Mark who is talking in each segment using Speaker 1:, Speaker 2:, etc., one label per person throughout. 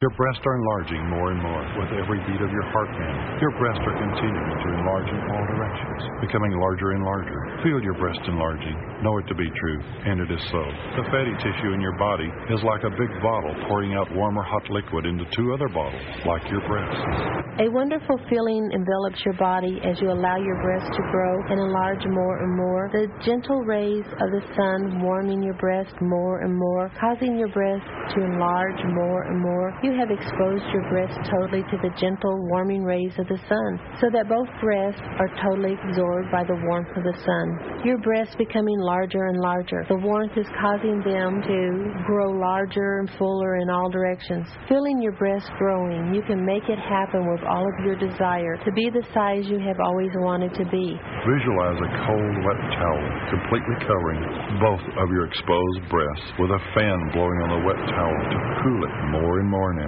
Speaker 1: Your breasts are enlarging more and more with every beat of your heart rate. Your breasts are continuing to enlarge in all directions, becoming larger and larger. Feel your breast enlarging. Know it to be true, and it is so. The fatty tissue in your body is like a big bottle pouring out warm or hot liquid into two other bottles, like your breasts.
Speaker 2: A wonderful feeling envelops your body as you allow your breasts to grow and enlarge more and more. The gentle rays of the sun warming your breast more and more, causing your breasts to enlarge more and more. You have exposed your breasts totally to the gentle warming rays of the sun, so that both breasts are totally absorbed by the warmth of the sun. Your breasts becoming larger and larger. The warmth is causing them to grow larger and fuller in all directions. Feeling your breasts growing, you can make it happen with all of your desire to be the size you have always wanted to be.
Speaker 1: Visualize a cold, wet towel completely covering both of your exposed breasts with a fan blowing on the wet towel to cool it more and more now.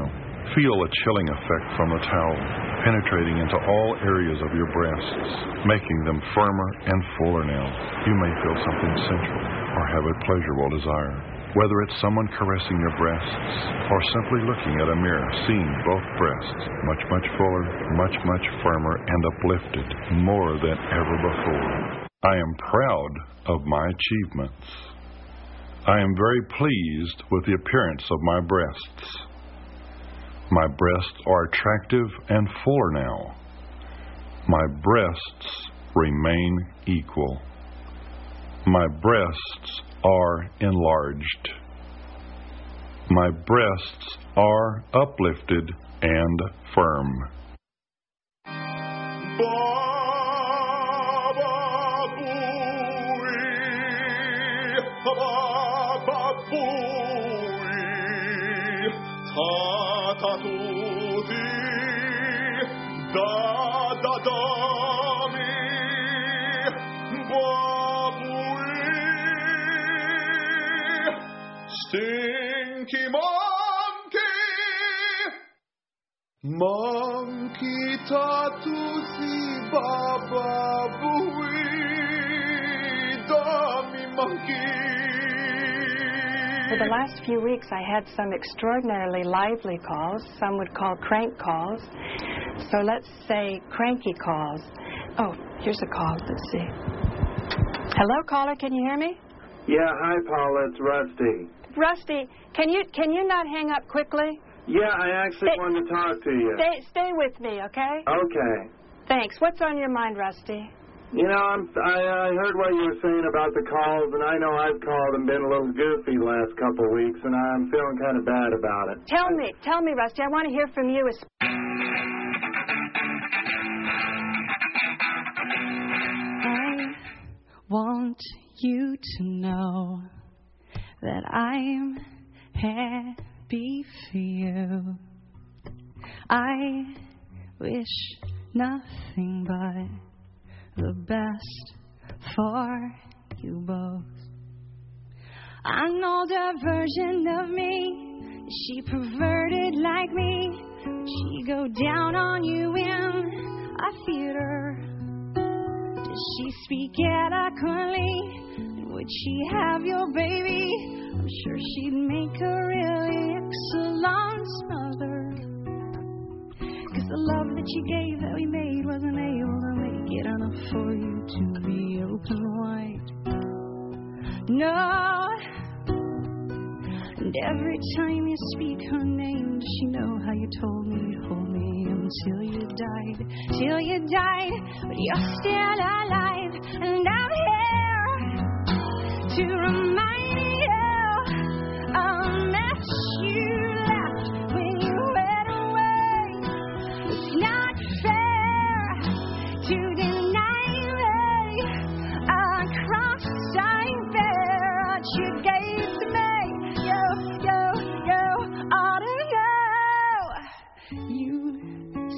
Speaker 1: Feel a chilling effect from the towel penetrating into all areas of your breasts, making them firmer and fuller now. You may feel something sensual or have a pleasurable desire. Whether it's someone caressing your breasts or simply looking at a mirror, seeing both breasts much, much fuller, much, much firmer, and uplifted more than ever before. I am proud of my achievements. I am very pleased with the appearance of my breasts. My breasts are attractive and fuller now. My breasts remain equal. My breasts are enlarged. My breasts are uplifted and firm.
Speaker 3: Stinky monkey, monkey tatusi baba bui, dummy
Speaker 4: For
Speaker 3: monkey.
Speaker 4: the last few weeks, I had some extraordinarily lively calls. Some would call crank calls. So let's say cranky calls. Oh, here's a call. Let's see. Hello, caller. Can you hear me?
Speaker 5: Yeah, hi, Paula. It's Rusty.
Speaker 4: Rusty, can you can you not hang up quickly?
Speaker 5: Yeah, I actually
Speaker 4: Hey.
Speaker 5: wanted to talk to you.
Speaker 4: Stay stay with me, okay?
Speaker 5: Okay.
Speaker 4: Thanks. What's on your mind, Rusty?
Speaker 5: You know, I'm, I, I heard what you were saying about the calls, and I know I've called and been a little goofy the last couple of weeks, and I'm feeling kind of bad about it.
Speaker 4: Tell me, tell me, Rusty. I want to hear from you. It's
Speaker 6: I want you to know that I'm happy for you. I wish nothing but the best for you both. An older version of me, she perverted like me. She go down on you in a theater. Did she speak adequately? Would she have your baby? I'm sure she'd make a really excellent mother. Cause the love that she gave that we made wasn't able to make it enough for you to be open wide. No! And every time you speak her name, does she know how you told me you'd hold me until you died? Till you died, but you're still alive, and I'm here to remind you of that you left when you went away. It's not fair to deny me a cross I bear that you gave to me. You, you, you ought to know. You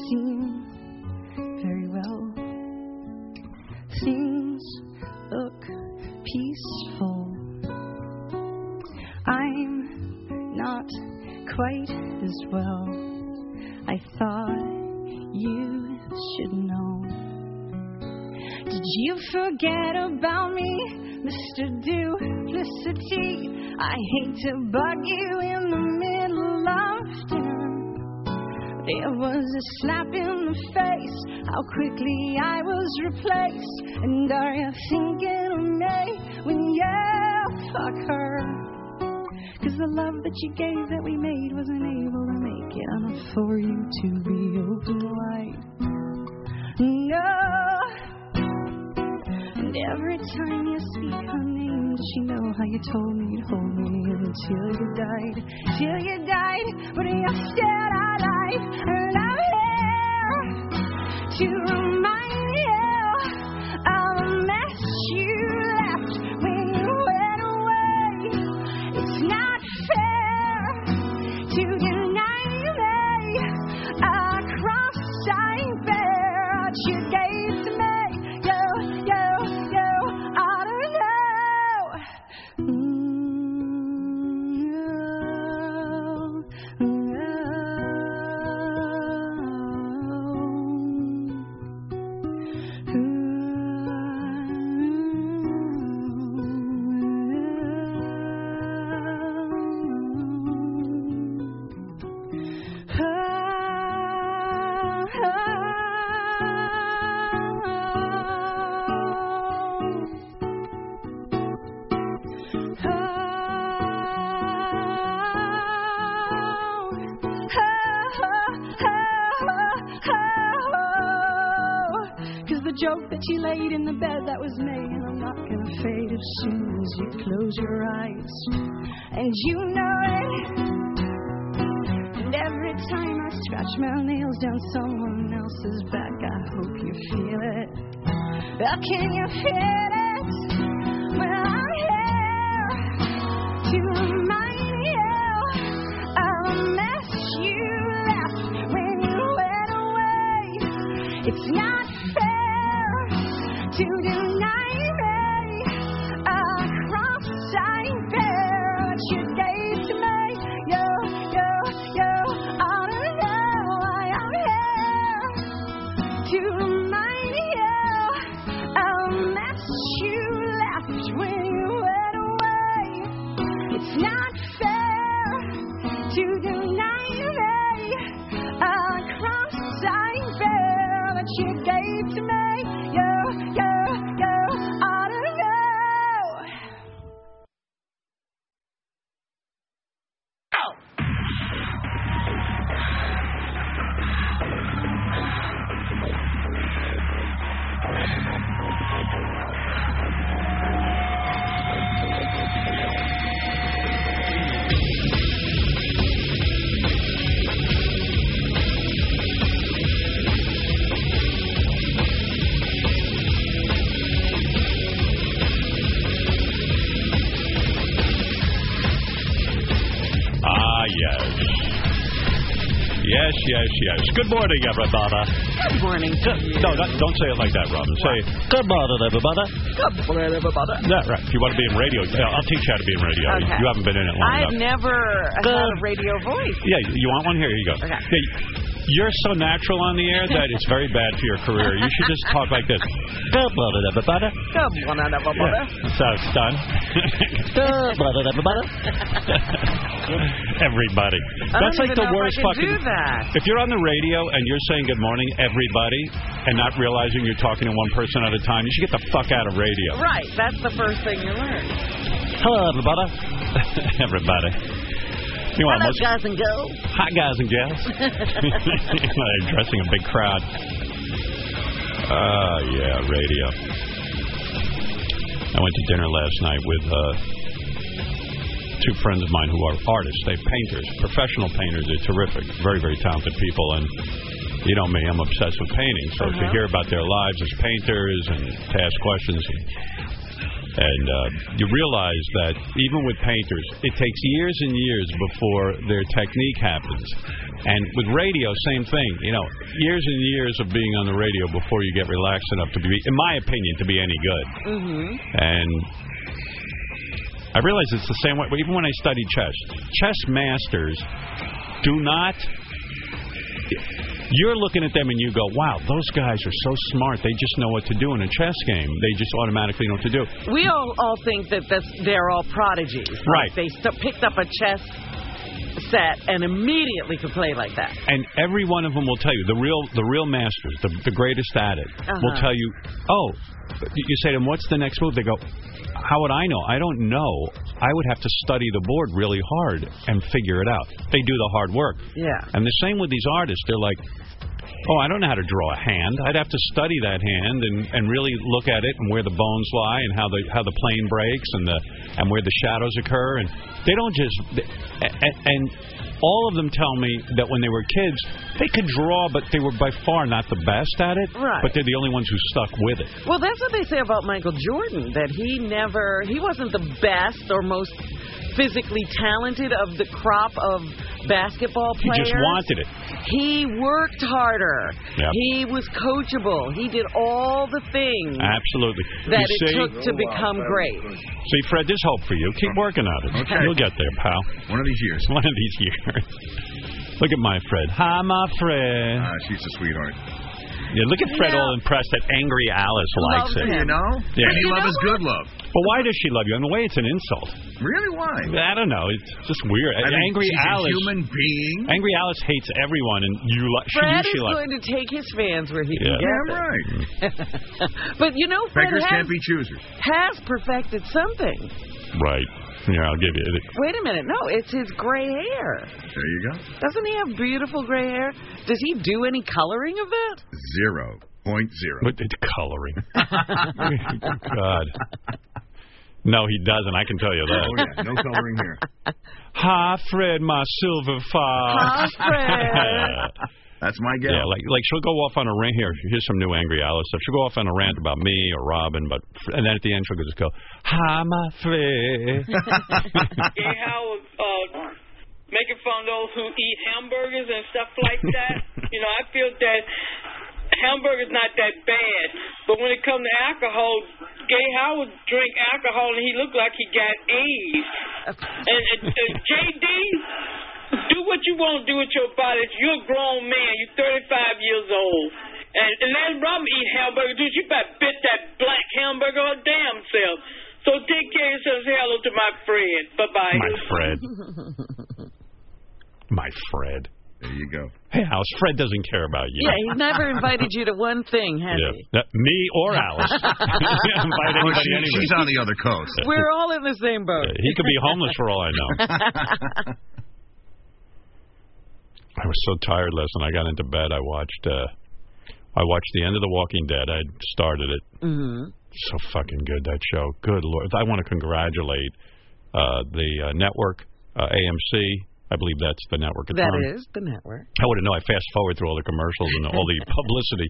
Speaker 6: seem very well things look peaceful. I'm not quite as well. I thought you should know. Did you forget about me, Mr. Duplicity? I hate to bug you in the middle of dinner. It was a slap in the face, how quickly I was replaced. And are you thinking of me when you fuck her? Cause the love that you gave that we made wasn't able to make it enough for you to be open wide. No! And every time you speak her name, does she know how you told me to hold me until you died? Till you died, but you're still alive, and I'm here to remind you of the mess you left when you went away. It's not fair to deny me a cross I bear that you gave to me. You, you, you ought to know. Cause the joke that you laid in the bed that was made, and I'm not gonna fade as soon as you close your eyes. And you know it. And every time I scratch my nails down someone else's back, I hope you feel it. Oh, can you feel it? Well, I'm here to remind you of the mess you left when you went away. It's not fair to deny me a cross I bear that you gave to me. You, you, you ought to know why I'm here to remind you of the mess you left when you went away. It's not fair to deny me a cross I bear that you gave to me. You, you, you ought to know.
Speaker 7: Ah, yes. Yes, yes, yes. Good morning, everybody.
Speaker 8: Good morning.
Speaker 7: No, that, don't say it like that, Robin. Say, good morning, everybody.
Speaker 8: Good morning, everybody.
Speaker 7: Yeah, right. If you want to be in radio, yeah, I'll teach you how to be in radio.
Speaker 8: Okay.
Speaker 7: You haven't been in it long
Speaker 8: I've
Speaker 7: enough.
Speaker 8: never had a radio voice.
Speaker 7: Yeah, you want one? Here you go.
Speaker 8: Okay.
Speaker 7: Yeah, you're so natural on the air that it's very bad for your career. You should just talk like this. Good morning, everybody.
Speaker 8: Good morning, everybody.
Speaker 7: Yeah. So it's done. Good morning, everybody. everybody.
Speaker 8: I
Speaker 7: That's
Speaker 8: don't
Speaker 7: like
Speaker 8: even
Speaker 7: the
Speaker 8: know
Speaker 7: worst
Speaker 8: if I can
Speaker 7: fucking.
Speaker 8: do that.
Speaker 7: If you're on the radio and you're saying good morning, everybody, and not realizing you're talking to one person at a time, you should get the fuck out of radio.
Speaker 8: Right, that's the first thing you learn.
Speaker 7: Hello, everybody. everybody. Meanwhile, most,
Speaker 8: guys and girls.
Speaker 7: hi, guys and gals. They're addressing a big crowd. Oh, yeah, radio. I went to dinner last night with uh, two friends of mine who are artists. They're painters, professional painters. They're terrific, very, very talented people. And you know me, I'm obsessed with painting. So to hear about their lives as painters and to ask questions. And uh, you realize that even with painters, it takes years and years before their technique happens. And with radio, same thing. You know, years and years of being on the radio before you get relaxed enough to be, in my opinion, to be any good.
Speaker 8: Mm-hmm.
Speaker 7: And I realize it's the same way. Even when I study chess, chess masters do not. You're looking at them and you go, "Wow, those guys are so smart. They just know what to do in a chess game. They just automatically know what to do."
Speaker 8: We all, all think that that's, they're all prodigies.
Speaker 7: Right.
Speaker 8: Like they st- picked up a chess set and immediately could play like that.
Speaker 7: And every one of them will tell you the real the real masters, the, the greatest at it, will
Speaker 8: Uh-huh.
Speaker 7: tell you, oh, you say to them, what's the next move? They go, how would I know? I don't know. I would have to study the board really hard and figure it out. They do the hard work.
Speaker 8: Yeah.
Speaker 7: And the same with these artists. They're like, oh, I don't know how to draw a hand. I'd have to study that hand and, and really look at it and where the bones lie and how the how the plane breaks and the and where the shadows occur. And they don't just and, and all of them tell me that when they were kids they could draw, but they were by far not the best at it.
Speaker 8: Right.
Speaker 7: But they're the only ones who stuck with it.
Speaker 8: Well, that's what they say about Michael Jordan that he never he wasn't the best or most physically talented of the crop of basketball
Speaker 7: He
Speaker 8: players.
Speaker 7: just wanted it.
Speaker 8: He worked harder.
Speaker 7: Yep.
Speaker 8: He was coachable. He did all the things
Speaker 7: Absolutely. you
Speaker 8: that it
Speaker 7: see,
Speaker 8: took
Speaker 9: Oh,
Speaker 8: to become great.
Speaker 7: see, Fred, there's hope for you. Keep working on it.
Speaker 8: Okay.
Speaker 7: You'll get there, pal.
Speaker 9: One of these years.
Speaker 7: One of these years. Look at my Fred. Hi, my Fred.
Speaker 9: Ah, she's a sweetheart.
Speaker 7: Yeah, look at Fred
Speaker 9: Yeah.
Speaker 7: all impressed that angry Alice likes
Speaker 9: Loves
Speaker 7: it.
Speaker 9: him. You know?
Speaker 7: Yeah.
Speaker 9: And he You love know is good love.
Speaker 7: But why does she love you? In a way, it's an insult.
Speaker 9: Really? Why?
Speaker 7: I don't know. It's just weird.
Speaker 9: I mean,
Speaker 7: angry
Speaker 9: she's a
Speaker 7: Alice.
Speaker 9: human being.
Speaker 7: Angry Alice hates everyone, and you like. She,
Speaker 8: Fred
Speaker 7: you,
Speaker 8: is
Speaker 7: she likes.
Speaker 8: going to take his fans where he
Speaker 7: Yeah.
Speaker 8: can get
Speaker 7: Yeah,
Speaker 8: them. but you know, Fred
Speaker 9: Beggars
Speaker 8: has,
Speaker 9: can't be choosers.
Speaker 8: has perfected something.
Speaker 7: Right. Yeah, I'll give you.
Speaker 8: Wait a minute. No, it's his gray hair.
Speaker 9: There you go.
Speaker 8: Doesn't he have beautiful gray hair? Does he do any coloring of that?
Speaker 9: Zero point zero.
Speaker 7: But it's coloring. God. No, he doesn't. I can tell you that.
Speaker 9: Oh, yeah. No coloring here.
Speaker 7: Hi, Fred, my silver fox.
Speaker 9: Hi, Fred. That's my gal.
Speaker 7: Yeah, like like she'll go off on a rant. Here, here's some new Angry Alice stuff. She'll go off on a rant about me or Robin, but and then at the end she'll just go, "Hi, my Fred."
Speaker 10: yeah, how uh, making fun of those who eat hamburgers and stuff like that. you know, I feel that hamburgers not that bad, but when it comes to alcohol, Gay Howard drink alcohol and he looked like he got AIDS. And uh, uh, JD, do what you want to do with your body. You're a grown man. You're 35 years old. And, and let Robin eat hamburger, dude. You better bit that black hamburger or damn self. So take care of yourself. Say hello to my friend. Bye bye.
Speaker 7: My Fred. My Fred.
Speaker 9: There you go.
Speaker 7: Hey, Alice. Fred doesn't care about you.
Speaker 8: Yeah, he's never invited you to one thing, has
Speaker 7: Yeah.
Speaker 8: he?
Speaker 7: That- me or Alice. Yeah, invite
Speaker 9: Well,
Speaker 7: anybody
Speaker 9: Oh, she-
Speaker 7: anywhere.
Speaker 9: she's on the other coast.
Speaker 8: We're all in the same boat.
Speaker 7: he could be homeless for all I know. I was so tired last night. I got into bed. I watched. uh I watched the end of The Walking Dead. I started it.
Speaker 8: Mhm.
Speaker 7: so fucking good that show. Good lord! I want to congratulate uh, the uh, network uh, AMC. I believe that's the network. it's
Speaker 8: That
Speaker 7: on.
Speaker 8: is the network.
Speaker 7: I wouldn't know. I fast forward through all the commercials and all the publicity,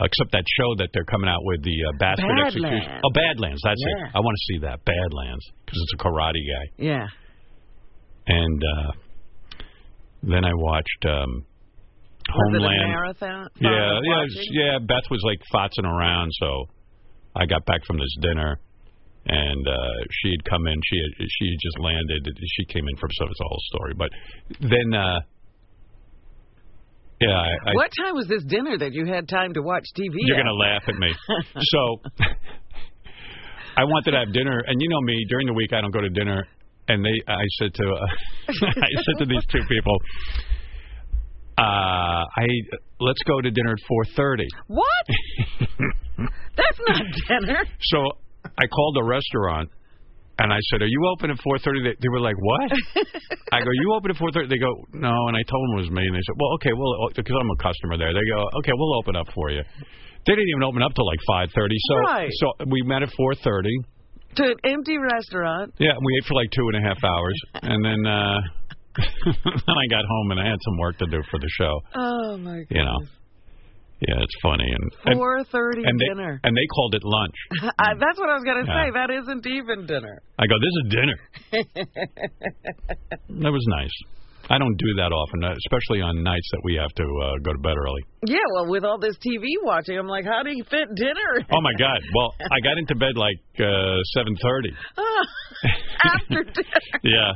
Speaker 7: uh, except that show that they're coming out with the uh, Bastard Execution.
Speaker 8: Badlands.
Speaker 7: Oh, Badlands. That's
Speaker 8: Yeah.
Speaker 7: it. I want to see that Badlands because it's a karate guy.
Speaker 8: Yeah.
Speaker 7: And uh, then I watched um,
Speaker 8: Was it a
Speaker 7: Homeland.
Speaker 8: marathon?
Speaker 7: Yeah, yeah,
Speaker 8: Fun watching?
Speaker 7: yeah. Beth was like fotzing around, so I got back from this dinner, and uh, she had come in. She had, she had just landed. She came in from so it's a whole story. But then, uh, yeah, I, I,
Speaker 8: what time was this dinner that you had time to watch TV?
Speaker 7: you're
Speaker 8: at?
Speaker 7: gonna laugh at me. so I wanted to have dinner, and you know me. During the week, I don't go to dinner, and they. I said to uh, I said to these two people, uh, I let's go to dinner at four thirty.
Speaker 8: What? That's not dinner.
Speaker 7: So I called the restaurant and I said, "Are you open at 4:30?" They, they were like, "What?" I go, "You open at 4:30?" They go, "No." And I told them it was me, and they said, "Well, okay, well, oh, because I'm a customer there." They go, "Okay, we'll open up for you." They didn't even open up till like 5:30. So
Speaker 8: Right.
Speaker 7: so we met at 4:30.
Speaker 8: To an empty restaurant.
Speaker 7: Yeah, we ate for like two and a half hours, and then uh, then I got home and I had some work to do for the show.
Speaker 8: Oh my
Speaker 7: You know, yeah, it's funny and and,
Speaker 8: Four thirty
Speaker 7: and they
Speaker 8: dinner.
Speaker 7: and they called it lunch.
Speaker 8: I, that's what I was gonna
Speaker 7: Yeah.
Speaker 8: say. That isn't even dinner.
Speaker 7: I go, this is dinner. that was nice. I don't do that often, uh, especially on nights that we have to uh, go to bed early.
Speaker 8: Yeah, well, with all this TV watching, I'm like, how do you fit dinner?
Speaker 7: Oh my God! Well, I got into bed like uh, seven thirty.
Speaker 8: after dinner.
Speaker 7: Yeah.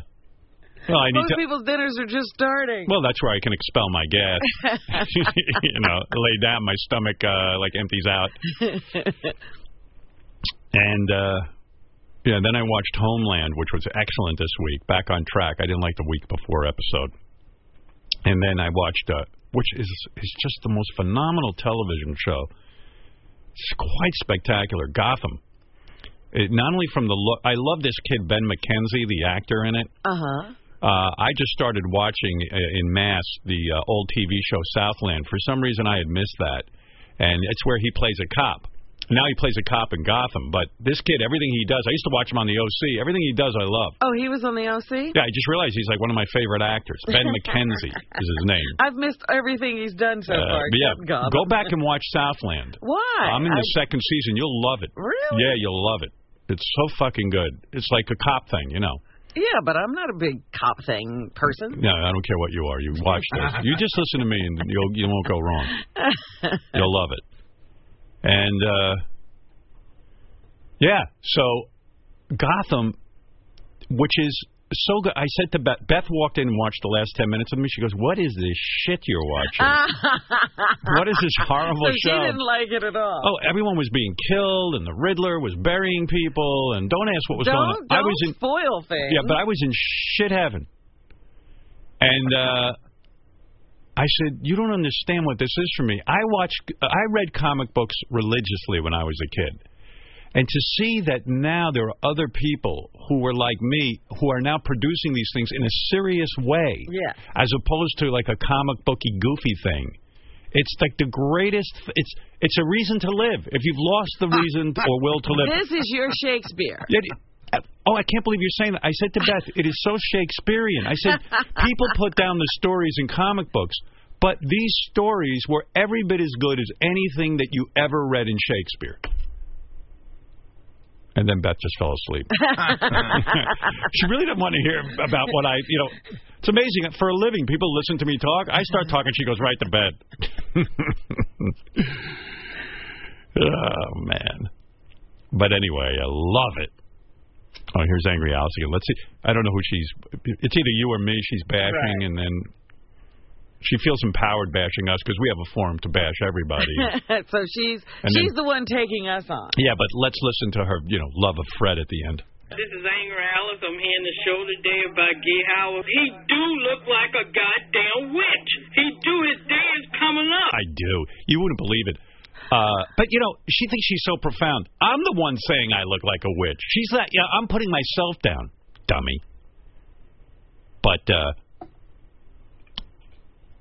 Speaker 7: Well, I need
Speaker 8: Most
Speaker 7: to.
Speaker 8: people's dinners are just starting.
Speaker 7: Well, that's where I can expel my gas. you know, lay down. My stomach uh, like empties out. And uh, Yeah, then I watched Homeland, which was excellent this week. Back on track. I didn't like the week before episode. And then I watched, uh, which is is just the most phenomenal television show. It's quite spectacular. Gotham. It, not only from the look, I love this kid Ben McKenzie, the actor in it.
Speaker 8: Uh huh.
Speaker 7: Uh, I just started watching uh, in mass the uh, old TV show Southland. For some reason, I had missed that, and it's where he plays a cop. Now he plays a cop in Gotham. But this kid, everything he does, I used to watch him on the OC. Everything he does, I love.
Speaker 8: Oh, he was on the OC.
Speaker 7: Yeah, I just realized he's like one of my favorite actors. Ben McKenzie is his name.
Speaker 8: I've missed everything he's done
Speaker 7: Uh,
Speaker 8: so far.
Speaker 7: but yeah,
Speaker 8: except Gotham.
Speaker 7: go back and watch Southland.
Speaker 8: Why?
Speaker 7: I'm in the
Speaker 8: I-
Speaker 7: second season. You'll love it.
Speaker 8: Really?
Speaker 7: Yeah, you'll love it. It's so fucking good. It's like a cop thing, you know.
Speaker 8: Yeah, but I'm not a big cop thing person.
Speaker 7: No, I don't care what you are. You watch this. You just listen to me, and you'll you won't go wrong. You'll love it. And uh, yeah, so Gotham, which is so good. I said to Beth, Beth walked in and watched the last ten minutes of me. She goes, "What is this shit you're watching? what is this horrible
Speaker 8: so
Speaker 7: show?"
Speaker 8: she didn't like it at all.
Speaker 7: Oh, everyone was being killed, and the Riddler was burying people, and don't ask what was
Speaker 8: don't,
Speaker 7: going on.
Speaker 8: Don't
Speaker 7: I was in
Speaker 8: spoil things.
Speaker 7: yeah, but I was in shit heaven. And uh, I said, "You don't understand what this is for me. I watched, I read comic books religiously when I was a kid, and to see that now there are other people who were like me who are now producing these things in a serious way,
Speaker 8: Yeah.
Speaker 7: as opposed to like a comic booky goofy thing." It's like the greatest. It's it's a reason to live. If you've lost the reason or will to live,
Speaker 8: Uh, This is your Shakespeare.
Speaker 7: yeah, d- oh, I can't believe you're saying that. I said to Beth, it is so Shakespearean. I said, people put down the stories in comic books, but these stories were every bit as good as anything that you ever read in Shakespeare. And then Beth just fell asleep. she really didn't want to hear about what I, you know, it's amazing. For a living, people listen to me talk. I start talking, she goes right to bed. oh, man. But anyway, I love it. Oh, here's Angry Alice again. Let's see. I don't know who she's. It's either you or me she's bashing, and then she feels empowered bashing us because we have a forum to bash everybody.
Speaker 8: so she's
Speaker 7: And
Speaker 8: she's
Speaker 7: then-
Speaker 8: the one taking us on.
Speaker 7: yeah, but let's listen to her, you know, love of Fred at the end.
Speaker 10: This is Anger Alice. I'm here in the show today about Guy Howard. He do look like a goddamn witch. He do. His day is coming up.
Speaker 7: I do. You wouldn't believe it. Uh, but you know, she thinks she's so profound. I'm the one saying I look like a witch. She's that. Yeah, I'm putting myself down, dummy. But uh,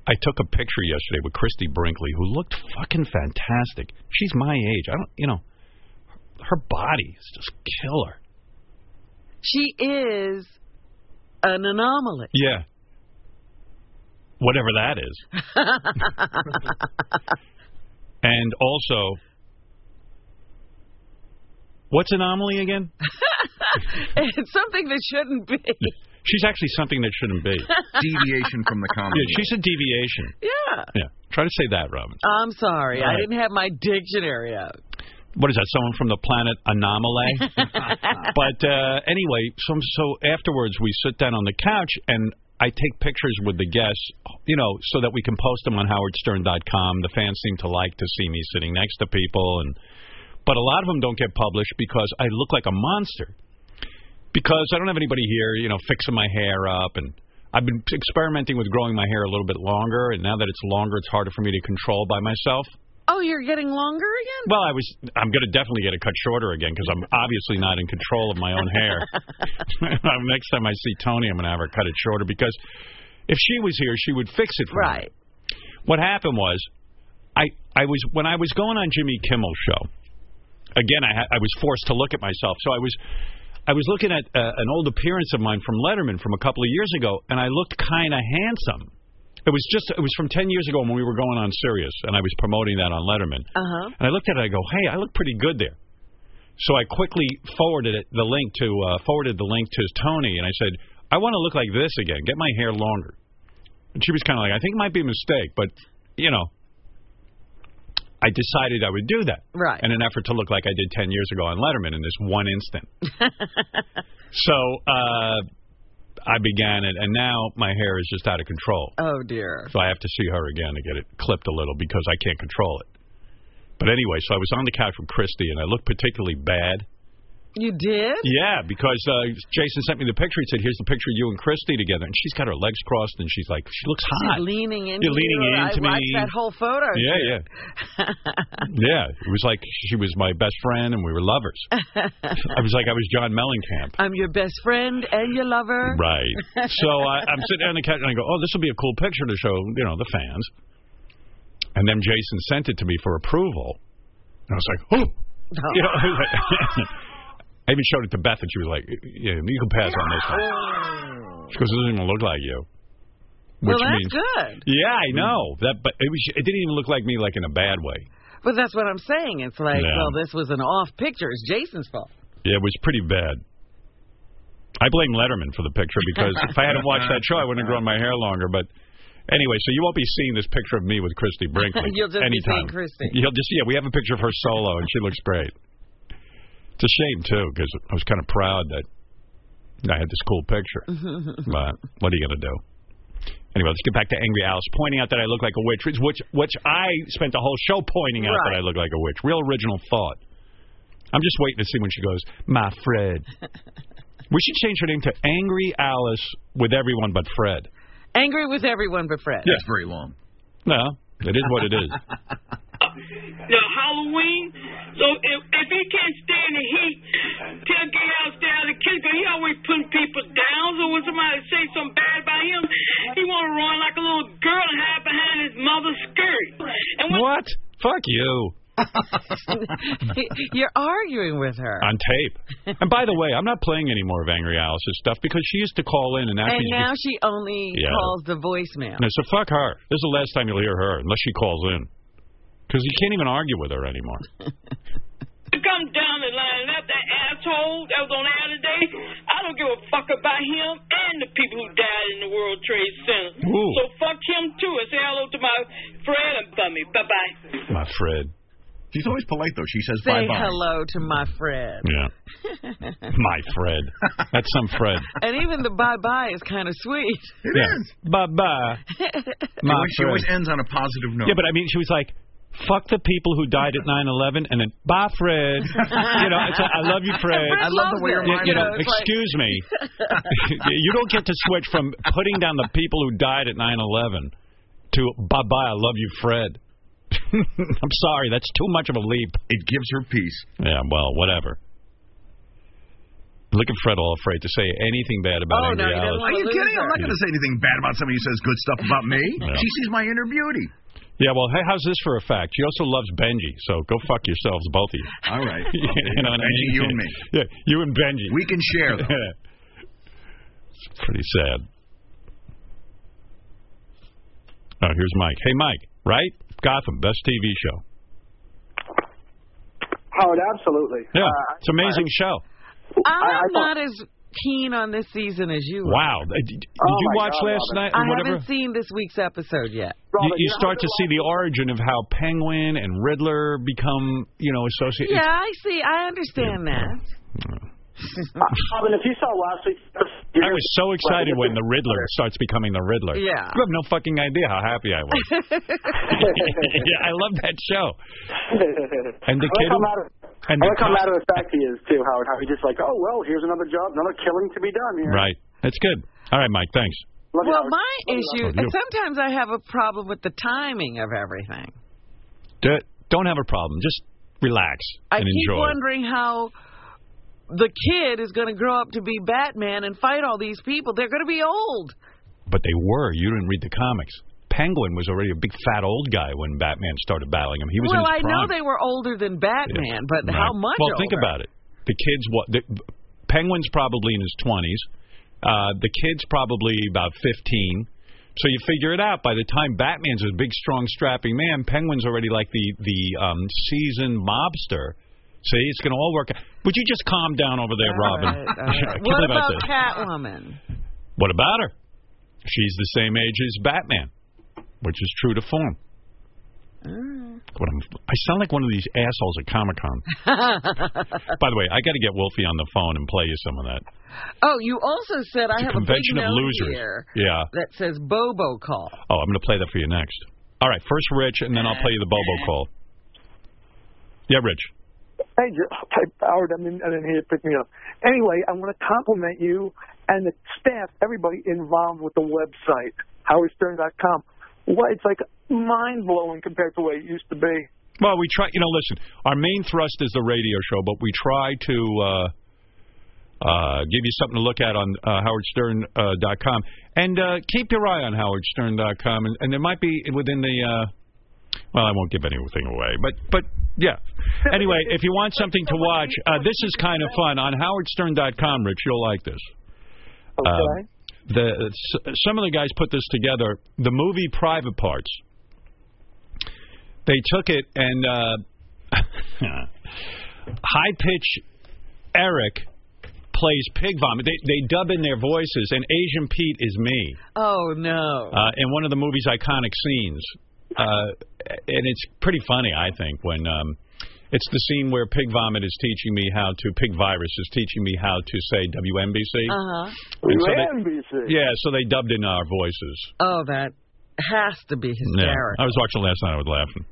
Speaker 7: I took a picture yesterday with Christy Brinkley, who looked fucking fantastic. She's my age. I don't, you know, her body is just killer.
Speaker 8: She is an anomaly.
Speaker 7: Yeah. Whatever that is. and also, what's anomaly again?
Speaker 8: it's something that shouldn't be.
Speaker 7: She's actually something that shouldn't be.
Speaker 11: Deviation from the common.
Speaker 7: Yeah, she's a deviation.
Speaker 8: Yeah.
Speaker 7: Yeah. Try to say that, Robin.
Speaker 8: I'm sorry.
Speaker 7: All
Speaker 8: I
Speaker 7: right.
Speaker 8: didn't have my dictionary out.
Speaker 7: What is that? Someone from the planet Anomaly? but uh, anyway, so, so afterwards we sit down on the couch and I take pictures with the guests, you know, so that we can post them on howardstern.com. The fans seem to like to see me sitting next to people, and but a lot of them don't get published because I look like a monster. Because I don't have anybody here, you know, fixing my hair up, and I've been experimenting with growing my hair a little bit longer, and now that it's longer, it's harder for me to control by myself.
Speaker 8: Oh, you're getting longer again?
Speaker 7: Well, I was. I'm going to definitely get it cut shorter again because I'm obviously not in control of my own hair. Next time I see Tony, I'm going to have her cut it shorter because if she was here, she would fix it for me.
Speaker 8: Right.
Speaker 7: What happened was, I I was when I was going on Jimmy Kimmel's show. Again, I ha I was forced to look at myself, so I was. I was looking at uh, an old appearance of mine from Letterman from a couple of years ago, and I looked kind of handsome. It was just it was from ten years ago when we were going on Sirius, and I was promoting that on Letterman.
Speaker 8: Uh huh.
Speaker 9: Uh-huh.
Speaker 7: And I looked at it. I go, "Hey, I look pretty good there." So I quickly forwarded it, the link to uh, forwarded the link to Tony, and I said, "I want to look like this again. Get my hair longer." And she was kind of like, "I think it might be a mistake, but you know." I decided I would do that
Speaker 8: Right.
Speaker 7: in an effort to look like I did 10 years ago on Letterman in this one instant. so uh, I began it, and now my hair is just out of control.
Speaker 8: Oh dear.
Speaker 7: So I have to see her again to get it clipped a little because I can't control it. But anyway, so I was on the couch with Christy, and I looked particularly bad.
Speaker 8: You did?
Speaker 7: Yeah, because uh, Jason sent me the picture. He said, "Here's the picture of you and Christy together," and she's got her legs crossed, and she's like, "She looks hot."
Speaker 8: She's leaning into
Speaker 7: You're leaning
Speaker 8: you.
Speaker 7: into
Speaker 8: I watched
Speaker 7: me.
Speaker 8: that whole photo.
Speaker 7: yeah, yeah, yeah. It was like she was my best friend, and we were lovers. I was like, I was John Mellencamp.
Speaker 8: I'm your best friend and your lover.
Speaker 7: Right. So I, I'm sitting on the couch and I go, "Oh, this will be a cool picture to show, you know, the fans." And then Jason sent it to me for approval, and I was like, "Oh, you know." I was like- I even showed it to Beth, and she was like, "Yeah, you can pass on this one." She goes, "It doesn't even look like you." Which
Speaker 8: well, that's
Speaker 7: means,
Speaker 8: good.
Speaker 7: yeah, I know that, but it was. It didn't even look like me, like in a bad way.
Speaker 8: But that's what I'm saying. It's like,
Speaker 7: Yeah.
Speaker 8: well, this was an off picture. It's Jason's fault.
Speaker 7: Yeah, it was pretty bad. I blame Letterman for the picture because if I hadn't watched that show, I wouldn't have grown my hair longer. But anyway, so you won't be seeing this picture of me with Christy Brinkley.
Speaker 8: You'll just be
Speaker 7: anytime.
Speaker 8: seeing Christy.
Speaker 7: You'll just yeah, we have a picture of her solo, and she looks great. It's a shame too because I was kind of proud that I had this cool picture. but what are you gonna do? Anyway, let's get back to Angry Alice pointing out that I look like a witch, which which, which I spent the whole show pointing out that I look like a witch. Real original thought. I'm just waiting to see when she goes, my Fred. we should change her name to Angry Alice with everyone but Fred.
Speaker 8: Angry with everyone but Fred.
Speaker 7: That's very long. No, it is what it is.
Speaker 10: The Halloween. So if, if he can't stand the heat, tell Gay House to have the kids, but he always putting people down. So when somebody say something bad about him, he want to run like a little girl and hide behind his mother's skirt. And when
Speaker 7: what? Fuck you.
Speaker 8: You're arguing with her.
Speaker 7: On tape. And by the way, I'm not playing any more of Angry Alice's stuff because she used to call in and now
Speaker 8: and
Speaker 7: she's
Speaker 8: now
Speaker 7: just-
Speaker 8: she only
Speaker 7: Yeah.
Speaker 8: calls the voicemail.
Speaker 7: No, so fuck her. This is the last time you'll hear her, unless she calls in. Because you can't even argue with her anymore.
Speaker 10: he come down the line, left that asshole that was on air today. I don't give a fuck about him and the people who died in the World Trade Center.
Speaker 7: Ooh.
Speaker 10: So fuck him too, and say hello to my friend and bummy. Bye bye.
Speaker 7: My Fred.
Speaker 9: She's always polite though. She says
Speaker 8: Say
Speaker 9: bye bye.
Speaker 8: hello to my Fred.
Speaker 7: Yeah. My Fred. That's some Fred.
Speaker 8: And even the bye bye is kind of sweet.
Speaker 7: It Bye bye. My
Speaker 9: She always
Speaker 7: Fred.
Speaker 9: ends on a positive note.
Speaker 7: Yeah, but I mean, she was like, fuck the people who died at 9 11 and then, bye, Fred. you know, it's like, I love you, Fred.
Speaker 8: Fred I love the way loves your it. mind
Speaker 7: You know,
Speaker 8: works.
Speaker 7: excuse me. you don't get to switch from putting down the people who died at 9 11 to, bye bye, I love you, Fred. I'm sorry, that's too much of a leap.
Speaker 9: It gives her peace.
Speaker 7: Yeah, well, whatever. Look at Fred all afraid to say anything bad about
Speaker 8: Oh,
Speaker 7: Angry
Speaker 8: no, he doesn't
Speaker 7: Alice.
Speaker 8: like-
Speaker 9: Are you
Speaker 8: Loser.
Speaker 9: kidding? I'm not going to say anything bad about somebody who says good stuff about me. She sees my inner beauty.
Speaker 7: Yeah, well, hey, how's this for a fact? She also loves Benji, so go fuck yourselves, both of you.
Speaker 9: All right.
Speaker 7: you know what I
Speaker 9: Benji,
Speaker 7: mean?
Speaker 9: you and me.
Speaker 7: Yeah, you and Benji.
Speaker 9: We can share though.
Speaker 7: it's pretty sad. Oh, here's Mike. Hey, Mike, right? Gotham, best TV show.
Speaker 12: Howard, Oh, absolutely.
Speaker 7: Yeah,
Speaker 12: Uh,
Speaker 7: it's an amazing show.
Speaker 8: I'm
Speaker 12: I- I
Speaker 8: not as keen on this season as you are.
Speaker 7: Wow. Did, did you
Speaker 12: Oh, my
Speaker 7: watch
Speaker 12: God,
Speaker 7: last
Speaker 12: Robert.
Speaker 7: night
Speaker 8: I
Speaker 7: or whatever?
Speaker 8: haven't seen this week's episode yet.
Speaker 7: You,
Speaker 12: Robert,
Speaker 7: you
Speaker 12: know
Speaker 7: start
Speaker 12: how
Speaker 7: to see the origin of how Penguin and Riddler become, you know, associated.
Speaker 8: Yeah, I see. I understand that.
Speaker 12: Robin, if you saw last week's
Speaker 7: I was so excited when the Riddler starts becoming the Riddler.
Speaker 8: Yeah.
Speaker 7: You have no fucking idea how happy I was. yeah, I love that show. And the
Speaker 12: I
Speaker 7: kid
Speaker 12: like
Speaker 7: who-
Speaker 12: how matter,
Speaker 7: and
Speaker 12: I
Speaker 7: the
Speaker 12: like how
Speaker 7: cop-
Speaker 12: matter of fact he is too, Howard. How he just like, oh well, here's another job, another killing to be done here.
Speaker 7: Right. That's good. All right, Mike. Thanks.
Speaker 12: Love you,
Speaker 8: Well, my
Speaker 12: Howard. Love you,
Speaker 8: issue,
Speaker 7: Robert. Oh, you.
Speaker 8: sometimes I have a problem with the timing of everything.
Speaker 7: D- Don't have a problem. Just relax
Speaker 8: I
Speaker 7: and
Speaker 8: keep
Speaker 7: enjoy.
Speaker 8: wondering how the kid is going to grow up to be Batman and fight all these people. They're going to be old.
Speaker 7: But they were. You didn't read the comics. Penguin was already a big fat old guy when Batman started battling him. He was
Speaker 8: well,
Speaker 7: in
Speaker 8: I
Speaker 7: his prime.
Speaker 8: know they were older than Batman, but
Speaker 7: Right.
Speaker 8: how much?
Speaker 7: Well, think
Speaker 8: older?
Speaker 7: about it. The kids, what? The, Penguin's probably in his twenties. Uh, the kid's probably about fifteen. So you figure it out. By the time Batman's a big, strong, strapping man, Penguin's already like the the um, seasoned mobster. See, it's going to all work. out. Would you just calm down over there,
Speaker 8: All
Speaker 7: Robin?
Speaker 8: right, all
Speaker 7: I
Speaker 8: right.
Speaker 7: can't
Speaker 8: What
Speaker 7: believe I
Speaker 8: about
Speaker 7: said-
Speaker 8: Catwoman?
Speaker 7: what about her? She's the same age as Batman, which is true to form.
Speaker 8: Ah.
Speaker 7: What I'm, I sound like one of these assholes at Comic Con. By the way, I got to get Wolfie on the phone and play you some of that.
Speaker 8: Oh, you also said I have a big
Speaker 7: Convention of
Speaker 8: note
Speaker 7: losers. Uh.
Speaker 8: here
Speaker 7: Yeah.
Speaker 8: that says Bobo call.
Speaker 7: Oh, I'm going to play that for you next.
Speaker 8: Eh.
Speaker 7: All right, first Rich, and then I'll play you the Bobo call. Yeah, Rich.
Speaker 12: Hey, Jo- hey, Howard, I didn't, I didn't hear you pick me up. Anyway, I want to compliment you and the staff, everybody involved with the website, howardstern.com. What, it's like mind blowing compared to what it used to be.
Speaker 7: Well, we try. You know, listen. Our main thrust is the radio show, but we try to uh, uh, give you something to look at on uh, howardstern.com, uh, dot com. and uh, keep your eye on howardstern.com. And, and there might be within the. Uh, well, I won't give anything away, but but yeah. Anyway, if you want something to watch, uh, this is kind of fun on howardstern.com. Rich, you'll like this. Okay. the s- some of the guys put this together. The movie Private Parts they took it and uh, high pitch Eric plays pig vomit. They they dub in their voices, and Asian Pete is me
Speaker 8: Oh no.
Speaker 7: uh, in one of the movie's iconic scenes. Uh, and it's pretty funny, I think, when um, it's the scene where pig vomit is teaching me how to pig virus is teaching me how to say WMBC.
Speaker 8: Uh huh.
Speaker 7: And so they- yeah, so they dubbed in our voices.
Speaker 8: Oh, that has to be
Speaker 7: Yeah,
Speaker 8: hysterical.
Speaker 7: I was watching it last night. I was laughing.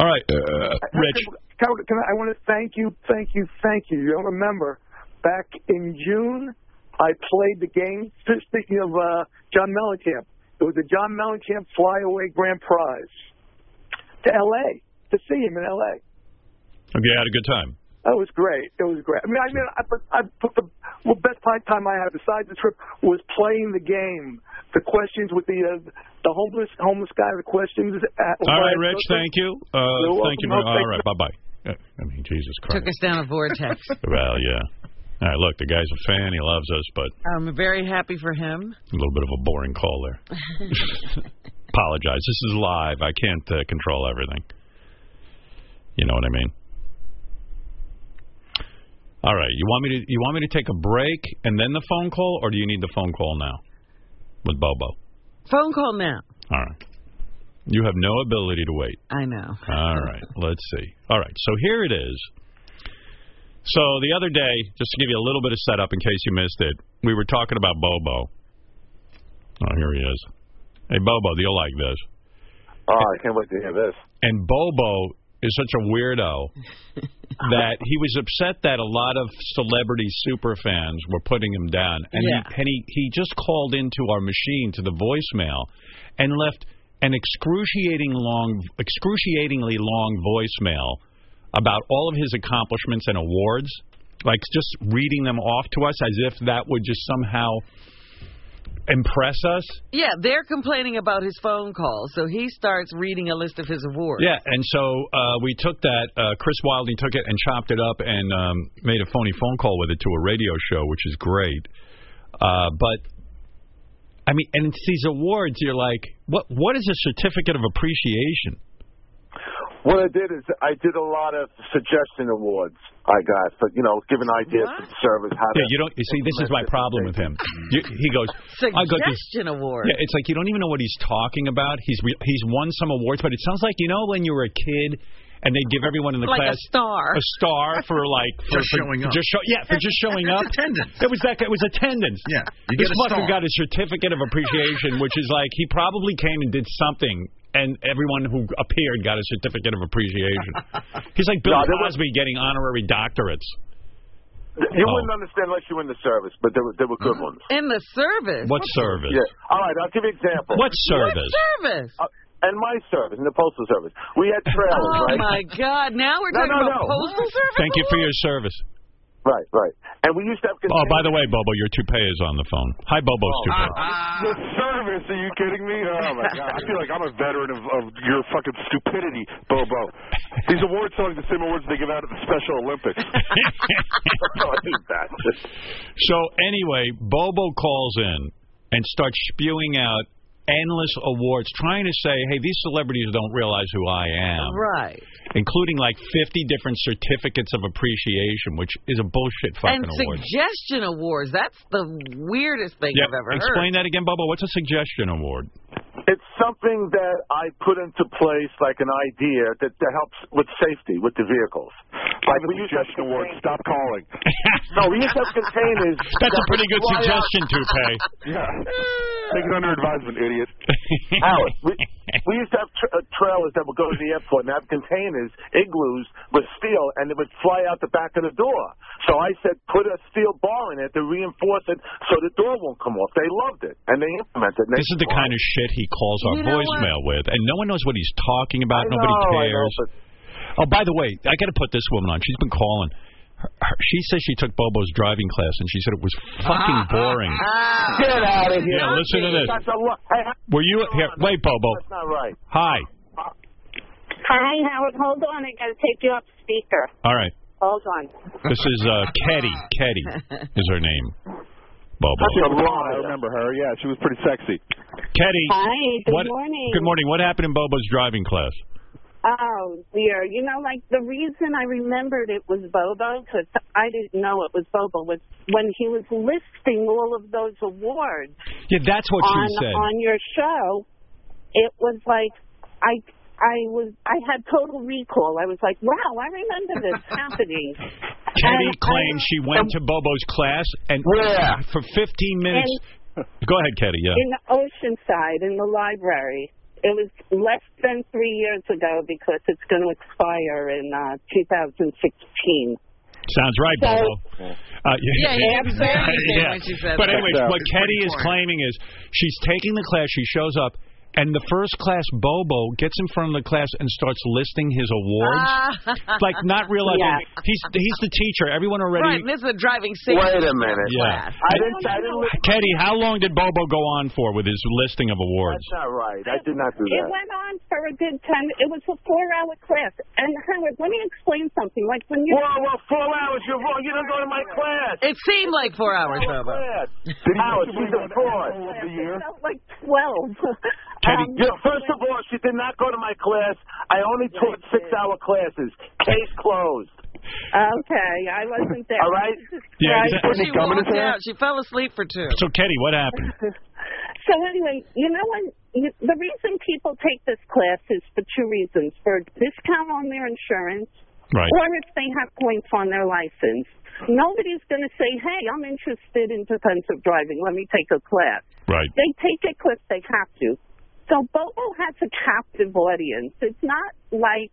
Speaker 7: All right, Rich.
Speaker 12: Howard, can I, I want to thank you, thank you, thank you. You don't remember, back in June, I played the game, speaking of uh, John Mellencamp. It was the John Mellencamp Flyaway Grand Prize to L.A., to see him in L.A.
Speaker 7: Hope you had a good time.
Speaker 12: That was great. It was great. I mean, I mean, I put, I put the well, best part- time I had besides the trip was playing the game. The questions with the uh, the homeless homeless guy. The questions. At,
Speaker 7: All right, Rich. Thank you. Uh,
Speaker 12: You're welcome.
Speaker 7: thank you.
Speaker 12: I'll
Speaker 7: All
Speaker 12: take
Speaker 7: right. Bye bye. I mean, Jesus Christ.
Speaker 8: Took us down a vortex.
Speaker 7: well, yeah. All right. Look, the guy's a fan. He loves us, but
Speaker 8: I'm very happy for him.
Speaker 7: a little bit of a boring call there. Apologize. This is live. I can't uh, control everything. You know what I mean. All right. You want me to? You want me to take a break and then the phone call, or do you need the phone call now with Bobo?
Speaker 8: Phone call now.
Speaker 7: All right. You have no ability to wait.
Speaker 8: I know.
Speaker 7: All right, let's see. All right, so here it is. So the other day, just to give you a little bit of setup in case you missed it, we were talking about Bobo. Oh, here he is. Hey, Bobo, you'll like this.
Speaker 13: Oh, I can't wait to hear this.
Speaker 7: And Bobo is such a weirdo that he was upset that a lot of celebrity super fans were putting him down. And, he, and he, he just called into our machine to the voicemail and left an excruciating long, excruciatingly long voicemail about all of his accomplishments and awards, like just reading them off to us as if that would just somehow impress us.
Speaker 8: Yeah, they're complaining about his phone call, so he starts reading a list of his awards.
Speaker 7: Yeah, and so uh, we took that. Uh, Chris Wilding took it and chopped it up and um, made a phony phone call with it to a radio show, which is great. Uh, but I mean, and it's these awards. You're like, what? What is a certificate of appreciation?
Speaker 13: What I did is I did a lot of suggestion awards I got, but you know, giving ideas to the service how
Speaker 7: Yeah,
Speaker 13: to.
Speaker 7: you don't. You see, this is my problem with him. You, he goes, I got this.
Speaker 8: Suggestion award.
Speaker 7: Yeah, it's like you don't even know what he's talking about. He's re he's won some awards, but it sounds like you know when you were a kid and they give everyone in the
Speaker 8: Like a
Speaker 7: class
Speaker 8: star.
Speaker 7: a star for like for,
Speaker 8: Just
Speaker 7: for-
Speaker 8: showing
Speaker 7: for
Speaker 8: up.
Speaker 7: just show, yeah, for just showing up. Attendance. It was that. guy- It was attendance. Yeah,
Speaker 9: you
Speaker 7: this
Speaker 9: get a
Speaker 7: fucker
Speaker 9: star.
Speaker 7: got a certificate of appreciation, which is like he probably came and did something. And everyone who appeared got a certificate of appreciation. He's like Bill
Speaker 13: No, there was-
Speaker 7: Cosby getting honorary doctorates.
Speaker 13: You
Speaker 7: Oh.
Speaker 13: wouldn't understand unless you were in the service, but there were there were good ones.
Speaker 8: In the service.
Speaker 7: What service?
Speaker 13: Yeah. All right, I'll give you an example.
Speaker 7: What service?
Speaker 8: Service.
Speaker 13: Uh, and my service, in the postal service, we had trailers,
Speaker 8: Oh
Speaker 13: right?
Speaker 8: my God! Now we're
Speaker 13: No,
Speaker 8: talking
Speaker 13: no,
Speaker 8: about
Speaker 13: no.
Speaker 8: postal service.
Speaker 7: Thank you for your service.
Speaker 13: Right, right. And we used to have. Oh,
Speaker 7: Oh, by the way, Bobo, your toupee is on the phone. Hi, Bobo's toupee.
Speaker 13: The service? Are you kidding me? Oh my god! I feel like I'm a veteran of, of your fucking stupidity, Bobo. These awards are like the same awards they give out at the Special Olympics. oh, I hate that.
Speaker 7: So anyway, Bobo calls in and starts spewing out endless awards, trying to say, "Hey, these celebrities don't realize who I am,"
Speaker 8: Right.
Speaker 7: including like 50 different certificates of appreciation, which is a bullshit fucking
Speaker 8: and
Speaker 7: award.
Speaker 8: suggestion awards. That's the weirdest thing
Speaker 7: Yeah,
Speaker 8: I've ever
Speaker 7: explain
Speaker 8: heard.
Speaker 7: that again, Bobo. What's a suggestion award?
Speaker 13: It's something that I put into place, like an idea that, that helps with safety with the vehicles. Like we used to have awards. Stop calling. no, we used to have containers.
Speaker 7: That's a
Speaker 13: that
Speaker 7: pretty
Speaker 13: would
Speaker 7: good
Speaker 13: fly out-
Speaker 7: suggestion, toupee.
Speaker 13: Yeah. Take it under advisement, idiot. Howard, we, we used to have tr uh, trailers that would go to the airport and have containers, igloos, with steel, and it would fly out the back of the door. So I said, put a steel bar in it to reinforce it so the door won't come off. They loved it, and they implemented it.
Speaker 7: This is the kind of shit he calls our
Speaker 13: You know
Speaker 7: voicemail with, and no one knows what he's talking about.
Speaker 13: I
Speaker 7: Nobody
Speaker 13: know, I know,
Speaker 7: cares. Oh, by the way, I got to put this woman on. She's been calling. Her, her, she says she took Bobo's driving class, and she said it was fucking boring.
Speaker 13: Get out of here.
Speaker 7: Yeah, listen to this.
Speaker 13: That's a lo- hey,
Speaker 7: Were you here? Wait, Bobo.
Speaker 13: that's not right.
Speaker 7: Hi.
Speaker 14: Hi, Howard. Hold on. I got to take you off speaker.
Speaker 7: All right.
Speaker 14: Hold on.
Speaker 7: This is uh, Ketty. Ketty is her name. Bobo.
Speaker 15: She was blonde, I remember her. Yeah, she was pretty sexy.
Speaker 7: Ketty.
Speaker 14: Hi, good
Speaker 7: what,
Speaker 14: morning.
Speaker 7: Good morning. What happened in Bobo's driving class?
Speaker 14: Oh dear. You know, like the reason I remembered it was Bobo because I didn't know it was Bobo was when he was listing all of those awards.
Speaker 7: Yeah, that's what
Speaker 14: on,
Speaker 7: she said.
Speaker 14: on your show, it was like I I was I had total recall. I was like, wow, I remember this happening.
Speaker 7: Ketty claims she went to Bobo's class and
Speaker 14: Where?
Speaker 7: for 15 minutes. Go ahead, Ketty. Yeah.
Speaker 14: In Oceanside, in the library. It was less than three years ago because it's going to expire in uh, 2016.
Speaker 7: Sounds right,
Speaker 14: So-
Speaker 7: Bobo. Uh,
Speaker 14: Yeah, you have to say anything
Speaker 7: Yeah.
Speaker 14: when she says
Speaker 7: But
Speaker 14: it.
Speaker 7: anyway,
Speaker 14: Checks out.
Speaker 7: what
Speaker 14: It's
Speaker 7: Ketty is
Speaker 14: 24.
Speaker 7: claiming is she's taking the class, she shows up, and the first class Bobo gets in front of the class and starts listing his
Speaker 14: Uh-huh.
Speaker 7: awards. like not realizing
Speaker 8: Ah. Yeah.
Speaker 7: he's he's the teacher. Everyone
Speaker 8: Right,
Speaker 7: already
Speaker 8: and this is a driving safety
Speaker 7: Yeah.
Speaker 8: class.
Speaker 13: I didn't. I didn't. li-
Speaker 7: Ketty, how long did Bobo go on for with his listing of awards?
Speaker 13: That's not right. I did not do
Speaker 14: It
Speaker 13: that.
Speaker 14: went on for a good time. It was a four-hour class. And Howard, let me explain something. Like when you
Speaker 13: Whoa, whoa, four hours. You're wrong. You don't go to my class.
Speaker 8: It seemed like four hours, Bobo.
Speaker 13: Howard, Oh, she's a fraud.
Speaker 14: felt like twelve.
Speaker 13: Um, yeah, first of all, she did not go to my class. I only taught six-hour classes. Case closed.
Speaker 14: Okay, I wasn't there.
Speaker 13: All right.
Speaker 7: Yeah,
Speaker 14: Right.
Speaker 7: exactly.
Speaker 8: She walked out. She fell asleep for two.
Speaker 7: So Ketty, what happened?
Speaker 14: So anyway, you know when you, the reason people take this class is for two reasons: for discount on their insurance,
Speaker 7: Right.
Speaker 14: or if they have points on their license. Nobody's going to say, "Hey, I'm interested in defensive driving. Let me take a class."
Speaker 7: Right.
Speaker 14: They take it because they have to. So Bobo has a captive audience. It's not like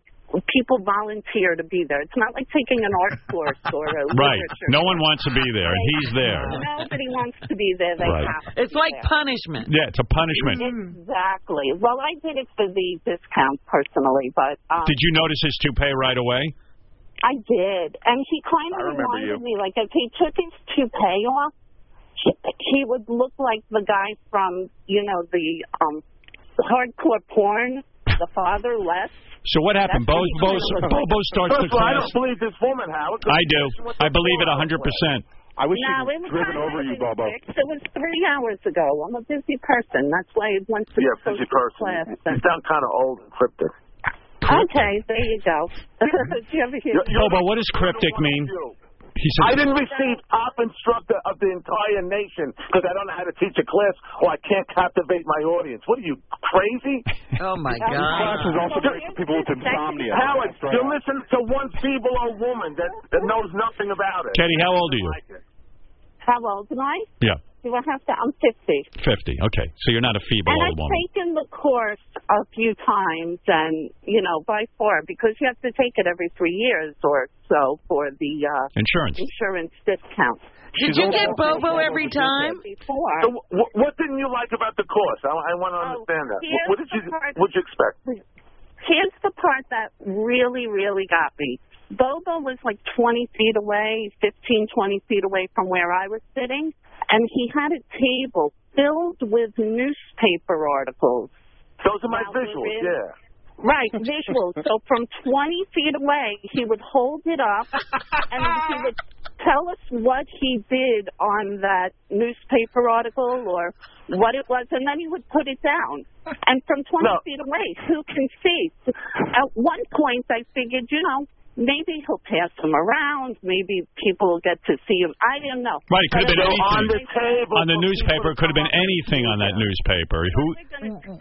Speaker 14: people volunteer to be there. It's not like taking an art course or a
Speaker 7: Right.
Speaker 14: literature.
Speaker 7: No one wants to be there, and he's there.
Speaker 14: Nobody wants to be there. They
Speaker 7: Right.
Speaker 14: have to
Speaker 8: It's
Speaker 14: be
Speaker 8: like
Speaker 14: there.
Speaker 8: punishment.
Speaker 7: Yeah, it's a punishment.
Speaker 14: Exactly. Well, I did it for the discount personally, but um,
Speaker 7: Did you notice his toupee right away?
Speaker 14: I did, and he kind
Speaker 7: I
Speaker 14: of
Speaker 7: remember you.
Speaker 14: reminded me like if he took his toupee off, he, he would look like the guy from you know the um hardcore porn, the father left.
Speaker 7: So what happened? Bo,
Speaker 14: That's
Speaker 7: Bo,
Speaker 14: what he kinda looked
Speaker 7: Bobo
Speaker 14: like.
Speaker 7: starts the
Speaker 13: First of all, I
Speaker 7: class.
Speaker 13: don't believe this woman, Howard.
Speaker 7: I do. I believe it 100 percent.
Speaker 15: I
Speaker 14: wish No, she'd it was driven not over you, like Bobo. It was three hours ago. I'm a busy person. That's why I went to
Speaker 13: Yeah,
Speaker 14: the
Speaker 13: busy
Speaker 14: social class.
Speaker 13: person. You sound kind of old and cryptic.
Speaker 14: Okay, there you go. Did you ever hear?
Speaker 7: Bobo, what does cryptic mean? He
Speaker 13: I
Speaker 7: said.
Speaker 13: didn't receive top instructor of the entire nation because I don't know how to teach a class or I can't captivate my audience. What are you, crazy?
Speaker 8: Oh my
Speaker 13: These
Speaker 8: God.
Speaker 13: classes also great for people with insomnia. Howard,
Speaker 15: That's right.
Speaker 13: you're listening to one feeble old woman that, that knows nothing about it.
Speaker 7: Katie, how old are you?
Speaker 14: How old am I?
Speaker 7: Yeah,
Speaker 14: Do I have to? I'm 50.
Speaker 7: 50. Okay, so you're not a feeble old
Speaker 14: And I've
Speaker 7: woman.
Speaker 14: taken the course a few times, and you know, by far, because you have to take it every three years or so for the uh,
Speaker 7: Insurance.
Speaker 14: insurance discount.
Speaker 8: Did you get Bobo every time?
Speaker 14: Before.
Speaker 13: So wh- what didn't you like about the course? I, I want to understand that. What,
Speaker 14: here's
Speaker 13: what did
Speaker 14: the
Speaker 13: you
Speaker 14: part-
Speaker 13: What'd you expect?
Speaker 14: Here's the part that really, really got me. Bobo was like 20 feet away, 15, 20 feet away from where I was sitting, and he had a table filled with newspaper articles.
Speaker 13: Those are my visuals.
Speaker 14: in-
Speaker 13: Yeah.
Speaker 14: Right, visuals. so from 20 feet away, he would hold it up and he would tell us what he did on that newspaper article or what it was, and then he would put it down. And from 20
Speaker 13: No.
Speaker 14: feet away, who can see? At one point, I figured, you know, maybe he'll pass them around. Maybe people will get to see him. I didn't know.
Speaker 7: Right, it could have been
Speaker 14: But it was
Speaker 7: anything.
Speaker 14: on the table
Speaker 7: On the
Speaker 14: for
Speaker 7: newspaper, it could have been anything on that newspaper. Who?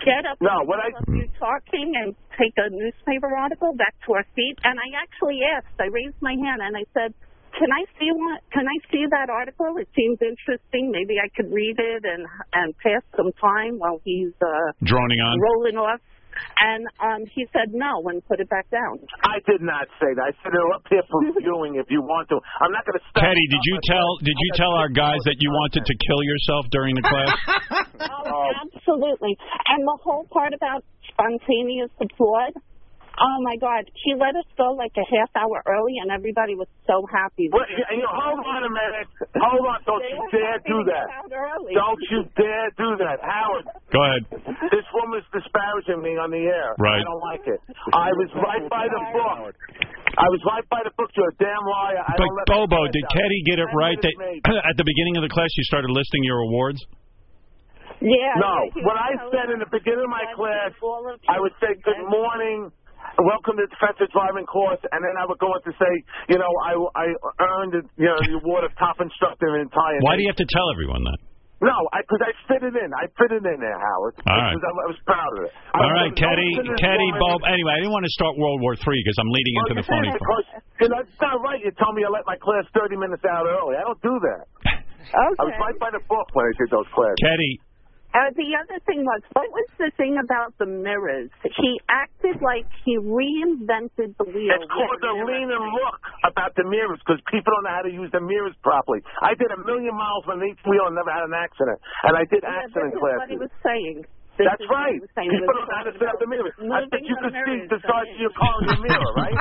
Speaker 14: get up no, what I you talking and take a newspaper article back to our seat. And I actually asked, I raised my hand and I said, Can I see one can I see that article? It seems interesting. Maybe I could read it and and pass some time while he's uh
Speaker 7: Droning on.
Speaker 14: rolling off And um, he said no and put it back down.
Speaker 13: I did not say that. I said they're up here for viewing if you want to. I'm not going to stop.
Speaker 7: Teddy, did you tell did you tell our guys that you wanted to kill yourself during the class?
Speaker 14: Oh, absolutely. And the whole part about spontaneous applaud. Oh my God, he let us go like a half hour early, and everybody was so happy.
Speaker 13: What, you know, hold on a minute. Hold on. Don't
Speaker 14: They
Speaker 13: you
Speaker 14: were
Speaker 13: dare
Speaker 14: happy
Speaker 13: do
Speaker 14: to get
Speaker 13: that.
Speaker 14: out early.
Speaker 13: Don't you dare do that. Howard,
Speaker 7: Go ahead.
Speaker 13: this woman's disparaging me on the air.
Speaker 7: Right.
Speaker 13: I don't like it. I was right by the book. I was right by the book. You're a damn liar.
Speaker 7: But
Speaker 13: I don't let
Speaker 7: Bobo,
Speaker 13: that
Speaker 7: did
Speaker 13: down.
Speaker 7: Teddy get it
Speaker 13: I'm
Speaker 7: right
Speaker 13: with
Speaker 7: that
Speaker 13: me.
Speaker 7: at the beginning of the class you started listing your awards?
Speaker 14: Yeah.
Speaker 13: No.
Speaker 14: like he
Speaker 13: What
Speaker 14: was
Speaker 13: I
Speaker 14: telling
Speaker 13: said in the beginning of my
Speaker 14: us
Speaker 13: class,
Speaker 14: all of
Speaker 13: I would say good morning, welcome to the defensive driving course, and then I would go on to say, you know, I, I earned you know, the award of top instructor in the entire.
Speaker 7: Why do you have to tell everyone that?
Speaker 13: No, because I, fit it in. I fit it in there, Howard.
Speaker 7: All right.
Speaker 13: Because I, I was proud of it. I
Speaker 7: All
Speaker 13: was-
Speaker 7: right,
Speaker 13: I was
Speaker 7: Teddy,
Speaker 13: in this
Speaker 7: Teddy,
Speaker 13: morning-
Speaker 7: Bob. Anyway, I didn't want to start World War Three because I'm leading into the phony part.
Speaker 13: Because, you know, it's not right. You tell me I let my class 30 minutes out early. I don't do that. I was right by the book when I did those classes.
Speaker 7: Teddy,
Speaker 14: Uh, the other thing was, what was the thing about the mirrors? He acted like he reinvented the wheel.
Speaker 13: It's called the lean and look about the mirrors because people don't know how to use the mirrors properly. I did a million miles on each wheel and never had an accident. And I did
Speaker 14: Yeah,
Speaker 13: accident
Speaker 14: this is
Speaker 13: classes.
Speaker 14: what he was saying. This
Speaker 13: That's
Speaker 14: is what
Speaker 13: right.
Speaker 14: he was saying. He
Speaker 13: People
Speaker 14: was
Speaker 13: don't know how to set up the mirror. I
Speaker 14: Moving
Speaker 13: think you
Speaker 14: the
Speaker 13: could see
Speaker 14: mirrors
Speaker 13: the size of your car in your mirror, right?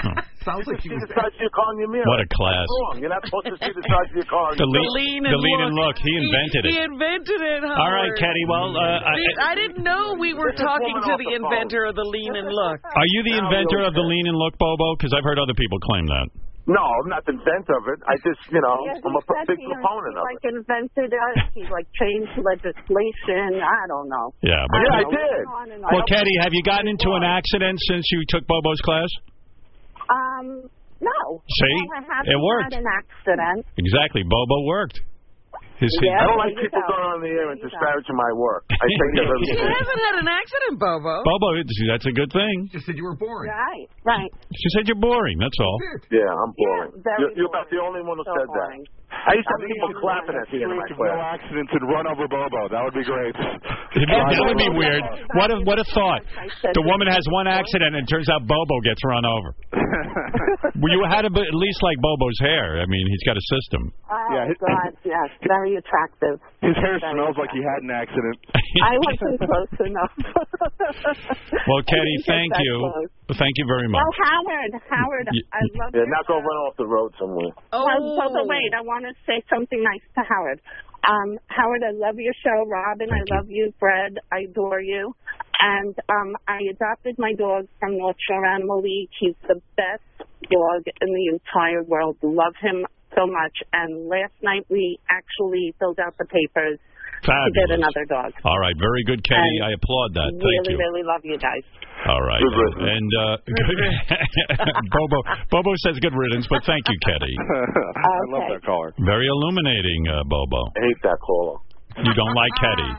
Speaker 13: Sounds like you could see the size of your car in your mirror.
Speaker 7: What a class.
Speaker 13: That's wrong. You're not supposed to see the size of your car. in
Speaker 7: The
Speaker 13: your
Speaker 7: lean-
Speaker 13: mirror.
Speaker 7: The lean and look. He invented
Speaker 8: He
Speaker 7: it.
Speaker 8: invented it. Howard.
Speaker 7: All right, Teddy. Well, uh, I,
Speaker 8: See, I didn't know we were
Speaker 13: Get this
Speaker 8: talking to
Speaker 13: woman off
Speaker 8: the
Speaker 13: the phone.
Speaker 8: inventor of the lean and look.
Speaker 7: are you the inventor of the lean and look, Bobo? Because I've heard other people claim that.
Speaker 13: No, I'm not the inventor of it. I just, you know,
Speaker 14: Yeah,
Speaker 13: I'm a
Speaker 14: he said
Speaker 13: big
Speaker 14: he was-
Speaker 13: proponent
Speaker 14: he,
Speaker 13: of it.
Speaker 14: like invented us. He like changed legislation. I don't know.
Speaker 7: Yeah. But
Speaker 13: Yeah, I
Speaker 14: know.
Speaker 13: did.
Speaker 14: On and on.
Speaker 7: Well, Teddy, have you gotten into an accident since you took Bobo's class?
Speaker 14: Um, no.
Speaker 7: See?
Speaker 14: No, I haven't
Speaker 7: It worked.
Speaker 14: Had an accident.
Speaker 7: Exactly. Bobo worked. His
Speaker 14: Yeah,
Speaker 13: I don't like
Speaker 14: there you
Speaker 13: people
Speaker 14: go.
Speaker 13: going on the air and disparaging my work. I think they're
Speaker 8: He
Speaker 13: really
Speaker 8: hasn't had an accident, Bobo.
Speaker 7: Bobo, it's- that's a good thing. She said you were boring.
Speaker 14: Right. Right.
Speaker 7: She said you're boring. That's all.
Speaker 13: Yeah, I'm boring.
Speaker 14: very
Speaker 13: you're, you're about the only one who said that. I used to have people clapping at the end of my
Speaker 15: If no
Speaker 13: class.
Speaker 15: accidents and run over Bobo. That would be great.
Speaker 7: It'd be- that would be weird. What a what a thought. The woman has one accident and it turns out Bobo gets run over. Well, you had to be at least like Bobo's hair. I mean, he's got a system.
Speaker 14: Oh
Speaker 15: Yeah, his-
Speaker 14: God, yes, very attractive.
Speaker 15: His hair
Speaker 14: Very
Speaker 15: smells like he had an accident.
Speaker 14: I wasn't close enough.
Speaker 7: Well, Teddy,
Speaker 14: I didn't get
Speaker 7: thank
Speaker 14: that
Speaker 7: you.
Speaker 14: close.
Speaker 7: Thank you very much.
Speaker 14: Well, Howard, Howard,
Speaker 7: Y-
Speaker 14: I love
Speaker 13: Yeah, not gonna run off the road somewhere.
Speaker 8: Oh.
Speaker 14: Well, by the way, I want to say something nice to Howard. Um, Howard, I love your show. Robin, I love you. Fred, I adore you. And um, I adopted my dog from North Shore Animal League. He's the best dog in the entire world. Love him so much. And last night we actually filled out the papers to get
Speaker 7: Fabulous.
Speaker 14: another dog.
Speaker 7: All right, very good, Katie. I applaud that. Thank
Speaker 14: really,
Speaker 7: you.
Speaker 14: really love you guys.
Speaker 7: All right.
Speaker 15: Good riddance.
Speaker 7: And uh, Bobo Bobo says good riddance, but thank you, Katie.
Speaker 15: I love
Speaker 14: Okay.
Speaker 15: that caller.
Speaker 7: Very illuminating, uh, Bobo.
Speaker 13: I hate that caller.
Speaker 7: You don't like Katie.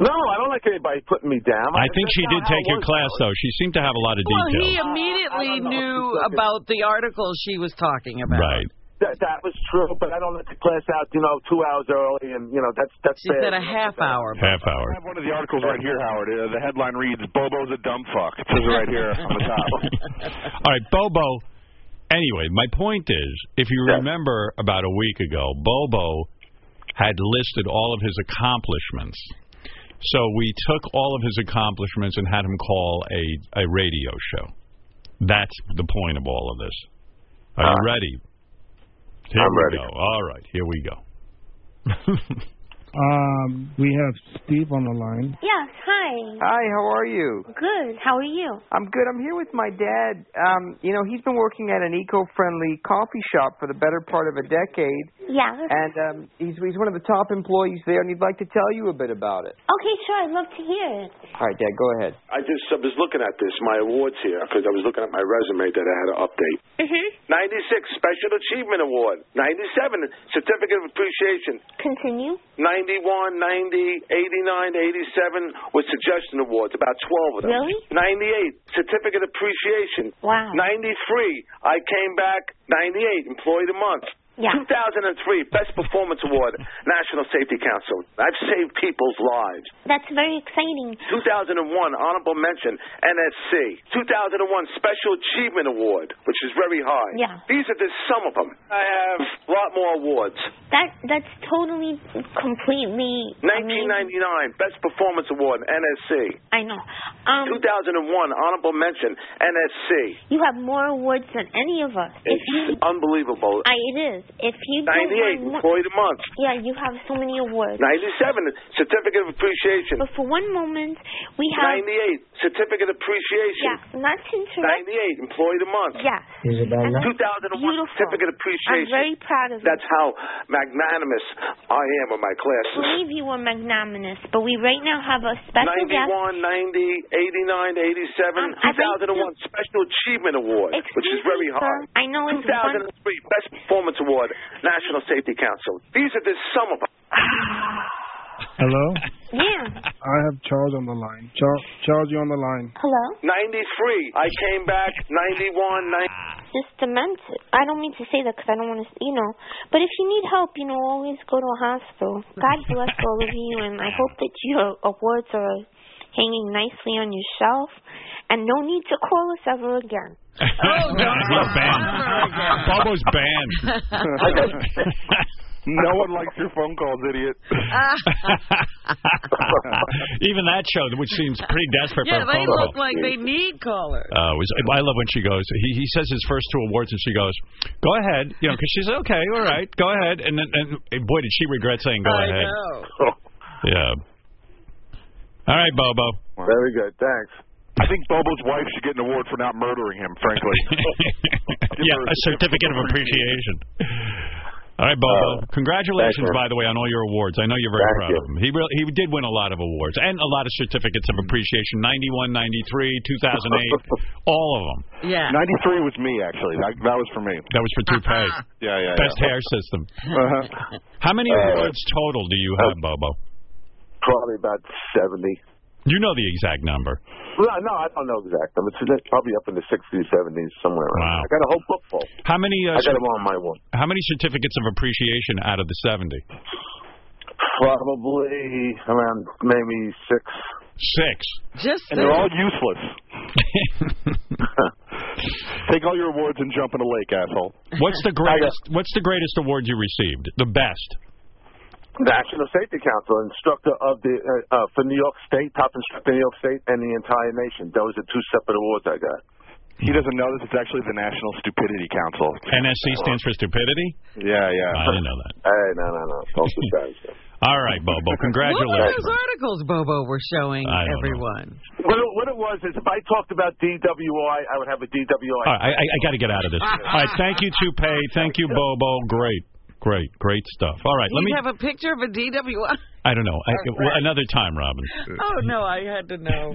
Speaker 13: No, I don't like anybody putting me down.
Speaker 7: I think she did take your
Speaker 13: works
Speaker 7: class, though. She seemed to have a lot of
Speaker 8: Well, he
Speaker 7: details.
Speaker 13: Oh,
Speaker 8: immediately knew about the article she was talking about.
Speaker 7: Right.
Speaker 13: That, that was true, but I don't let the class out, you know, two hours early, and you know that's that's.
Speaker 8: She said a half hour.
Speaker 7: Half hour.
Speaker 15: I have one of the articles right here, Howard. Uh, the headline reads, Bobo's a dumb fuck. It says it right here on the top.
Speaker 7: All right, Bobo. Anyway, my point is, if you remember about a week ago, Bobo had listed all of his accomplishments. So we took all of his accomplishments and had him call a, a radio show. That's the point of all of this. Are you ready? Here
Speaker 13: I'm
Speaker 7: we
Speaker 13: ready.
Speaker 7: go. All right, here we go.
Speaker 16: Um, we have Steve on the line.
Speaker 10: Yes, hi.
Speaker 5: Hi, how are you?
Speaker 10: Good. How are you?
Speaker 5: I'm good. I'm here with my dad. Um, you know, he's been working at an eco-friendly coffee shop for the better part of a decade,
Speaker 10: Yeah.
Speaker 14: Uh-huh.
Speaker 5: and um, he's he's one of the top employees there, and he'd like to tell you a bit about it.
Speaker 10: Okay, sure. I'd love to hear it.
Speaker 5: All right, Dad, go ahead.
Speaker 2: I just I was looking at this, my awards here, because I was looking at my resume that I had to update.
Speaker 10: Mm-hmm.
Speaker 2: 96, Special Achievement Award. 97, Certificate of Appreciation.
Speaker 10: Continue.
Speaker 2: 91, 90, 89, 87 was Suggestion Awards, about 12 of them.
Speaker 10: Really?
Speaker 2: 98, Certificate of Appreciation.
Speaker 10: Wow.
Speaker 2: 93, I came back. 98, Employee of the Month.
Speaker 14: Yeah.
Speaker 13: 2003 Best Performance Award, National Safety Council. I've saved people's lives.
Speaker 14: That's very exciting.
Speaker 13: 2001 Honorable Mention, NSC. 2001 Special Achievement Award, which is very high.
Speaker 14: Yeah.
Speaker 13: These are just some of them. I have a lot more awards.
Speaker 14: That that's totally, completely.
Speaker 13: 1999 Best Performance Award, NSC.
Speaker 14: I know. Um,
Speaker 13: 2001 Honorable Mention, NSC.
Speaker 14: You have more awards than any of us. If you,
Speaker 13: It's unbelievable.
Speaker 14: I, it is. If you don't
Speaker 13: 98
Speaker 14: win,
Speaker 13: Employee of the Month.
Speaker 14: yeah, you have so many awards.
Speaker 13: 97 Certificate of Appreciation.
Speaker 14: But for one moment, we have.
Speaker 13: 98 Certificate of Appreciation.
Speaker 14: Yeah, not to interrupt.
Speaker 13: 98 Employee of the Month.
Speaker 14: Yes. And
Speaker 13: 2001
Speaker 14: that's
Speaker 13: Certificate of Appreciation.
Speaker 14: I'm very proud of you.
Speaker 13: That's how magnanimous I am with my
Speaker 14: I
Speaker 13: classes.
Speaker 14: believe you were magnanimous, but we right now have a special guest.
Speaker 13: 91, 90, 89, 87,
Speaker 14: Um,
Speaker 13: 2001 Special Achievement Award, which is very high.
Speaker 14: I know it's
Speaker 13: 2003 Best Performance Award, National Safety Council. These are just some of them.
Speaker 16: Hello?
Speaker 14: Yeah.
Speaker 16: I have Charles on the line. Charles, Charles, you're on the line.
Speaker 14: Hello?
Speaker 13: 93, I came back. 91, 90.
Speaker 14: Just demented. I don't mean to say that because I don't want to, you know. But if you need help, you know, always go to a hospital. God bless all of you, and I hope that your awards are hanging nicely on your shelf, and no need to call us ever again.
Speaker 7: Oh, We're banned. Bobo's banned.
Speaker 1: no one likes your phone calls, idiot.
Speaker 8: Ah,
Speaker 7: Even that show, which seems pretty desperate for a
Speaker 8: Yeah, they
Speaker 7: phone call.
Speaker 8: look like they need callers.
Speaker 7: Uh, was, I love when she goes. He, he says his first two awards, and she goes, "Go ahead," you know, because she's okay, all right, go ahead. And then, and, and boy, did she regret saying "go
Speaker 17: I
Speaker 7: ahead."
Speaker 17: know.
Speaker 7: Yeah. All right, Bobo.
Speaker 17: Very good. Thanks.
Speaker 1: I think Bobo's wife should get an award for not murdering him, frankly.
Speaker 7: Yeah, a certificate of appreciation. All right, Bobo. Congratulations,
Speaker 18: Uh, thanks, Murph.
Speaker 7: by the way, on all your awards. I know you're very
Speaker 18: Thank
Speaker 7: proud
Speaker 18: you.
Speaker 7: of him. He really, he did win a lot of awards and a lot of certificates of appreciation. 91, 93, 2008, all of them.
Speaker 8: Yeah.
Speaker 1: 93 was me, actually. That, that was for me.
Speaker 7: That was for toupee.
Speaker 1: yeah, yeah.
Speaker 7: Best
Speaker 1: yeah.
Speaker 7: hair system.
Speaker 1: Uh-huh. uh,
Speaker 7: How many
Speaker 17: Uh,
Speaker 7: awards total do you have, Bobo?
Speaker 17: Probably about 70.
Speaker 7: You know the exact number.
Speaker 17: No, no, I don't know exact. I mean, it's probably up in the 60s, 70s, somewhere around. Wow. I got a whole book full.
Speaker 7: How many? Uh,
Speaker 17: I got them on my one.
Speaker 7: How many certificates of appreciation out of the 70?
Speaker 17: Probably around maybe six.
Speaker 7: Six.
Speaker 8: Just
Speaker 1: And they're all useless. Take all your awards and jump in a lake, asshole.
Speaker 7: What's the greatest? What's the greatest award you received? The best.
Speaker 17: National Safety Council, instructor of the uh, uh, for New York State, top instructor in New York State, and the entire nation. Those are two separate awards I got.
Speaker 1: He doesn't know this. It's actually the National Stupidity Council.
Speaker 7: NSC stands for stupidity.
Speaker 1: Yeah, yeah.
Speaker 7: I didn't know that.
Speaker 17: Hey, no, no, no. Don't disparage them.
Speaker 7: All right, Bobo.
Speaker 8: What were
Speaker 7: Congratulations.
Speaker 8: those articles Bobo were showing
Speaker 7: I don't know.
Speaker 8: everyone?
Speaker 17: What it, what it was is if I talked about DWI, I would have a DWI.
Speaker 7: All right, I, I, I got to get out of this. All right, thank you, Toupee. Thank you, Bobo. Great, great, great stuff. All right, let
Speaker 8: You'd
Speaker 7: me.
Speaker 8: have a picture of a DWI.
Speaker 7: I don't know. I, well, another time, Robin.
Speaker 8: Oh no, I had to know.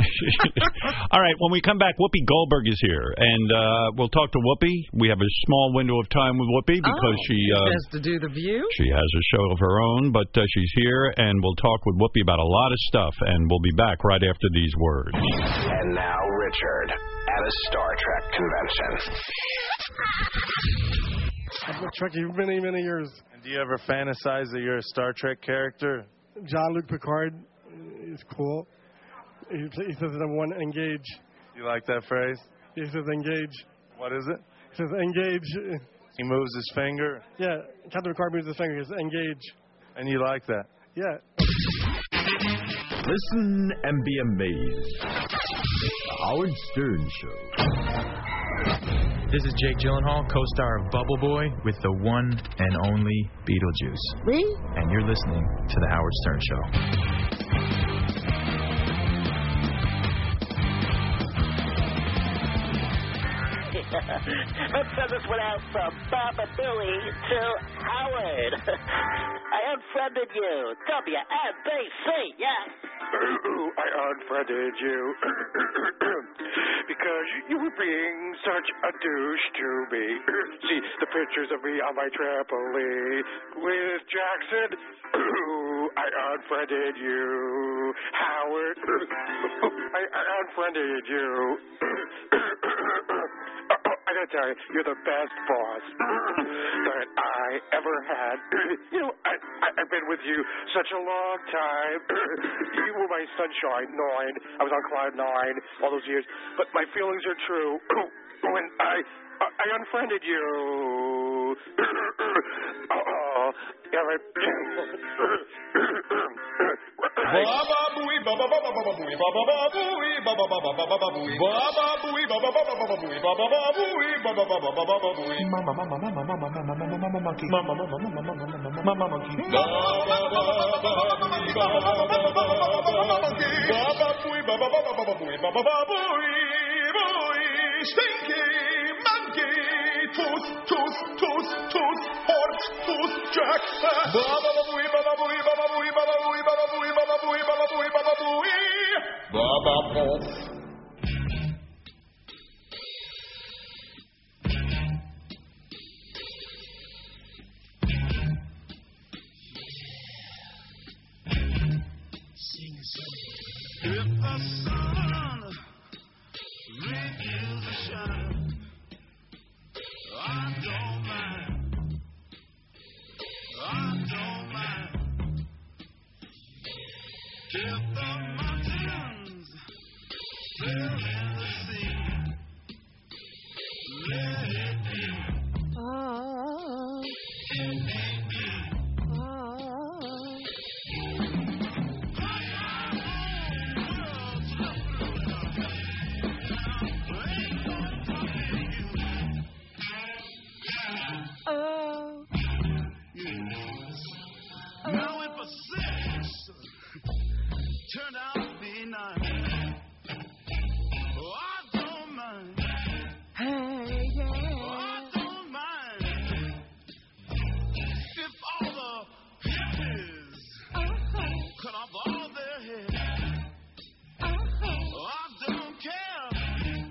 Speaker 7: All right, when we come back, Whoopi Goldberg is here, and uh, we'll talk to Whoopi. We have a small window of time with Whoopi because
Speaker 8: Oh,
Speaker 7: she
Speaker 8: she
Speaker 7: uh,
Speaker 8: has to do the view.
Speaker 7: She has a show of her own, but uh, she's here, and we'll talk with Whoopi about a lot of stuff, and we'll be back right after these words. And now Richard at a Star Trek convention.
Speaker 9: I've been Trekkie for many, many years.
Speaker 5: Do you ever fantasize that you're a Star Trek character?
Speaker 9: John Luke Picard is cool. He, he says number one, engage.
Speaker 5: You like that phrase?
Speaker 9: He says engage.
Speaker 5: What is it?
Speaker 9: He says engage.
Speaker 5: He moves his finger,
Speaker 9: Yeah, Captain Picard moves his finger. He says engage.
Speaker 5: and you like that.
Speaker 9: Yeah.
Speaker 19: Listen and be amazed. The Howard Stern Show.
Speaker 20: This is Jake Gyllenhaal, co-star of Bubble Boy with the one and only Beetlejuice.
Speaker 8: Me?
Speaker 20: And you're listening to The Howard Stern Show.
Speaker 21: Let's send this one out from Baba Billy to Howard. I unfriended you. WNBC, yes.
Speaker 22: I unfriended you because you were being such a douche to me. See the pictures of me on my trampoline with Jackson. I unfriended you, Howard. I I unfriended you. I gotta tell you, you're the best boss that I ever had. you know, I, I, I've been with you such a long time. you were my sunshine, nine. I was on cloud nine all those years. But my feelings are true. when I, I, I unfriended you. oh, yeah, right.
Speaker 6: Stinky monkey, tooth, tooth, tooth, tooth, horse, tooth, jack. Ba-ba-ba-booey, ba-ba-booey, ba-ba-booey, ba-ba-booey, ba-ba-booey, ba-ba-booey, ba-ba-booey, ba-ba-booey. If the sun refuses to shine, I don't mind. I don't mind. If the mountains fill in the sea, let it be. It may be. Oh. Now if a six turned out to be nine, oh, I don't mind. Hey, yeah. I don't mind if all the hippies cut off all their heads. Oh, I don't care.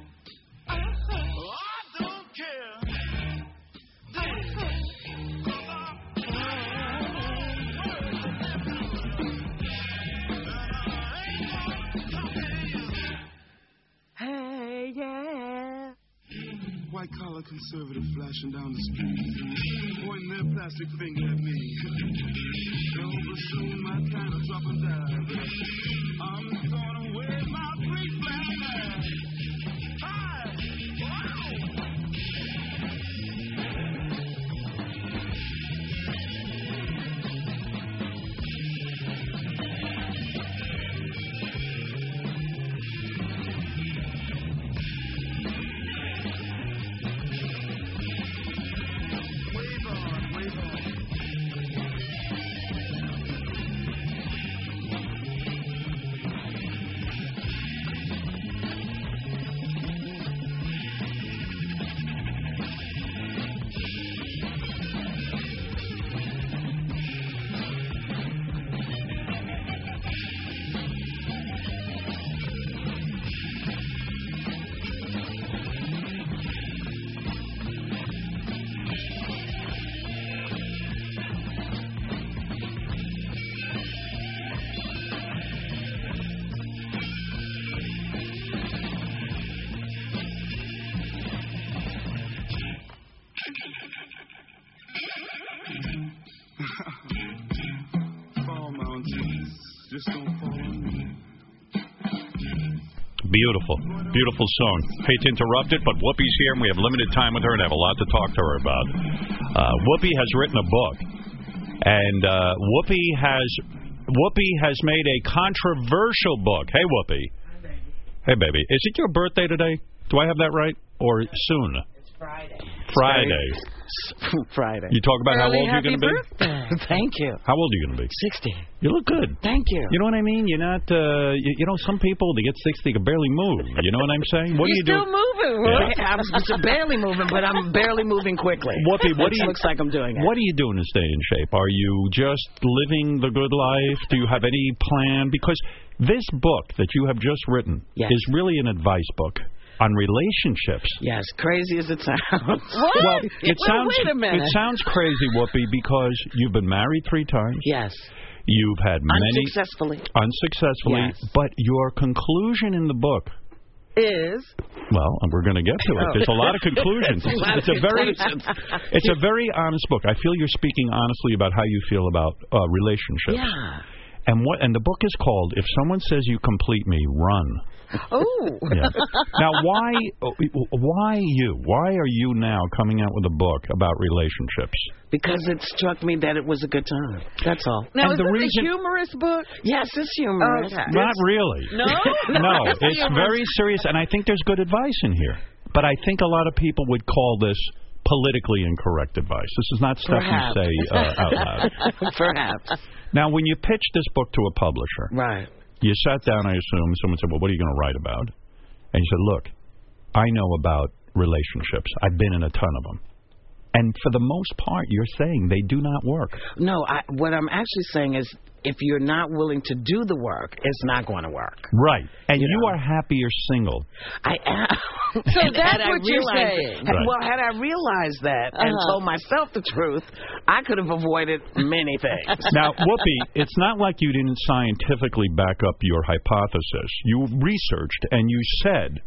Speaker 6: Oh, I don't care. Hey, yeah. White collar conservative flashing down the street, pointing their plastic finger at me. Over soon, my kind of drop and dive. I'm gonna wear my big black eye. Hi, wow. fall mountains, just don't fall on me.
Speaker 7: Beautiful, beautiful song. Hate to interrupt it, but Whoopi's here, and we have limited time with her, and I have a lot to talk to her about. Uh, Whoopi has written a book, and uh, Whoopi has Whoopi has made a controversial book. Hey, Whoopi. Hey, baby. Is it your birthday today? Do I have that right? Or soon? Friday.
Speaker 23: Friday.
Speaker 7: You talk about
Speaker 23: Early
Speaker 7: how old
Speaker 23: happy
Speaker 7: you're going to be. Thank you. How old are you going to be? Sixty. You look good. Thank you. You know what I mean? You're not. Uh, you, you know, some people they get sixty, they can barely move. You know what I'm saying? What do you
Speaker 23: You're still
Speaker 7: do?
Speaker 23: moving.
Speaker 7: Yeah.
Speaker 23: Roy. I'm just barely moving, but I'm barely moving quickly.
Speaker 7: Whoopi, what
Speaker 23: Which
Speaker 7: do you,
Speaker 23: looks like I'm doing it.
Speaker 7: What are you doing to stay in shape? Are you just living the good life? Do you have any plan? Because this book that you have just written is really an advice book on relationships.
Speaker 23: Yes, crazy as it sounds.
Speaker 7: What? Well, it sounds
Speaker 23: Wait a minute.
Speaker 7: it sounds crazy, Whoopi, because you've been married three times.
Speaker 23: Yes.
Speaker 7: You've had many
Speaker 23: unsuccessfully.
Speaker 7: unsuccessfully, but your conclusion in the book
Speaker 8: is
Speaker 7: Well, and we're going to get to it. There's a lot of conclusions. It's, it's a very, it's a very honest book. I feel you're speaking honestly about how you feel about uh, relationships. And what? And the book is called "If Someone Says You Complete Me, Run."
Speaker 8: Oh.
Speaker 7: Yeah. now, why, why you? Why are you now coming out with a book about relationships?
Speaker 23: Because it struck me that it was a good time. That's all.
Speaker 8: Now
Speaker 23: and
Speaker 8: is
Speaker 23: the
Speaker 8: this
Speaker 23: reason
Speaker 8: a humorous book?
Speaker 23: Yes, it's humorous.
Speaker 8: Okay.
Speaker 7: Not really.
Speaker 8: No?
Speaker 7: no,
Speaker 8: No, it's
Speaker 7: it's
Speaker 8: humorous.
Speaker 7: very serious, and I think there's good advice in here. But I think a lot of people would call this politically incorrect advice. This is not stuff
Speaker 23: Perhaps.
Speaker 7: you say uh, out loud.
Speaker 23: Perhaps.
Speaker 7: Now, when you pitched this book to a publisher,
Speaker 23: right?
Speaker 7: You sat down, I assume. and Someone said, "Well, what are you going to write about?" And you said, "Look, I know about relationships. I've been in a ton of them, and for the most part, you're saying they do not work."
Speaker 23: No, I, what I'm actually saying is, if you're not willing to do the work, it's not going to work.
Speaker 7: Right, and you, are happier single.
Speaker 23: I am.
Speaker 8: So
Speaker 23: And
Speaker 8: that's
Speaker 23: had I
Speaker 8: what you're
Speaker 23: realized- had-
Speaker 8: saying.
Speaker 7: Right.
Speaker 23: Well, had I realized that and
Speaker 8: Uh-huh.
Speaker 23: told myself the truth, I could have avoided many things.
Speaker 7: now, Whoopi, it's not like you didn't scientifically back up your hypothesis. You researched and you said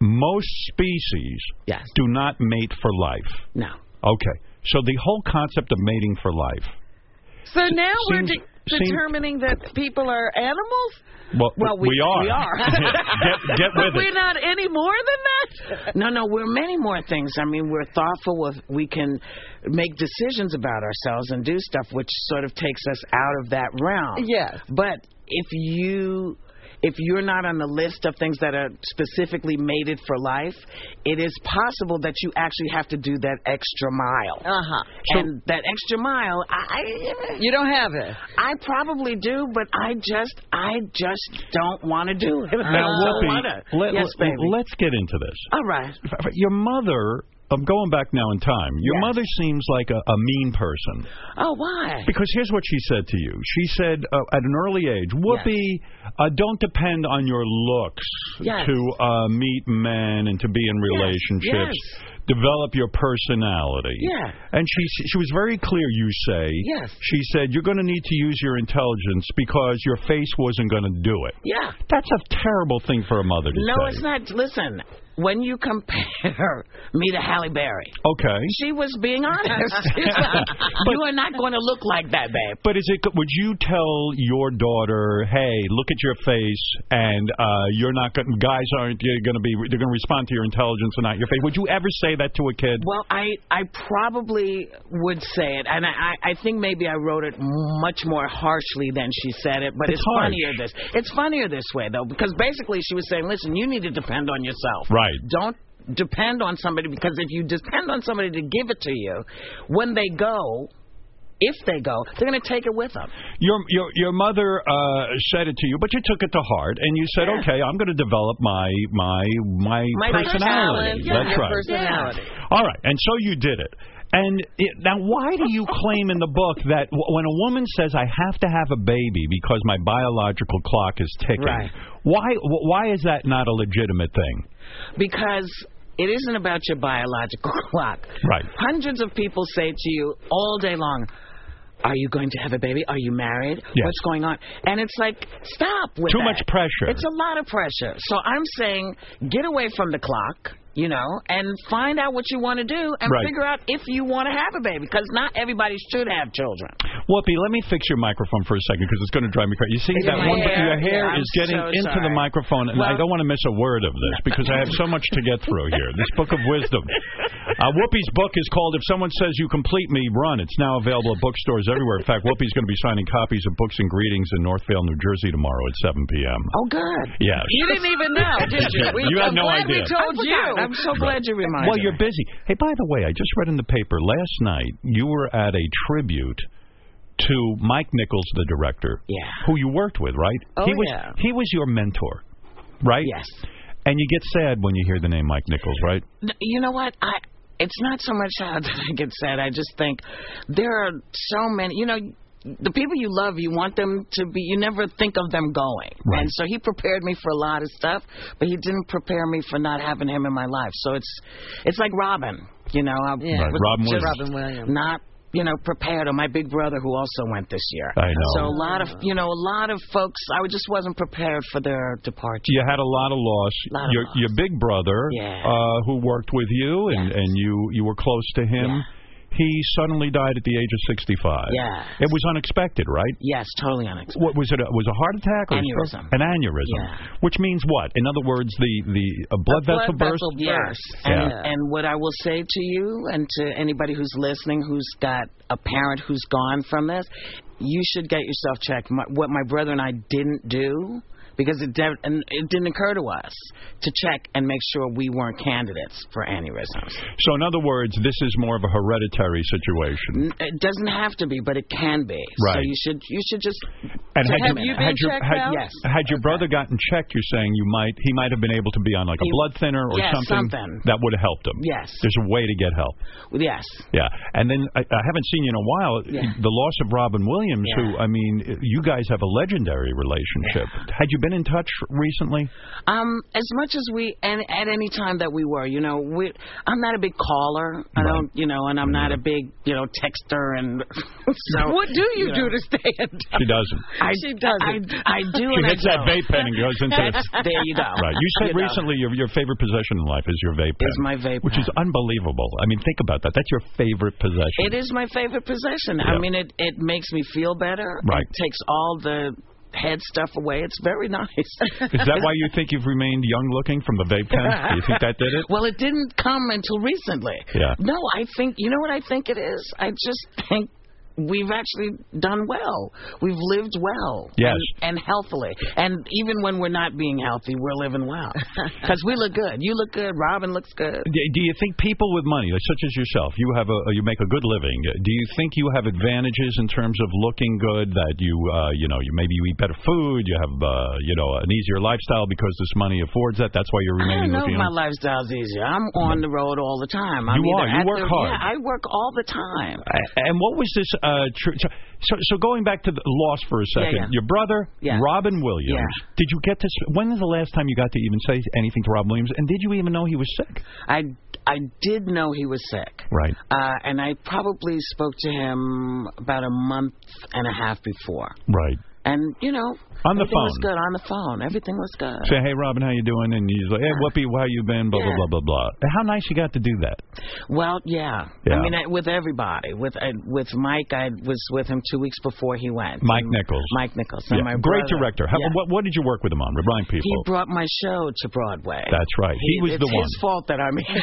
Speaker 7: most species do not mate for life.
Speaker 23: No.
Speaker 7: Okay. So the whole concept of mating for life.
Speaker 8: So now we're
Speaker 7: seems-
Speaker 8: de-
Speaker 7: seems-
Speaker 8: determining that people are animals.
Speaker 7: Well,
Speaker 8: Well, we,
Speaker 7: are.
Speaker 8: We are.
Speaker 7: get, get
Speaker 8: but
Speaker 7: with
Speaker 8: we're
Speaker 7: it.
Speaker 8: not any more than that.
Speaker 23: No, no, we're many more things. I mean, we're thoughtful. With, we can make decisions about ourselves and do stuff, which sort of takes us out of that realm.
Speaker 8: Yes.
Speaker 23: But if you if you're not on the list of things that are specifically mated for life, it is possible that you actually have to do that extra mile.
Speaker 8: Uh huh.
Speaker 23: and that extra mile, I, I
Speaker 8: You don't have it.
Speaker 23: I probably do, but I just I just don't want to do it. I
Speaker 7: Now,
Speaker 23: don't
Speaker 7: Whoopi,
Speaker 23: wanna.
Speaker 7: let,
Speaker 23: yes, baby.
Speaker 7: us get into this.
Speaker 23: All right.
Speaker 7: Your mother, I'm going back now in time, your mother seems like a, a mean person.
Speaker 23: Oh, why?
Speaker 7: Because here's what she said to you. She said uh, at an early age, Whoopi, uh, don't depend on your looks
Speaker 9: Yes.
Speaker 7: to uh, meet men and to be in relationships. Develop your personality.
Speaker 9: Yeah.
Speaker 7: And she she was very clear. You say.
Speaker 9: Yes.
Speaker 7: She said you're going to need to use your intelligence because your face wasn't going to do it.
Speaker 23: Yeah.
Speaker 7: That's a terrible thing for a mother to
Speaker 23: No,
Speaker 7: say.
Speaker 23: it's not. Listen, when you compare me to Halle Berry,
Speaker 7: Okay.
Speaker 23: she was being honest. She's like, you are not going to look like that, babe.
Speaker 7: But is it? Would you tell your daughter, "Hey, look at your face, and uh, you're not going. Guys aren't going to be. They're going to respond to your intelligence and not your face." Would you ever say that to a kid?
Speaker 23: Well, I I probably would say it, and I I I think maybe I wrote it much more harshly than she said it, but
Speaker 7: It's
Speaker 23: it's,
Speaker 7: harsh.
Speaker 23: funnier this it's funnier this way though because basically she was saying, listen, you need to depend on yourself,
Speaker 7: Right.
Speaker 23: Don't depend on somebody because if you depend on somebody to give it to you, when they go, if they go, they're going to take it with them.
Speaker 7: Your your your mother uh, said it to you, but you took it to heart, and you said, "Okay, I'm going to develop my my my,
Speaker 9: My
Speaker 7: personality."
Speaker 9: talent, yeah,
Speaker 7: That's
Speaker 9: your
Speaker 7: right.
Speaker 9: personality.
Speaker 7: All right, and so you did it. And it, now, why do you claim in the book that w when a woman says, "I have to have a baby because my biological clock is ticking,"
Speaker 23: Right.
Speaker 7: why wh- why is that not a legitimate thing?
Speaker 23: because it isn't about your biological clock.
Speaker 7: Right.
Speaker 23: Hundreds of people say to you all day long, are you going to have a baby? Are you married?
Speaker 7: Yes.
Speaker 23: What's going on? And it's like, stop with
Speaker 7: Too
Speaker 23: that.
Speaker 7: much pressure.
Speaker 23: It's a lot of pressure. So I'm saying, get away from the clock, you know, and find out what you want to do and
Speaker 7: Right.
Speaker 23: figure out if you want to have a baby because not everybody should have children.
Speaker 7: Whoopi, let me fix your microphone for a second because it's going to drive me crazy. You see
Speaker 23: Is it
Speaker 7: that
Speaker 23: my
Speaker 7: one?
Speaker 23: hair?
Speaker 7: Your hair
Speaker 23: Yeah,
Speaker 7: is
Speaker 23: I'm
Speaker 7: getting
Speaker 23: so
Speaker 7: into the
Speaker 23: sorry.
Speaker 7: microphone, and I
Speaker 23: Well-
Speaker 7: don't want to miss a word of this because I have so much to get through here. This book of wisdom. Uh, Whoopi's book is called "If Someone Says You Complete Me, Run." It's now available at bookstores everywhere. In fact, Whoopi's going to be signing copies of Books and Greetings in Northvale, New Jersey, tomorrow at 7 p.m.
Speaker 23: Oh, good.
Speaker 7: Yes.
Speaker 8: You didn't even know, did you? We,
Speaker 7: You had
Speaker 8: I'm
Speaker 7: no
Speaker 8: glad
Speaker 7: idea.
Speaker 8: We told
Speaker 23: I
Speaker 8: you.
Speaker 23: forgot. I'm so glad you reminded
Speaker 7: Well,
Speaker 23: me.
Speaker 7: you're busy. Hey, by the way, I just read in the paper last night you were at a tribute to Mike Nichols, the director, yeah. who you worked with, right?
Speaker 9: Oh,
Speaker 7: he was,
Speaker 9: yeah.
Speaker 7: He was your mentor, right? Yes. And you get sad when you hear the name Mike Nichols, right?
Speaker 23: N- You know what? I it's not so much how that I get sad. I just think there are so many. You know, the people you love, you want them to be. You never think of them going. And so he prepared me for a lot of stuff, but he didn't prepare me for not having him in my life. So it's it's like Robin. You know, I
Speaker 8: Yeah.
Speaker 7: Right, Robin Williams.
Speaker 8: Robin Williams.
Speaker 23: not you know, prepared, or my big brother who also went this year.
Speaker 7: I know.
Speaker 23: So a lot of, you know, a lot of folks, I just wasn't prepared for their departure.
Speaker 7: You had a lot of loss.
Speaker 23: Lot of
Speaker 7: your, your big brother, uh, who worked with you, and and you you were close to him. He suddenly died at the age of 65.
Speaker 23: Yes.
Speaker 7: It was unexpected, right?
Speaker 23: Yes, totally unexpected.
Speaker 7: What was it? A, was a heart attack or a stroke?
Speaker 23: Aneurysm.
Speaker 7: an aneurysm? Which means what? In other words, the the uh, blood,
Speaker 23: blood
Speaker 7: vessel burst.
Speaker 23: vessel burst. And, and what I will say to you and to anybody who's listening who's got a parent who's gone from this, you should get yourself checked. My, what my brother and I didn't do because it de- and it didn't occur to us to check and make sure we weren't candidates for aneurysms.
Speaker 7: So in other words, this is more of a hereditary situation.
Speaker 23: N- It doesn't have to be, but it can be. So
Speaker 7: Right.
Speaker 23: you should you should just
Speaker 7: And
Speaker 23: So
Speaker 7: had,
Speaker 23: have
Speaker 7: your-
Speaker 23: you been
Speaker 7: had your
Speaker 23: checked
Speaker 7: had,
Speaker 23: out? Yes.
Speaker 7: had your brother gotten checked, you're saying you might he might have been able to be on like a
Speaker 23: He-
Speaker 7: blood thinner or
Speaker 23: yeah,
Speaker 7: something,
Speaker 23: something.
Speaker 7: that would have helped him.
Speaker 23: Yes.
Speaker 7: there's a way to get help.
Speaker 23: yes.
Speaker 7: Yeah, and then I, I haven't seen you in a while.
Speaker 23: Yeah.
Speaker 7: The loss of Robin Williams, who I mean, you guys have a legendary relationship. Had you been in touch recently?
Speaker 23: Um, as much as we and at any time that we were, you know, we I'm not a big caller. I don't, you know, and I'm not a big, you know, texter and so.
Speaker 8: what do you,
Speaker 23: know.
Speaker 8: do to stay in touch?
Speaker 7: She doesn't.
Speaker 23: I,
Speaker 8: She doesn't.
Speaker 23: I, I do.
Speaker 7: she
Speaker 23: and I
Speaker 7: hits that
Speaker 23: don't.
Speaker 7: vape pen and goes into
Speaker 23: That's- there you go.
Speaker 7: Right. You said
Speaker 23: know.
Speaker 7: recently your your favorite possession in life is your vape pen.
Speaker 23: Is my vape
Speaker 7: which is unbelievable. I mean, think about that. That's your favorite possession.
Speaker 23: It is my favorite possession.
Speaker 7: Yeah.
Speaker 23: I mean, it it makes me feel better.
Speaker 7: Right.
Speaker 23: It takes all the head stuff away. It's very nice.
Speaker 7: Is that why you think you've remained young looking from the vape pen? Do you think that did it?
Speaker 23: Well, it didn't come until recently.
Speaker 7: Yeah.
Speaker 23: No, I think you know what I think it is. I just think we've actually done well. We've lived well.
Speaker 7: Yes.
Speaker 23: And, and healthily. And even when we're not being healthy, we're living well. Because we look good. You look good. Robin looks good.
Speaker 7: D- Do you think people with money, like such as yourself, you have a you make a good living? Do you think you have advantages in terms of looking good? That you uh, you know you maybe you eat better food, you have uh, you know an easier lifestyle because this money affords that. That's why you're
Speaker 23: I don't
Speaker 7: remaining
Speaker 23: know if
Speaker 7: looking.
Speaker 23: my lifestyle's easier. I'm on the road all the time. I'm
Speaker 7: You
Speaker 23: either
Speaker 7: are. You
Speaker 23: at
Speaker 7: work
Speaker 23: the,
Speaker 7: hard.
Speaker 23: Yeah, I work all the time.
Speaker 7: A- And what was this? Uh, tr- so- so, so going back to the loss for a second,
Speaker 23: yeah.
Speaker 7: your brother, Robin Williams. Did you get to? s- When was the last time you got to even say anything to Robin Williams? And did you even know he was sick?
Speaker 23: I I did know he was sick.
Speaker 7: Right.
Speaker 23: Uh, and I probably spoke to him about a month and a half before.
Speaker 7: Right.
Speaker 23: And you know,
Speaker 7: On the
Speaker 23: everything was
Speaker 7: phone.
Speaker 23: good on the phone. Everything was good.
Speaker 7: Say, hey, Robin, how you doing? And he's like, hey, Whoopi, how you been? Blah blah blah blah blah. How nice you got to do that.
Speaker 23: Well, yeah.
Speaker 7: Yeah.
Speaker 23: I mean, I, with everybody, with I, with Mike, I was with him two weeks before he went.
Speaker 7: Mike
Speaker 23: And
Speaker 7: Nichols.
Speaker 23: Mike Nichols. and
Speaker 7: Yeah,
Speaker 23: my
Speaker 7: great
Speaker 23: brother.
Speaker 7: director. How,
Speaker 23: Yeah.
Speaker 7: what, what did you work with him on? Remind people.
Speaker 23: He brought my show to Broadway.
Speaker 7: That's right. He was
Speaker 23: it's
Speaker 7: the
Speaker 23: his
Speaker 7: one.
Speaker 23: fault that I'm here.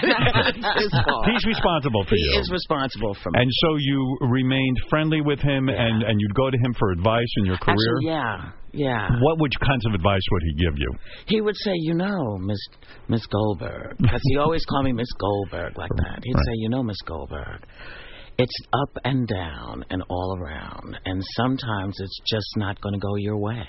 Speaker 23: it's his fault.
Speaker 7: He's responsible for
Speaker 23: He
Speaker 7: you.
Speaker 23: is responsible for me.
Speaker 7: and so you remained friendly with him, and and you'd go to him for advice in your career.
Speaker 23: Actually, yeah, yeah.
Speaker 7: What would kinds of advice would he give you?
Speaker 23: He would say, you know, Miss Miss Goldberg, because he always called me Miss Goldberg like that. He'd say, you know, Miss Goldberg, it's up and down and all around, and sometimes it's just not going to go your way.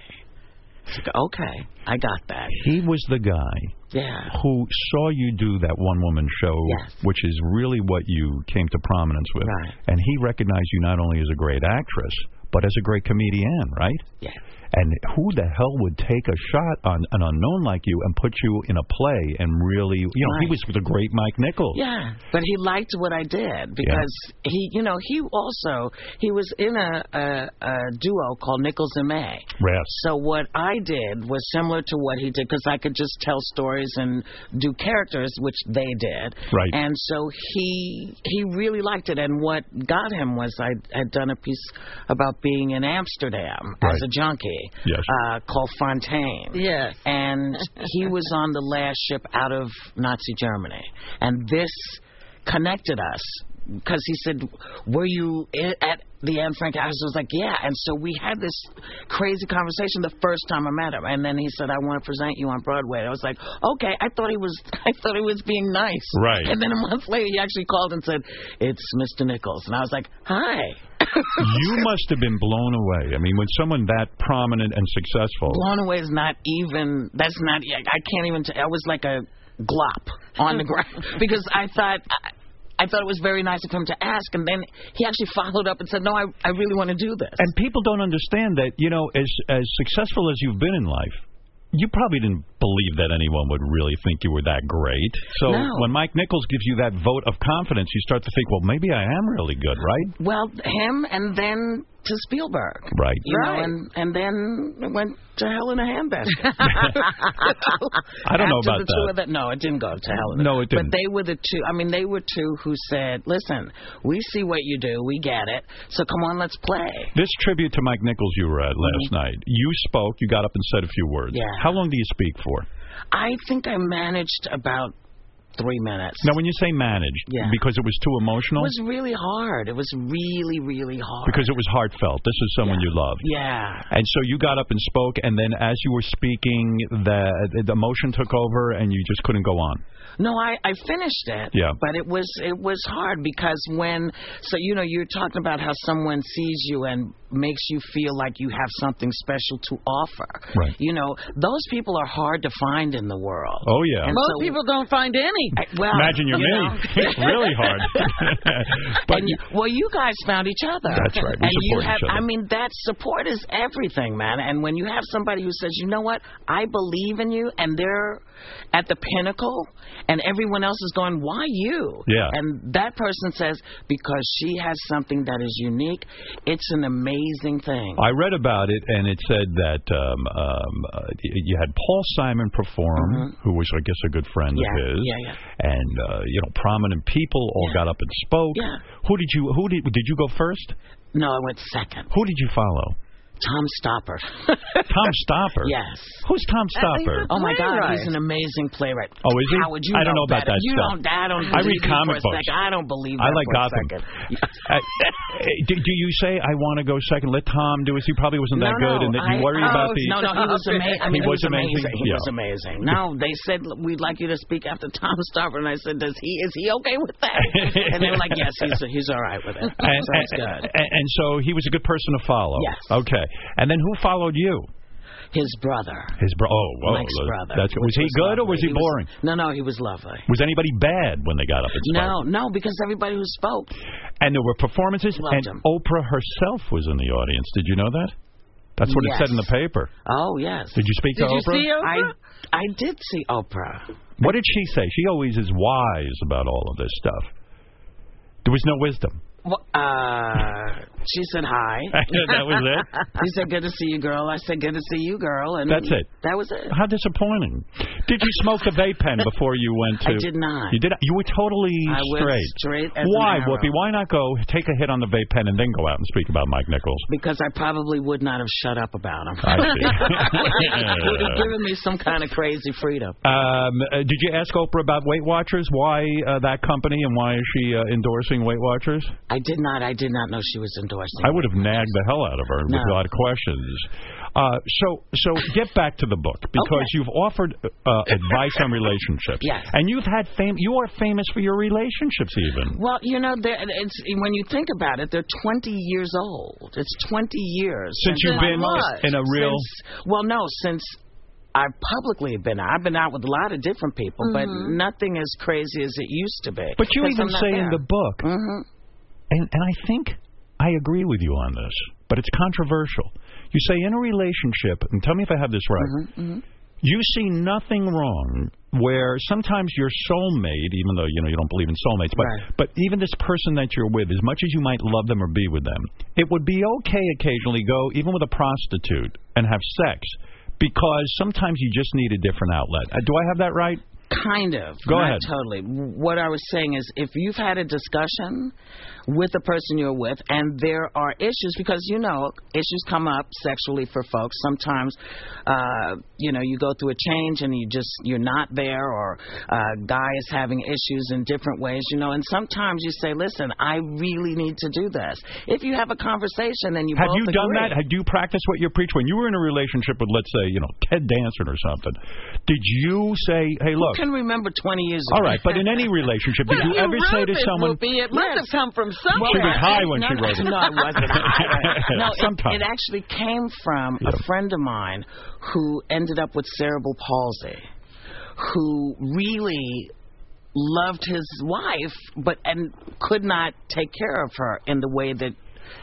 Speaker 23: It's like, okay, I got that.
Speaker 7: He was the guy
Speaker 23: Yeah.
Speaker 7: who saw you do that one woman show, which is really what you came to prominence with. And he recognized you not only as a great actress, but as a great comedian, right?
Speaker 23: Yeah.
Speaker 7: And who the hell would take a shot on an unknown like you and put you in a play and really, you know, he
Speaker 23: Right.
Speaker 7: was the great Mike Nichols.
Speaker 23: Yeah, but he liked what I did because he, you know, he also he was in a, a, a duo called Nichols and May.
Speaker 7: Right.
Speaker 23: So what I did was similar to what he did because I could just tell stories and do characters, which they did.
Speaker 7: Right.
Speaker 23: And so he he really liked it, and what got him was I had done a piece about being in Amsterdam as a junkie.
Speaker 7: Yes.
Speaker 23: Uh, called Fontaine.
Speaker 8: Yes.
Speaker 23: And he was on the last ship out of Nazi Germany. And this connected us because he said, Were you i- at the Anne Frank house? I was like, Yeah. And so we had this crazy conversation the first time I met him. And then he said, I want to present you on Broadway. And I was like, Okay. I thought he was, I thought he was being nice.
Speaker 7: Right.
Speaker 23: And then a month later, he actually called and said, It's Mr. Nichols. And I was like, Hi.
Speaker 7: you must have been blown away. I mean, when someone that prominent and successful.
Speaker 23: Blown away is not even. That's not. I can't even. T- I was like a glop on the ground because I thought. I, I thought it was very nice of him to ask, and then he actually followed up and said, "No, I, I really want to do this."
Speaker 7: And people don't understand that, you know, as as successful as you've been in life, you probably didn't believe that anyone would really think you were that great. So
Speaker 23: No.
Speaker 7: when Mike Nichols gives you that vote of confidence, you start to think, well, maybe I am really good, right?
Speaker 23: Well, him and then to Spielberg.
Speaker 7: Right.
Speaker 23: You know, and and then it went to hell in a handbasket.
Speaker 7: I don't know
Speaker 23: After
Speaker 7: about
Speaker 23: the
Speaker 7: that.
Speaker 23: Two of the, no, it didn't go to hell. in a-
Speaker 7: No, it didn't.
Speaker 23: But they were the two. I mean, they were two who said, "Listen, we see what you do. We get it. So come on, let's play."
Speaker 7: This tribute to Mike Nichols you were at last night. You spoke. You got up and said a few words.
Speaker 23: Mm-hmm. Yeah.
Speaker 7: How long do you speak for?
Speaker 23: I think I managed about three minutes.
Speaker 7: Now, when you say managed,
Speaker 23: Yeah.
Speaker 7: because it was too emotional,
Speaker 23: It was really hard. It was really, really hard.
Speaker 7: because it was heartfelt. This is someone you love.
Speaker 23: yeah.
Speaker 7: And so you got up and spoke, and then as you were speaking, the the emotion took over, and you just couldn't go on.
Speaker 23: No, I, I finished it.
Speaker 7: Yeah.
Speaker 23: But it was it was hard because when so you know you're talking about how someone sees you and makes you feel like you have something special to offer.
Speaker 7: Right.
Speaker 23: You know those people are hard to find in the world.
Speaker 7: Oh yeah.
Speaker 23: And
Speaker 8: Most
Speaker 23: so-
Speaker 8: people don't find any.
Speaker 23: well,
Speaker 7: Imagine you're
Speaker 23: you
Speaker 7: me.
Speaker 23: know.
Speaker 7: It's really hard. but
Speaker 23: and you, well, you guys found each other.
Speaker 7: That's right. We
Speaker 23: and you
Speaker 7: support
Speaker 23: have,
Speaker 7: each other.
Speaker 23: I mean, that support is everything, man. And when you have somebody who says, you know what, I believe in you, and they're at the pinnacle, and everyone else is going, why you?
Speaker 7: Yeah.
Speaker 23: And that person says, because she has something that is unique. It's an amazing thing.
Speaker 7: I read about it, and it said that um, um, uh, you had Paul Simon perform, who was, I guess, a good friend of
Speaker 23: Yeah,
Speaker 7: his.
Speaker 23: yeah, yeah.
Speaker 7: And uh, you know, prominent people all got up and spoke.
Speaker 23: Yeah.
Speaker 7: Who did you? Who did? Did you go first?
Speaker 23: No, I went second.
Speaker 7: Who did you follow?
Speaker 23: Tom Stoppard.
Speaker 7: Tom Stopper.
Speaker 23: Yes.
Speaker 7: Who's Tom
Speaker 23: Uh,
Speaker 7: Stopper?
Speaker 23: Oh my God, he's an amazing playwright.
Speaker 7: Oh, is he?
Speaker 23: Howard, you
Speaker 7: I don't know about
Speaker 23: better.
Speaker 7: that
Speaker 23: You
Speaker 7: stuff.
Speaker 23: don't. I don't.
Speaker 7: I read
Speaker 23: believe you for
Speaker 7: comic
Speaker 23: a
Speaker 7: books.
Speaker 23: second. I don't believe.
Speaker 7: I
Speaker 23: that
Speaker 7: like
Speaker 23: for a
Speaker 7: Gotham.
Speaker 23: second.
Speaker 7: I, do, do you say I want to go second? Let Tom do it. He probably wasn't that
Speaker 23: no,
Speaker 7: good,
Speaker 23: no,
Speaker 7: and that you
Speaker 23: I-
Speaker 7: worry
Speaker 23: oh,
Speaker 7: about the.
Speaker 23: No, no, he was amazing. I
Speaker 7: he
Speaker 23: mean,
Speaker 7: was amazing.
Speaker 23: amazing. He
Speaker 7: Yeah.
Speaker 23: was amazing. No, they said we'd like you to speak after Tom Stopper, and I said, "Does he? Is he okay with that?" and they were like, "Yes, he's he's all right with it."
Speaker 7: And,
Speaker 23: so it's
Speaker 7: and-
Speaker 23: good.
Speaker 7: and- and so he was a good person to follow.
Speaker 23: Yes.
Speaker 7: Okay. And then who followed you?
Speaker 23: His brother.
Speaker 7: His bro. Oh, whoa,
Speaker 23: Mike's
Speaker 7: look,
Speaker 23: brother.
Speaker 7: That's, was
Speaker 23: which
Speaker 7: he good or was
Speaker 23: lovely.
Speaker 7: he, boring?
Speaker 23: no, no, he was lovely.
Speaker 7: Was, anybody bad when they got up and spoke?
Speaker 23: No, no, because everybody who spoke
Speaker 7: And there were performances, and Oprah herself was in the audience. Did you know that? That's what it said in the
Speaker 23: Yes.
Speaker 7: paper.
Speaker 23: Oh yes.
Speaker 7: Did you speak to Oprah?
Speaker 23: I, I did see Oprah.
Speaker 7: What did she say? She always is wise about all of this stuff. There was no wisdom.
Speaker 23: Well, uh, she said hi.
Speaker 7: That was it?
Speaker 23: She said, "Good to see you, girl." I said, "Good to see you, girl." And
Speaker 7: That's it.
Speaker 23: That was it.
Speaker 7: How disappointing. Did you smoke the vape pen before you went to?
Speaker 23: I did not.
Speaker 7: You did. You were totally
Speaker 23: I was
Speaker 7: straight.
Speaker 23: straight as an
Speaker 7: Why,
Speaker 23: arrow.
Speaker 7: Whoopi? Why not go take a hit on the vape pen and then go out and speak about Mike Nichols?
Speaker 23: Because I probably would not have shut up about him.
Speaker 7: I see.
Speaker 23: would have given me some kind of crazy freedom.
Speaker 7: Um, uh, did you ask Oprah about Weight Watchers? Why uh, that company and why is she uh, endorsing Weight Watchers?
Speaker 23: I did not. I did not know she was endorsing.
Speaker 7: I would have nagged the hell out of her with a
Speaker 23: No.
Speaker 7: lot of questions. Uh, so, so get back to the book because you've offered uh, advice on relationships,
Speaker 23: Yes.
Speaker 7: and you've had fame. You are famous for your relationships, even.
Speaker 23: Well, you know, they're- it's when you think about it, they're 20 years old. It's 20 years
Speaker 7: Since you've been
Speaker 23: I've-
Speaker 7: in a real-
Speaker 23: Since, well, no, since I've publicly been. out. I've been out with a lot of different people, but
Speaker 7: Mhm.
Speaker 23: nothing as crazy as it used to be.
Speaker 7: But you
Speaker 23: 'Cause
Speaker 7: even
Speaker 23: I'm not
Speaker 7: say in
Speaker 23: there. Mm-hmm.
Speaker 7: the book, and, and I think I agree with you on this, but it's controversial. You say in a relationship, and tell me if I have this right.
Speaker 23: Mm-hmm,
Speaker 7: You see nothing wrong where sometimes your soulmate, even though you know you don't believe in soulmates, but but even this person that you're with, as much as you might love them or be with them, it would be okay occasionally go even with a prostitute and have sex because sometimes you just need a different outlet. Uh, Do I have that right?
Speaker 23: Kind of.
Speaker 7: Go
Speaker 23: not
Speaker 7: ahead.
Speaker 23: Totally. What I was saying is, if you've had a discussion with the person you're with, and there are issues, because you know issues come up sexually for folks. Sometimes, uh, you know, you go through a change and you just you're not there, or uh, guy is having issues in different ways, you know. And sometimes you say, listen, I really need to do this. If you have a conversation and you
Speaker 7: Have
Speaker 23: both
Speaker 7: you done
Speaker 23: agree-
Speaker 7: that? Had you practiced what you preach when you were in a relationship with, let's say, you know, Ted Danson or something? Did you say, "Hey, look"?
Speaker 23: Who can remember 20 years ago?
Speaker 7: all right, but in any relationship, did
Speaker 8: Well,
Speaker 7: you ever say
Speaker 8: wrote
Speaker 7: to
Speaker 8: this,
Speaker 7: someone?
Speaker 8: Whoopi. It must have come from somewhere.
Speaker 7: She was high when
Speaker 23: no,
Speaker 7: she
Speaker 23: no,
Speaker 7: wrote it.
Speaker 23: No, I wasn't. I- no,
Speaker 7: Sometimes.
Speaker 23: it, it actually came from a friend of mine who ended up with cerebral palsy, who really loved his wife, but and could not take care of her in the way that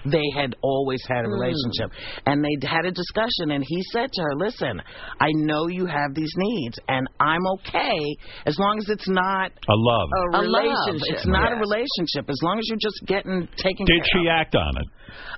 Speaker 23: they had always had
Speaker 7: Hmm.
Speaker 23: a relationship. And they had a discussion, and he said to her, Listen, I know you have these needs, and I'm okay as long as it's not
Speaker 7: A love.
Speaker 23: a relationship. It's not a relationship. As long as you're just getting taken
Speaker 7: Did
Speaker 23: care
Speaker 7: she
Speaker 23: of.
Speaker 7: act on it?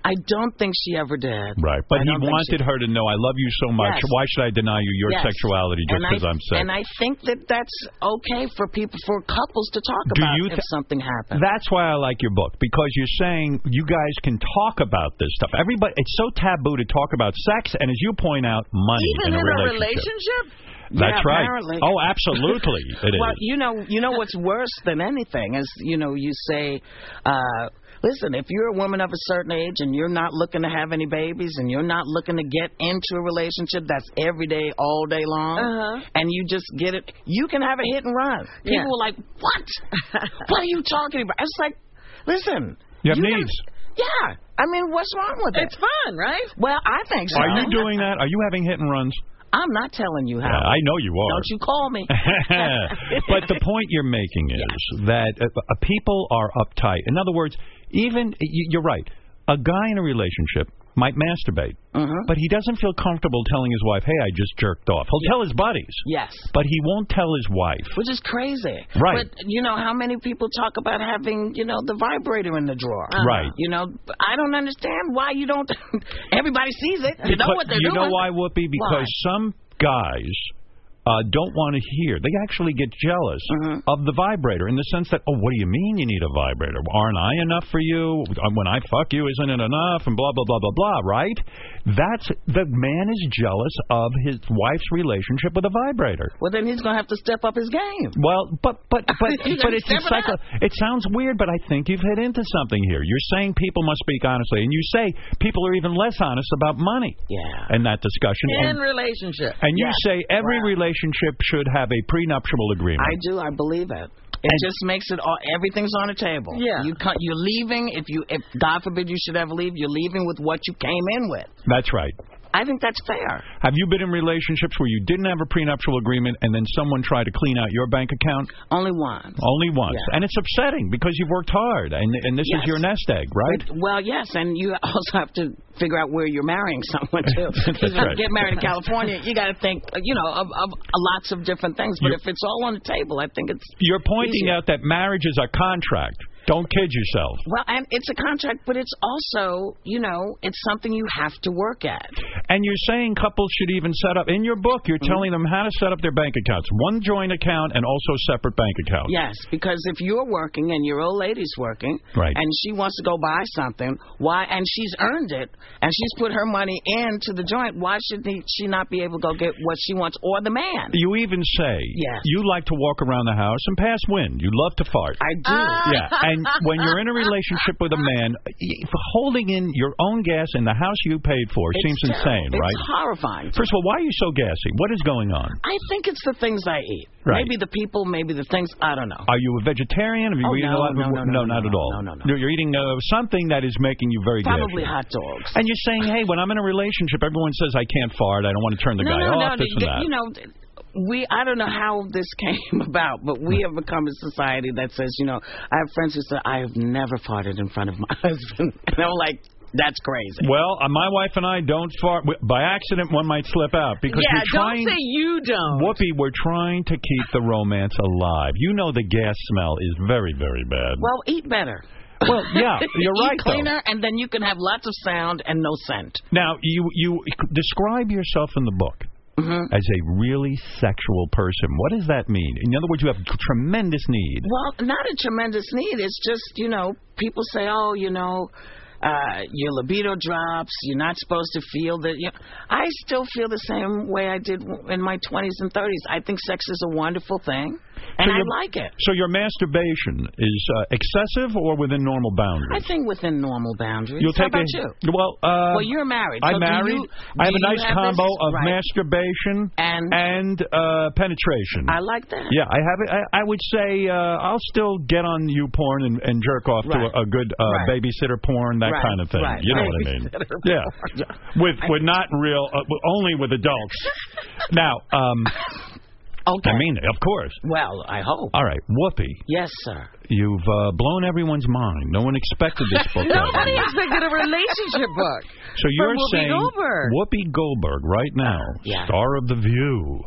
Speaker 23: I don't think she ever did.
Speaker 7: Right. But
Speaker 23: I
Speaker 7: he
Speaker 23: don't think
Speaker 7: wanted
Speaker 23: she-
Speaker 7: her to know, I love you so much.
Speaker 23: Yes.
Speaker 7: Why should I deny you your
Speaker 23: Yes.
Speaker 7: sexuality just
Speaker 23: And I-
Speaker 7: because I'm sick?
Speaker 23: And I think that that's okay for people, for couples to talk
Speaker 7: Do
Speaker 23: about
Speaker 7: you
Speaker 23: if
Speaker 7: thi-
Speaker 23: something happens.
Speaker 7: That's why I like your book because you're saying you guys can talk about this stuff. Everybody, it's so taboo to talk about sex, and as you point out, money
Speaker 23: Even
Speaker 7: in, a,
Speaker 23: in a
Speaker 7: relationship.
Speaker 23: relationship?
Speaker 7: That's
Speaker 23: Yeah,
Speaker 7: right.
Speaker 23: apparently.
Speaker 7: Oh, absolutely, it is.
Speaker 23: well, you know, you know what's worse than anything is, you know, you say, uh, listen, if you're a woman of a certain age and you're not looking to have any babies and you're not looking to get into a relationship that's every day, all day long, and you just get it, you can have a hit and run. People
Speaker 8: Yeah.
Speaker 23: were like, what? what are you talking about? It's like, listen.
Speaker 7: You have
Speaker 23: gotta-
Speaker 7: needs.
Speaker 23: yeah. I mean, what's wrong with it? It's fun, right? Well, I think so.
Speaker 7: Are you doing that? Are you having hit and runs?
Speaker 23: I'm not telling you how.
Speaker 7: Yeah, I know you are.
Speaker 23: Don't you call me.
Speaker 7: but the point you're making is that uh, uh, people are uptight. In other words, even you- you're right. A guy in a relationship might masturbate,
Speaker 23: Mm-hmm.
Speaker 7: but he doesn't feel comfortable telling his wife, "Hey, I just jerked off." He'll tell his buddies,
Speaker 23: Yes.
Speaker 7: but he won't tell his wife.
Speaker 23: Which is crazy.
Speaker 7: Right.
Speaker 23: But you know how many people talk about having, you know, the vibrator in the drawer.
Speaker 7: Uh-huh. Right.
Speaker 23: You know, I don't understand why you don't everybody sees it. You know
Speaker 7: Because-
Speaker 23: what they're
Speaker 7: you
Speaker 23: doing.
Speaker 7: know why, Whoopi? Because some guys uh, don't want to hear. They actually get jealous
Speaker 23: Mm-hmm.
Speaker 7: of the vibrator in the sense that, oh, what do you mean you need a vibrator? Aren't I enough for you? Uh, When I fuck you, isn't it enough? And blah blah blah blah blah. Right? That's the man is jealous of his wife's relationship with a vibrator.
Speaker 23: Well then he's gonna have to step up his game.
Speaker 7: Well, but but but
Speaker 23: You
Speaker 7: but
Speaker 23: gotta
Speaker 7: it's a
Speaker 23: step it
Speaker 7: psycho.
Speaker 23: up.
Speaker 7: It sounds weird, but I think you've hit into something here. You're saying people must speak honestly, and you say people are even less honest about money.
Speaker 23: Yeah.
Speaker 7: And that discussion.
Speaker 8: In
Speaker 7: And,
Speaker 8: relationship.
Speaker 7: and you
Speaker 8: Yes.
Speaker 7: say every relationship should have a prenuptial agreement.
Speaker 23: I do, I believe it. It just makes it all everything's on the table. Yeah. You cut you're leaving if you if God forbid you should ever leave, you're leaving with what you came in with.
Speaker 7: That's right.
Speaker 23: I think that's fair.
Speaker 7: Have you been in relationships where you didn't have a prenuptial agreement, and then someone tried to clean out your bank account?
Speaker 23: Only once.
Speaker 7: Only once,
Speaker 23: Yeah.
Speaker 7: and it's upsetting because you've worked hard, and and this
Speaker 23: Yes.
Speaker 7: is your nest egg, right?
Speaker 23: Well, yes, and you also have to figure out where you're marrying someone too.
Speaker 7: That's
Speaker 23: If you
Speaker 7: right.
Speaker 23: get married in California, you got to think, you know, of, of lots of different things. But if it's all on the table, I think it's
Speaker 7: You're pointing out that marriage is a contract. Don't kid yourself.
Speaker 23: well, and it's a contract, but it's also, you know, it's something you have to work at.
Speaker 7: And you're saying couples should even set up in your book.
Speaker 23: Mm-hmm.
Speaker 7: You're telling them how to set up their bank accounts, one joint account and also separate bank accounts.
Speaker 23: Yes, because if you're working and your old lady's working,
Speaker 7: Right.
Speaker 23: and she wants to go buy something, why? And she's earned it, and she's put her money into the joint. Why should he- she not be able to go get what she wants, or the man?
Speaker 7: You even say
Speaker 23: Yes.
Speaker 7: you like to walk around the house and pass wind. You love to fart. I
Speaker 23: do.
Speaker 7: Yeah, and when you're in a relationship with a man, y- holding in your own gas in the house you paid for
Speaker 23: It's
Speaker 7: seems
Speaker 23: terrible.
Speaker 7: insane,
Speaker 23: It's
Speaker 7: right?
Speaker 23: horrifying.
Speaker 7: First of all, why are you so gassy? What is going on?
Speaker 23: I think it's the things I eat.
Speaker 7: Right.
Speaker 23: Maybe the people, maybe the things. I don't know.
Speaker 7: Are you a vegetarian? Have you
Speaker 23: Oh,
Speaker 7: eaten a
Speaker 23: no,
Speaker 7: lot of-
Speaker 23: no, no, no,
Speaker 7: not
Speaker 23: no,
Speaker 7: at all.
Speaker 23: no, no,
Speaker 7: You're- You're eating uh, something that is making you very
Speaker 23: Probably
Speaker 7: gassy.
Speaker 23: hot dogs.
Speaker 7: And you're saying, hey, when I'm in a relationship, everyone says I can't fart. I don't want to turn the
Speaker 23: no,
Speaker 7: guy
Speaker 23: no,
Speaker 7: off.
Speaker 23: no.
Speaker 7: this and that.
Speaker 23: You know, we. I don't know how this came about, but we have become a society that says, you know, I have friends who say I have never farted in front of my husband, and I'm like, that's crazy.
Speaker 7: well, uh, my wife and I don't fart. We- By accident, one might slip out because
Speaker 8: yeah,
Speaker 7: we're
Speaker 8: don't
Speaker 7: trying.
Speaker 8: say you don't.
Speaker 7: Whoopi, we're trying to keep the romance alive. You know the gas smell is very, very bad.
Speaker 23: Well, eat better.
Speaker 7: Well, yeah, you're
Speaker 23: Eat
Speaker 7: right, though.
Speaker 23: cleaner, and then you can have lots of sound and no scent.
Speaker 7: Now, you you describe yourself in the book
Speaker 23: Mm-hmm.
Speaker 7: as a really sexual person. What does that mean? In other words, you have tremendous need.
Speaker 23: Well, not a tremendous need. It's just, you know, people say, oh, you know, uh, your libido drops. You're not supposed to feel that. You I still feel the same way I did w- in my 20s and 30s. I think sex is a wonderful thing, and
Speaker 7: So
Speaker 23: I
Speaker 7: your-
Speaker 23: like it.
Speaker 7: So your masturbation is uh, excessive or within normal boundaries?
Speaker 23: I think within normal boundaries.
Speaker 7: You'll
Speaker 23: How
Speaker 7: take
Speaker 23: about
Speaker 7: a,
Speaker 23: you?
Speaker 7: Well, uh,
Speaker 23: Well, you're married,
Speaker 7: I'm
Speaker 23: so do
Speaker 7: married.
Speaker 23: you-
Speaker 7: I have a
Speaker 23: do you
Speaker 7: nice
Speaker 23: have
Speaker 7: combo
Speaker 23: this?
Speaker 7: of
Speaker 23: Right.
Speaker 7: masturbation and uh, penetration.
Speaker 23: I like that.
Speaker 7: Yeah, I have it. I, I would say uh, I'll still get on you porn and, and jerk off
Speaker 23: Right.
Speaker 7: to a, a good uh,
Speaker 23: Right.
Speaker 7: babysitter porn, that
Speaker 23: Right,
Speaker 7: kind of thing.
Speaker 23: right,
Speaker 7: You know
Speaker 23: right.
Speaker 7: what I mean?
Speaker 23: Babysitter
Speaker 7: Yeah, with with not real, uh, with- only with adults. now, um,
Speaker 23: Okay.
Speaker 7: I mean it, of course.
Speaker 23: Well, I hope.
Speaker 7: All right, Whoopi,
Speaker 23: Yes, sir.
Speaker 7: you've uh, blown everyone's mind. No one expected this book. out of
Speaker 23: Nobody
Speaker 7: you.
Speaker 23: expected a relationship book.
Speaker 7: So you're
Speaker 23: from Whoopi
Speaker 7: saying
Speaker 23: Goldberg.
Speaker 7: Whoopi Goldberg right now,
Speaker 8: Ah,
Speaker 7: star of The View.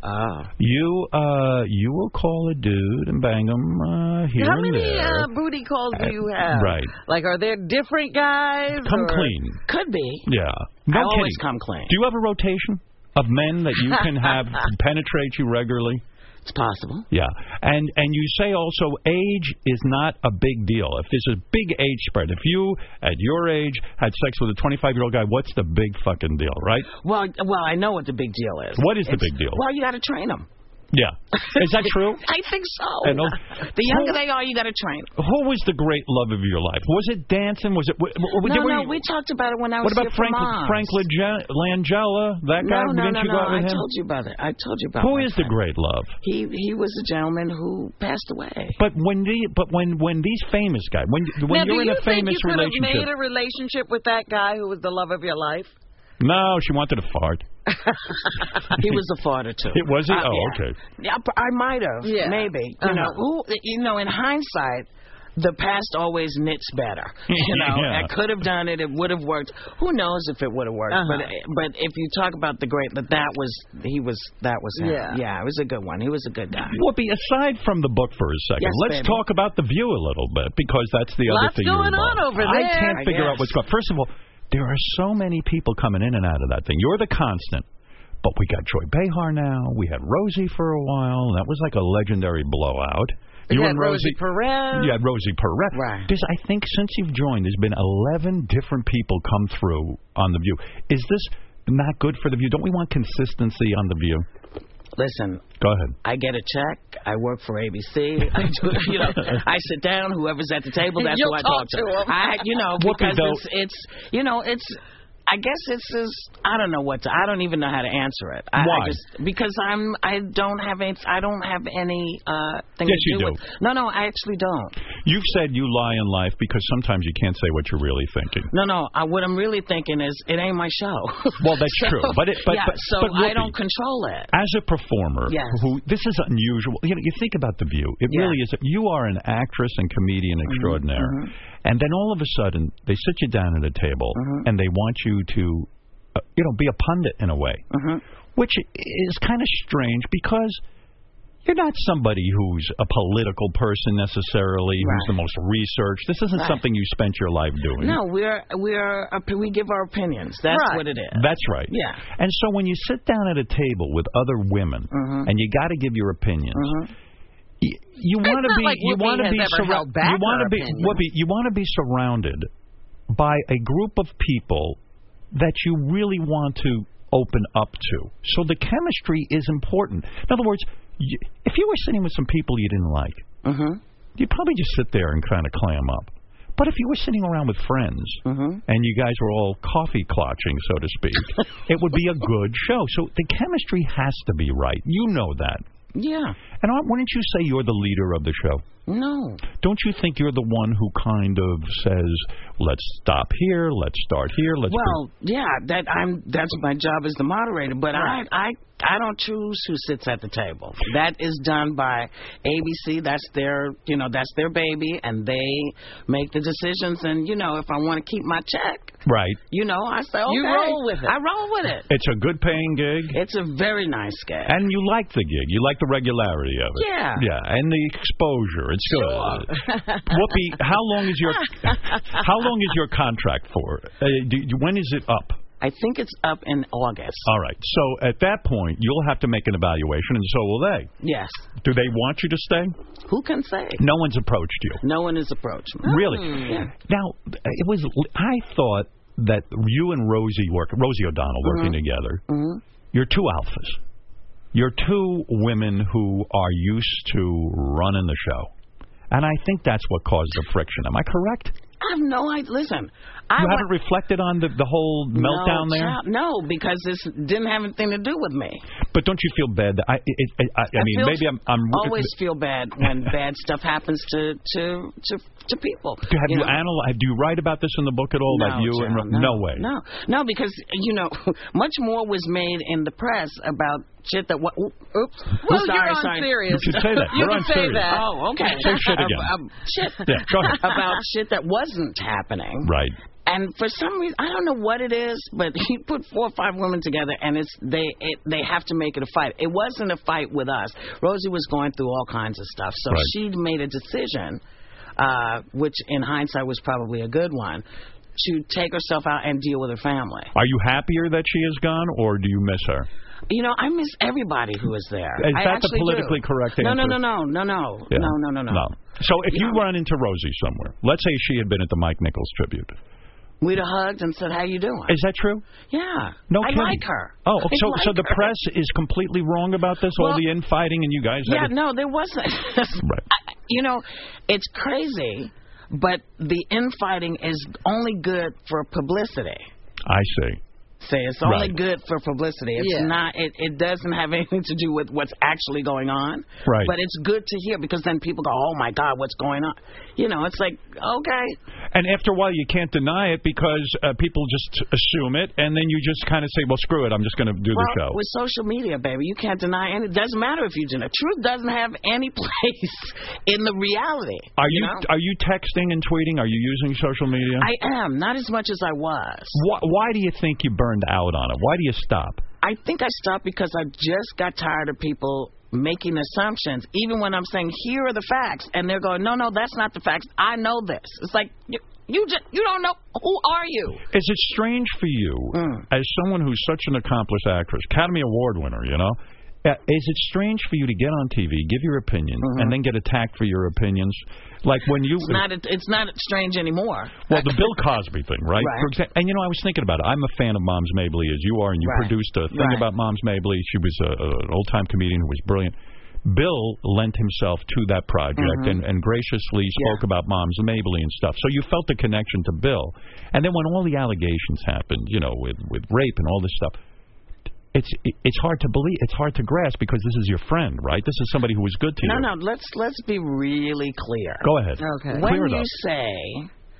Speaker 7: You uh, you will call a dude and bang him uh, here
Speaker 8: How
Speaker 7: and
Speaker 8: many
Speaker 7: there.
Speaker 8: uh, booty calls do you have?
Speaker 7: right.
Speaker 8: Like, are there different guys?
Speaker 7: Come
Speaker 8: or-
Speaker 7: clean.
Speaker 23: Could be.
Speaker 7: Yeah. No
Speaker 8: I
Speaker 7: kidding.
Speaker 8: always come clean.
Speaker 7: Do you have a rotation of men that you can have penetrate you regularly?
Speaker 23: It's possible.
Speaker 7: Yeah. And and you say also age is not a big deal. If there's a big age spread, if you at your age had sex with a 25 year old guy, what's the big fucking deal, right?
Speaker 23: Well, well, I know what the big deal is.
Speaker 7: What is the
Speaker 23: It's-
Speaker 7: big deal?
Speaker 23: Well, you got to train them.
Speaker 7: Yeah. Is that true?
Speaker 23: I think so.
Speaker 8: Oh,
Speaker 7: And those-
Speaker 23: the younger they are, you got to train. 'em.
Speaker 7: Who was the great love of your life? Was it dancing? Was it? W w-
Speaker 23: no,
Speaker 7: were
Speaker 23: no,
Speaker 7: you-
Speaker 23: we talked about it when I was
Speaker 7: what about
Speaker 23: here for
Speaker 7: Frank
Speaker 23: Moms.
Speaker 7: Frank Lange- Langella? That guy?
Speaker 23: No, no,
Speaker 7: Didn't
Speaker 23: no,
Speaker 7: you go
Speaker 23: no,
Speaker 7: out with
Speaker 23: I
Speaker 7: him?
Speaker 23: told you about it. I told you about
Speaker 7: Who
Speaker 23: my
Speaker 7: is the great love?
Speaker 23: He he was a gentleman who passed away.
Speaker 7: But when the but when when these famous guys when when you're
Speaker 8: now, do
Speaker 7: in
Speaker 8: you
Speaker 7: a famous
Speaker 8: think you could have
Speaker 7: relationship,
Speaker 8: made a relationship with that guy who was the love of your life?
Speaker 7: no, she wanted to fart.
Speaker 23: he was a farter too.
Speaker 7: It was he?
Speaker 23: Uh,
Speaker 7: oh,
Speaker 23: yeah.
Speaker 7: okay.
Speaker 23: Yeah, I I might have.
Speaker 8: Yeah.
Speaker 23: Maybe. You
Speaker 8: Uh-huh.
Speaker 23: know, who, you know, in hindsight, the past always knits better. You know,
Speaker 8: Yeah.
Speaker 23: I could have done it. It would have worked. Who knows if it would have worked?
Speaker 8: Uh-huh.
Speaker 23: But but if you talk about the great, that that was he was that was him.
Speaker 7: Yeah.
Speaker 23: yeah, it was a good one. He was a good guy.
Speaker 7: Whoopi, aside from the book for a second,
Speaker 23: Yes,
Speaker 7: let's
Speaker 23: baby.
Speaker 7: talk about the view a little bit because that's the other
Speaker 23: Lots
Speaker 7: thing. you're
Speaker 23: going on
Speaker 7: involved.
Speaker 23: over
Speaker 7: I
Speaker 23: there,
Speaker 7: can't
Speaker 23: I
Speaker 7: figure out
Speaker 23: guess.
Speaker 7: what's going. First of all, there are so many people coming in and out of that thing. You're the constant. But we got Troy Behar now. We had Rosie for a while. That was like a legendary blowout.
Speaker 8: We
Speaker 7: you
Speaker 8: had
Speaker 7: and
Speaker 8: Rosie Perez.
Speaker 7: You had Rosie Perez. Right. This, I think since you've joined, there's been 11 different people come through on The View. Is this not good for The View? Don't we want consistency on The View?
Speaker 23: Listen,
Speaker 7: Go ahead.
Speaker 23: I get a check. I work for ABC. I do, you know, I sit down. Whoever's at the table, that's
Speaker 8: You'll
Speaker 23: who I
Speaker 8: talk
Speaker 23: talk,
Speaker 8: to 'em.
Speaker 23: I, you know,
Speaker 8: Whoopee
Speaker 23: because it's,
Speaker 8: dope.
Speaker 23: it's, you know, it's. I guess it's is I don't know what to I don't even know how to answer it. I,
Speaker 7: Why?
Speaker 23: I just because I'm I don't have any I don't have any uh thing
Speaker 7: Yes,
Speaker 23: to
Speaker 7: you
Speaker 23: do
Speaker 7: do.
Speaker 23: with No no, I actually don't.
Speaker 7: You've said you lie in life because sometimes you can't say what you're really thinking.
Speaker 23: No no, I, what I'm really thinking is it ain't my show.
Speaker 7: Well, that's
Speaker 23: So,
Speaker 7: true, but it, but
Speaker 23: yeah,
Speaker 7: but,
Speaker 23: so
Speaker 7: but
Speaker 23: I
Speaker 7: Whoopi,
Speaker 23: don't control it.
Speaker 7: As a performer,
Speaker 23: Yes.
Speaker 7: who this is unusual. You know, you think about the view. It
Speaker 23: Yeah. Mm-hmm.
Speaker 7: really is. You are an actress and comedian extraordinaire, and then all of a sudden they sit you down at a table
Speaker 23: Mm-hmm.
Speaker 7: and they want you to, uh, you know, be a pundit in a way,
Speaker 23: Mm-hmm.
Speaker 7: which is kind of strange because. You're not somebody who's a political person necessarily, who's the most researched. This isn't
Speaker 23: Right.
Speaker 7: something you spent your life doing.
Speaker 23: No, we're we're we give our opinions. That's
Speaker 7: Right.
Speaker 23: what it is.
Speaker 7: That's right.
Speaker 23: Yeah.
Speaker 7: And so when you sit down at a table with other women
Speaker 8: Mm-hmm.
Speaker 23: Mhm.
Speaker 7: and you got to give your opinions, y- you want to
Speaker 8: not
Speaker 7: be
Speaker 8: like
Speaker 7: you
Speaker 8: Whoopi
Speaker 7: want to
Speaker 8: has
Speaker 7: be
Speaker 8: ever
Speaker 7: surra-
Speaker 8: held back
Speaker 7: you want
Speaker 8: her
Speaker 7: to be
Speaker 8: opinion.
Speaker 7: Whoopi, you want to be surrounded by a group of people that you really want to open up to. So the chemistry is important. In other words, y if you were sitting with some people you didn't like,
Speaker 23: Mm-hmm.
Speaker 7: you'd probably just sit there and kind of clam up. But if you were sitting around with friends
Speaker 23: Mm-hmm.
Speaker 7: and you guys were all coffee clotching, so to speak, it would be a good show. So the chemistry has to be right. You know that.
Speaker 23: Yeah.
Speaker 7: And aren't- wouldn't you say you're the leader of the show?
Speaker 23: No.
Speaker 7: Don't you think you're the one who kind of says, let's stop here, let's start here, let's.
Speaker 23: well, yeah, that I'm that's my job as the moderator, but
Speaker 7: Right.
Speaker 23: I I I don't choose who sits at the table. That is done by ABC. That's their, you know, that's their baby and they make the decisions and you know, if I want to keep my check,
Speaker 7: right.
Speaker 23: you know, I say okay.
Speaker 8: You roll with it.
Speaker 23: I roll with it.
Speaker 7: It's a good paying gig.
Speaker 23: It's a very nice gig.
Speaker 7: And you like the gig. You like the regularity of it.
Speaker 23: Yeah.
Speaker 7: Yeah, and the exposure. It's good. Whoopi, how long is your how long is your contract for? Uh, do, you- when is it up?
Speaker 23: I think it's up in August.
Speaker 7: All right. So at that point, you'll have to make an evaluation, and so will they.
Speaker 23: Yes.
Speaker 7: Do they want you to stay?
Speaker 23: Who can say?
Speaker 7: No one's approached you.
Speaker 23: No one has approached me. Hmm.
Speaker 7: Really?
Speaker 23: Yeah.
Speaker 7: Now it was. I thought that you and Rosie work, Rosie O'Donnell working
Speaker 23: Mm-hmm.
Speaker 7: together. You're two alphas. You're two women who are used to running the show, and I think that's what caused the friction. Am I correct?
Speaker 23: I have no idea. Listen, I
Speaker 7: you
Speaker 23: went-
Speaker 7: haven't reflected on the the whole meltdown
Speaker 23: no,
Speaker 7: there.
Speaker 23: child- no, because this didn't have anything to do with me.
Speaker 7: But don't you feel bad? That I, it, it, I, I mean,
Speaker 23: feel-
Speaker 7: maybe I'm. I'm
Speaker 23: always feel bad when bad stuff happens to to to, to people.
Speaker 7: Do- have you,
Speaker 23: know?
Speaker 7: analyzed? Do you write about this in the book at all?
Speaker 23: No,
Speaker 7: like you and
Speaker 23: child,
Speaker 7: no, way.
Speaker 23: No, no, because you know, much more was made in the press about shit that. Wa- oops.
Speaker 9: Well,
Speaker 23: I'm sorry,
Speaker 9: you're on
Speaker 23: sorry.
Speaker 9: serious.
Speaker 7: You can say that.
Speaker 9: You
Speaker 7: We're on
Speaker 9: can say
Speaker 7: serious.
Speaker 9: that.
Speaker 23: Oh, okay.
Speaker 7: Say shit again.
Speaker 23: Ab- ab- shit.
Speaker 7: Yeah, go ahead.
Speaker 23: About shit that wasn't happening.
Speaker 7: Right.
Speaker 23: And for some reason, I don't know what it is, but he put four or five women together, and it's they it, they have to make it a fight. It wasn't a fight with us. Rosie was going through all kinds of stuff, so
Speaker 4: Right.
Speaker 23: she made a decision, uh, which in hindsight was probably a good one, to take herself out and deal with her family.
Speaker 7: Are you happier that she is gone, or do you miss her?
Speaker 23: You know, I miss everybody who is there.
Speaker 7: Is that
Speaker 23: I
Speaker 7: the
Speaker 23: actually do.
Speaker 7: politically correct
Speaker 23: No, no,
Speaker 7: answer?
Speaker 23: no, no, no, no,
Speaker 7: Yeah.
Speaker 23: no, no, no, no.
Speaker 7: So if you run into Rosie somewhere, let's say she had been at the Mike Nichols tribute.
Speaker 23: We'd have hugged and said, "How you doing?"
Speaker 7: Is that true?
Speaker 23: Yeah.
Speaker 7: No
Speaker 23: I
Speaker 7: kidding.
Speaker 23: like her.
Speaker 7: Oh,
Speaker 23: I
Speaker 7: so so
Speaker 23: like
Speaker 7: the
Speaker 23: her.
Speaker 7: press is completely wrong about this. all
Speaker 23: Well-
Speaker 7: the infighting and you guys.
Speaker 23: Yeah,
Speaker 7: had it-
Speaker 23: no, there wasn't. I- You know, it's crazy, but the infighting is only good for publicity.
Speaker 7: I see.
Speaker 23: Say it's only
Speaker 7: Right.
Speaker 23: good for publicity. It's
Speaker 7: Yeah.
Speaker 23: not. It, it doesn't have anything to do with what's actually going on.
Speaker 7: Right.
Speaker 23: But it's good to hear because then people go, "Oh my God, what's going on?" You know, it's like, okay,
Speaker 7: And after a while, you can't deny it because uh, people just assume it, and then you just kind of say, "Well, screw it. I'm just going to do
Speaker 23: well,
Speaker 7: the show."
Speaker 23: with social media, baby, you can't deny any. It doesn't matter if you deny. Truth doesn't have any place in the reality.
Speaker 7: Are you,
Speaker 23: know?
Speaker 7: are you texting and tweeting? Are you using social media?
Speaker 23: I am not as much as I was.
Speaker 7: Why, why do you think you burned out on it? Why do you stop?
Speaker 23: I think I stopped because I just got tired of people making assumptions, even when I'm saying here are the facts, and they're going, no, no, that's not the facts. I know this. It's like you, you just you don't know who are you.
Speaker 7: Is it strange for you,
Speaker 23: Hmm.
Speaker 7: as someone who's such an accomplished actress, Academy Award winner, you know? uh, Is it strange for you to get on TV, give your opinion, and then get attacked for your opinions? Like when you
Speaker 23: Mm-hmm. It's not it's not strange anymore.
Speaker 7: Well, the Bill Cosby thing, right?
Speaker 23: Right.
Speaker 7: For example, and you know, I was thinking about it. I'm a fan of Moms Mabley, as you are, and you
Speaker 23: Right.
Speaker 7: produced a thing
Speaker 23: Right.
Speaker 7: about Moms Mabley. She was a, a- an old-time comedian who was brilliant. Bill lent himself to that project
Speaker 24: Mhm.
Speaker 7: and,
Speaker 23: Mm-hmm.
Speaker 7: and graciously spoke about Moms Mabley and stuff. So you felt the connection to Bill. And then when all the allegations happened, you know, with with rape and all this stuff. It's it- it's hard to believe. It's hard to grasp because this is your friend, right? This is somebody who was good to
Speaker 23: No,
Speaker 7: you.
Speaker 23: no, let's let's be really clear.
Speaker 7: Go ahead.
Speaker 23: Okay. When
Speaker 7: Clear it
Speaker 23: you
Speaker 7: up.
Speaker 23: say,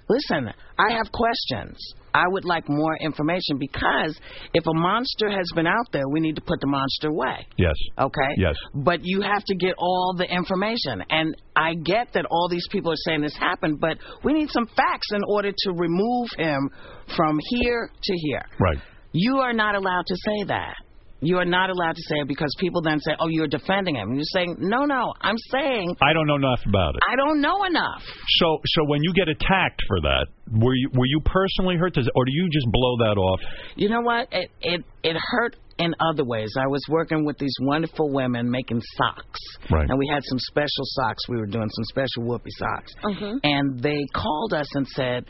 Speaker 23: listen, I have questions. I would like more information because if a monster has been out there, we need to put the monster away.
Speaker 7: Yes.
Speaker 23: Okay.
Speaker 7: Yes.
Speaker 23: But you have to get all the information. And I get that all these people are saying this happened, but we need some facts in order to remove him from here to here.
Speaker 7: Right.
Speaker 23: You are not allowed to say that. You are not allowed to say it because people then say, oh, you're defending him. You're saying, no, no, I'm saying
Speaker 7: I don't know enough about it.
Speaker 23: I don't know enough.
Speaker 7: So, so when you get attacked for that, were you were you personally hurt, Does- or do you just blow that off?
Speaker 23: You know what? It, it, it hurt in other ways. I was working with these wonderful women making socks.
Speaker 7: Right.
Speaker 23: And we had some special socks. We were doing some special whoopee socks.
Speaker 9: Mhm.
Speaker 23: And they called us and said,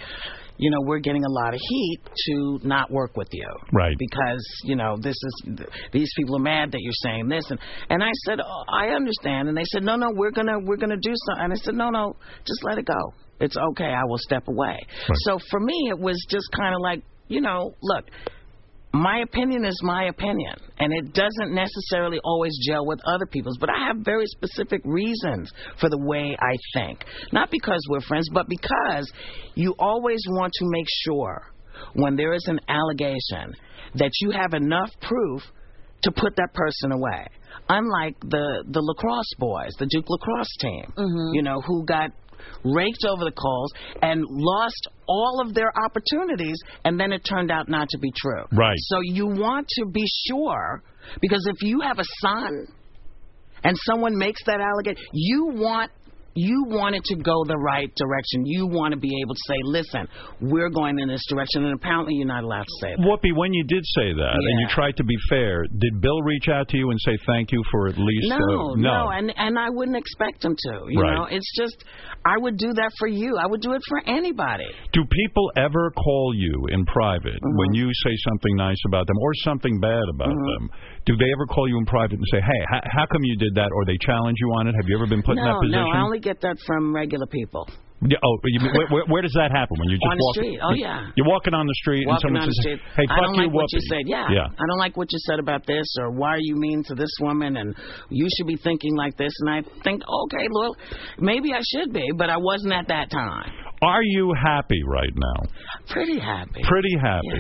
Speaker 23: you know, we're getting a lot of heat to not work with you.
Speaker 7: Right.
Speaker 23: Because, you know, this is these people are mad that you're saying this and and I said, "Oh, I understand." And they said, "No, no, we're going to we're going to do something." And I said, "No, no, just let it go. It's okay. I will step away." So for me, it was just kind of like, you know, look, my opinion is my opinion, and it doesn't necessarily always gel with other people's, but I have very specific reasons for the way I think. Not because we're friends, but because you always want to make sure when there is an allegation that you have enough proof to put that person away. Unlike the, the lacrosse boys, the Duke lacrosse team, you know, who got raked over the coals and lost all of their opportunities, and then it turned out not to be true.
Speaker 7: Right.
Speaker 23: So you want to be sure because if you have a son and someone makes that allegation, you want you want it to go the right direction. You want to be able to say, "Listen, we're going in this direction," and apparently you're not allowed to say that.
Speaker 7: Whoopi, when you did say that, and you
Speaker 23: Yeah.
Speaker 7: tried to be fair, did Bill reach out to you and say thank you for at least?
Speaker 23: No,
Speaker 7: uh,
Speaker 23: no,
Speaker 7: no,
Speaker 23: and and I wouldn't expect him to. You
Speaker 7: Right.
Speaker 23: know, it's just I would do that for you. I would do it for anybody.
Speaker 7: Do people ever call you in private
Speaker 23: Uh-huh.
Speaker 7: when you say something nice about them or something bad about them? Do they ever call you in private and say, "Hey, how, how come you did that?" Or they challenge you on it? Have you ever been put in
Speaker 23: no,
Speaker 7: that position?
Speaker 23: no, I only get that from regular people.
Speaker 7: Yeah, oh, you, mean- where, where, where does that happen when you just
Speaker 23: On the
Speaker 7: walk?
Speaker 23: street, oh, yeah.
Speaker 7: You're walking on the street
Speaker 23: Walking
Speaker 7: and someone
Speaker 23: down the
Speaker 7: says,
Speaker 23: street,
Speaker 7: "Hey,
Speaker 23: I
Speaker 7: fuck
Speaker 23: don't
Speaker 7: you,
Speaker 23: like what you
Speaker 7: Whoopi."
Speaker 23: said. Yeah.
Speaker 7: yeah.
Speaker 23: I don't like what you said about this, or why are you mean to this woman, and you should be thinking like this. And I think, okay, well, maybe I should be, but I wasn't at that time.
Speaker 7: Are you happy right now?
Speaker 23: Pretty happy.
Speaker 7: Pretty happy.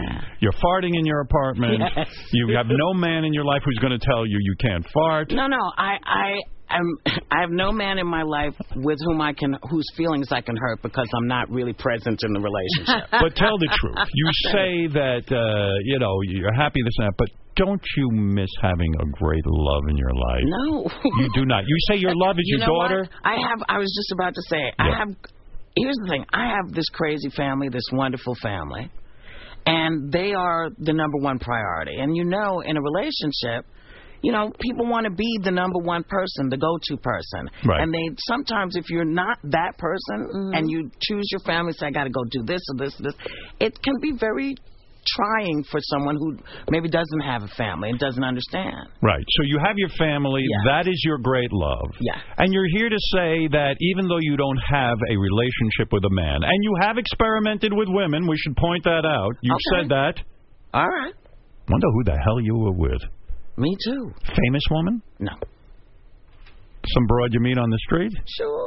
Speaker 7: You're farting in your apartment.
Speaker 23: Yes.
Speaker 7: You have no man in your life who's going to tell you you can't fart.
Speaker 23: No, no, I, I, I'm, I have no man in my life with whom I can, whose feelings I can hurt because I'm not really present in the relationship.
Speaker 7: But tell the truth. You say that uh, you know you're happy this and that, but don't you miss having a great love in your life?
Speaker 23: No.
Speaker 7: you do not. You say your love is
Speaker 23: you
Speaker 7: your
Speaker 23: know
Speaker 7: daughter.
Speaker 23: What? I have. I was just about to say. I have. Here's the thing. I have this crazy family, this wonderful family, and they are the number one priority. And you know, in a relationship. You know, people want to be the number one person, the go-to person,
Speaker 25: Right.
Speaker 23: and they sometimes, if you're not that person, and you choose your family, say I got to go do this or this or this, it can be very trying for someone who maybe doesn't have a family and doesn't understand.
Speaker 7: Right. So you have your family. That is your great love.
Speaker 23: Yeah.
Speaker 7: And you're here to say that even though you don't have a relationship with a man, and you have experimented with women, we should point that out. You
Speaker 23: Okay.
Speaker 7: said that.
Speaker 23: All right.
Speaker 7: Wonder who the hell you were with.
Speaker 23: Me too.
Speaker 7: Famous woman?
Speaker 23: No.
Speaker 7: Some broad you meet on the street?
Speaker 23: Sure.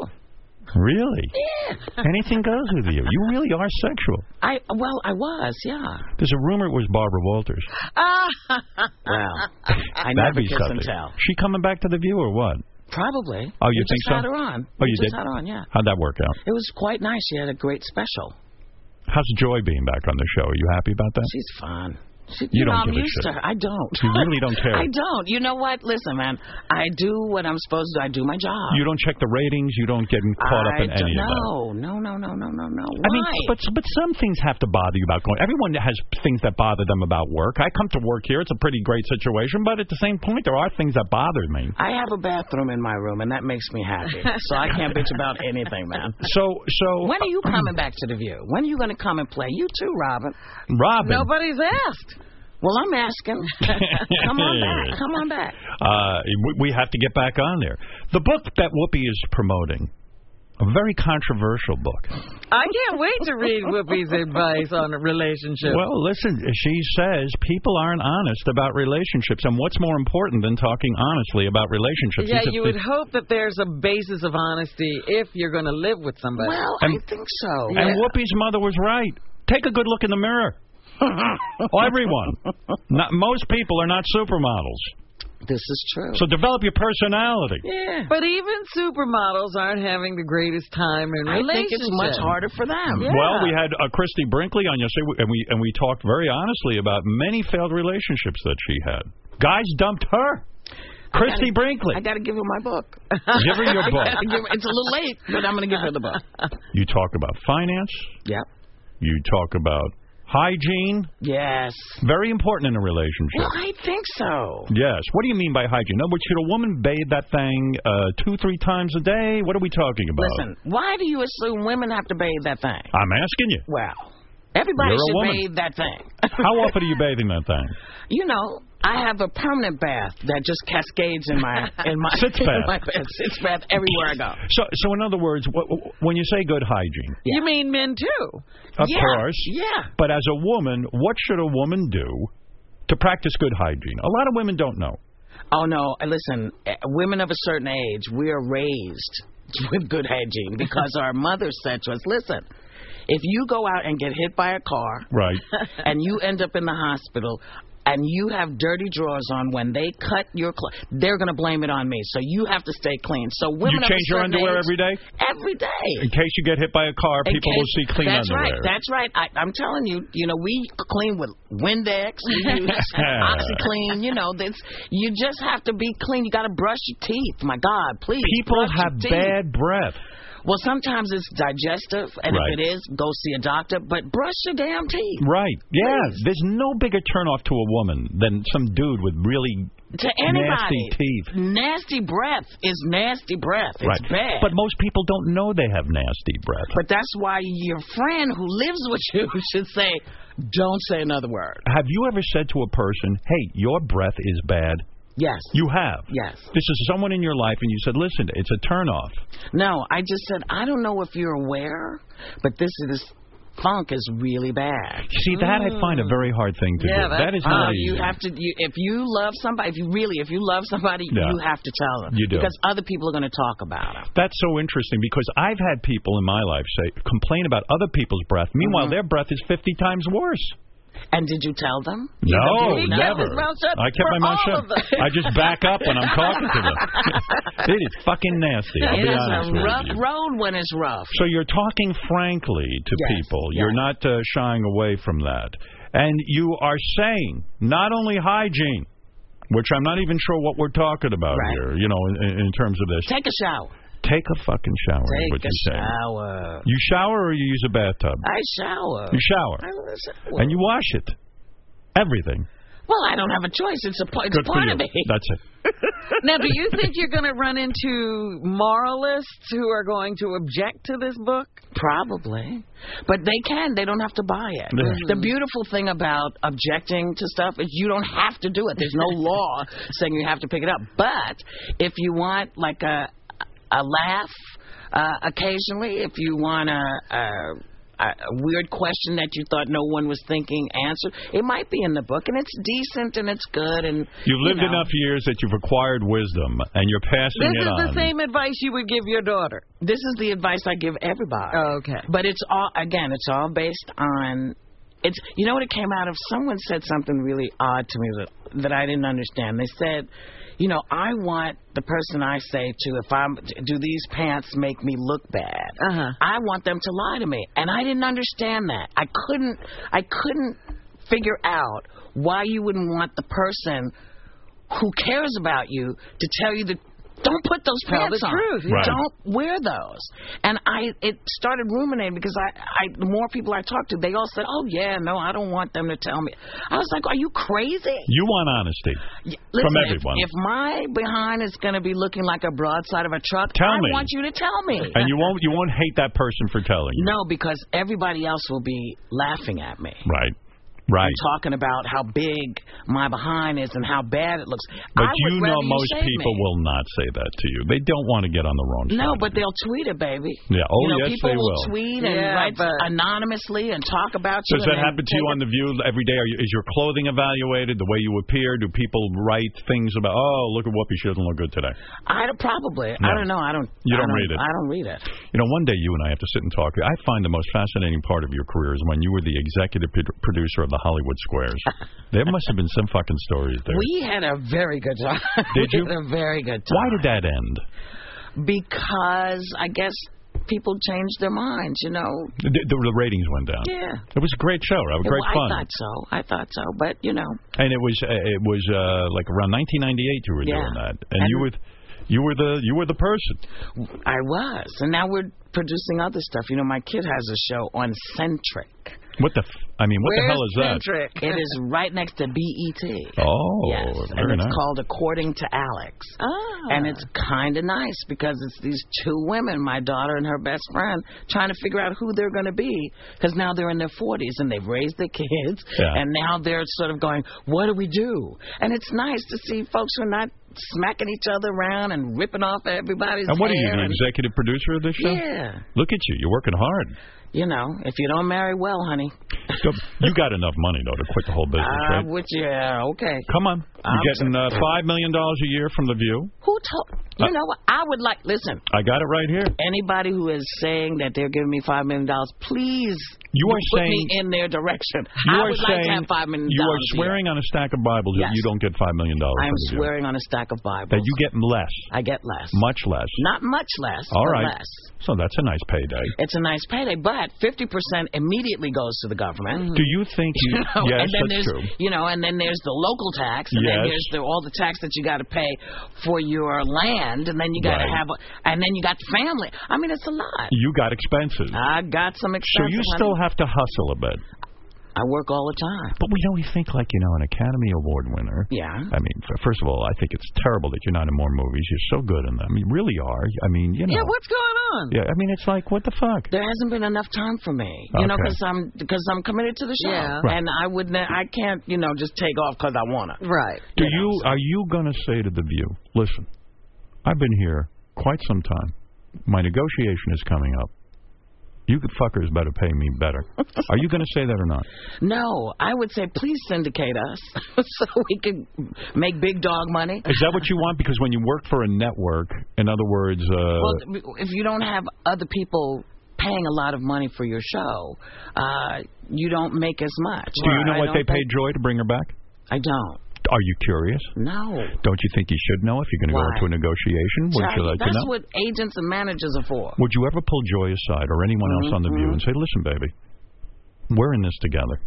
Speaker 7: Really? Yeah. Anything goes with you. You really are sexual.
Speaker 23: I well, I was, yeah.
Speaker 7: There's a rumor it was Barbara Walters.
Speaker 23: wow. I
Speaker 7: That'd
Speaker 23: never
Speaker 7: be
Speaker 23: kiss
Speaker 7: something.
Speaker 23: and tell.
Speaker 7: She coming back to the view or what?
Speaker 23: Probably.
Speaker 7: Oh, you
Speaker 23: We
Speaker 7: think
Speaker 23: just
Speaker 7: so?
Speaker 23: Had her on.
Speaker 7: Oh,
Speaker 23: We
Speaker 7: you
Speaker 23: just
Speaker 7: did?
Speaker 23: Had her on, yeah.
Speaker 7: How'd that work out?
Speaker 23: It was quite nice. She had a great special.
Speaker 7: How's Joy being back on the show? Are you happy about that?
Speaker 23: She's fine. She,
Speaker 7: you,
Speaker 23: know,
Speaker 7: don't
Speaker 23: I'm
Speaker 7: give a
Speaker 23: used
Speaker 7: shit.
Speaker 23: to her. I don't.
Speaker 7: You really don't care.
Speaker 23: I don't. You know what? Listen, man. I do what I'm supposed to. do. I do my job.
Speaker 7: You don't check the ratings. You don't get caught up
Speaker 23: I
Speaker 7: in
Speaker 23: don't-
Speaker 7: any of that.
Speaker 23: no, no, no, no, no, no, no.
Speaker 7: I mean, but but some things have to bother you about going. Everyone has things that bother them about work. I come to work here; it's a pretty great situation, but at the same point, there are things that bother me.
Speaker 23: I have a bathroom in my room, and that makes me happy. so I can't bitch about anything, man.
Speaker 7: So, so uh,
Speaker 23: when are you coming back to the view? When are you going to come and play? You too, Robin.
Speaker 7: Robin.
Speaker 23: Nobody's asked. Well, I'm asking. come on back. Come on back.
Speaker 7: Uh, we, we have to get back on there. The book that Whoopi is promoting, a very controversial book.
Speaker 8: I can't wait to read Whoopi's advice on a relationship.
Speaker 7: Well, listen, she says people aren't honest about relationships, and what's more important than talking honestly about relationships?
Speaker 8: yeah,
Speaker 7: It's-
Speaker 8: you would
Speaker 7: it's-
Speaker 8: hope that there's a basis of honesty if you're going to live with somebody.
Speaker 7: Well, I And-
Speaker 23: think so.
Speaker 7: And Whoopi's mother was right. Take a good look in the mirror. Everyone. Not, most people are not supermodels.
Speaker 23: This is true.
Speaker 7: So develop your personality.
Speaker 8: Yeah. But even supermodels aren't having the greatest time in
Speaker 23: I think
Speaker 8: relationships.
Speaker 23: it's much harder for them.
Speaker 7: Well, we had uh, Christy Brinkley on yesterday, and we and we talked very honestly about many failed relationships that she had. Guys dumped her. Christy Brinkley.
Speaker 23: I got to give her my book.
Speaker 7: Give her your
Speaker 23: I
Speaker 7: book.
Speaker 23: gotta give her- it's a little late, but I'm going to give her the book.
Speaker 7: You talk about finance.
Speaker 23: Yep.
Speaker 7: You talk about hygiene.
Speaker 23: Yes.
Speaker 7: Very important in a relationship.
Speaker 23: Well, I think so.
Speaker 7: Yes. What do you mean by hygiene? In other words, should a woman bathe that thing uh, two, three times a day? What are we talking about?
Speaker 23: Listen, why do you assume women have to bathe that thing?
Speaker 7: I'm asking you.
Speaker 23: Wow. Everybody
Speaker 7: You're a
Speaker 23: should
Speaker 7: woman.
Speaker 23: bathe that thing.
Speaker 7: How often are you bathing that thing?
Speaker 23: You know, I have a permanent bath that just cascades in my in my
Speaker 7: Sitz
Speaker 23: in
Speaker 7: bath.
Speaker 23: my bed. Sitz bath everywhere I go.
Speaker 7: So, so in other words, wh wh- when you say good hygiene,
Speaker 8: You mean men too?
Speaker 7: of course,
Speaker 8: Yeah.
Speaker 7: But as a woman, what should a woman do to practice good hygiene? A lot of women don't know.
Speaker 23: Oh no! uh, Listen, uh, women of a certain age, we are raised with good hygiene because our mothers said to us, "Listen, if you go out and get hit by a car,
Speaker 7: Right.
Speaker 23: and you end up in the hospital." And you have dirty drawers on when they cut your clothes. They're going to blame it on me. So you have to stay clean. So
Speaker 7: you
Speaker 23: women of a
Speaker 7: change your
Speaker 23: certain
Speaker 7: underwear
Speaker 23: age-
Speaker 7: every day.
Speaker 23: Every day.
Speaker 7: In case you get hit by a car,
Speaker 23: In
Speaker 7: people will see
Speaker 23: case-
Speaker 7: clean
Speaker 23: that's
Speaker 7: underwear.
Speaker 23: right. That's right. I, I'm telling you. You know, we clean with Windex, we use OxyClean. You know, that's you just have to be clean. You got to brush your teeth. My God, please.
Speaker 7: People
Speaker 23: brush
Speaker 7: have
Speaker 23: your teeth.
Speaker 7: bad breath.
Speaker 23: Well, sometimes it's digestive, and
Speaker 7: Right.
Speaker 23: if it is, go see a doctor. But brush your damn teeth.
Speaker 7: Right. Yeah. There's no bigger turnoff to a woman than some dude with really
Speaker 23: To
Speaker 7: nasty
Speaker 23: anybody.
Speaker 7: teeth.
Speaker 23: Nasty breath is nasty breath. It's
Speaker 7: right.
Speaker 23: bad.
Speaker 7: But most people don't know they have nasty breath.
Speaker 23: But that's why your friend who lives with you should say, "Don't say another word."
Speaker 7: Have you ever said to a person, "Hey, your breath is bad"?
Speaker 23: Yes.
Speaker 7: You have.
Speaker 23: Yes.
Speaker 7: This is someone in your life, and you said, "Listen, it's a turnoff."
Speaker 23: No, I just said I don't know if you're aware, but this is funk is really bad.
Speaker 7: See, that I find
Speaker 23: Mm.
Speaker 7: a very hard thing to do. That is not
Speaker 23: uh,
Speaker 7: easy.
Speaker 23: You have to. You, if you love somebody, if you really, if you love somebody,
Speaker 7: Yeah.
Speaker 23: you have to tell them.
Speaker 7: You do.
Speaker 23: because other people are going to talk about it.
Speaker 7: That's so interesting because I've had people in my life say complain about other people's breath. Meanwhile, their breath is 50 times worse.
Speaker 23: Mm-hmm. And did you tell them?
Speaker 7: No,
Speaker 23: He kept
Speaker 7: never.
Speaker 23: his mouth shut
Speaker 7: I kept my
Speaker 23: for
Speaker 7: mouth
Speaker 23: all
Speaker 7: shut.
Speaker 23: of them.
Speaker 7: I just back up when I'm talking to them. it is fucking nasty. I'll
Speaker 23: it
Speaker 7: be
Speaker 23: is
Speaker 7: honest
Speaker 23: a
Speaker 7: with
Speaker 23: rough
Speaker 7: you.
Speaker 23: road when it's rough.
Speaker 7: So you're talking frankly to people. You're not uh, shying away from that. And you are saying not only hygiene, which I'm not even sure what we're talking about here, you know, in, in- in terms of this.
Speaker 23: Take a shower.
Speaker 7: Take a fucking shower. is
Speaker 23: Take
Speaker 7: what
Speaker 23: a
Speaker 7: you're saying.
Speaker 23: shower.
Speaker 7: You shower or you use a bathtub?
Speaker 23: I shower.
Speaker 7: You shower.
Speaker 23: I shower.
Speaker 7: And you wash it. Everything.
Speaker 23: Well, I don't have a choice. It's a pa- it's
Speaker 7: Good for
Speaker 23: part
Speaker 7: you.
Speaker 23: of me.
Speaker 7: That's it.
Speaker 8: Now, do you think you're going to run into moralists who are going to object to this book?
Speaker 23: Probably. But they can. They don't have to buy it.
Speaker 8: Yeah.
Speaker 23: The beautiful thing about objecting to stuff is you don't have to do it. There's no law saying you have to pick it up. But if you want like a a laugh uh, occasionally, if you want a, a a weird question that you thought no one was thinking answered, it might be in the book, and it's decent and it's good. And
Speaker 7: You've lived
Speaker 23: you know.
Speaker 7: enough years that you've acquired wisdom and you're passing
Speaker 8: This
Speaker 7: it
Speaker 8: is
Speaker 7: on.
Speaker 8: the same advice you would give your daughter. Oh,
Speaker 23: This is the advice I give everybody.
Speaker 8: okay.
Speaker 23: But it's all again, it's all based on it's you know what it came out of someone said something really odd to me that that I didn't understand. They said, you know, I want the person I say to if I'm do these pants make me look bad? Uh-huh. I want them to lie to me. And I didn't understand that. I couldn't I couldn't figure out why you wouldn't want the person who cares about you to tell you that don't put those
Speaker 8: Tell
Speaker 23: pants
Speaker 8: the
Speaker 23: on.
Speaker 8: truth, yeah. Right.
Speaker 23: Don't wear those. And I it started ruminating because I, I the more people I talked to, they all said, "Oh yeah, no, I don't want them to tell me." I was like, "Are you crazy?"
Speaker 7: You want honesty
Speaker 23: Listen,
Speaker 7: from
Speaker 23: if-
Speaker 7: everyone.
Speaker 23: If, my behind is going to be looking like a broadside of a truck,
Speaker 7: Tell
Speaker 23: I
Speaker 7: me.
Speaker 23: want you to tell me.
Speaker 7: and you won't you won't hate that person for telling you.
Speaker 23: no, because everybody else will be laughing at me.
Speaker 7: Right. Right.
Speaker 23: and talking about how big my behind is and how bad it looks.
Speaker 7: But
Speaker 23: I would
Speaker 7: you know
Speaker 23: rather you
Speaker 7: most
Speaker 23: save
Speaker 7: people
Speaker 23: me.
Speaker 7: will not say that to you. They don't want to get on the wrong side.
Speaker 23: No, but they'll tweet it, baby.
Speaker 7: Yeah. Oh,
Speaker 23: you know,
Speaker 7: yes,
Speaker 23: people
Speaker 7: they will.
Speaker 23: tweet and
Speaker 8: Yeah,
Speaker 23: write anonymously and talk about you.
Speaker 7: Does
Speaker 23: and
Speaker 7: that
Speaker 23: then
Speaker 7: happen to
Speaker 23: take
Speaker 7: you on the view every day? Are you, is your clothing evaluated? The way you appear? Do people write things about? Oh, look at Whoopi. She doesn't look good today.
Speaker 23: I don't- probably.
Speaker 7: No.
Speaker 23: I don't know. I don't.
Speaker 7: You
Speaker 23: I
Speaker 7: don't read it.
Speaker 23: I don't read it.
Speaker 7: You know, one day you and I have to sit and talk. I find the most fascinating part of your career is when you were the executive pro- producer of the Hollywood Squares. there must have been some fucking stories there.
Speaker 23: We had a very good time.
Speaker 7: Did
Speaker 23: We
Speaker 7: you?
Speaker 23: had a very good time.
Speaker 7: Why did that end?
Speaker 23: Because I guess people changed their minds. You know.
Speaker 7: The, the, the ratings went down.
Speaker 23: Yeah.
Speaker 7: It was a great show. It was great
Speaker 23: Well,
Speaker 7: fun.
Speaker 23: I thought so. I thought so. But you know,
Speaker 7: And it was uh, it was uh, like around 1998 you were
Speaker 23: Yeah.
Speaker 7: doing that, and, you
Speaker 23: And-
Speaker 7: were you were the you were the person.
Speaker 23: I was, and now we're producing other stuff. You know, my kid has a show on Centric.
Speaker 7: What the? F I mean, what the hell is that?
Speaker 23: It is right next to BET.
Speaker 7: Oh,
Speaker 23: Yes, and
Speaker 7: very
Speaker 23: it's
Speaker 7: nice.
Speaker 23: called According to Alex. And it's kind of nice because it's these two women, my daughter and her best friend, trying to figure out who they're going to be because now they're in their 40s and they've raised their kids
Speaker 25: Yeah.
Speaker 23: and now they're sort of going, what do we do? And it's nice to see folks who are not smacking each other around and ripping off everybody's
Speaker 7: and what are you,
Speaker 23: hair
Speaker 7: the
Speaker 23: and-
Speaker 7: executive producer of this show?
Speaker 23: Yeah.
Speaker 7: Look at you, you're working hard.
Speaker 23: you know, if you don't marry well, honey.
Speaker 7: So you got enough money though to quit the whole business,
Speaker 23: I
Speaker 7: right?
Speaker 23: would, yeah, okay.
Speaker 7: Come on,
Speaker 23: I'm-
Speaker 7: you're getting uh, five million dollars a year from the View.
Speaker 23: Who told? You
Speaker 7: Uh,
Speaker 23: know what? I would like. Listen,
Speaker 7: I got it right here.
Speaker 23: anybody who is saying that they're giving me five million dollars, please,
Speaker 7: You are
Speaker 23: put
Speaker 7: saying-
Speaker 23: me in their direction.
Speaker 7: You
Speaker 23: I
Speaker 7: are
Speaker 23: would
Speaker 7: saying
Speaker 23: like to have five million
Speaker 7: you are
Speaker 23: dollars.
Speaker 7: swearing on a stack of Bibles
Speaker 23: Yes.
Speaker 7: that you don't get five million dollars.
Speaker 23: I am
Speaker 7: from the View.
Speaker 23: swearing on a stack of Bibles.
Speaker 7: that you get less,
Speaker 23: I get less,
Speaker 7: much less.
Speaker 23: not much less.
Speaker 7: All
Speaker 23: but
Speaker 7: right.
Speaker 23: less.
Speaker 7: So that's a nice payday.
Speaker 23: It's a nice payday, but fifty percent immediately goes to the government.
Speaker 7: Do you think you?
Speaker 23: Mm-hmm. You know,
Speaker 7: yes,
Speaker 23: and then
Speaker 7: that's
Speaker 23: there's
Speaker 7: true.
Speaker 23: you know, and then there's the local tax, and then
Speaker 7: Yes.
Speaker 23: there's the, all the tax that you got to pay for your land, and then you got to
Speaker 7: Right.
Speaker 23: have, a, and then you got family. I mean, it's a lot.
Speaker 7: You got expenses.
Speaker 23: I got some
Speaker 7: so
Speaker 23: expenses.
Speaker 7: you
Speaker 23: honey.
Speaker 7: still have to hustle a bit.
Speaker 23: I work all the time.
Speaker 7: But we don't think like you know an Academy Award winner.
Speaker 23: Yeah.
Speaker 7: I mean, f- first of all, I think it's terrible that you're not in more movies. You're so good in them. You really are. I mean, you know.
Speaker 23: Yeah, what's going on?
Speaker 7: Yeah, I mean, it's like what the fuck.
Speaker 23: There hasn't been enough time for me, you know,
Speaker 7: Okay.
Speaker 23: because I'm because I'm committed to the show,
Speaker 7: Yeah. Right.
Speaker 23: and I wouldn't, I can't, you know, just take off because I wanna.
Speaker 8: Right.
Speaker 7: Do you are you gonna say to the View? Listen, I've been here quite some time. My negotiation is coming up.
Speaker 26: You fuckers better pay me better. Are you going to say that or not?
Speaker 23: No, I would say please syndicate us so we can make big dog money.
Speaker 7: Is that what you want? Because when you work for a network, in other words, uh,
Speaker 23: Well, if you don't have other people paying a lot of money for your show, uh, you don't make as much.
Speaker 7: do you know
Speaker 23: I
Speaker 7: what
Speaker 23: don't
Speaker 7: they paid
Speaker 23: think-
Speaker 7: Joy to bring her back?
Speaker 23: I don't.
Speaker 7: Are you curious?
Speaker 23: No.
Speaker 7: Don't you think you should know if you're going to go
Speaker 23: Why?
Speaker 7: into a negotiation? Would you
Speaker 23: Charlie,
Speaker 7: like to
Speaker 23: that's
Speaker 7: know?
Speaker 23: what agents and managers are for.
Speaker 7: Would you ever pull Joy aside or anyone else on the view and
Speaker 23: Mm-hmm.
Speaker 7: say, listen, baby, we're in this together.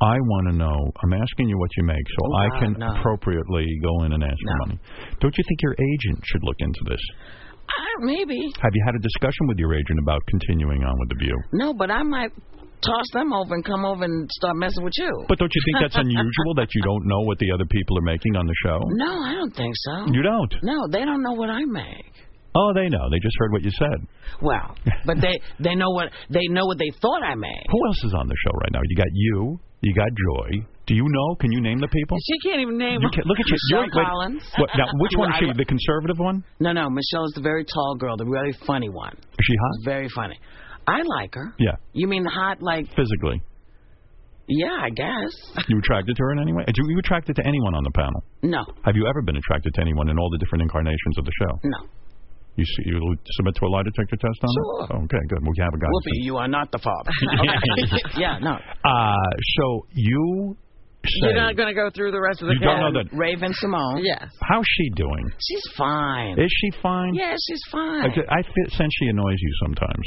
Speaker 7: I want to know, I'm asking you what you make so
Speaker 26: Oh,
Speaker 7: I
Speaker 26: God,
Speaker 7: can
Speaker 26: no.
Speaker 7: appropriately go in and ask for money. Don't you think your agent should look into this?
Speaker 23: I, maybe.
Speaker 7: Have you had a discussion with your agent about continuing on with the view?
Speaker 23: No, but I might toss them over and come over and start messing with you.
Speaker 7: But don't you think that's unusual that you don't know what the other people are making on the show?
Speaker 23: No, I don't think so.
Speaker 7: You don't?
Speaker 23: No, they don't know what I make.
Speaker 7: Oh, they know. They just heard what you said.
Speaker 23: Well, but they they know what they know what they thought I made.
Speaker 7: Who else is on the show right now? You got you. You got Joy. Do you know? Can you name the people?
Speaker 23: She can't even name.
Speaker 7: You can't, look at you.
Speaker 23: Michelle
Speaker 7: Wait, wait.
Speaker 23: Collins.
Speaker 7: What, now, which one is
Speaker 23: I-
Speaker 7: she? The conservative one?
Speaker 23: No, no. Michelle is the very tall girl, the very funny one.
Speaker 7: Is she hot?
Speaker 23: Very funny. I like her.
Speaker 7: Yeah.
Speaker 23: You mean hot like?
Speaker 7: Physically.
Speaker 23: Yeah, I guess.
Speaker 7: You attracted to her in any way? Are you attracted to anyone on the panel?
Speaker 23: No,
Speaker 7: Have you ever been attracted to anyone in all the different incarnations of the show?
Speaker 23: no.
Speaker 7: You, s- you submit to a lie detector test on it? Sure. Okay, good. Well, you have a guy.
Speaker 23: Whoopi, you are not the father. Okay. yeah, no.
Speaker 7: Uh, so you say,
Speaker 8: You're not going to go through the rest of the
Speaker 7: You don't know
Speaker 8: cast.
Speaker 7: that-
Speaker 23: Raven Simone.
Speaker 8: Yes.
Speaker 7: how's she doing?
Speaker 23: She's fine.
Speaker 7: Is she fine?
Speaker 23: Yeah, she's fine.
Speaker 7: I, ju- I fe- sense she annoys you sometimes.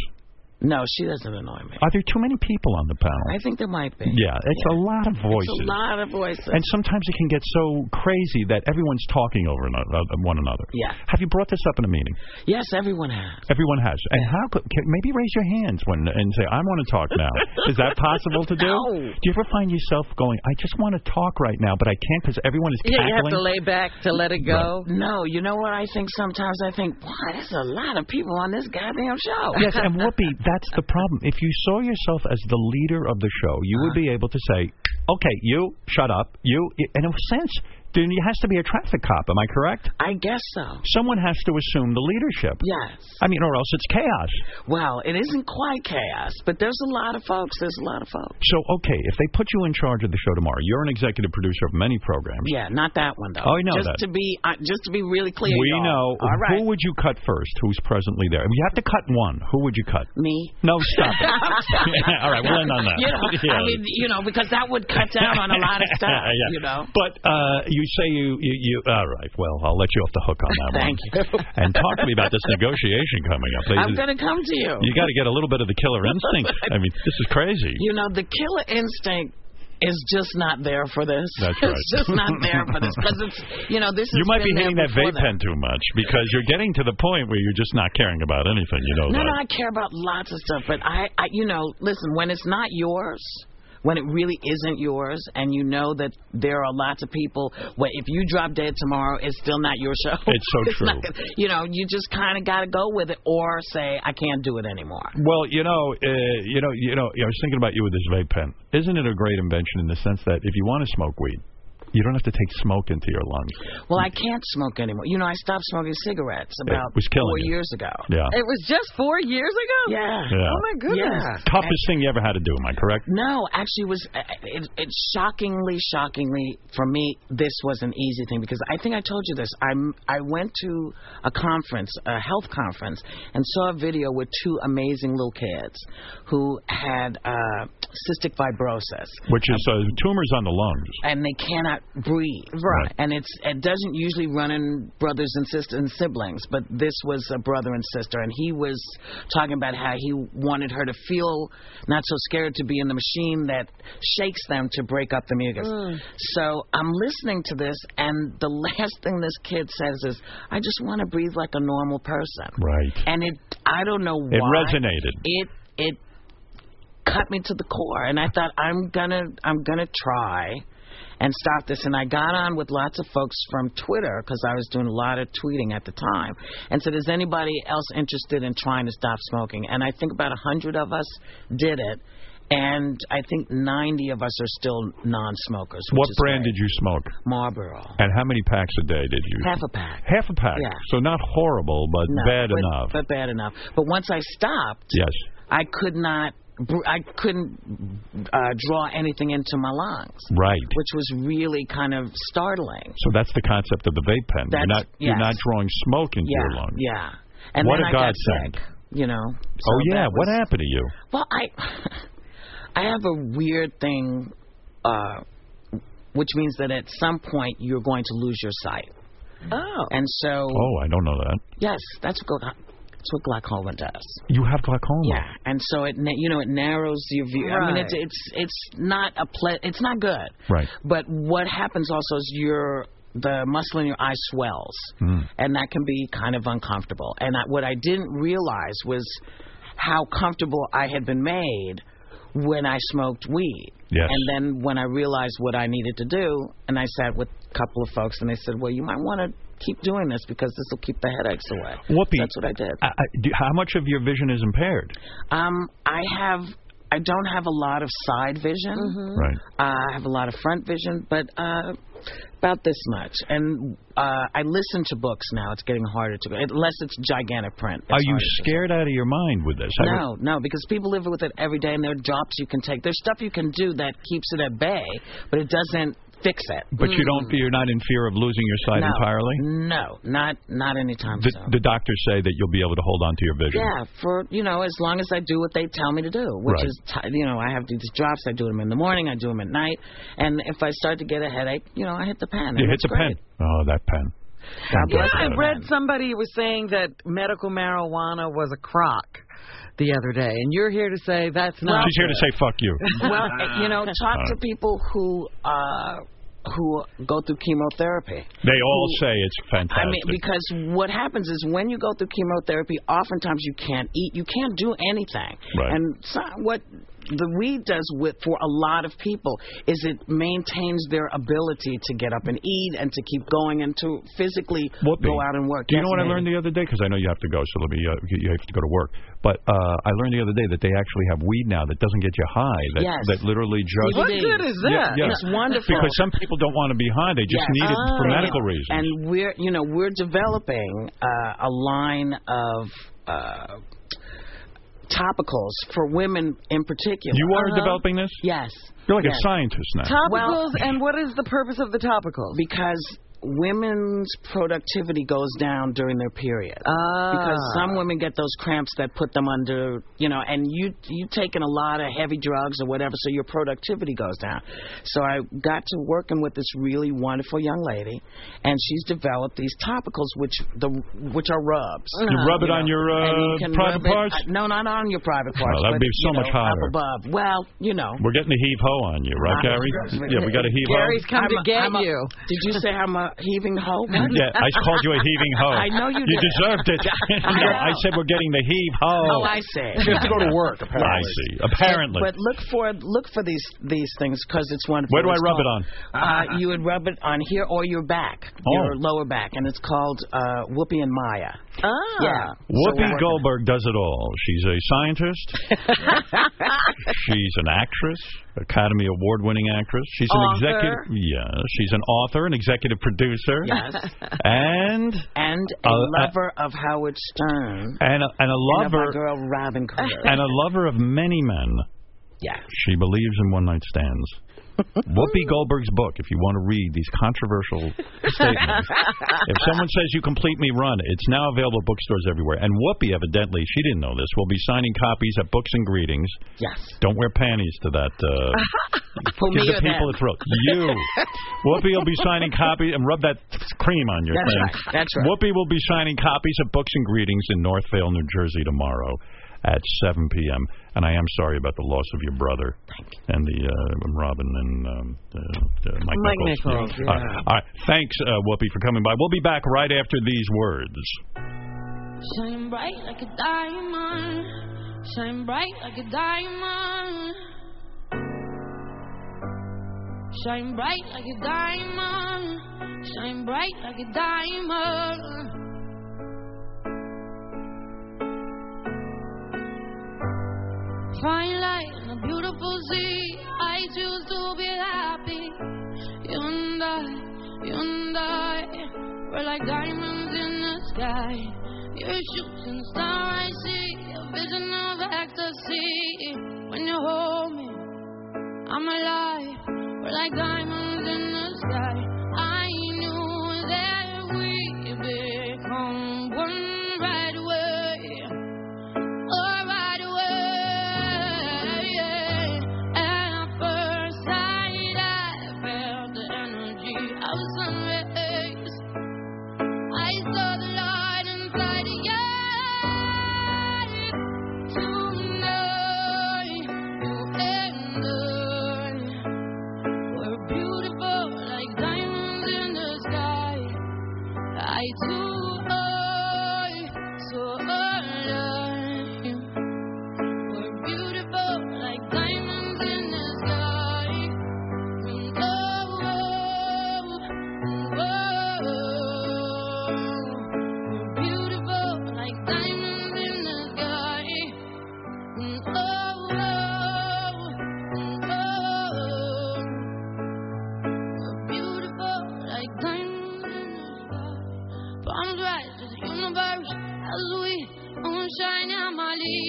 Speaker 23: No, she doesn't annoy me.
Speaker 7: Are there too many people on the panel?
Speaker 23: I think there might be.
Speaker 7: Yeah, it's a lot of voices.
Speaker 23: It's a lot of voices.
Speaker 7: And sometimes it can get so crazy that everyone's talking over ano- uh, one another.
Speaker 23: Yeah.
Speaker 7: Have you brought this up in a meeting?
Speaker 23: yes, everyone has.
Speaker 7: Everyone has. And how could can, maybe raise your hands when and say, "I want to talk now." Is that possible to do? Do you ever find yourself going, "I just want to talk right now, but I can't because everyone is
Speaker 8: Yeah,
Speaker 7: cackling"?
Speaker 8: you have to lay back to let it go.
Speaker 23: No, you know what I think sometimes? I think, wow, there's a lot of people on this goddamn show.
Speaker 7: yes, and Whoopi, that's the problem. If you saw yourself as the leader of the show, you would
Speaker 23: Uh-huh.
Speaker 7: be able to say, "Okay, you shut up, you." In a sense, then you has to be a traffic cop. Am I correct?
Speaker 23: I guess so.
Speaker 7: Someone has to assume the leadership.
Speaker 23: Yes.
Speaker 7: I mean, or else it's chaos.
Speaker 23: Well, it isn't quite chaos, but there's a lot of folks. There's a lot of folks.
Speaker 7: So, okay, if they put you in charge of the show tomorrow, you're an executive producer of many programs.
Speaker 23: Yeah, not that one though.
Speaker 7: Oh, I know
Speaker 23: just
Speaker 7: that.
Speaker 23: to be uh, just to be really clear.
Speaker 7: we
Speaker 23: y'all.
Speaker 7: know.
Speaker 23: All right.
Speaker 7: Who would you cut first? Who's presently there? You have to cut one. Who would you cut?
Speaker 23: Me.
Speaker 7: No, stop it. All right, we'll end on that.
Speaker 23: You know,
Speaker 7: Yeah.
Speaker 23: I mean, you know, because that would cut down on a lot of stuff.
Speaker 7: Yeah.
Speaker 23: You know.
Speaker 7: But uh, you say you, you you all right. Well, I'll let you off the hook on that
Speaker 23: Thank
Speaker 7: one.
Speaker 23: you.
Speaker 7: And talk to me about this negotiation coming up. They-
Speaker 23: I'm gonna come to you.
Speaker 7: You got to get a little bit of the killer instinct. I mean, this is crazy.
Speaker 23: You know, the killer instinct is just not there for this.
Speaker 7: That's right.
Speaker 23: it's just not there for this because it's you know this.
Speaker 7: You
Speaker 23: has
Speaker 7: might be
Speaker 23: been there
Speaker 7: hitting that
Speaker 23: before
Speaker 7: vape pen too much because you're getting to the point where you're just not caring about anything. You know
Speaker 23: No,
Speaker 7: that.
Speaker 23: no, I care about lots of stuff, but I, I, you know, listen, when it's not yours, when it really isn't yours, and you know that there are lots of people, where if you drop dead tomorrow, it's still not your show.
Speaker 7: It's so true.
Speaker 23: not gonna- you know, you just kind of got to go with it, or say, I can't do it anymore.
Speaker 7: Well, you know, uh, you know, you know. I was thinking about you with this vape pen. Isn't it a great invention in the sense that if you want to smoke weed, you don't have to take smoke into your lungs.
Speaker 23: Well, I can't smoke anymore. You know, I stopped smoking cigarettes
Speaker 7: It
Speaker 23: about
Speaker 7: was killing
Speaker 23: four
Speaker 7: you.
Speaker 23: years ago.
Speaker 7: Yeah.
Speaker 8: It was just four years ago?
Speaker 23: Yeah.
Speaker 7: Yeah.
Speaker 8: Oh, my goodness.
Speaker 23: Yeah.
Speaker 7: Toughest thing you ever had to do. Am I correct?
Speaker 23: No, actually, it was uh, it, it shockingly, shockingly for me. This was an easy thing because I think I told you this. I I went to a conference, a health conference, and saw a video with two amazing little kids who had uh, cystic fibrosis
Speaker 7: Which is uh, tumors on the lungs.
Speaker 23: and they cannot breathe.
Speaker 7: Right.
Speaker 23: And it's it doesn't usually run in brothers and sisters and siblings, but this was a brother and sister, and he was talking about how he wanted her to feel not so scared to be in the machine that shakes them to break up the mucus.
Speaker 8: Mm.
Speaker 23: So I'm listening to this, and the last thing this kid says is, "I just want to breathe like a normal person."
Speaker 7: Right.
Speaker 23: And it, I don't know why
Speaker 7: It resonated.
Speaker 23: It it cut me to the core and I thought I'm gonna I'm gonna try and stop this and I got on with lots of folks from Twitter because I was doing a lot of tweeting at the time and said is anybody else interested in trying to stop smoking and I think about a hundred of us did it and I think 90 of us are still non-smokers which
Speaker 7: What
Speaker 23: is
Speaker 7: brand
Speaker 23: great.
Speaker 7: did you smoke?
Speaker 23: Marlboro
Speaker 7: And how many packs a day did you?
Speaker 23: half a pack
Speaker 7: Half a pack.
Speaker 23: Yeah.
Speaker 7: So not horrible, but
Speaker 23: No,
Speaker 7: bad
Speaker 23: but-
Speaker 7: enough.
Speaker 23: but bad enough but once I stopped
Speaker 7: Yes.
Speaker 23: I could not. br- I couldn't uh, draw anything into my lungs,
Speaker 7: Right.
Speaker 23: which was really kind of startling.
Speaker 7: So that's the concept of the vape pen.
Speaker 23: That's-
Speaker 7: you're not
Speaker 23: yes.
Speaker 7: you're not drawing smoke into
Speaker 23: yeah,
Speaker 7: your lungs.
Speaker 23: yeah. And
Speaker 7: what
Speaker 23: then
Speaker 7: a
Speaker 23: I got
Speaker 7: godsend.
Speaker 23: sick, you know. So
Speaker 7: oh yeah,
Speaker 23: that
Speaker 7: what
Speaker 23: was-
Speaker 7: happened to you?
Speaker 23: Well, I I have a weird thing, uh, which means that at some point you're going to lose your sight.
Speaker 8: Oh.
Speaker 23: And so,
Speaker 7: Oh, I don't know that.
Speaker 23: yes, that's what glau- that's what glaucoma does.
Speaker 7: You have glaucoma.
Speaker 23: Yeah, and so it na- you know it narrows your view. I mean,
Speaker 8: Right.
Speaker 23: it's it's it's not a ple- it's not good.
Speaker 7: Right.
Speaker 23: But what happens also is your the muscle in your eye swells, and that can be kind of uncomfortable. And I, what I didn't realize was how comfortable I had been made when I smoked weed.
Speaker 7: Yes.
Speaker 23: And then when I realized what I needed to do, and I sat with a couple of folks, and they said, "Well, you might want to." Keep doing this because this will keep the headaches away.
Speaker 7: Whoopi,
Speaker 23: That's what I did.
Speaker 7: I, I, do, how much of your vision is impaired?
Speaker 23: Um, I have. I don't have a lot of side vision.
Speaker 7: Right.
Speaker 23: Uh, I have a lot of front vision, but uh, about this much. And uh, I listen to books now. It's getting harder to unless it's gigantic print. It's
Speaker 7: Are you
Speaker 23: harder to-
Speaker 7: scared out of your mind with this? I would-
Speaker 23: No, no, because people live with it every day, and there are drops you can take. There's stuff you can do that keeps it at bay, but it doesn't fix it.
Speaker 7: but you don't. You're not in fear of losing your sight entirely.
Speaker 23: Mm-hmm. no, No, not not anytime
Speaker 7: The,
Speaker 23: soon.
Speaker 7: the doctors say that you'll be able to hold on to your vision.
Speaker 23: Yeah, for you know, as long as I do what they tell me to do, which
Speaker 7: Right.
Speaker 23: is t- you know, I have these drops. I do them in the morning. I do them at night. And if I start to get a headache, you know, I hit the pen.
Speaker 7: You
Speaker 23: and
Speaker 7: hit
Speaker 23: it's
Speaker 7: the
Speaker 23: great.
Speaker 7: pen. Oh, that pen. Thank
Speaker 8: Yeah,
Speaker 7: God for
Speaker 8: I
Speaker 7: that.
Speaker 8: read somebody was saying that medical marijuana was a crock the other day, and you're here to say that's not.
Speaker 7: She's here to
Speaker 8: good.
Speaker 7: say fuck you.
Speaker 23: well, you know, talk to
Speaker 7: Uh,
Speaker 23: people who uh who go through chemotherapy.
Speaker 7: They all say it's fantastic.
Speaker 23: I mean, because what happens is when you go through chemotherapy, oftentimes you can't eat, you can't do anything.
Speaker 7: Right.
Speaker 23: And so what the weed does with for a lot of people is it maintains their ability to get up and eat and to keep going and to physically
Speaker 7: Whoopi,
Speaker 23: go out and work.
Speaker 7: Do you
Speaker 23: Yes,
Speaker 7: know what
Speaker 23: ma'am.
Speaker 7: I learned the other day? Because I know you have to go, so let me. Uh, you you have to go to work. But uh, I learned the other day that they actually have weed now that doesn't get you high. That,
Speaker 23: Yes.
Speaker 7: that literally just.
Speaker 23: What good is that?
Speaker 7: Yeah, yeah.
Speaker 23: It's wonderful.
Speaker 7: Because some people don't want to be high; they just
Speaker 23: Yes. Oh.
Speaker 7: need it for medical reasons.
Speaker 23: And we're, you know, we're developing uh, a line of uh, topicals for women in particular. Uh-huh.
Speaker 7: You are developing this?
Speaker 23: Yes.
Speaker 7: You're like
Speaker 23: yes.
Speaker 7: a scientist now.
Speaker 8: Topicals, and what is the purpose of the topicals?
Speaker 23: Because women's productivity goes down during their period.
Speaker 7: Ah.
Speaker 23: Because some women get those cramps that put them under, you know, and you you taking a lot of heavy drugs or whatever, so your productivity goes down. So I got to working with this really wonderful young lady, and she's developed these topicals, which the which are rubs.
Speaker 7: You rub it on your, uh,
Speaker 23: and you can
Speaker 7: private
Speaker 23: rub it-
Speaker 7: parts?
Speaker 23: uh, no, not on your private parts.
Speaker 7: that'd
Speaker 23: but,
Speaker 7: be so
Speaker 23: you
Speaker 7: much
Speaker 23: know,
Speaker 7: hotter.
Speaker 23: Up above. Well, you know.
Speaker 7: We're getting the heave ho on you, right,
Speaker 23: I'm-
Speaker 7: Gary? Yeah, we got a heave ho.
Speaker 23: I'm a- I'm a- did you say I'm a heaving hoe?
Speaker 7: Yeah, I called you a heaving ho.
Speaker 23: I know you
Speaker 7: You
Speaker 23: did.
Speaker 7: deserved it. I said we're getting the heave ho.
Speaker 23: Oh, I see. She has to go to work,
Speaker 7: I
Speaker 23: apparently.
Speaker 7: see. Apparently.
Speaker 23: But look for look for these these things because it's wonderful.
Speaker 7: Where do I
Speaker 23: It's
Speaker 7: rub it
Speaker 23: called- Uh, you would rub it on here or your back,
Speaker 7: Oh.
Speaker 23: your lower back, and it's called uh, Whoopi and Maya.
Speaker 8: Ah.
Speaker 23: Yeah.
Speaker 7: Whoopi
Speaker 23: So-
Speaker 7: Goldberg does it all. She's a scientist. she's an actress, Academy Award winning actress. She's an
Speaker 23: Author.
Speaker 7: executive. Yeah, she's an author, an executive producer.
Speaker 23: Yes.
Speaker 7: And
Speaker 23: And a
Speaker 7: Uh, uh,
Speaker 23: lover of Howard Stern.
Speaker 7: and a, and a
Speaker 23: and of
Speaker 7: lover
Speaker 23: my girl Robin Carter.
Speaker 7: and a lover of many men.
Speaker 23: Yeah.
Speaker 7: She believes in one night stands. Whoopi Goldberg's book, if you want to read these controversial statements. if someone says you complete me, run. It's now available at bookstores everywhere. And Whoopi, evidently, she didn't know this, will be signing copies at Books and Greetings.
Speaker 23: Yes.
Speaker 7: Don't wear panties to that. Uh,
Speaker 23: For
Speaker 7: give
Speaker 23: me
Speaker 7: the
Speaker 23: or
Speaker 7: people
Speaker 23: them.
Speaker 7: a thrill. You. Whoopi will be signing copies and rub that cream on your
Speaker 23: That's
Speaker 7: thing.
Speaker 23: right. That's right.
Speaker 7: Whoopi will be signing copies of Books and Greetings in Northvale, New Jersey tomorrow at 7 p.m. And I am sorry about the loss of your brother and the uh, and Robin and um, uh, uh, Mike,
Speaker 8: Mike
Speaker 7: Nichols.
Speaker 8: Nichols,
Speaker 7: All right.
Speaker 8: yeah.
Speaker 7: All right. Thanks, uh, Whoopi, for coming by. We'll be back right after these words.
Speaker 25: Shine bright like a diamond. Shine bright like a diamond. Shine bright like a diamond. Shine bright like a diamond. Fine light and a beautiful sea. I choose to be happy. You and I, you and I, we're like diamonds in the sky. You're a shooting star, I see a vision of ecstasy. I'm alive. We're like diamonds in the sky. I knew that we'd become one right away. Oh, right away. Yeah. And at first sight, I felt the energy of sun rays. I saw the light inside of you. Tonight, you and I were beautiful like diamonds in the sky. I do. I so alive. We're beautiful like diamonds in the sky. And oh, oh, oh, we're beautiful like diamonds in the sky. And oh, oh, and oh, we're beautiful like diamonds in the sky. Palms rise to the universe as we moonshine and Molly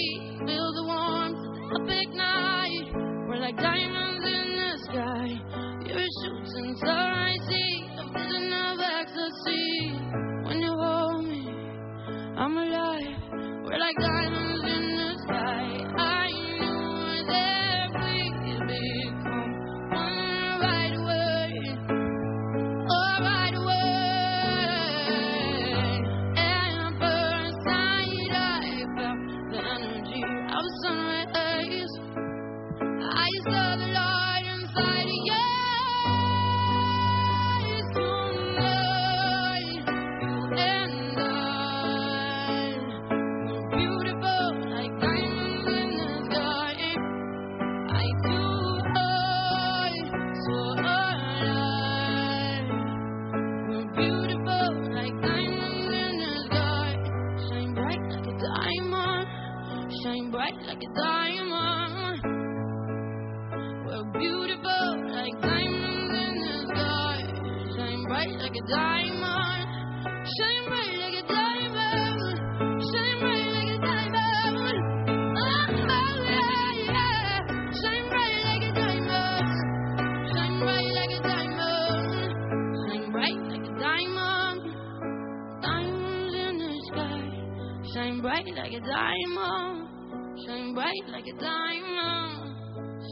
Speaker 25: feel the warmth of a big night. We're like diamonds in the sky. You're shooting star I see a vision of ecstasy when you hold me. I'm alive. We're like diamonds in the sky. I knew that we could become one right away. Oh, right away. And at first sight, I felt the energy of sun rays. I saw the light inside of you. Tonight, you and I were beautiful like diamonds in the sky. I do, I so alive. We're beautiful like diamonds in the sky. Shine bright like a diamond. Shine bright like a diamond. We're beautiful like diamonds in the sky. Shine bright like a diamond. Shine bright like a diamond. Shine bright like a diamond. Oh, yeah, yeah. Shine bright like a diamond. Shine bright like a diamond. Shine bright like a diamond. Diamonds in the sky. Shine bright like a diamond. Shine bright like a diamond.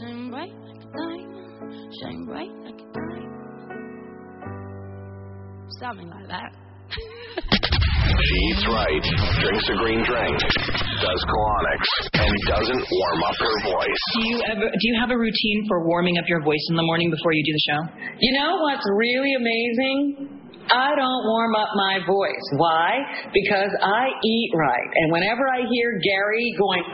Speaker 25: Shine bright like a diamond. Shine bright like a diamond. Something like that.
Speaker 27: She eats right, drinks a green drink, does colonics, and doesn't warm up her voice.
Speaker 9: Do you ever do you have a routine for warming up your voice in the morning before you do the show?
Speaker 6: You know what's really amazing? I don't warm up my voice. Why? Because I eat right. And whenever I hear Gary going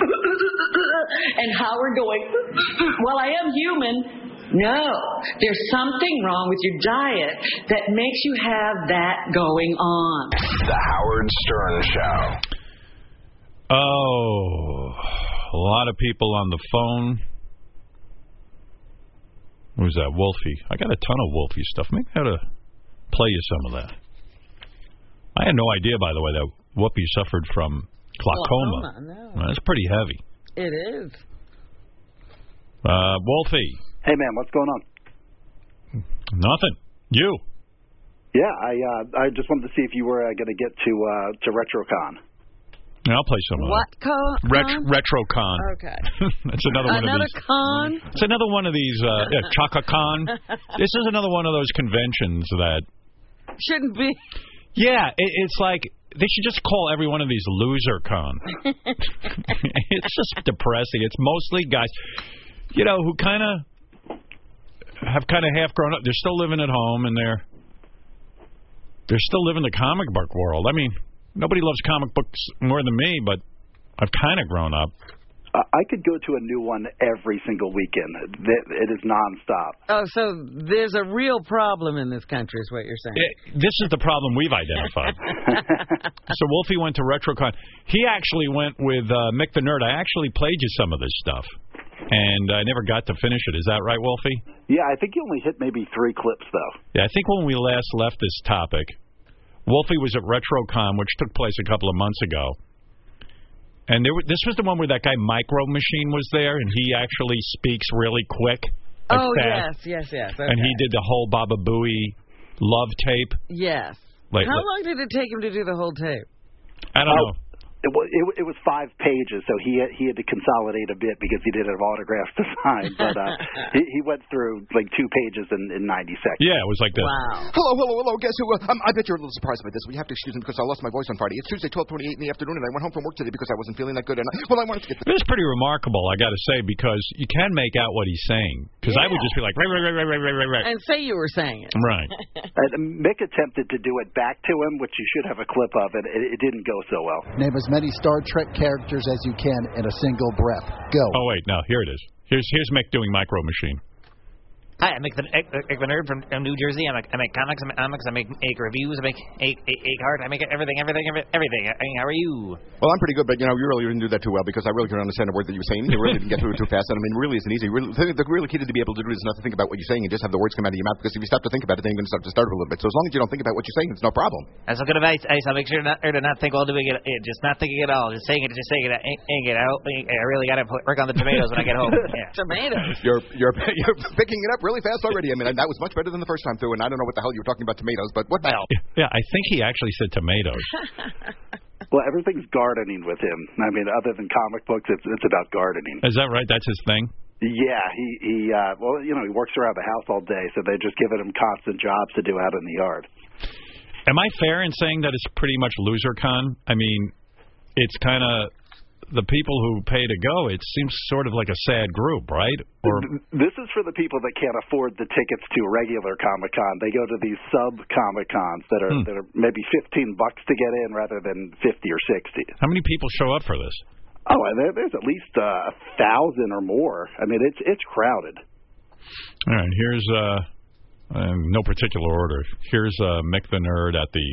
Speaker 6: and Howard going, well, I am human. No, there's something wrong with your diet that makes you have that going on.
Speaker 27: The Howard Stern Show.
Speaker 7: Oh, a lot of people on the phone. Who's that? Wolfie. I got a ton of Wolfie stuff. Maybe I ought to play you some of that. I had no idea, by the way, that Whoopi suffered from glaucoma.
Speaker 8: no.
Speaker 7: That's pretty heavy.
Speaker 8: It is.
Speaker 7: Uh, Wolfie,
Speaker 24: Hey, man, what's going on?
Speaker 7: nothing. You.
Speaker 24: Yeah, I uh, I just wanted to see if you were uh, going to get to uh, to RetroCon.
Speaker 7: Yeah, I'll play some of
Speaker 8: What co-
Speaker 7: that. Ret-
Speaker 8: con?
Speaker 7: Retrocon.
Speaker 8: Okay.
Speaker 7: That's another, one of
Speaker 8: Another
Speaker 7: these.
Speaker 8: con?
Speaker 7: It's another one of these. Uh, yeah, Chaka Khan. This is another one of those conventions that.
Speaker 8: Shouldn't be.
Speaker 7: Yeah, it, it's like they should just call every one of these loser con. it's just depressing. It's mostly guys, you know, who kind of have kind of half grown up. They're still living at home and they're they're still living the comic book world. I mean, nobody loves comic books more than me, but I've kind of grown up.
Speaker 24: Uh, I could go to a new one every single weekend. Th- It is nonstop.
Speaker 8: Oh, so there's a real problem in this country, is what you're saying.
Speaker 7: Eh, this is the problem we've identified. so Wolfie went to RetroCon. He actually went with uh, Mick the Nerd. I actually played you some of this stuff, and I never got to finish it. Is that right, Wolfie?
Speaker 24: Yeah, I think you only hit maybe three clips though.
Speaker 7: Yeah, I think when we last left this topic, Wolfie was at RetroCon, which took place a couple of months ago. And there, were- this was the one where that guy Micro Machine was there, and he actually speaks really quick. Like
Speaker 8: oh
Speaker 7: that.
Speaker 8: yes, yes, yes.
Speaker 7: And he
Speaker 8: okay.
Speaker 7: did the whole Baba Booey love tape.
Speaker 8: Yes.
Speaker 7: Like,
Speaker 8: How long did it take him to do the whole tape? Oh,
Speaker 7: I don't know.
Speaker 24: It was, it, it was five pages, so he had, he had to consolidate a bit because he didn't have autographs to sign. But uh, he, he went through like two pages in, in 90 seconds.
Speaker 7: Yeah, it was like this.
Speaker 28: Hello, hello, hello. Guess who? Uh, um, I bet you're a little surprised by this. We have to excuse me because I lost my voice on Friday. It's Tuesday, 12:28 in the afternoon, and I went home from work today because I wasn't feeling that good. And I, well, I wanted to get
Speaker 7: It
Speaker 28: the
Speaker 7: was pretty remarkable, I got to say, because you can make out what he's saying. Because I would just be like, right, right, right, right, right, right, right.
Speaker 8: And say you were saying it.
Speaker 7: Right.
Speaker 24: And Mick attempted to do it back to him, which you should have a clip of, and it, it didn't go so well.
Speaker 29: Name as many Star Trek characters as you can in a single breath. Go.
Speaker 7: Oh wait, no, here it is. Here's here's Mick doing Micro Machine.
Speaker 29: Hi, I'm Mick the, Ick- Ick the Nerd from, from New Jersey. I make, I make comics, I make, comics, I make, make reviews, I make ache, ache, ache art, I make everything, everything, every- everything. I mean, how are you?
Speaker 28: Well, I'm pretty good, but you know, you really didn't do that too well because I really couldn't understand a word that you were saying. You really didn't get through it too fast. And I mean, really isn't easy. Really, the, the really key to be able to do it is not to think about what you're saying and just have the words come out of your mouth because if you stop to think about it, then you're going to start to stutter a little bit. So as long as you don't think about what you're saying, it's no problem.
Speaker 29: That's some good advice. Ace. I'll make sure not, or to not think while doing it, it. Just not thinking at all. Just saying it, just saying it. eh, I, I, I, I really got to work on the tomatoes when I get home. Yeah.
Speaker 8: Tomatoes.
Speaker 28: You're you're you're picking it up really fast already. I mean, that was much better than the first time through, and I don't know what the hell you were talking about tomatoes, but what the hell?
Speaker 7: Yeah, I think he actually said tomatoes.
Speaker 24: Well, everything's gardening with him. I mean, other than comic books, it's, it's about gardening.
Speaker 7: Is that right? That's his thing.
Speaker 24: Yeah, he he. Uh, well, you know, he works around the house all day, so they're just giving him constant jobs to do out in the yard.
Speaker 7: Am I fair in saying that it's pretty much loser con? I mean, it's kind of the people who pay to go. It seems sort of like a sad group, right? Or
Speaker 24: This is for the people that can't afford the tickets to a regular Comic Con. They go to these sub Comic Cons that are
Speaker 7: Hmm.
Speaker 24: that are maybe fifteen bucks to get in rather than fifty or sixty.
Speaker 7: how many people show up for this?
Speaker 24: Oh, and there, there's at least uh, a thousand or more. I mean, it's it's crowded.
Speaker 7: All right, here's uh, uh no particular order. Here's uh, Mick the Nerd at the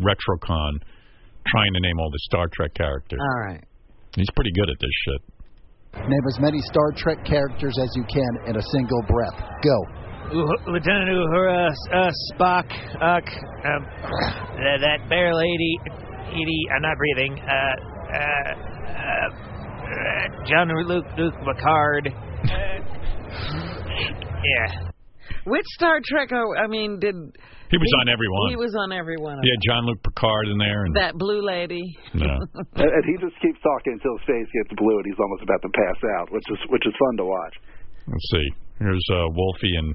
Speaker 7: RetroCon trying to name all the Star Trek characters.
Speaker 29: All right.
Speaker 7: He's pretty good at this shit.
Speaker 29: Name as many Star Trek characters as you can in a single breath. Go. Lieutenant Uhura, uh, Spock, Uck, um, that, that bear lady, Edie, I'm not breathing, uh, uh, uh, uh, John Luke, Luke Picard. Uh, yeah.
Speaker 8: Which Star Trek? Are, I mean, did
Speaker 7: He was on every one.
Speaker 8: He was on everyone.
Speaker 7: Yeah, John Luke Picard in there, and
Speaker 8: That blue lady.
Speaker 7: no.
Speaker 24: and, and he just keeps talking until his face gets blue and he's almost about to pass out, which is which is fun to watch.
Speaker 7: Let's see. Here's uh, Wolfie and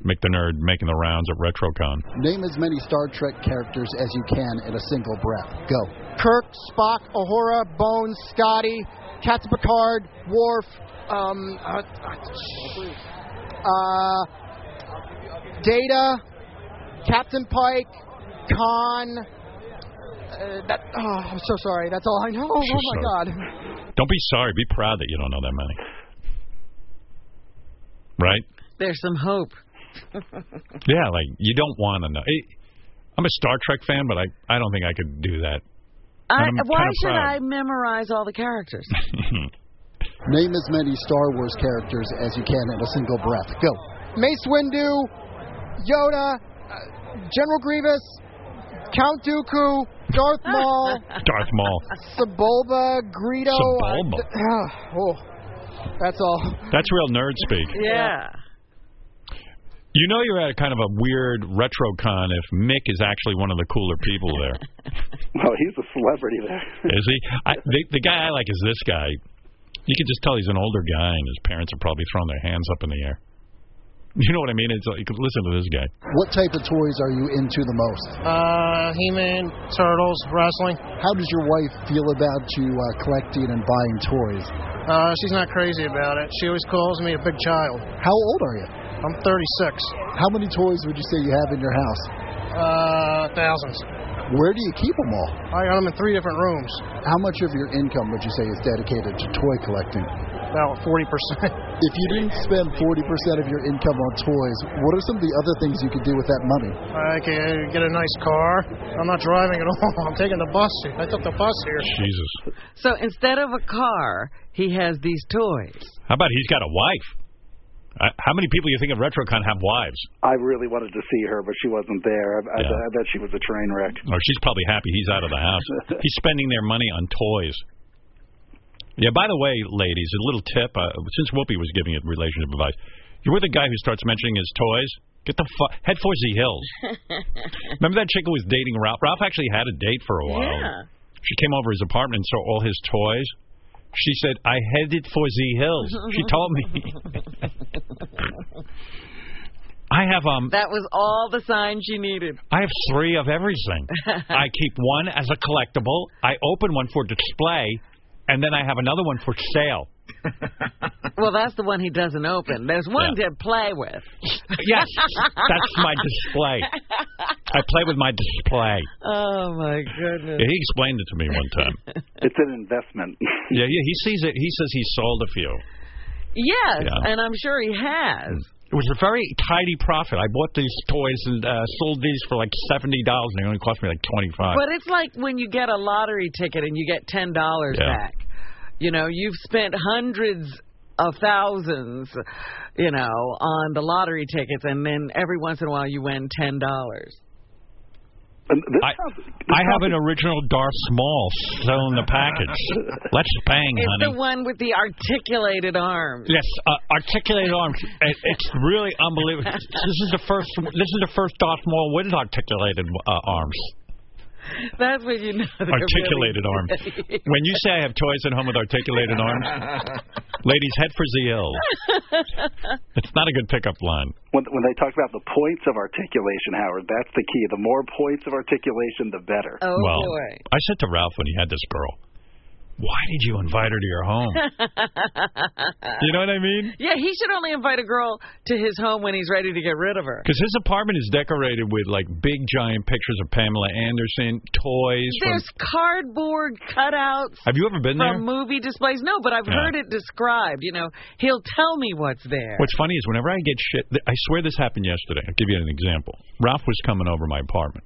Speaker 7: Mick the Nerd making the rounds at RetroCon.
Speaker 29: Name as many Star Trek characters as you can in a single breath. Go.
Speaker 30: Kirk, Spock, Ahura, Bones, Scotty, Captain Picard, Worf, um, uh, uh, Data, Captain Pike, Khan. Uh, that, oh, I'm so sorry. That's all I know. Oh
Speaker 7: So sorry.
Speaker 30: my God.
Speaker 7: Don't be sorry. Be proud that you don't know that many. Right?
Speaker 8: There's some hope.
Speaker 7: Yeah, like you don't want to know. It- I'm a Star Trek fan, but I I don't think I could do that.
Speaker 8: I,
Speaker 7: I'm
Speaker 8: why
Speaker 7: kinda
Speaker 8: should
Speaker 7: proud.
Speaker 8: I memorize all the characters?
Speaker 29: Name as many Star Wars characters as you can in a single breath. Go.
Speaker 30: Mace Windu, Yoda, uh, General Grievous, Count Dooku, Darth Maul,
Speaker 7: Darth Maul.
Speaker 30: Sebulba, Greedo. uh,
Speaker 7: Sebulba.
Speaker 30: th- oh, that's all.
Speaker 7: That's real nerd speak.
Speaker 30: Yeah.
Speaker 7: You know you're at a kind of a weird retro con if Mick is actually one of the cooler people there.
Speaker 24: Well, he's a celebrity there.
Speaker 7: Is he? I, the, the guy I like is this guy. You can just tell he's an older guy, and his parents are probably throwing their hands up in the air. You know what I mean? It's like, listen to this guy.
Speaker 29: What type of toys are you into the most?
Speaker 30: Uh, He-Man, Turtles, wrestling.
Speaker 29: How does your wife feel about you uh, collecting and buying toys?
Speaker 30: Uh, she's not crazy about it. She always calls me a big child.
Speaker 29: How old are you?
Speaker 30: I'm 36.
Speaker 29: How many toys would you say you have in your house?
Speaker 30: Uh, thousands.
Speaker 29: Where do you keep them all?
Speaker 30: I got them in three different rooms.
Speaker 29: How much of your income would you say is dedicated to toy collecting?
Speaker 30: About 40%.
Speaker 29: If you didn't spend 40% of your income on toys, what are some of the other things you could do with that money?
Speaker 30: I can get a nice car. I'm not driving at all. I'm taking the bus. here. I took the bus here.
Speaker 7: Jesus.
Speaker 8: So instead of a car, he has these toys.
Speaker 7: How about he's got a wife? I, how many people you think of RetroCon have wives?
Speaker 24: I really wanted to see her, but she wasn't there. I, I, I bet she was a train wreck.
Speaker 7: Or Oh, she's probably happy he's out of the house. he's spending their money on toys. Yeah, by the way, ladies, a little tip. Uh, since Whoopi was giving it relationship advice, You were the guy who starts mentioning his toys. Get the fu- head for the hills. Remember that chick who was dating Ralph? Ralph actually had a date for a while.
Speaker 8: Yeah.
Speaker 7: She came over his apartment and saw all his toys. She said, "I headed for the hills." She told me. I have um,
Speaker 8: That was all the signs she needed.
Speaker 7: I have three of everything. I keep one as a collectible. I open one for display, and then I have another one for sale.
Speaker 8: Well, that's the one he doesn't open. There's one to play with.
Speaker 7: Yes, That's my display. I play with my display.
Speaker 8: Oh my goodness.
Speaker 7: Yeah, he explained it to me one time.
Speaker 24: It's an investment.
Speaker 7: Yeah, yeah. He sees it. He says he sold a few.
Speaker 8: Yes,
Speaker 7: Yeah.
Speaker 8: and I'm sure he has.
Speaker 7: It was a very tidy profit. I bought these toys and uh, sold these for like seventy dollars, and it only cost me like twenty five.
Speaker 8: But it's like when you get a lottery ticket and you get ten dollars
Speaker 7: Yeah.
Speaker 8: back. You know, you've spent hundreds of thousands, you know, on the lottery tickets, and then every once in a while you win ten dollars.
Speaker 7: I, I have an original Darth Small still in the package. Let's bang,
Speaker 8: It's
Speaker 7: Mm, honey.
Speaker 8: the one with the articulated arms.
Speaker 7: Yes, uh, articulated arms. It, it's really unbelievable. This is the first. This is the first Darth Maul with articulated uh, arms.
Speaker 8: That's when you know. they're
Speaker 7: Articulated
Speaker 8: really
Speaker 7: arms. When you say I have toys at home with articulated arms, ladies, head for the hills. It's not a good pickup line.
Speaker 24: When, when they talk about the points of articulation, Howard, that's the key. The more points of articulation, the better.
Speaker 8: Oh
Speaker 7: well, I said to Ralph when he had this girl, "Why did you invite her to your home?" you know what I mean?
Speaker 8: Yeah, he should only invite a girl to his home when he's ready to get rid of her.
Speaker 7: Because his apartment is decorated with like big giant pictures of Pamela Anderson, toys. From,
Speaker 8: There's cardboard cutouts
Speaker 7: have you ever been there?
Speaker 8: from movie displays. No, but I've
Speaker 7: Yeah.
Speaker 8: heard it described. You know, he'll tell me what's there.
Speaker 7: What's funny is whenever I get shit, th- I swear this happened yesterday. I'll give you an example. Ralph was coming over my apartment.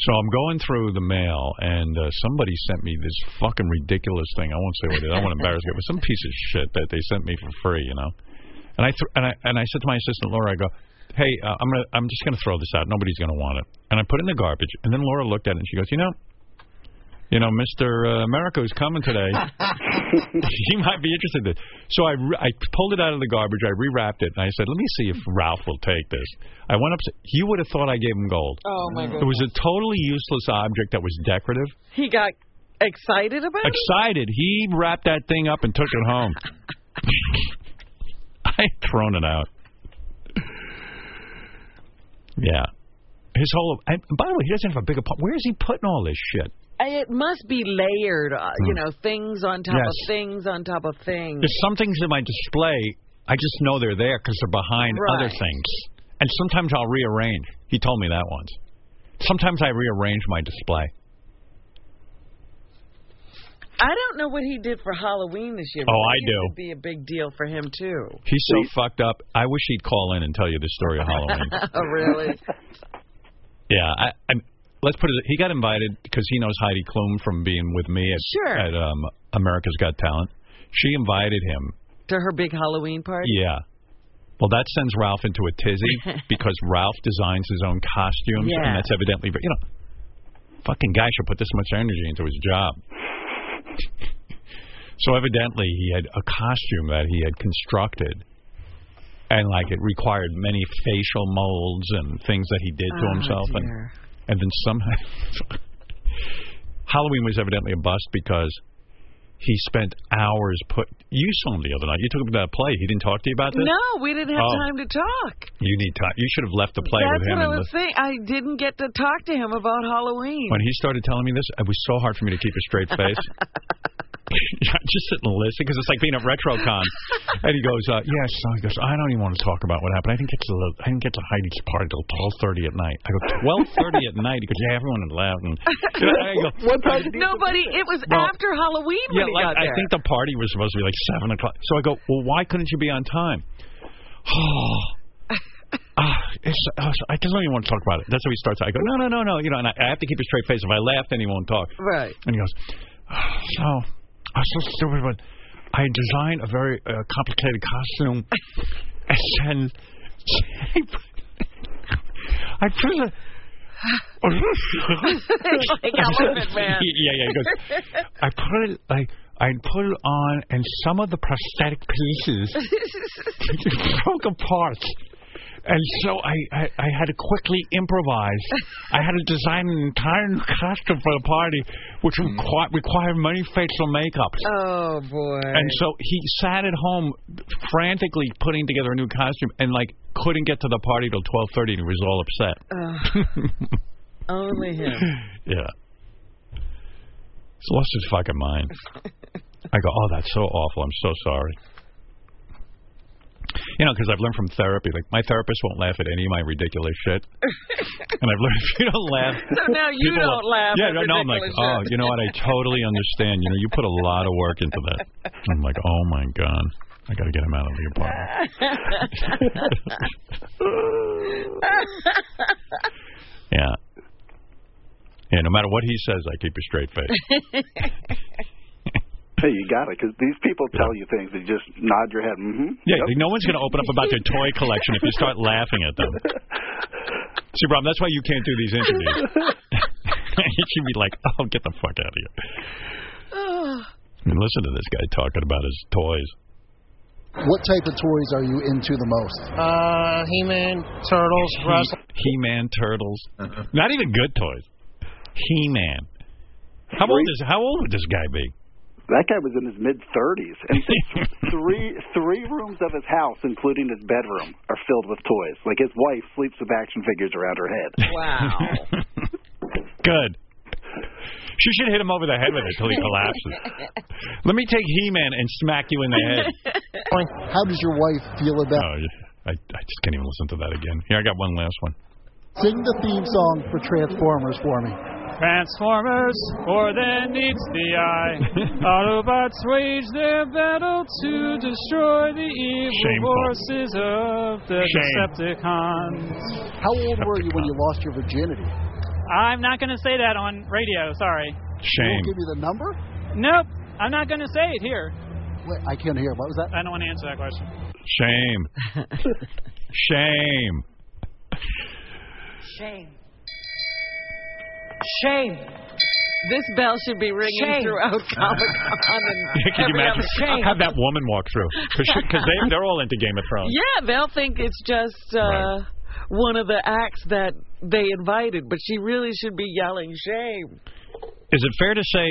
Speaker 7: So I'm going through the mail, and uh, somebody sent me this fucking ridiculous thing. I won't say what it is. I won't embarrass you. It was some piece of shit that they sent me for free, you know. And I th- and I and I said to my assistant Laura, I go, "Hey, uh, I'm gonna, I'm just gonna throw this out. Nobody's gonna want it." And I put it in the garbage. And then Laura looked at it and she goes, "You know, you know, Mister uh, America is coming today. he might be interested in this." So I re- I pulled it out of the garbage. I rewrapped it, and I said, "Let me see if Ralph will take this." I went up. You would have thought I gave him gold.
Speaker 8: Oh my
Speaker 7: It was a totally useless object that was decorative.
Speaker 8: He got excited about it.
Speaker 7: Excited, he wrapped that thing up and took it home. I had thrown it out. Yeah. His whole. And by the way, he doesn't have a big apartment. Where is he putting all this shit?
Speaker 8: And It must be layered, uh, you know, things on top
Speaker 7: Hmm. Yes.
Speaker 8: of things on top of things.
Speaker 7: There's some things in my display. I just know they're there because they're behind other
Speaker 8: Right.
Speaker 7: things. And sometimes I'll rearrange. He told me that once. Sometimes I rearrange my display.
Speaker 8: I don't know what he did for Halloween this year.
Speaker 7: Oh,
Speaker 8: but
Speaker 7: I
Speaker 8: think
Speaker 7: do.
Speaker 8: It would be a big deal for him too.
Speaker 7: He's so fucked up. I wish he'd call in and tell you the story of Halloween.
Speaker 8: Oh, really?
Speaker 7: Yeah, I, I let's put it. He got invited because he knows Heidi Klum from being with me at,
Speaker 8: Sure.
Speaker 7: at um, America's Got Talent. She invited him.
Speaker 8: To her big Halloween party.
Speaker 7: Yeah. Well, that sends Ralph into a tizzy because Ralph designs his own costumes,
Speaker 8: Yeah.
Speaker 7: and that's evidently, but you know, fucking guy should put this much energy into his job. so evidently, he had a costume that he had constructed, and like it required many facial molds and things that he did to
Speaker 8: Ah,
Speaker 15: Oh,
Speaker 7: himself, and
Speaker 15: dear.
Speaker 7: and then somehow Halloween was evidently a bust because he spent hours put. You saw him the other night. You took him to that play. He didn't talk to you about this.
Speaker 8: No, we didn't have
Speaker 7: Oh.
Speaker 8: time to talk.
Speaker 7: You need time. You should have left the play
Speaker 8: That's
Speaker 7: with him.
Speaker 8: what I
Speaker 7: and
Speaker 8: was
Speaker 7: lis-
Speaker 8: saying. I didn't get to talk to him about Halloween.
Speaker 7: when he started telling me this, it was so hard for me to keep a straight face. I just sit and listen because it's like being at RetroCon. and he goes, uh, "Yes." So he goes, "I don't even want to talk about what happened. I didn't get to the, I didn't get to Heidi's party till twelve thirty at night." I go, 12:30 at night." He goes, "Yeah, everyone had left." And, you know, I go,
Speaker 8: Nobody. It was
Speaker 7: Well,
Speaker 8: after Halloween
Speaker 7: Yeah,
Speaker 8: when he
Speaker 7: like,
Speaker 8: got there.
Speaker 7: I think the party was supposed to be like seven o'clock. So I go, well, why couldn't you be on time? Oh, ah, it's, oh, I just don't even want to talk about it. That's how he starts. I go, no, no, no, no. You know, and I, I have to keep a straight face. If I laugh, then he won't talk.
Speaker 8: Right.
Speaker 7: And he goes, oh, so I'm so stupid, but I designed a very uh, complicated costume, and then I put a.
Speaker 15: It's like Elephant Man.
Speaker 7: Yeah, yeah. He goes, I put it like I put it on, and some of the prosthetic pieces broke apart. And so I, I, I had to quickly improvise. I had to design an entire new costume for the party, which requi- required many facial makeups.
Speaker 8: Oh boy!
Speaker 7: And so he sat at home frantically putting together a new costume, and like couldn't get to the party till twelve thirty, and he was all upset.
Speaker 8: Ugh. only him.
Speaker 7: Yeah. He's lost his fucking mind. I go, oh, that's so awful. I'm so sorry. You know, because I've learned from therapy, like my therapist won't laugh at any of my ridiculous shit, and I've learned if you don't laugh,
Speaker 8: So now you
Speaker 7: people
Speaker 8: don't laugh
Speaker 7: Yeah,
Speaker 8: at
Speaker 7: no, no, I'm like,
Speaker 8: ridiculous
Speaker 7: oh,
Speaker 8: shit."
Speaker 7: you know what? I totally understand. You know, you put a lot of work into that. I'm like, oh my god, I got to get him out of the apartment. Yeah. Yeah, no matter what he says, I keep a straight face.
Speaker 24: Hey, you got it, because these people tell you things. They just nod your head. Mm-hmm.
Speaker 7: Yeah, like, no one's going to open up about their toy collection if you start laughing at them. See, Rob, that's why you can't do these interviews. You'd be like, oh, get the fuck out of here. I mean, listen to this guy talking about his toys.
Speaker 29: What type of toys are you into the most?
Speaker 15: Uh, He-Man, Turtles, Wrestling.
Speaker 7: He Man Turtles. Not even good toys. He Man. How old is how old would this guy be?
Speaker 24: That guy was in his mid thirties, and th- three three rooms of his house, including his bedroom, are filled with toys. Like his wife sleeps with action figures around her head.
Speaker 8: Wow.
Speaker 7: Good. She should hit him over the head with it till he collapses. Let me take He Man and smack you in the head.
Speaker 29: How does your wife feel about
Speaker 7: Oh, I, I just can't even listen to that again. Here, I got one last one.
Speaker 29: Sing the theme song for Transformers for me.
Speaker 15: Transformers, more than meets the eye. Autobots wage their battle to destroy the evil
Speaker 29: Shameful.
Speaker 15: forces of the
Speaker 29: Shame.
Speaker 15: Decepticons.
Speaker 29: How old were you when you lost your virginity?
Speaker 15: I'm not going to say that on radio, sorry.
Speaker 29: You won't give me the number?
Speaker 15: Nope, I'm not going to say it here.
Speaker 29: Wait, I can't hear. What was that?
Speaker 15: I don't want to answer that question.
Speaker 7: Shame. Shame.
Speaker 15: Shame.
Speaker 8: Shame. This bell should be ringing
Speaker 15: Shame.
Speaker 8: throughout Comic Con.
Speaker 7: Can you imagine?
Speaker 8: Shame.
Speaker 7: Have that woman walk through because they, they're all into Game of Thrones.
Speaker 8: Yeah, they'll think it's just uh,
Speaker 7: Right.
Speaker 8: one of the acts that they invited, but she really should be yelling shame.
Speaker 7: Is it fair to say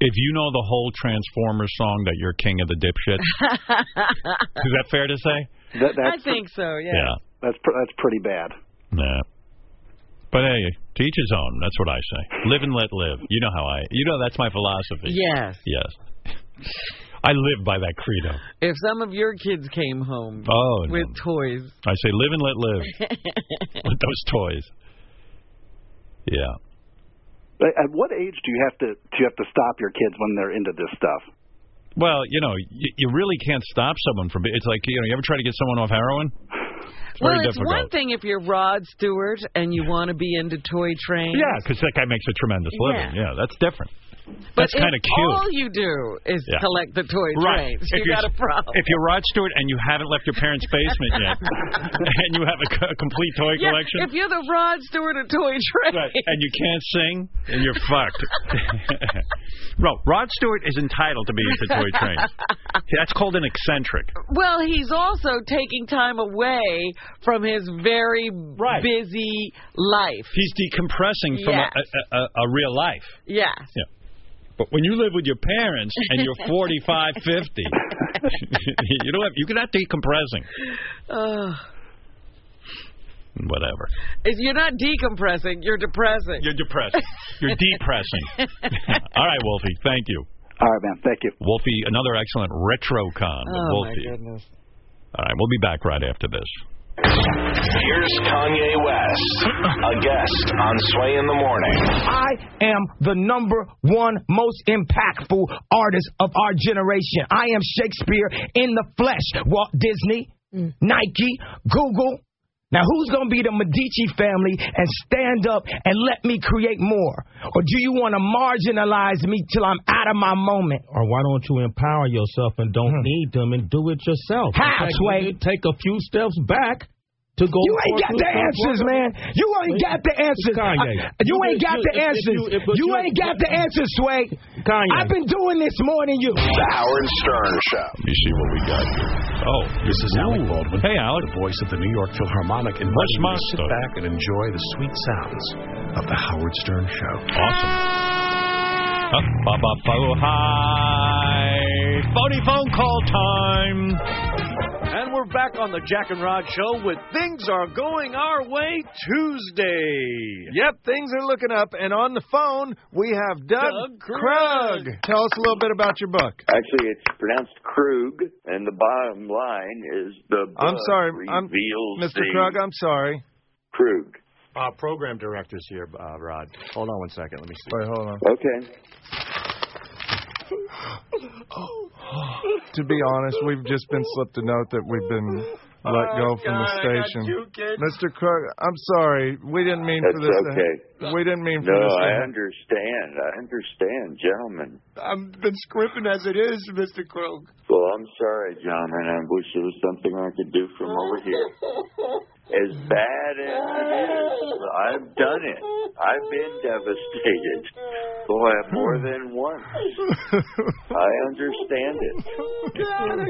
Speaker 7: if you know the whole Transformers song that you're king of the dipshit? Is that fair to say?
Speaker 24: That,
Speaker 8: I think so. Yeah.
Speaker 7: Yeah.
Speaker 24: That's pr- that's pretty bad.
Speaker 7: Yeah. But hey, teach his own. That's what I say. Live and let live. You know how I. You know that's my philosophy.
Speaker 8: Yes.
Speaker 7: Yes. I live by that credo.
Speaker 8: If some of your kids came home
Speaker 7: Oh, no.
Speaker 8: with toys,
Speaker 7: I say live and let live with those toys. Yeah.
Speaker 24: Like, At what age do you have to do you have to stop your kids when they're into this stuff?
Speaker 7: Well, you know, you, you really can't stop someone from. be- It's like you know, you ever try to get someone off heroin? It's
Speaker 8: well,
Speaker 7: very
Speaker 8: it's
Speaker 7: difficult.
Speaker 8: one thing if you're Rod Stewart and you want to be into toy trains.
Speaker 7: Yeah, because that guy makes a tremendous
Speaker 8: Yeah.
Speaker 7: living. Yeah, that's different.
Speaker 8: but
Speaker 7: that's kind of
Speaker 8: if
Speaker 7: cute.
Speaker 8: All you do is
Speaker 7: Yeah.
Speaker 8: collect the toy
Speaker 7: Right.
Speaker 8: trains.
Speaker 7: If
Speaker 8: You
Speaker 7: you're-
Speaker 8: got a problem.
Speaker 7: If you're Rod Stewart and you haven't left your parents' basement yet, and you have a, c- a complete toy
Speaker 8: Yeah,
Speaker 7: collection,
Speaker 8: if you're the Rod Stewart of toy trains,
Speaker 7: and you can't sing, and you're fucked. Bro, Rod Stewart is entitled to be into toy trains. That's called an eccentric.
Speaker 8: Well, he's also taking time away from his very busy life.
Speaker 7: He's decompressing from
Speaker 8: Yes.
Speaker 7: a, a, a, a real life.
Speaker 8: Yes.
Speaker 7: Yeah. But when you live with your parents and you're 45, 50, you don't have, you're not decompressing.
Speaker 8: Ugh.
Speaker 7: Whatever.
Speaker 8: if you're not decompressing, you're depressing.
Speaker 7: You're depressing. You're depressing. All right, Wolfie. Thank you.
Speaker 24: All right, man. Thank you.
Speaker 7: Wolfie, another excellent retrocon with
Speaker 27: Oh, my
Speaker 7: Wolfie. All right, we'll be back right after this.
Speaker 27: Here's Kanye West, a guest on Sway in the Morning.
Speaker 14: I am the number one most impactful artist of our generation. I am Shakespeare in the flesh. Walt Disney, Nike, Google. Now, who's going to be the Medici family and stand up and let me create more? Or do you want to marginalize me till I'm out of my moment?
Speaker 16: Or why don't you empower
Speaker 6: Hmm.
Speaker 16: yourself and don't need them and do it yourself?
Speaker 14: How,
Speaker 16: In fact,
Speaker 14: Sway?
Speaker 16: you Take a few steps back
Speaker 31: to go.
Speaker 6: You ain't got the answers, man. You ain't got the answers.
Speaker 31: Kanye.
Speaker 6: I- You
Speaker 31: You
Speaker 6: ain't
Speaker 31: just-
Speaker 6: got
Speaker 31: you-
Speaker 6: the
Speaker 31: if- if
Speaker 6: answers.
Speaker 31: you- if- but
Speaker 6: You
Speaker 31: you-
Speaker 6: ain't got the answers, Sway. Kanye. I've been doing this more than you.
Speaker 32: The Howard Stern Show.
Speaker 7: You see what we got here.
Speaker 33: Oh, Um, this is Alec Baldwin. Hey, Alec. The voice of the New York Philharmonic and you to sit back and enjoy the sweet sounds of the Howard Stern Show.
Speaker 7: Awesome. Up, up, up, oh, hi. Phony phone call time.
Speaker 9: And we're back on the Jack and Rod Show with Things Are Going Our Way Tuesday.
Speaker 5: Yep, things are looking up, and on the phone we have Doug,
Speaker 9: Doug
Speaker 5: Krug. Tell us a little bit about your book.
Speaker 18: Actually, it's pronounced Krug, and the bottom line is the.
Speaker 5: I'm
Speaker 18: bug
Speaker 5: sorry, I'm-
Speaker 18: reveals
Speaker 5: Mr.
Speaker 18: the-
Speaker 5: Krug, I'm sorry.
Speaker 18: Krug.
Speaker 5: Uh, program director's here, uh, Rod. Hold on one second. Let me see. hold on.
Speaker 18: Okay.
Speaker 5: To be honest, we've just been slipped a note that we've been let go from the station. Mr. Krug, I'm sorry. We didn't mean for this.
Speaker 18: That's
Speaker 5: to-
Speaker 18: okay.
Speaker 5: we didn't mean for
Speaker 18: No,
Speaker 5: this. to
Speaker 18: I
Speaker 5: happen.
Speaker 18: understand. I understand, gentlemen.
Speaker 5: I've been scrimping as it is, Mr. Krug.
Speaker 18: Well, I'm sorry, gentlemen. I wish there was something I could do from over here. As bad as it is, I've done it. I've been devastated. Boy, more than once. I understand it.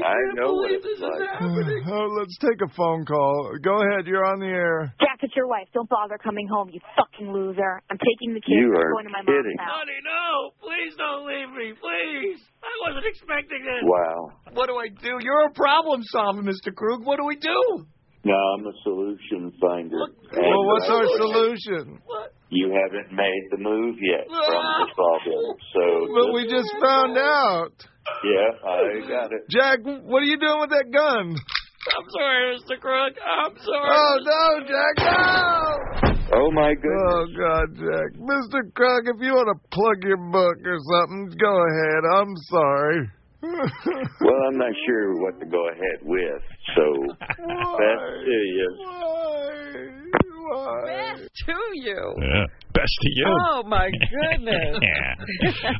Speaker 18: I know what it's like.
Speaker 5: Oh, let's take a phone call. Go ahead. You're on the air.
Speaker 27: Jack, it's your wife. Don't bother coming home, you fucking loser. I'm taking the kids.
Speaker 5: You
Speaker 27: I'm
Speaker 5: are
Speaker 27: going to my mom's
Speaker 18: kidding.
Speaker 27: house.
Speaker 9: Honey, no! Please don't leave me, please! I wasn't expecting this!
Speaker 18: Wow.
Speaker 9: What do I do? You're a problem solver, Mr. Krug. What do we do?
Speaker 18: No, I'm a solution finder.
Speaker 5: Well,
Speaker 18: And
Speaker 5: what's
Speaker 18: I
Speaker 5: our
Speaker 18: wish
Speaker 5: solution?
Speaker 18: You haven't made the move
Speaker 5: Ah!
Speaker 18: yet from the problem. So,
Speaker 5: But we just found out.
Speaker 18: yeah, I got it.
Speaker 5: Jack, what are you doing with that gun?
Speaker 9: I'm sorry, Mr. Krug. I'm sorry.
Speaker 5: Oh, no, Jack, no!
Speaker 18: Oh my goodness.
Speaker 5: Oh God, Jack, Mr. Krug, if you want to plug your book or something, go ahead. I'm sorry.
Speaker 18: Well, I'm not sure what to go ahead with, so best to you.
Speaker 8: Best to you.
Speaker 7: Yeah. Best to you.
Speaker 8: Oh my goodness.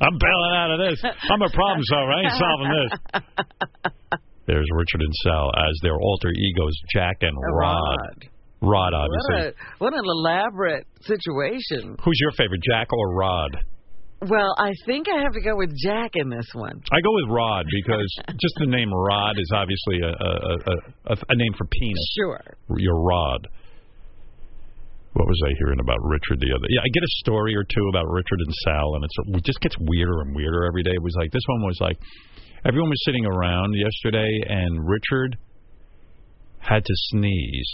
Speaker 7: I'm bailing out of this. I'm a problem solver. I ain't solving this. There's Richard and Sal as their alter egos, Jack and Rod. Rod,
Speaker 8: What, a,
Speaker 7: obviously.
Speaker 8: what an elaborate situation.
Speaker 7: Who's your favorite, Jack or Rod?
Speaker 8: Well, I think I have to go with Jack in this one.
Speaker 7: I go with Rod because just the name Rod is obviously a a, a, a, a name for penis.
Speaker 8: Sure.
Speaker 7: Your Rod. What was I hearing about Richard the other? Yeah, I get a story or two about Richard and Sal, and it's it just gets weirder and weirder every day. It was like this one was like everyone was sitting around yesterday, and Richard had to sneeze.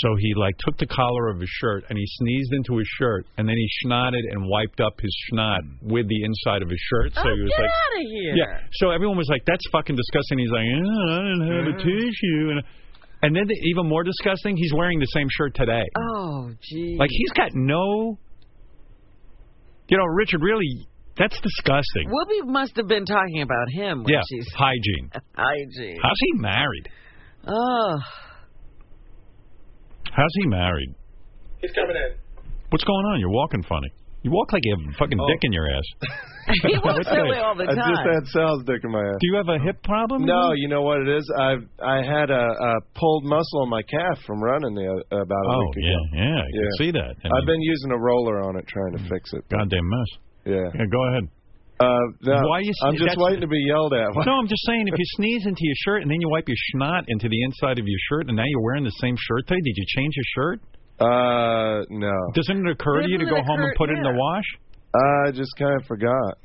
Speaker 7: So he like took the collar of his shirt and he sneezed into his shirt and then he schnotted and wiped up his schnot with the inside of his shirt. So
Speaker 8: Oh,
Speaker 7: he was
Speaker 8: get
Speaker 7: like,
Speaker 8: outta here.
Speaker 7: Yeah. So everyone was like, "That's fucking disgusting." He's like, "Yeah, "I didn't have
Speaker 8: Mm.
Speaker 7: a tissue," and and then the, even more disgusting, he's wearing the same shirt today.
Speaker 8: Oh, gee.
Speaker 7: Like he's got no. You know, Richard, really, that's disgusting.
Speaker 8: Whoopi must have been talking about him when
Speaker 7: yeah,
Speaker 8: she's
Speaker 7: hygiene.
Speaker 8: hygiene.
Speaker 7: How's he married?
Speaker 8: Oh,
Speaker 7: How's he married?
Speaker 20: He's coming in.
Speaker 7: What's going on? You're walking funny. You walk like you have a fucking
Speaker 20: Oh.
Speaker 7: dick in your ass.
Speaker 8: he
Speaker 20: walks that way all the I just time. had Sal's dick in my ass.
Speaker 7: Do you have a hip problem?
Speaker 20: No, you know what it is. I've I had a, a pulled muscle in my calf from running the oth- about a
Speaker 7: Oh,
Speaker 20: week ago.
Speaker 7: yeah, yeah, I can see that. And
Speaker 20: I've been using a roller on it trying to fix it.
Speaker 7: Goddamn mess.
Speaker 20: Yeah.
Speaker 7: Yeah, go ahead.
Speaker 20: Uh, no,
Speaker 7: Why you?
Speaker 20: I'm
Speaker 7: that's-
Speaker 20: just waiting to be yelled at.
Speaker 7: No, I'm just saying, if you sneeze into your shirt and then you wipe your snot into the inside of your shirt, and now you're wearing the same shirt today, did you change your shirt?
Speaker 20: Uh, no.
Speaker 7: Doesn't it occur to you to
Speaker 20: Doesn't
Speaker 7: go
Speaker 20: it
Speaker 7: home and
Speaker 20: occur-
Speaker 7: put it in the wash?
Speaker 20: I just kind of forgot.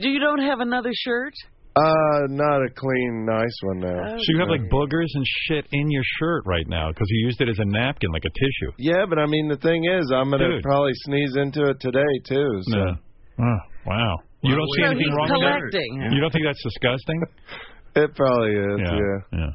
Speaker 8: do you don't have another shirt?
Speaker 20: Uh, not a clean, nice one now.
Speaker 7: So you have like boogers and shit in your shirt right now because you used it as a napkin, like a tissue.
Speaker 20: Yeah, but I mean the thing is, I'm gonna
Speaker 7: Dude.
Speaker 20: probably sneeze into it today too. So.
Speaker 7: Yeah. Oh, wow. You don't see
Speaker 20: So
Speaker 7: anything
Speaker 20: he's
Speaker 7: wrong with
Speaker 20: collecting.
Speaker 7: that? You don't think that's disgusting?
Speaker 20: It probably is.
Speaker 7: Yeah,
Speaker 20: Yeah.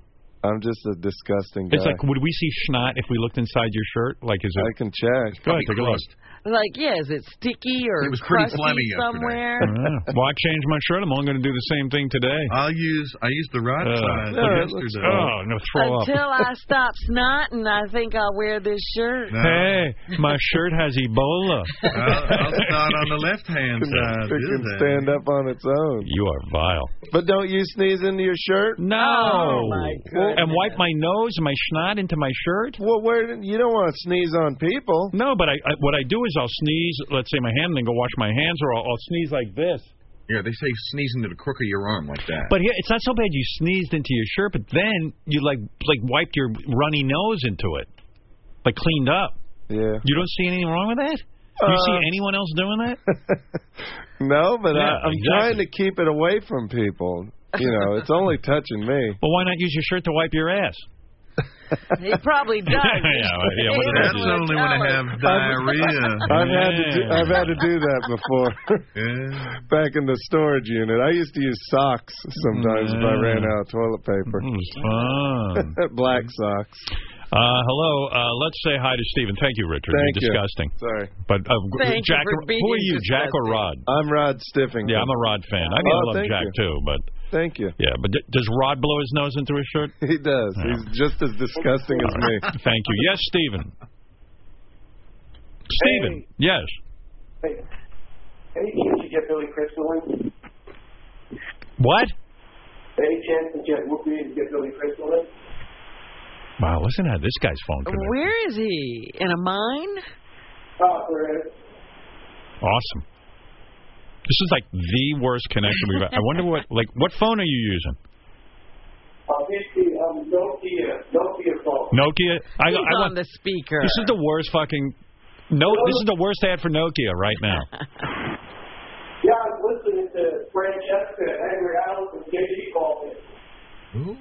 Speaker 20: I'm just a disgusting guy.
Speaker 7: It's like, would we see snot if we looked inside your shirt? Like, is it?
Speaker 20: I can check.
Speaker 7: Go ahead, take a look.
Speaker 8: Like, yeah, is it sticky or
Speaker 7: It was pretty
Speaker 8: crusty
Speaker 7: phlegmy yesterday.
Speaker 8: somewhere?
Speaker 7: Yeah. Well, I changed my shirt. I'm only going to do the same thing today. Uh, I'll use I used the rod.
Speaker 16: size yesterday.
Speaker 7: Oh no, throw
Speaker 8: Until
Speaker 7: up.
Speaker 8: I stop snotting, I think I'll wear this shirt.
Speaker 7: Hey, my shirt has Ebola.
Speaker 16: I'll start on the left hand side.
Speaker 5: It can
Speaker 16: Good
Speaker 5: stand up on its own.
Speaker 7: You are vile.
Speaker 5: But don't you sneeze into your shirt?
Speaker 7: No. Oh,
Speaker 20: Oh,
Speaker 5: Oh,
Speaker 7: and wipe my nose and my schnoz into my shirt.
Speaker 5: Well, where did- you don't want to sneeze on people.
Speaker 7: No, but I, I what I do is I'll sneeze. Let's say my hand, then go wash my hands, or I'll, I'll sneeze like this.
Speaker 1: Yeah, they say sneeze into the crook of your arm like that.
Speaker 7: But here, it's not so bad. You sneezed into your shirt, but then you like like wiped your runny nose into it, like cleaned up.
Speaker 5: Yeah.
Speaker 7: You don't see anything wrong with that. you
Speaker 5: Uh,
Speaker 7: see anyone else doing that?
Speaker 5: No, but
Speaker 7: Yeah,
Speaker 5: I, I'm
Speaker 7: exactly.
Speaker 5: trying to keep it away from people. You know, it's only touching me.
Speaker 7: Well, why not use your shirt to wipe your ass?
Speaker 8: He probably does.
Speaker 7: Yeah, well, yeah, what
Speaker 16: That's only when I have diarrhea.
Speaker 5: I've had to do, I've had to do that before. Back in the storage unit, I used to use socks sometimes if I ran out of toilet paper.
Speaker 7: Hmm,
Speaker 5: Black socks.
Speaker 7: Uh, hello. Uh, let's say hi to Stephen. Thank you, Richard.
Speaker 5: Thank
Speaker 7: You're
Speaker 5: you.
Speaker 7: disgusting.
Speaker 5: Sorry.
Speaker 7: But uh,
Speaker 5: Thank you
Speaker 7: Jack,
Speaker 5: for being
Speaker 7: who are you, Jack or Rod?
Speaker 5: I'm Rod Stiffing.
Speaker 7: Yeah, I'm a Rod fan. I mean,
Speaker 5: Oh,
Speaker 7: I love
Speaker 5: thank
Speaker 7: Jack
Speaker 5: you.
Speaker 7: too, but
Speaker 5: Thank you.
Speaker 7: yeah. But d- does Rod blow his nose into his shirt?
Speaker 5: He does. He's just as disgusting as me.
Speaker 7: Thank you. Yes, Stephen. Stephen. Yes.
Speaker 13: Any chance you get Billy Crystal in?
Speaker 7: What?
Speaker 13: Any chance you get Whoopi and get Billy Crystal in?
Speaker 7: Wow, listen to how this guy's phone connected.
Speaker 8: Where is he? In a mine?
Speaker 13: Oh, there is.
Speaker 5: Oh.
Speaker 7: Awesome. This is like the worst connection we've. had. I wonder what like what phone are you using?
Speaker 13: Obviously, um, Nokia, Nokia phone.
Speaker 7: Nokia. I, I
Speaker 13: He's on
Speaker 7: want,
Speaker 13: the
Speaker 8: speaker.
Speaker 7: This is the worst fucking. No, this is the worst ad for Nokia right now.
Speaker 13: Yeah, I was listening to Francesca and Angry Alice and JD called it.
Speaker 7: Who?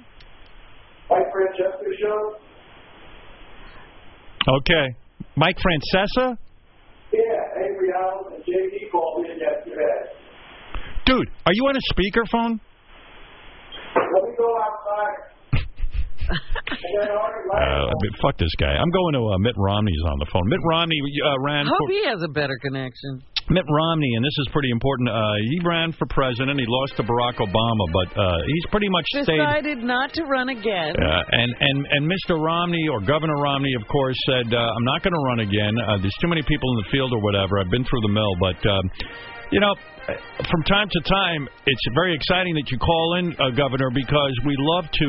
Speaker 13: Like Francesca's show?
Speaker 7: Okay, Mike Francesa,
Speaker 13: Yeah, Angry Alice and JD called in yesterday.
Speaker 7: dude, are you on a speakerphone?
Speaker 13: Let me go outside. and then Artie
Speaker 7: Uh, fuck this guy. I'm going to uh, Mitt Romney's on the phone. Mitt Romney uh, ran.
Speaker 8: Hope
Speaker 7: for-
Speaker 8: he has a better connection.
Speaker 7: Mitt Romney, and this is pretty important. Uh, he ran for president. He lost to Barack Obama, but uh, he's pretty much stayed.
Speaker 8: Decided not to run again.
Speaker 7: Uh, and and and Mr. Romney or Governor Romney, of course, said uh, I'm not going to run again. Uh, there's too many people in the field or whatever. I've been through the mill, but um, you know, uh, from time to time, it's very exciting that you call in, uh, Governor, because we love to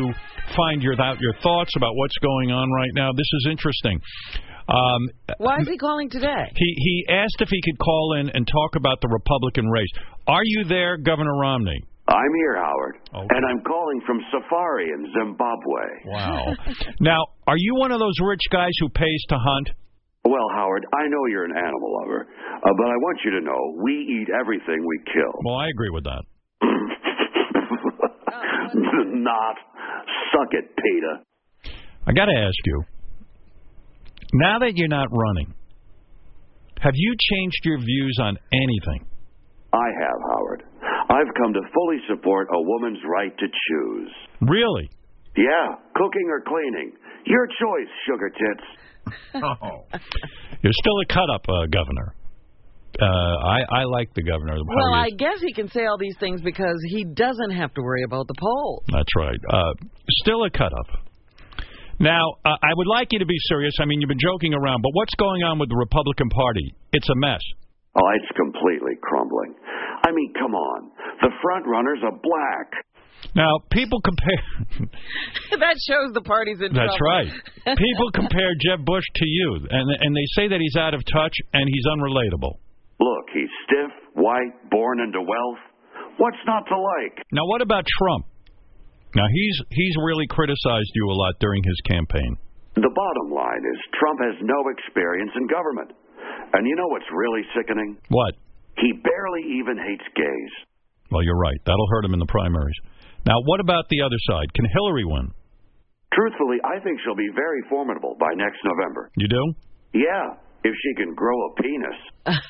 Speaker 7: find your out your thoughts about what's going on right now. This is interesting. Um,
Speaker 8: Why is he calling today?
Speaker 7: he he asked if he could call in and talk about the Republican race. Are you there, Governor Romney?
Speaker 18: I'm here, Howard, and I'm calling from Safari in Zimbabwe.
Speaker 7: Wow. now, are you one of those rich guys who pays to hunt?
Speaker 18: Well, Howard, I know you're an animal lover, uh, but I want you to know we eat everything we kill.
Speaker 7: Well, I agree with that.
Speaker 18: Not. Suck it, Peter.
Speaker 7: I got to ask you. Now that you're not running, have you changed your views on anything?
Speaker 18: I have, Howard. I've come to fully support a woman's right to choose.
Speaker 7: Really?
Speaker 18: Yeah, cooking or cleaning. Your choice, sugar tits. Oh.
Speaker 7: You're still a cut up, uh, Governor. Uh, I I like the governor. How
Speaker 8: Well,
Speaker 7: he
Speaker 8: I
Speaker 7: is-
Speaker 8: guess he can say all these things because he doesn't have to worry about the polls.
Speaker 7: That's right. Uh, still a cut up. Now, uh, I would like you to be serious. I mean, you've been joking around, but what's going on with the Republican Party? It's a mess.
Speaker 18: Oh, it's completely crumbling. I mean, come on. The front runners are black.
Speaker 7: Now, people compare.
Speaker 8: that shows the party's in
Speaker 7: That's
Speaker 8: trouble.
Speaker 7: right. People compare Jeb Bush to you, and and they say that he's out of touch and he's unrelatable.
Speaker 18: Look, he's stiff, white, born into wealth. What's not to like?
Speaker 7: Now, what about Trump? Now he's he's really criticized you a lot during his campaign.
Speaker 18: The bottom line is Trump has no experience in government. And you know what's really sickening?
Speaker 7: What?
Speaker 18: He barely even hates gays.
Speaker 7: Well, you're right. That'll hurt him in the primaries. Now, what about the other side? Can Hillary win?
Speaker 18: Truthfully, I think she'll be very formidable by next November.
Speaker 7: You do?
Speaker 18: Yeah, if she can grow a penis.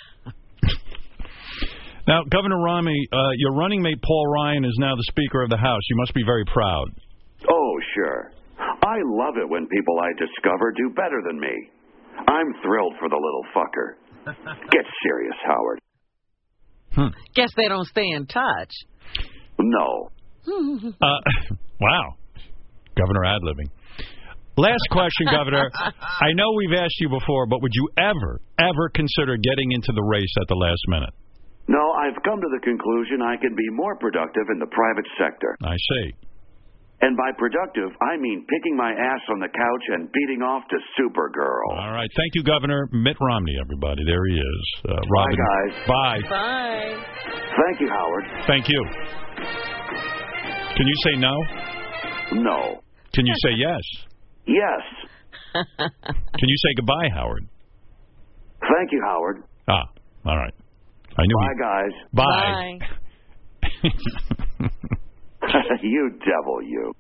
Speaker 7: Now, Governor Romney, uh, your running mate Paul Ryan is now the Speaker of the House. You must be very proud.
Speaker 18: Oh, sure. I love it when people I discover do better than me. I'm thrilled for the little fucker. Get serious, Howard.
Speaker 8: Guess they don't stay in touch.
Speaker 18: No.
Speaker 8: Hmm.
Speaker 7: Uh, wow. Governor ad libbing. Last question, Governor. I know we've asked you before, but would you ever, ever consider getting into the race at the last minute?
Speaker 18: No, I've come to the conclusion I can be more productive in the private sector.
Speaker 7: I see.
Speaker 18: And by productive, I mean picking my ass on the couch and beating off to Supergirl.
Speaker 7: All right. Thank you, Governor. Mitt Romney, everybody. There he is. Uh, Robin.
Speaker 18: guys.
Speaker 7: Bye.
Speaker 8: Bye.
Speaker 18: Thank you, Howard.
Speaker 7: Thank you. Can you say no?
Speaker 18: No.
Speaker 7: Can you say yes?
Speaker 18: Yes.
Speaker 7: Can you say goodbye, Howard?
Speaker 18: Thank you, Howard.
Speaker 7: Ah, all right. I knew.
Speaker 18: Bye, guys.
Speaker 7: Bye.
Speaker 18: you devil, you.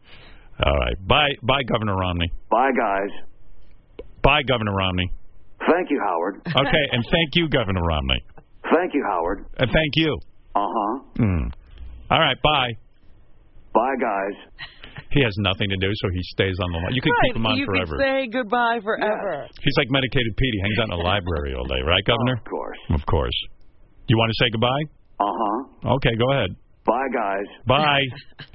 Speaker 7: All right. Bye, bye, Governor Romney.
Speaker 18: Bye, guys.
Speaker 7: Bye, Governor Romney.
Speaker 18: Thank you, Howard.
Speaker 7: Okay, and thank you, Governor Romney.
Speaker 18: Thank you, Howard.
Speaker 7: And thank you.
Speaker 18: Uh huh.
Speaker 7: Mm. All right. Bye.
Speaker 18: Bye, guys.
Speaker 7: He has nothing to do, so he stays on the line. You can keep him on
Speaker 8: you
Speaker 7: forever.
Speaker 8: could say goodbye forever.
Speaker 7: He's like medicated Pete. He hangs out in the library all day, right, Governor? Of
Speaker 18: course.
Speaker 7: Of course. You want to say goodbye?
Speaker 18: Uh huh.
Speaker 7: Okay, go ahead.
Speaker 18: Bye, guys.
Speaker 7: Bye.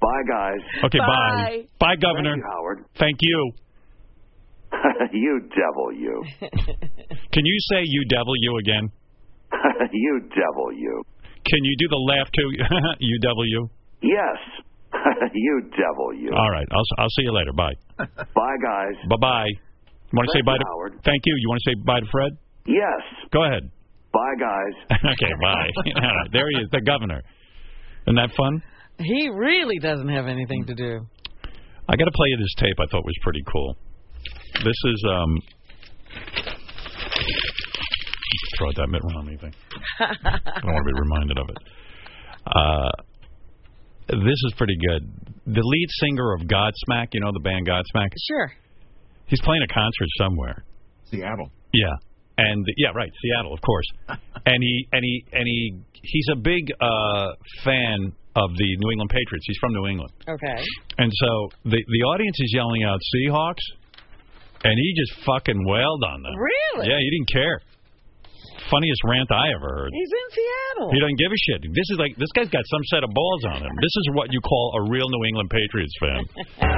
Speaker 18: Bye, guys.
Speaker 7: Okay, bye. Bye, Governor.
Speaker 18: Thank you, Howard.
Speaker 7: Thank you.
Speaker 18: you devil, you.
Speaker 7: Can you say you devil you again?
Speaker 18: you devil, you.
Speaker 7: Can you do the laugh too? you devil you.
Speaker 18: Yes. you devil, you.
Speaker 7: All right. I'll I'll see you later. Bye.
Speaker 18: Bye, guys.
Speaker 7: Bye bye. You want to say
Speaker 18: Thank
Speaker 7: bye
Speaker 18: you,
Speaker 7: to
Speaker 18: Howard.
Speaker 7: Thank you. You want to say bye to Fred?
Speaker 18: Yes.
Speaker 7: Go ahead.
Speaker 18: Bye, guys.
Speaker 7: okay. Bye. All right, there he is, the governor. Isn't that fun?
Speaker 8: He really doesn't have anything to do.
Speaker 7: I got to play you this tape. I thought was pretty cool. This is um. Throw out that Mitt Romney thing. I don't want to be reminded of it. Uh, this is pretty good. The lead singer of Godsmack, you know the band Godsmack.
Speaker 8: Sure.
Speaker 7: He's playing a concert somewhere.
Speaker 34: Seattle.
Speaker 7: Yeah, and yeah, right, Seattle, of course. and he and he and he he's a big uh, fan of the New England Patriots. He's from New England.
Speaker 8: Okay.
Speaker 7: And so the the audience is yelling out Seahawks, and he just fucking wailed on them.
Speaker 8: Really?
Speaker 7: Yeah, he didn't care. Funniest rant I ever heard.
Speaker 8: He's in Seattle.
Speaker 7: He doesn't give a shit. This is like this guy's got some set of balls on him. This is what you call a real New England Patriots fan.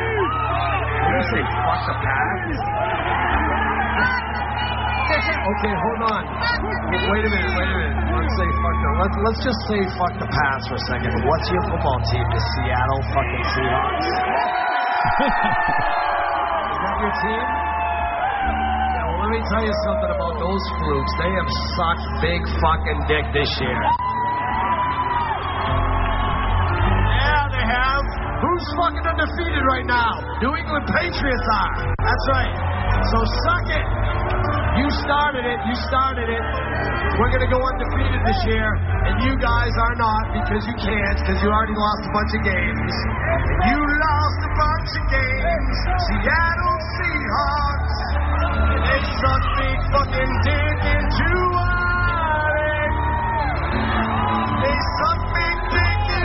Speaker 12: You say fuck the
Speaker 9: Okay, hold on. Wait a minute, wait a minute. Let's say fuck the let's let's just say fuck the pass for a second. What's your football team? The Seattle fucking Seahawks. Is that your team? Yeah, well, let me tell you something about those flukes. They have sucked big fucking dick this year. Yeah, they have. Who's fucking undefeated right now? New England Patriots are. That's right. So suck it. You started it. You started it. We're going to go undefeated this year, and you guys are not because you can't, because you already lost a bunch of games. You lost a bunch of games. Seattle Seahawks. They suck big fucking dick into our They suck big dick in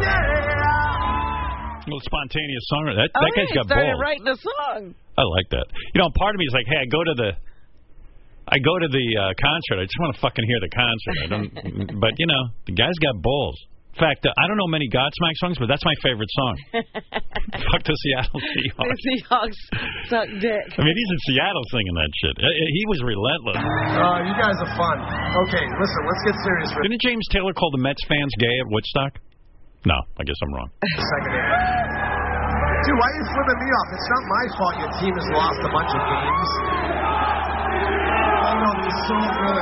Speaker 9: 2015, yeah.
Speaker 7: little spontaneous song. That,
Speaker 8: Oh,
Speaker 7: that
Speaker 8: yeah,
Speaker 7: guy's
Speaker 8: he
Speaker 7: got Oh.
Speaker 8: started
Speaker 7: balls.
Speaker 8: writing a song.
Speaker 7: I like that. You know, part of me is like, hey, I go to the, I go to the uh, concert. I just want to fucking hear the concert. I don't. but you know, the guy's got balls. In fact, uh, I don't know many Godsmack songs, but that's my favorite song. Fuck the Seattle
Speaker 8: The
Speaker 7: Seahawks.
Speaker 8: Seahawks suck dick.
Speaker 7: I mean, he's in Seattle singing that shit. Uh, uh, He was relentless.
Speaker 9: Oh, you guys are fun. Okay, listen, let's get serious for
Speaker 7: Didn't James Taylor call the Mets fans gay at Woodstock? No, I guess I'm wrong.
Speaker 9: a second here. Dude, why are you flipping me off? It's not my fault your team has lost a bunch of games. Oh, no, they're so good.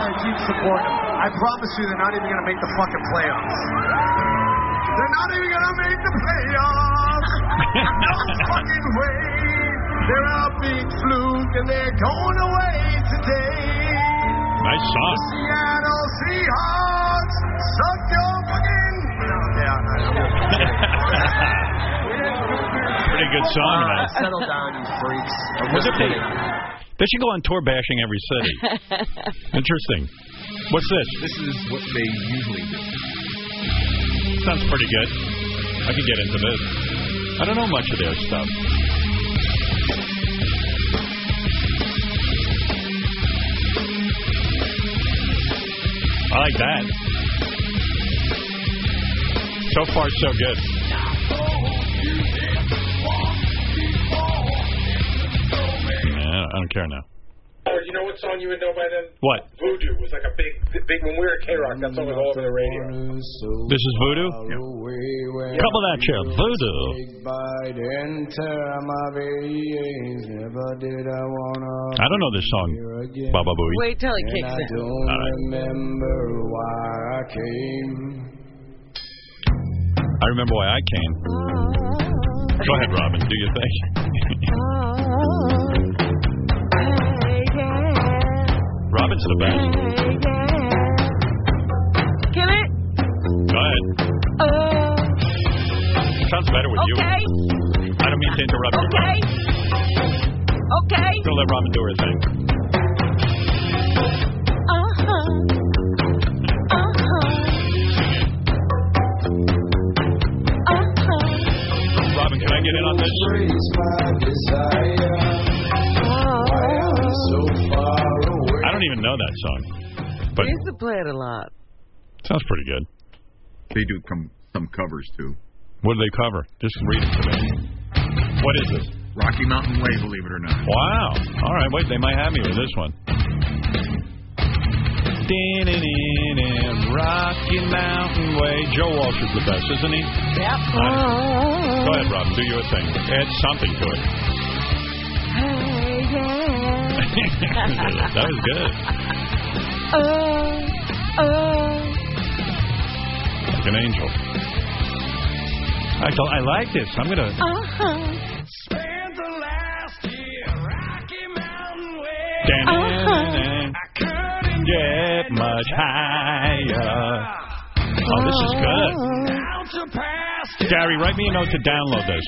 Speaker 9: I keep supporting them. I promise you they're not even going to make the fucking playoffs. They're not even going to make the playoffs. no fucking way. They're a big fluke and they're going away today.
Speaker 7: Nice song.
Speaker 9: Seattle Seahawks, suck your fucking. No, yeah, I
Speaker 7: Pretty good song,
Speaker 8: Uh,
Speaker 7: man.
Speaker 9: Settle down, you freaks.
Speaker 7: What's up, Dave? They should go on tour bashing every city. Interesting. What's this?
Speaker 34: This is what they usually do.
Speaker 7: Sounds pretty good. I could get into this. I don't know much of their stuff. I like that. So far, so good. Yeah, I don't care now.
Speaker 25: Howard, you know what song you would know by then?
Speaker 7: What?
Speaker 25: Voodoo was like a big, big. When we were at K Rock, that song was all over the radio.
Speaker 7: This is voodoo? Couple that chair. Voodoo. I don't know this song, Baba Booey.
Speaker 8: Wait till he kicks in.
Speaker 9: remember why I came.
Speaker 7: I remember why I came. Go ahead, Robin. Do your thing. Robin's the best.
Speaker 26: Kill it.
Speaker 7: Go ahead.
Speaker 26: Uh,
Speaker 7: Sounds better with
Speaker 26: okay.
Speaker 7: you. I don't mean to interrupt you.
Speaker 26: Okay. Okay.
Speaker 7: Don't let Robin do her thing. Uh-huh. Robin, can I get in on this? I don't even know that song. But
Speaker 8: we used to play it a lot.
Speaker 7: sounds pretty good.
Speaker 1: They do come some covers too.
Speaker 7: What do they cover? Just read it to me. What is it?
Speaker 1: Rocky Mountain Way, believe it or not.
Speaker 7: Wow. All right, wait, they might have me with this one. Rocky Mountain Way. Joe Walsh is the best, isn't he?
Speaker 26: Yep.
Speaker 7: Go ahead, Robin. Do your thing. Add something to it. that was good.
Speaker 26: Uh, uh.
Speaker 7: Like an angel. I, thought- I like this. I'm gonna.
Speaker 6: Uh-huh.
Speaker 7: Uh-huh. Get much higher. Oh, this is
Speaker 6: Ah.
Speaker 7: good. Gary, write me a note to download this.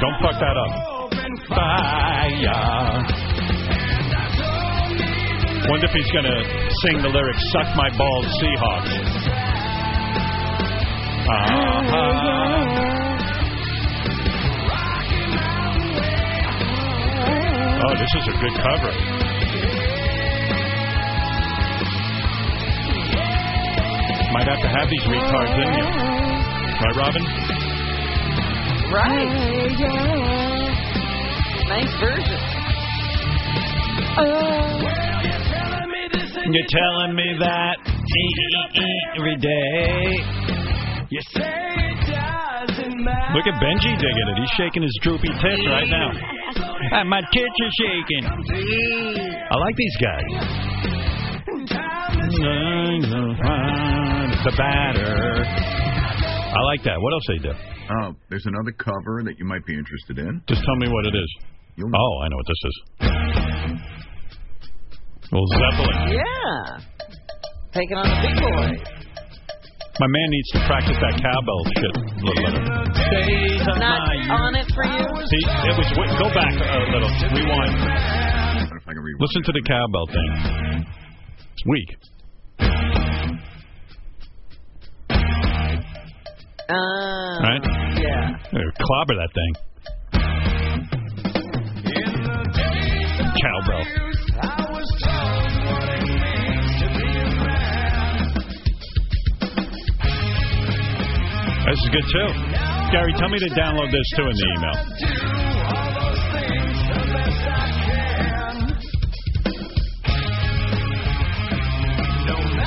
Speaker 7: Don't fuck that up. Fire. Wonder if he's gonna sing the lyrics "Suck my balls, Seahawks." Uh-huh. Oh, this is a good cover. Might have to have these retards in you, right, Robin?
Speaker 26: Right. Nice version.
Speaker 7: You're telling me that every day. You say it doesn't matter. Look at Benji digging it. He's shaking his droopy tits right now. And my tits are shaking. I like these guys. The batter. I like that. What else they do?
Speaker 1: Oh, there's another cover that you might be interested in.
Speaker 7: Just tell me what it is. Oh, I know what this is. Well, Zeppelin.
Speaker 8: Yeah. Taking on the big boy.
Speaker 7: My man needs to practice that cowbell shit a little better.
Speaker 26: Not on it for you.
Speaker 7: See, it was. Wait, go back a little. Rewind. Listen to the cowbell thing. It's weak.
Speaker 8: Uh,
Speaker 7: Right?
Speaker 8: Yeah.
Speaker 7: Here, Clobber that thing. Cowbell. This is good too. Gary, tell me to download this too in the email.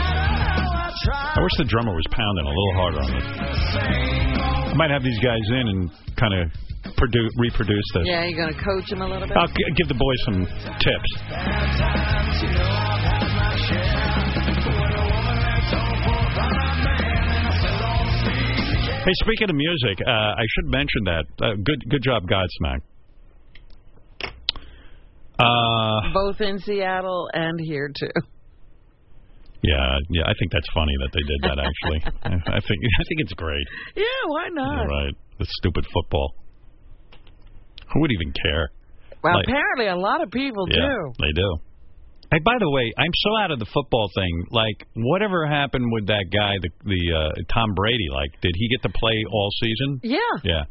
Speaker 7: I wish the drummer was pounding a little harder on this. I might have these guys in and kind of produ reproduce this.
Speaker 8: Yeah, you're going to coach him a little bit?
Speaker 7: I'll g- give the boys some tips. Hey, speaking of music, uh, I should mention that. Uh, good, good job, Godsmack. Uh,
Speaker 8: Both in Seattle and here, too.
Speaker 7: yeah, yeah. I think that's funny that they did that. Actually, I, I think I think it's great.
Speaker 8: Yeah, why not?
Speaker 7: You're right. The stupid football. Who would even care?
Speaker 8: Well,
Speaker 7: Like-
Speaker 8: apparently a lot of people
Speaker 7: yeah,
Speaker 8: do.
Speaker 7: they do. Hey, by the way, I'm so out of the football thing. Like, whatever happened with that guy, the the uh, Tom Brady? Like, did he get to play all season?
Speaker 8: Yeah.
Speaker 7: Yeah.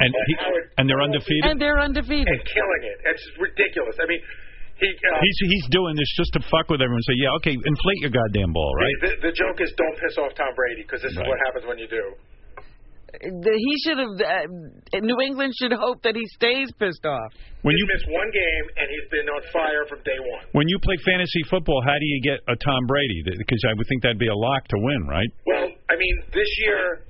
Speaker 7: And he, and they're undefeated.
Speaker 8: And they're undefeated.
Speaker 20: And killing it. It's just ridiculous. I mean, he. Uh,
Speaker 7: He's he's doing this just to fuck with everyone. and Say, yeah, okay, inflate your goddamn ball, right?
Speaker 20: the, the joke is don't piss off Tom Brady because this is what happens when you do.
Speaker 8: The- He should have. Uh, New England should hope that he stays pissed off.
Speaker 7: When
Speaker 20: you miss one game and he's been on fire from day one.
Speaker 7: When you play fantasy football, how do you get a Tom Brady? Because I would think that'd be a lock to win, right?
Speaker 20: Well, I mean, this year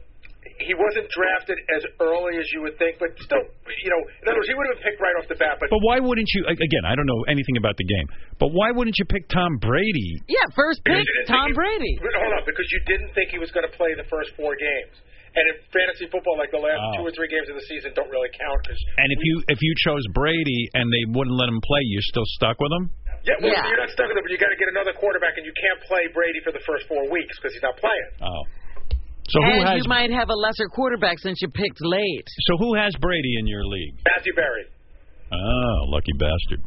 Speaker 20: he wasn't drafted as early as you would think, but still, you know, in other words, he would have been picked right off the bat. But
Speaker 7: But why wouldn't you? a- Again, I don't know anything about the game, but why wouldn't you pick Tom Brady?
Speaker 8: Yeah, first
Speaker 20: Because you didn't think he- But hold on, because you didn't think he was going to play the first four games. And in fantasy football, like the last
Speaker 7: Oh.
Speaker 20: two or three games of the season don't really count. 'cause-
Speaker 7: And if you if you chose Brady and they wouldn't let him play, you're still stuck with him.
Speaker 20: yeah, well, you're not stuck with it, but you got to get another quarterback, and you can't play Brady for the first four weeks because he's not playing.
Speaker 7: Oh. So who
Speaker 8: and
Speaker 7: has
Speaker 8: you might have a lesser quarterback since you picked late.
Speaker 7: so who has Brady in your league?
Speaker 20: Matthew Berry.
Speaker 7: Oh, lucky bastard.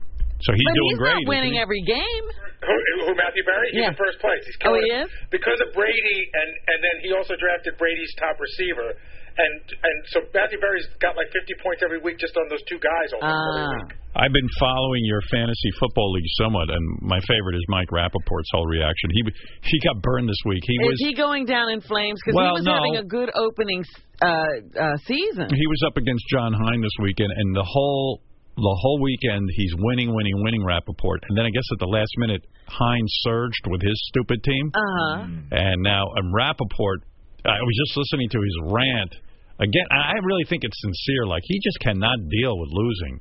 Speaker 7: So he's
Speaker 8: but
Speaker 7: doing
Speaker 8: he's
Speaker 7: great.
Speaker 8: not winning
Speaker 7: isn't he?
Speaker 8: every game.
Speaker 20: Who, who Matthew Berry? He's
Speaker 8: Yeah.
Speaker 20: in first place. He's
Speaker 8: Oh,
Speaker 20: killing
Speaker 8: he
Speaker 20: it.
Speaker 8: is?
Speaker 20: Because of Brady, and and then he also drafted Brady's top receiver, and and so Matthew Berry's got like 50 points every week just on those two guys.
Speaker 8: Ah.
Speaker 20: All
Speaker 7: I've been following your fantasy football league somewhat, and my favorite is Mike Rappaport's whole reaction. He he got burned this week. He
Speaker 8: Is
Speaker 7: was
Speaker 8: he going down in flames? Because
Speaker 7: Well,
Speaker 8: he was
Speaker 7: no.
Speaker 8: having a good opening uh, uh, season.
Speaker 7: he was up against John Hine this weekend, and the whole the whole weekend he's winning, winning, winning Rappaport, and then I guess at the last minute Hine surged with his stupid team,
Speaker 8: Uh huh.
Speaker 7: and now um, Rappaport. I was just listening to his rant again. I I really think it's sincere. Like he just cannot deal with losing.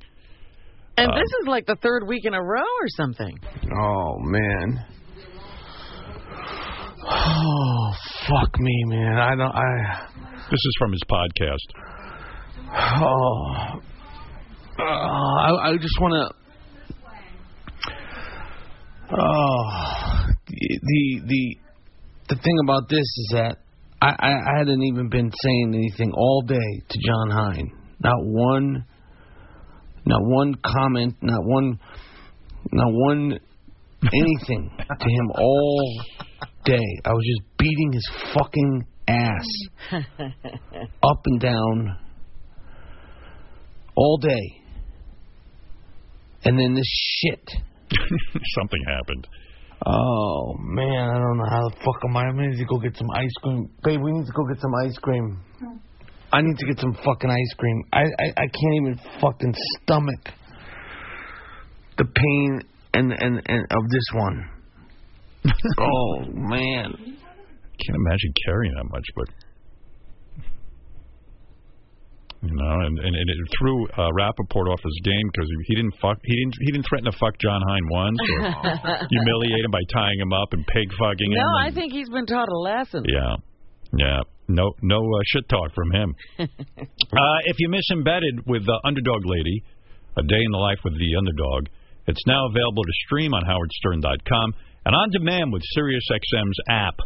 Speaker 8: And
Speaker 7: Uh,
Speaker 8: this is like the third week in a row or something.
Speaker 7: Oh man.
Speaker 9: Oh fuck me, man! I don't. I.
Speaker 7: This is from his podcast.
Speaker 9: Oh. Uh, I, I just want to. Oh, the the- the the thing about this is that I, I, I hadn't even been saying anything all day to John Hine. Not one, not one comment, not one, not one anything to him all day. I was just beating his fucking ass up and down all day. And then this shit.
Speaker 7: Something happened.
Speaker 9: Oh man, I don't know how the fuck am I? I need to go get some ice cream, babe. We need to go get some ice cream. I need to get some fucking ice cream. I I, I can't even fucking stomach the pain and and and of this one. oh man,
Speaker 7: Can't imagine carrying that much, but you know, and and, and it threw uh, Rappaport off his game because he, he didn't fuck, he didn't he didn't threaten to fuck John Hine once, or humiliate him by tying him up and pig fucking him.
Speaker 8: No, I
Speaker 7: and-
Speaker 8: think he's been taught a lesson.
Speaker 7: yeah, yeah, no no uh, shit talk from him. uh, if you miss embedded with the underdog lady, a day in the life with the underdog, it's now available to stream on howardstern.com and on demand with SiriusXM's app.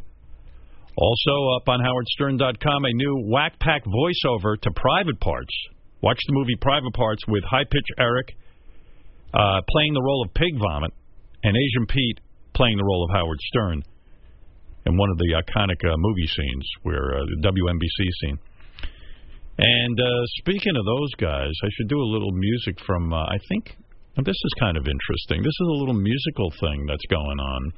Speaker 7: Also up on howardstern.com, a new Whack Pack voiceover to Private Parts. Watch the movie Private Parts with high pitch Eric uh, playing the role of Pig Vomit and Asian Pete playing the role of Howard Stern in one of the iconic uh, movie scenes where uh, the WNBC scene. And uh, speaking of those guys, I should do a little music from. Uh, I think this is kind of interesting. This is a little musical thing that's going on.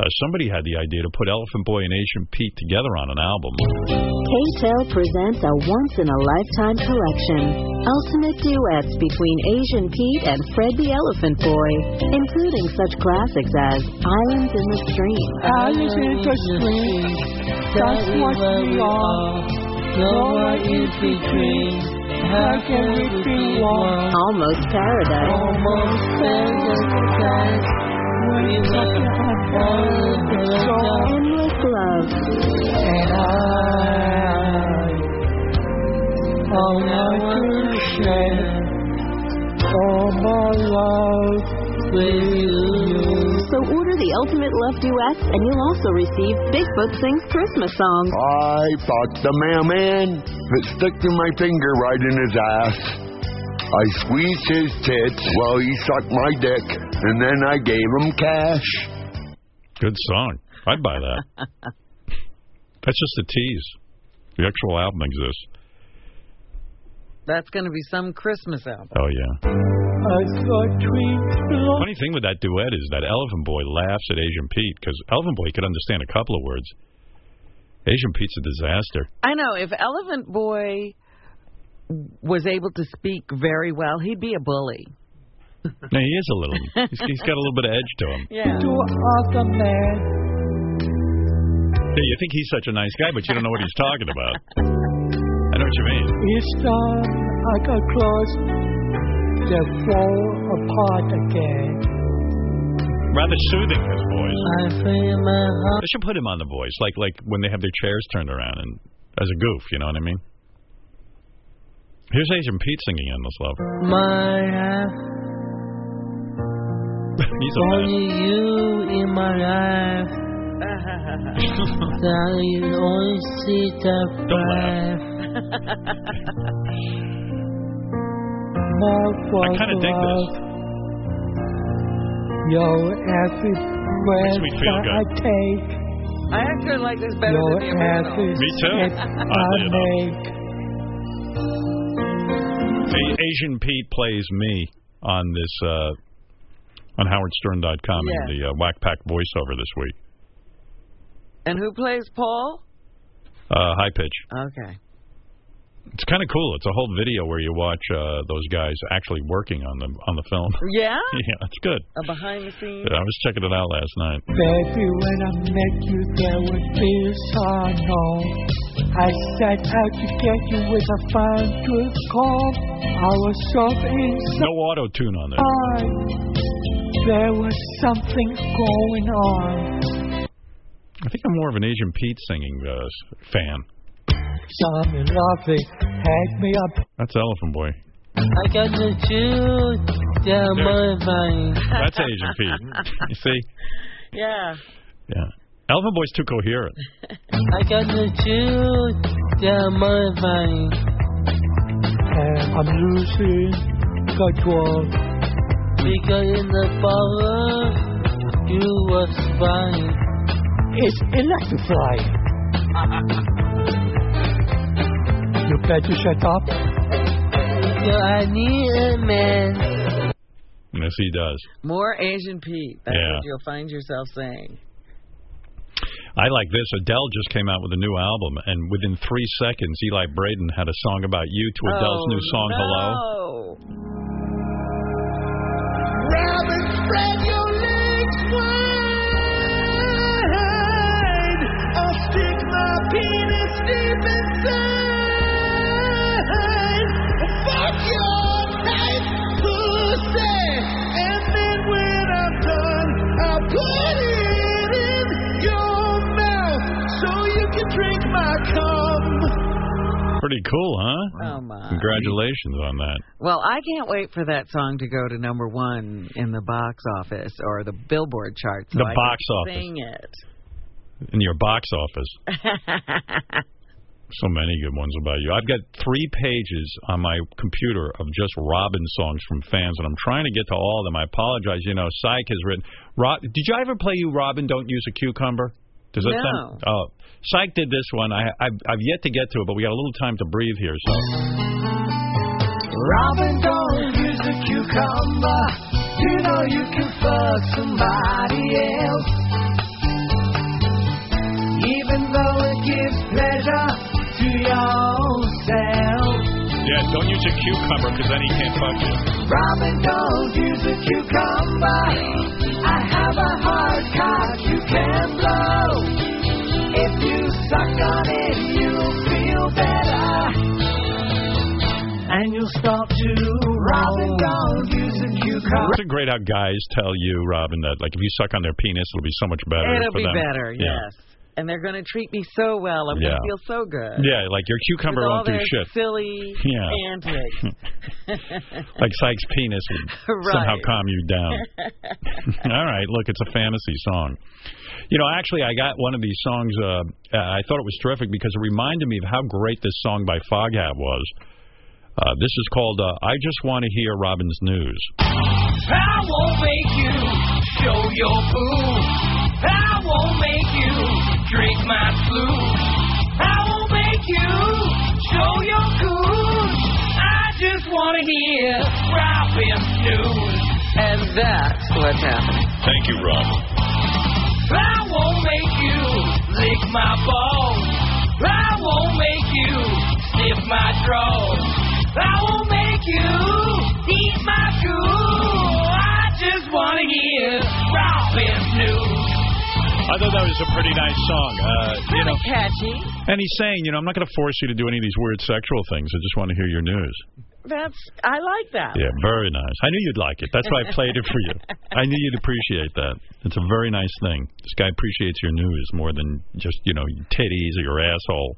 Speaker 7: Uh, somebody had the idea to put Elephant Boy and Asian Pete together on an album.
Speaker 2: KTEL presents a once in a lifetime collection. Ultimate duets between Asian Pete and Fred the Elephant Boy, including such classics as Islands in the Stream.
Speaker 6: Islands in the Stream, that's what we are. No one is between. How can we be one?
Speaker 2: Almost Paradise.
Speaker 6: Almost paradise. We're looking for paradise.
Speaker 2: Endless Love.
Speaker 6: And I, I'll never share all my love with you.
Speaker 2: So order the Ultimate Love Duets, and you'll also receive Bigfoot Sings Christmas songs.
Speaker 16: I thought the mailman that stuck to my finger right in his ass. I squeezed his tits while he sucked my dick.
Speaker 28: And then I gave him cash.
Speaker 7: Good song. I'd buy that. That's just a tease. The actual album exists.
Speaker 8: That's going to be some Christmas album.
Speaker 7: Oh yeah.
Speaker 9: I thought dreams belong.
Speaker 7: Funny thing with that duet is that Elephant Boy laughs at Asian Pete because Elephant Boy could understand a couple of words. Asian Pete's a disaster.
Speaker 8: I know if Elephant Boy was able to speak very well, he'd be a bully.
Speaker 7: No, he is a little. He's, he's got a little bit of edge to him.
Speaker 8: Yeah.
Speaker 9: To other man.
Speaker 7: Yeah, you think he's such a nice guy, but you don't know what he's talking about. I know what you mean.
Speaker 9: Each time I got close, they fall apart again.
Speaker 7: Rather soothing his voice.
Speaker 9: I feel my heart.
Speaker 7: They should put him on the voice, like like when they have their chairs turned around and as a goof. You know what I mean? Here's Asian Pete singing "Endless Love."
Speaker 9: My half,
Speaker 7: He's a mess.
Speaker 9: only you in my life. now you only see the five.
Speaker 7: I kind of dig this.
Speaker 9: Yo, every breath
Speaker 7: me feel
Speaker 9: that I
Speaker 7: good.
Speaker 9: take,
Speaker 8: I actually like this better
Speaker 9: your
Speaker 8: than the original.
Speaker 9: every step I
Speaker 7: Oddly enough.
Speaker 9: make.
Speaker 7: A- Asian Pete plays me on this uh, on HowardStern.com in the uh, Whack Pack voiceover this week.
Speaker 8: And who plays Paul?
Speaker 7: Uh, high pitch.
Speaker 8: Okay.
Speaker 7: It's kind of cool. It's a whole video where you watch uh, those guys actually working on the on the film.
Speaker 8: Yeah?
Speaker 7: yeah, it's good.
Speaker 8: A behind the scenes.
Speaker 7: I was checking it out last night.
Speaker 9: Baby, when I met you, there would be sorrow. I set out to get you with a fine good call. I was soft inside.
Speaker 7: No auto tune on there.
Speaker 9: There was something going on.
Speaker 7: I think I'm more of an Asian Pete singing uh, s- fan.
Speaker 9: Some in love, they hacked me up.
Speaker 7: That's Elephant Boy.
Speaker 9: I got the juice down my veins.
Speaker 7: That's Asian Pete. You see?
Speaker 8: Yeah.
Speaker 7: Yeah. Elephant Boy's too coherent.
Speaker 9: I got the juice down my veins. And I'm losing control. Because in the power, you were spying. It's electrifying. you better shut up. I need a man.
Speaker 7: Yes, he does.
Speaker 8: More Asian Pete. That's
Speaker 7: Yeah.
Speaker 8: what you'll find yourself saying.
Speaker 7: I like this. Adele just came out with a new album, and within three seconds, Eli Braden had a song about you to Adele's new song, Hello.
Speaker 8: Oh.
Speaker 9: Robin, spread your legs wide. I'll stick my penis deep inside. Fuck your tight pussy. And then when I'm done, I'll put it in your mouth so you can drink my cum.
Speaker 7: Pretty cool, huh?
Speaker 8: Oh, my.
Speaker 7: Congratulations on that.
Speaker 8: Well, I can't wait for that song to go to number one in the box office or the Billboard chart. So
Speaker 7: The
Speaker 8: I
Speaker 7: box
Speaker 8: can
Speaker 7: office.
Speaker 8: Sing it.
Speaker 7: In your box office. So many good ones about you. I've got three pages on my computer of just Robin songs from fans, and I'm trying to get to all of them. I apologize. You know, Psych has written. Ro did you ever play you Robin? Don't use a cucumber. Does that sound? Oh, Psych did this one. I, I've, I've yet to get to it, but we got a little time to breathe here. So
Speaker 9: Robin, don't use a cucumber. You know you can fuck somebody else. Even though it gives pleasure to yourself.
Speaker 7: yeah, don't use a cucumber because then he can't fuck you.
Speaker 9: Robin, don't use a cucumber. I have a hard cock you can blow. If you suck on it, you'll feel better. And you'll stop to Robin, don't use a cucumber.
Speaker 7: It's great how guys tell you, Robin, that like if you suck on their penis, it'll be so much better.
Speaker 8: It'll
Speaker 7: for
Speaker 8: be
Speaker 7: them.
Speaker 8: better,
Speaker 7: Yeah.
Speaker 8: yes. And they're going to treat me so well. I'm going
Speaker 7: Yeah.
Speaker 8: to feel so good.
Speaker 7: Yeah, like your cucumber
Speaker 8: With all
Speaker 7: won't do
Speaker 8: their
Speaker 7: shit.
Speaker 8: silly
Speaker 7: Yeah.
Speaker 8: antics.
Speaker 7: Like Sykes' penis would
Speaker 8: Right.
Speaker 7: somehow calm you down. All right, look, it's a fantasy song. You know, actually, I got one of these songs. Uh, I thought it was terrific because it reminded me of how great this song by Foghat was. Uh, this is called uh, "I Just Want to Hear Robin's News."
Speaker 9: I won't make you
Speaker 25: show your poo. I won't make you drink my flu. I won't make you show your coos. I just wanna hear Robin news.
Speaker 8: And that's what's happening.
Speaker 9: Thank you, Rob.
Speaker 25: I won't make you lick my balls. I won't make you sniff my drawers. I won't make you eat my goo. I just wanna hear Robin news.
Speaker 9: I thought that was a pretty nice song. Uh, you know,
Speaker 8: Catchy.
Speaker 7: And he's saying, you know, I'm not going to force you to do any of these weird sexual things. I just want to hear your news.
Speaker 8: That's I like
Speaker 6: Oh.
Speaker 8: that.
Speaker 7: Yeah, very nice. I knew you'd like it. That's why I played it for you. I knew you'd appreciate that. It's a very nice thing. This guy appreciates your news more than just, you know, your titties or your asshole.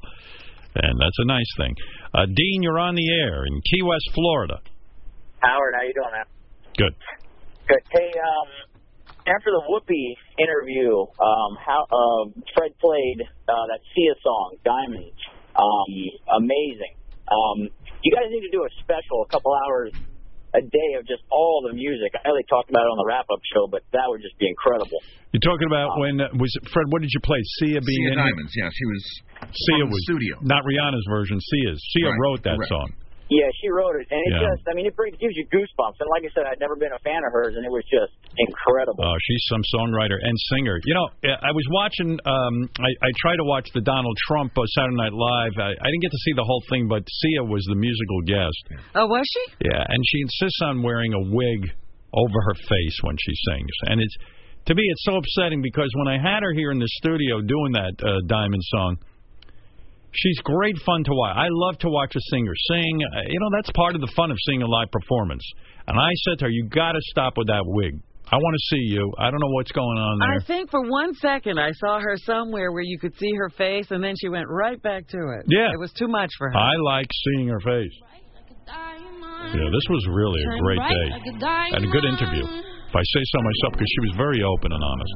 Speaker 7: And that's a nice thing. Uh, Dean, you're on the air in Key West, Florida.
Speaker 23: Howard, how you doing, man?
Speaker 7: Good.
Speaker 23: Good. Hey, um, after the Whoopi interview, um, how uh, Fred played uh, that Sia song, Diamond. Um, amazing. Um, you guys need to do a special, a couple hours a day of just all the music. I know they talked about it on the wrap-up show, but that would just be incredible.
Speaker 7: You're talking about when uh, was it, Fred? What did you play? Sia being
Speaker 35: Sia
Speaker 7: in
Speaker 35: Diamonds. Yeah, she was.
Speaker 7: It? Sia
Speaker 35: from the
Speaker 7: was
Speaker 35: studio.
Speaker 7: not Rihanna's version. Sia's. Sia
Speaker 35: Right,
Speaker 7: wrote that
Speaker 35: correct.
Speaker 7: song.
Speaker 23: Yeah, she wrote it, and it
Speaker 7: Yeah.
Speaker 23: just—I mean, it brings, gives you goosebumps. And like I said, I'd never been a fan of hers, and it was just incredible.
Speaker 7: Uh, she's some songwriter and singer. You know, I I was watching. Um, I, I tried to watch the Donald Trump uh, Saturday Night Live. I, I didn't get to see the whole thing, but Sia was the musical guest.
Speaker 8: Oh, was she?
Speaker 7: Yeah, and she insists on wearing a wig over her face when she sings, and it's to me it's so upsetting because when I had her here in the studio doing that uh, Diamond song, she's great fun to watch. I love to watch a singer sing. Uh, You know that's part of the fun of seeing a live performance. And I said to her, "You got to stop with that wig. I want to see you. I don't know what's going on there."
Speaker 8: I think for one second I saw her somewhere where you could see her face, and then she went right back to it.
Speaker 7: Yeah.
Speaker 8: It was too much for her.
Speaker 7: I like seeing her face. Yeah, this was really a
Speaker 8: Shine
Speaker 7: great
Speaker 8: bright
Speaker 7: day
Speaker 8: like a diamond.
Speaker 7: and a good interview. If I say so myself, because she was very open and honest.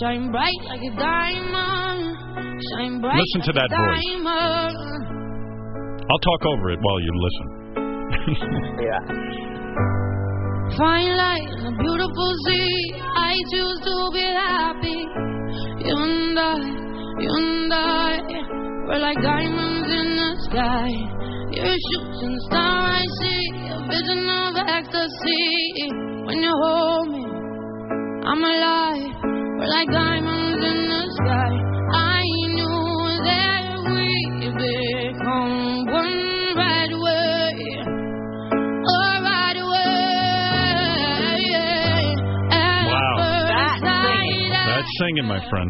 Speaker 25: Shine bright like a diamond. Shine bright
Speaker 7: Listen to
Speaker 25: like
Speaker 7: that
Speaker 25: a
Speaker 7: voice.
Speaker 25: diamond.
Speaker 7: I'll talk over it while you listen.
Speaker 23: yeah.
Speaker 25: Fine light and a beautiful sea. I choose to be happy. You and I, you and I, we're like diamonds in the sky. You're a shooting star I see, a vision of ecstasy. When you hold me, I'm alive. We're like diamonds in the sky. I knew that we'd become one right away.
Speaker 7: Wow. That's singing, my friend.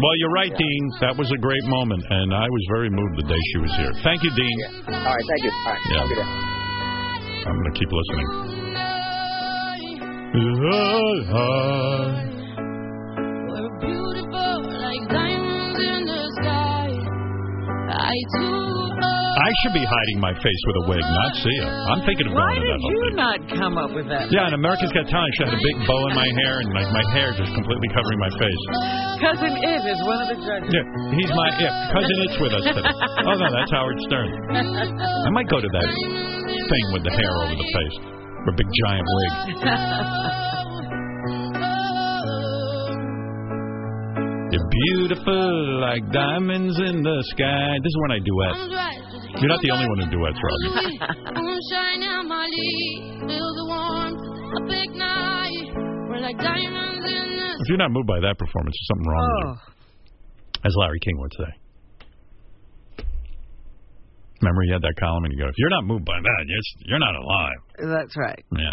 Speaker 7: Well, you're right, Dean. That was a great moment, and I was very moved the day she was here. Thank you, Dean.
Speaker 23: All right, thank you. All right,
Speaker 7: Yeah.
Speaker 23: have a good day.
Speaker 7: I'm going to keep listening. I should be hiding my face with a wig, not Sia. I'm thinking of
Speaker 8: Why
Speaker 7: going to
Speaker 8: did
Speaker 7: that whole
Speaker 8: you
Speaker 7: thing.
Speaker 8: not come up with that?
Speaker 7: Yeah, and America's Got Talent, she had a big bow in my hair, and like my hair just completely covering my face.
Speaker 8: Cousin It is one of the judges.
Speaker 7: Yeah, he's my yeah, cousin. It's with us today. Oh no, that's Howard Stern. I might go to that thing with the hair over the face, or a big giant wig.
Speaker 25: Oh,
Speaker 7: You're beautiful like diamonds in the sky. This is when I duet. You're not the only one who duets, Roger.
Speaker 25: oh. Moonshine and Molly, feel the warmth of a big night. We're like diamonds in the
Speaker 7: If you're not moved by that performance, there's something wrong with you, as Larry King would say. Remember, you had that column, and you go, "If you're not moved by that, you're, you're not alive."
Speaker 8: That's right.
Speaker 7: Yeah.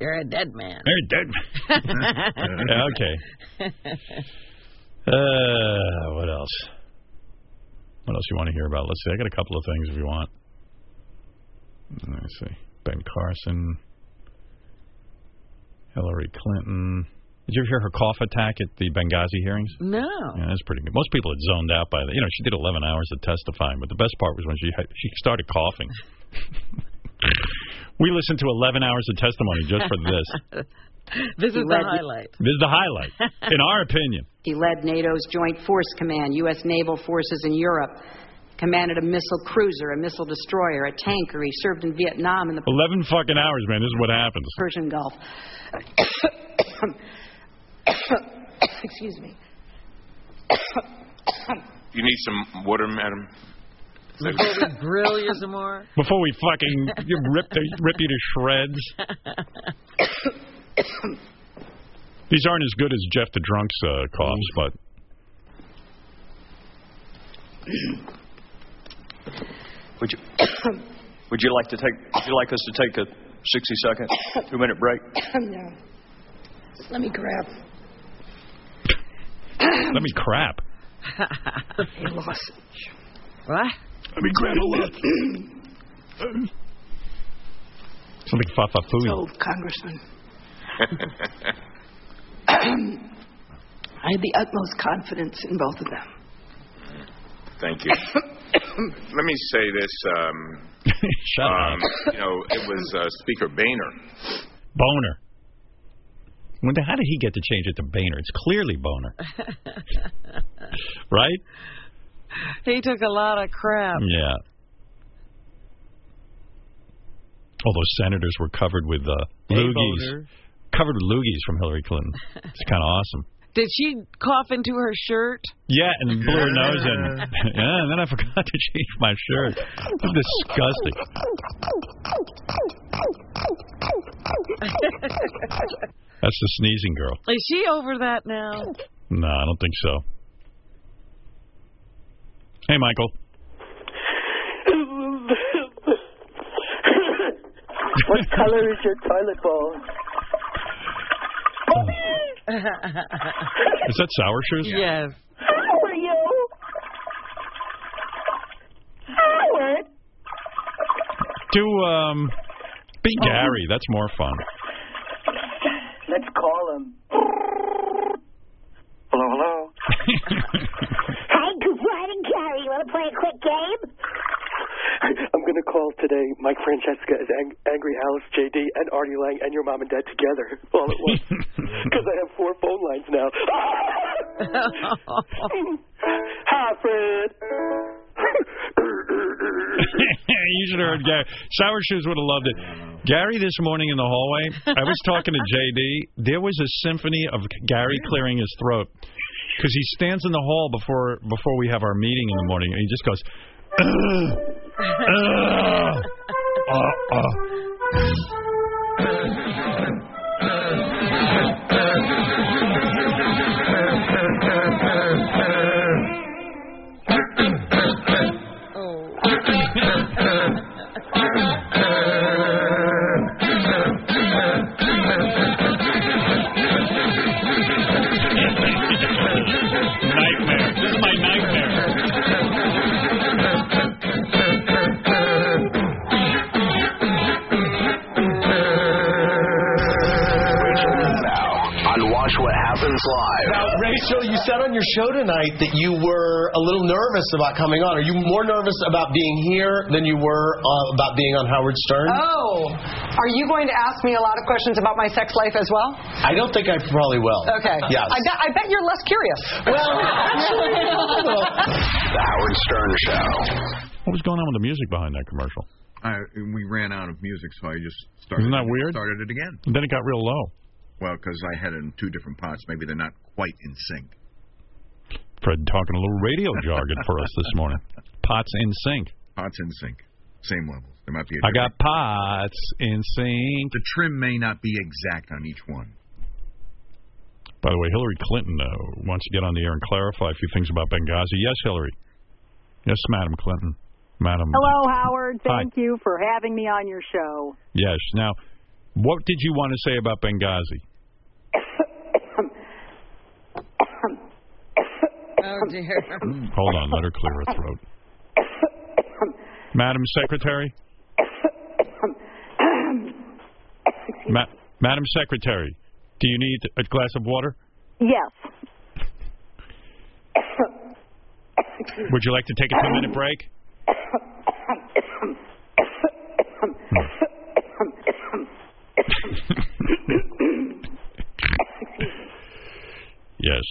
Speaker 8: You're a dead man.
Speaker 7: Very dead. Yeah, okay. Uh, what else? What else you want to hear about? Let's see. I got a couple of things if you want. Let's see. Ben Carson, Hillary Clinton. Did you ever hear her cough attack at the Benghazi hearings?
Speaker 8: no.
Speaker 7: Yeah, that's pretty good. Most people had zoned out by that. You know, she did 11 hours of testifying, but the best part was when she had, she started coughing. we listened to 11 hours of testimony just for this.
Speaker 6: This
Speaker 4: is the highlight.
Speaker 7: This is the highlight, in our opinion.
Speaker 4: He led NATO's Joint Force Command, U.S. naval forces in Europe, commanded a missile cruiser, a missile destroyer, a tanker. He served in Vietnam in the
Speaker 7: 11 fucking hours, man. This is what happens.
Speaker 4: Persian Gulf.
Speaker 25: Excuse me.
Speaker 20: You need some water, madam?
Speaker 8: Before we grill you some more.
Speaker 7: Before we fucking you rip the, rip you to shreds. These aren't as good as Jeff the Drunk's uh, coughs, but
Speaker 36: Would you would you like to take would you like us to take a sixty second, two minute break?
Speaker 25: no. Just let me grab.
Speaker 7: let me crap.
Speaker 25: Hey, Lawson.
Speaker 8: What?
Speaker 7: Let me grab a lot. Something fafa
Speaker 25: So, Congressman, I had the utmost confidence in both of them.
Speaker 20: Thank you. Let me say this. Um, um, You know, it was uh, Speaker Boehner.
Speaker 7: Boner. When the, how did he get to change it to Boehner? It's clearly Boner, right?
Speaker 8: he took a lot of crap.
Speaker 7: Yeah. All those senators were covered with uh,
Speaker 8: Hey,
Speaker 7: loogies,
Speaker 8: boner.
Speaker 7: covered with loogies from Hillary Clinton. It's kind of awesome.
Speaker 8: Did she cough into her shirt?
Speaker 7: Yeah, and blew her nose in. yeah, and then I forgot to change my shirt. Disgusting. That's the sneezing girl.
Speaker 8: Is she over that now?
Speaker 7: No, I don't think so. Hey, Michael.
Speaker 10: what color is your toilet bowl?
Speaker 7: Is that Sour Shoes?
Speaker 8: Yes.
Speaker 10: How are you? Howard.
Speaker 7: Do um, be Gary. That's more fun.
Speaker 10: Let's call him.
Speaker 23: Hello, hello.
Speaker 10: Hi, good morning, Gary. You want to play a quick game?
Speaker 12: I'm going to call today Mike Francesca as Ang- Angry Alice JD and Artie Lang and your mom and dad together all at once. Because I have four phone lines now. Hi, Fred.
Speaker 7: you should have heard Gary. Sour Shoes would have loved it. Gary, this morning in the hallway, I was talking to JD. There was a symphony of Gary clearing his throat because he stands in the hall before before we have our meeting in the morning, and he just goes. "Ugh, uh, uh." nightmare. This is my nightmare.
Speaker 37: Now, on Watch What Happens Live.
Speaker 29: Now, Rachel, you said on your show tonight that you were a little nervous about coming on. Are you more nervous about being here than you were uh, about being on Howard Stern?
Speaker 9: Oh, are you going to ask me a lot of questions about my sex life as well?
Speaker 29: I don't think I probably will.
Speaker 9: Okay.
Speaker 29: Yes.
Speaker 9: I, bet I bet you're less curious.
Speaker 29: Well, actually, a little.
Speaker 37: The Howard Stern Show.
Speaker 7: What was going on with the music behind that commercial?
Speaker 28: I, we ran out of music, so I just started.
Speaker 7: Isn't that weird?
Speaker 28: Started it again.
Speaker 7: And then it got real low.
Speaker 28: Well, because I had it in two different pots. Maybe they're not quite in sync.
Speaker 7: Fred talking a little radio jargon for us this morning. Pots in sync.
Speaker 28: Pots in sync. Same levels. There might be. A
Speaker 7: I got pots in sync.
Speaker 28: The trim may not be exact on each one.
Speaker 7: By the way, Hillary Clinton uh, wants to get on the air and clarify a few things about Benghazi. Yes, Hillary. Yes, Madam Clinton. Madam.
Speaker 6: Hello, Howard.
Speaker 7: Hi.
Speaker 6: Thank you for having me on your show.
Speaker 7: Yes. Now, what did you want to say about Benghazi?
Speaker 8: Oh dear.
Speaker 7: Hold on, let her clear her throat. Madam Secretary? Ma Madam Secretary, do you need a glass of water?
Speaker 6: Yes.
Speaker 7: Would you like to take a two minute break? Yes.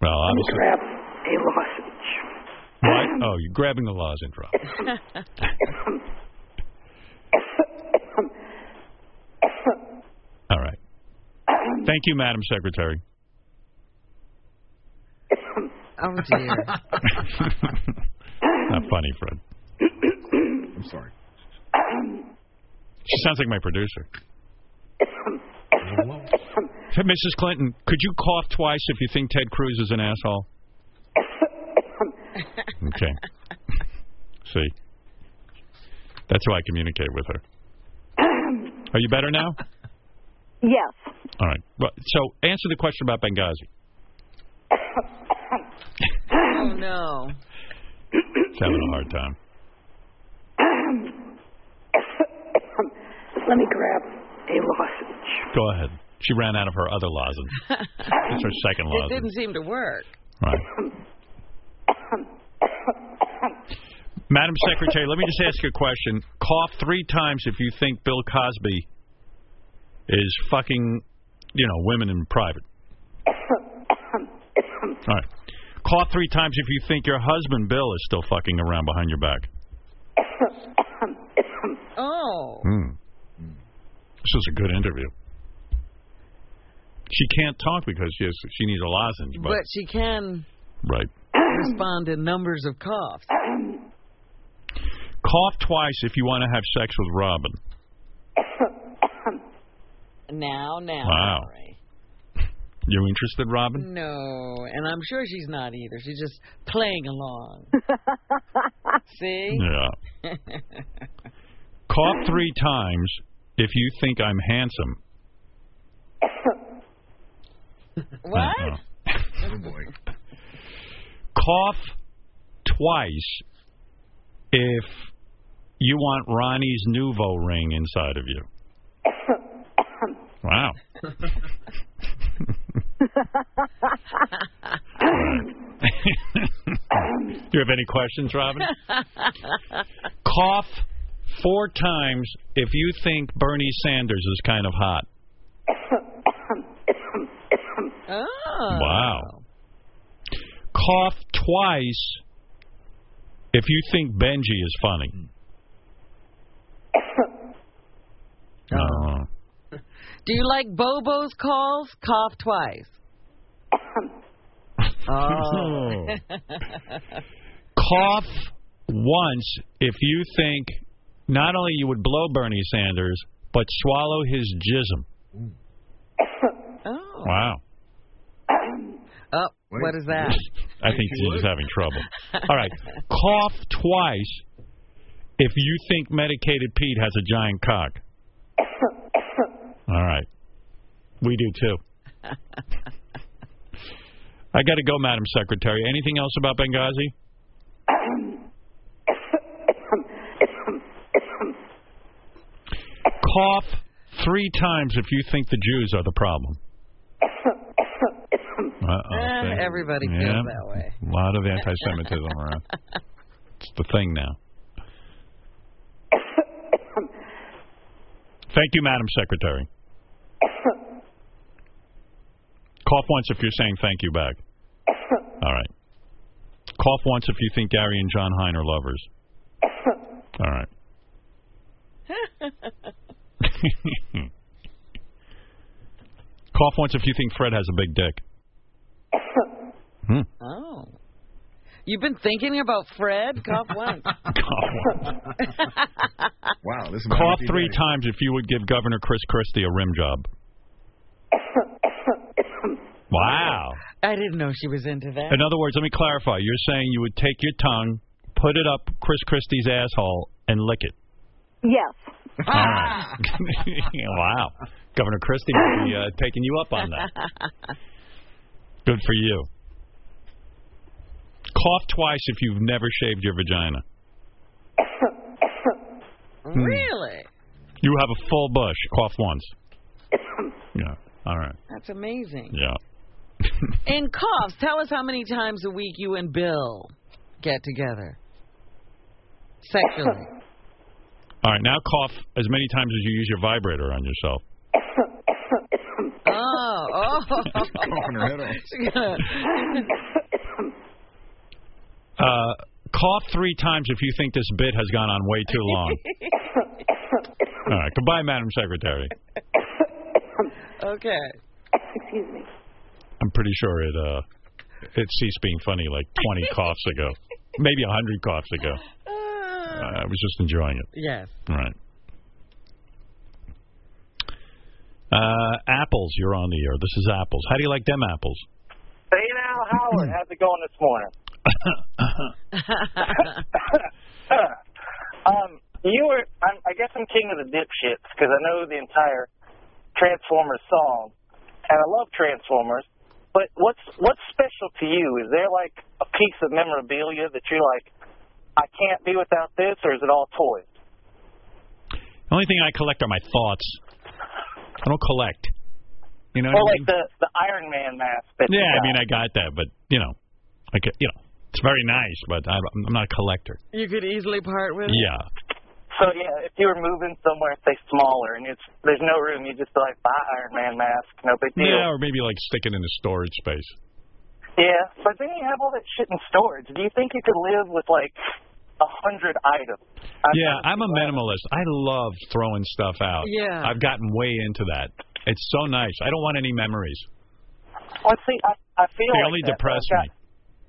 Speaker 7: Well, obviously.
Speaker 25: grab
Speaker 29: a
Speaker 25: lozenge.
Speaker 7: What? Oh, you're grabbing the lozenge, Rob. All right. Thank you, Madam Secretary.
Speaker 8: Oh dear.
Speaker 7: Not funny, Fred.
Speaker 1: I'm sorry.
Speaker 7: She sounds like my producer. Hey, Mrs. Clinton, could you cough twice if you think Ted Cruz is an asshole? Okay. See, that's who I communicate with her. Are you better now?
Speaker 38: Yes.
Speaker 7: All right. Well, so answer the question about Benghazi.
Speaker 8: oh no.
Speaker 7: She's having a hard time.
Speaker 27: Let me grab a lozenge.
Speaker 7: Go ahead. She ran out of her other lozenge. That's her second
Speaker 8: It
Speaker 7: lozenge.
Speaker 8: didn't seem to work.
Speaker 7: Right. Madam Secretary, let me just ask you a question. Cough three times if you think Bill Cosby is fucking, you know, women in private. All right. Cough three times if you think your husband Bill is still fucking around behind your back.
Speaker 8: Oh.
Speaker 7: Hmm. This is a good interview. She can't talk because she, has, she needs a lozenge, but,
Speaker 8: But she can
Speaker 7: right.
Speaker 8: respond in numbers of coughs.
Speaker 7: Cough twice if you want to have sex with Robin.
Speaker 8: Now, now.
Speaker 7: Wow. You interested, Robin?
Speaker 8: No, and I'm sure she's not either. She's just playing along. See?
Speaker 7: Yeah. Cough three times if you think I'm handsome.
Speaker 8: what?
Speaker 1: Oh boy.
Speaker 7: Cough twice if you want Ronnie's nouveau ring inside of you. Wow. Do you have any questions, Robin? Cough four times if you think Bernie Sanders is kind of hot.
Speaker 8: Oh.
Speaker 7: Wow. Cough twice if you think Benji is funny. Uh,
Speaker 8: Do you like Bobo's calls? Cough twice.
Speaker 7: Oh. cough once if you think not only you would blow Bernie Sanders, but swallow his jism.
Speaker 8: oh.
Speaker 7: Wow.
Speaker 8: Oh, what is that?
Speaker 7: I think she's just having trouble. All right. Cough twice if you think medicated Pete has a giant cock. All right. We do too. I got to go, Madam Secretary. Anything else about Benghazi? Cough three times if you think the Jews are the problem. Uh-oh.
Speaker 8: Eh, everybody feels that way.
Speaker 7: A lot of anti-Semitism around. It's the thing now. Thank you, Madam Secretary. Cough once if you're saying thank you back. All right. Cough once if you think Gary and John Hine are lovers. All right. Cough once if you think Fred has a big dick. Hmm.
Speaker 8: Oh. You've been thinking about Fred? Cough once.
Speaker 1: Wow. This is my
Speaker 7: Cough
Speaker 1: empty
Speaker 7: three
Speaker 1: day.
Speaker 7: times if you would give Governor Chris Christie a rim job. Wow.
Speaker 8: I didn't know she was into that.
Speaker 7: In other words, let me clarify. You're saying you would take your tongue, put it up Chris Christie's asshole, and lick it.
Speaker 38: Yes.
Speaker 7: All right. wow. Governor Christie might be uh, taking you up on that. Good for you. Cough twice if you've never shaved your vagina. Hmm.
Speaker 8: Really?
Speaker 7: You have a full bush. Cough once. Yeah. All right.
Speaker 8: That's amazing.
Speaker 7: Yeah.
Speaker 8: And coughs, tell us how many times a week you and Bill get together sexually.
Speaker 7: All right. Now cough as many times as you use your vibrator on yourself.
Speaker 8: Oh, oh.
Speaker 9: coughing her head off.
Speaker 8: She's gonna-
Speaker 7: Uh, cough three times if you think this bit has gone on way too long. All right. Goodbye, Madam Secretary.
Speaker 8: okay.
Speaker 7: I'm pretty sure it uh, It ceased being funny like 20 coughs ago, maybe 100 coughs ago.
Speaker 23: Uh.
Speaker 7: I was just enjoying it.
Speaker 8: Yes.
Speaker 7: Right. Uh, apples, you're on the air. This is apples. How do you like them apples?
Speaker 23: Hey now, Howard, how's it going this morning? um, you were, I'm, I guess I'm king of the dipshits because I know the entire Transformers song, and I love Transformers. But what's what's special to you? Is there like a piece of memorabilia that you're like, I can't be without this, or is it all toys?
Speaker 7: The only thing I collect are my thoughts. I don't collect. You know what
Speaker 23: or
Speaker 7: I
Speaker 23: Oh, like the the Iron Man mask? That
Speaker 7: mean?
Speaker 23: you
Speaker 7: Yeah, I
Speaker 23: got?
Speaker 7: mean, I got that, but, you know, I ca- you know, it's very nice, but I, I'm not a collector.
Speaker 8: You could easily part with it?
Speaker 7: Yeah.
Speaker 23: So yeah, if you were moving somewhere, say smaller, and it's there's no room, you just be like buy Iron Man mask, no big deal.
Speaker 7: Yeah, or maybe like stick it in a storage space.
Speaker 23: Yeah, but then you have all that shit in storage. Do you think you could live with like a hundred items?
Speaker 7: yeah, I'm a minimalist. I love throwing stuff out.
Speaker 23: Yeah.
Speaker 7: I've gotten way into that. It's so nice. I don't want any memories.
Speaker 23: Let's see. I, I feel
Speaker 7: They
Speaker 23: like
Speaker 7: only
Speaker 23: that, but
Speaker 7: depress
Speaker 23: I've got,
Speaker 7: me.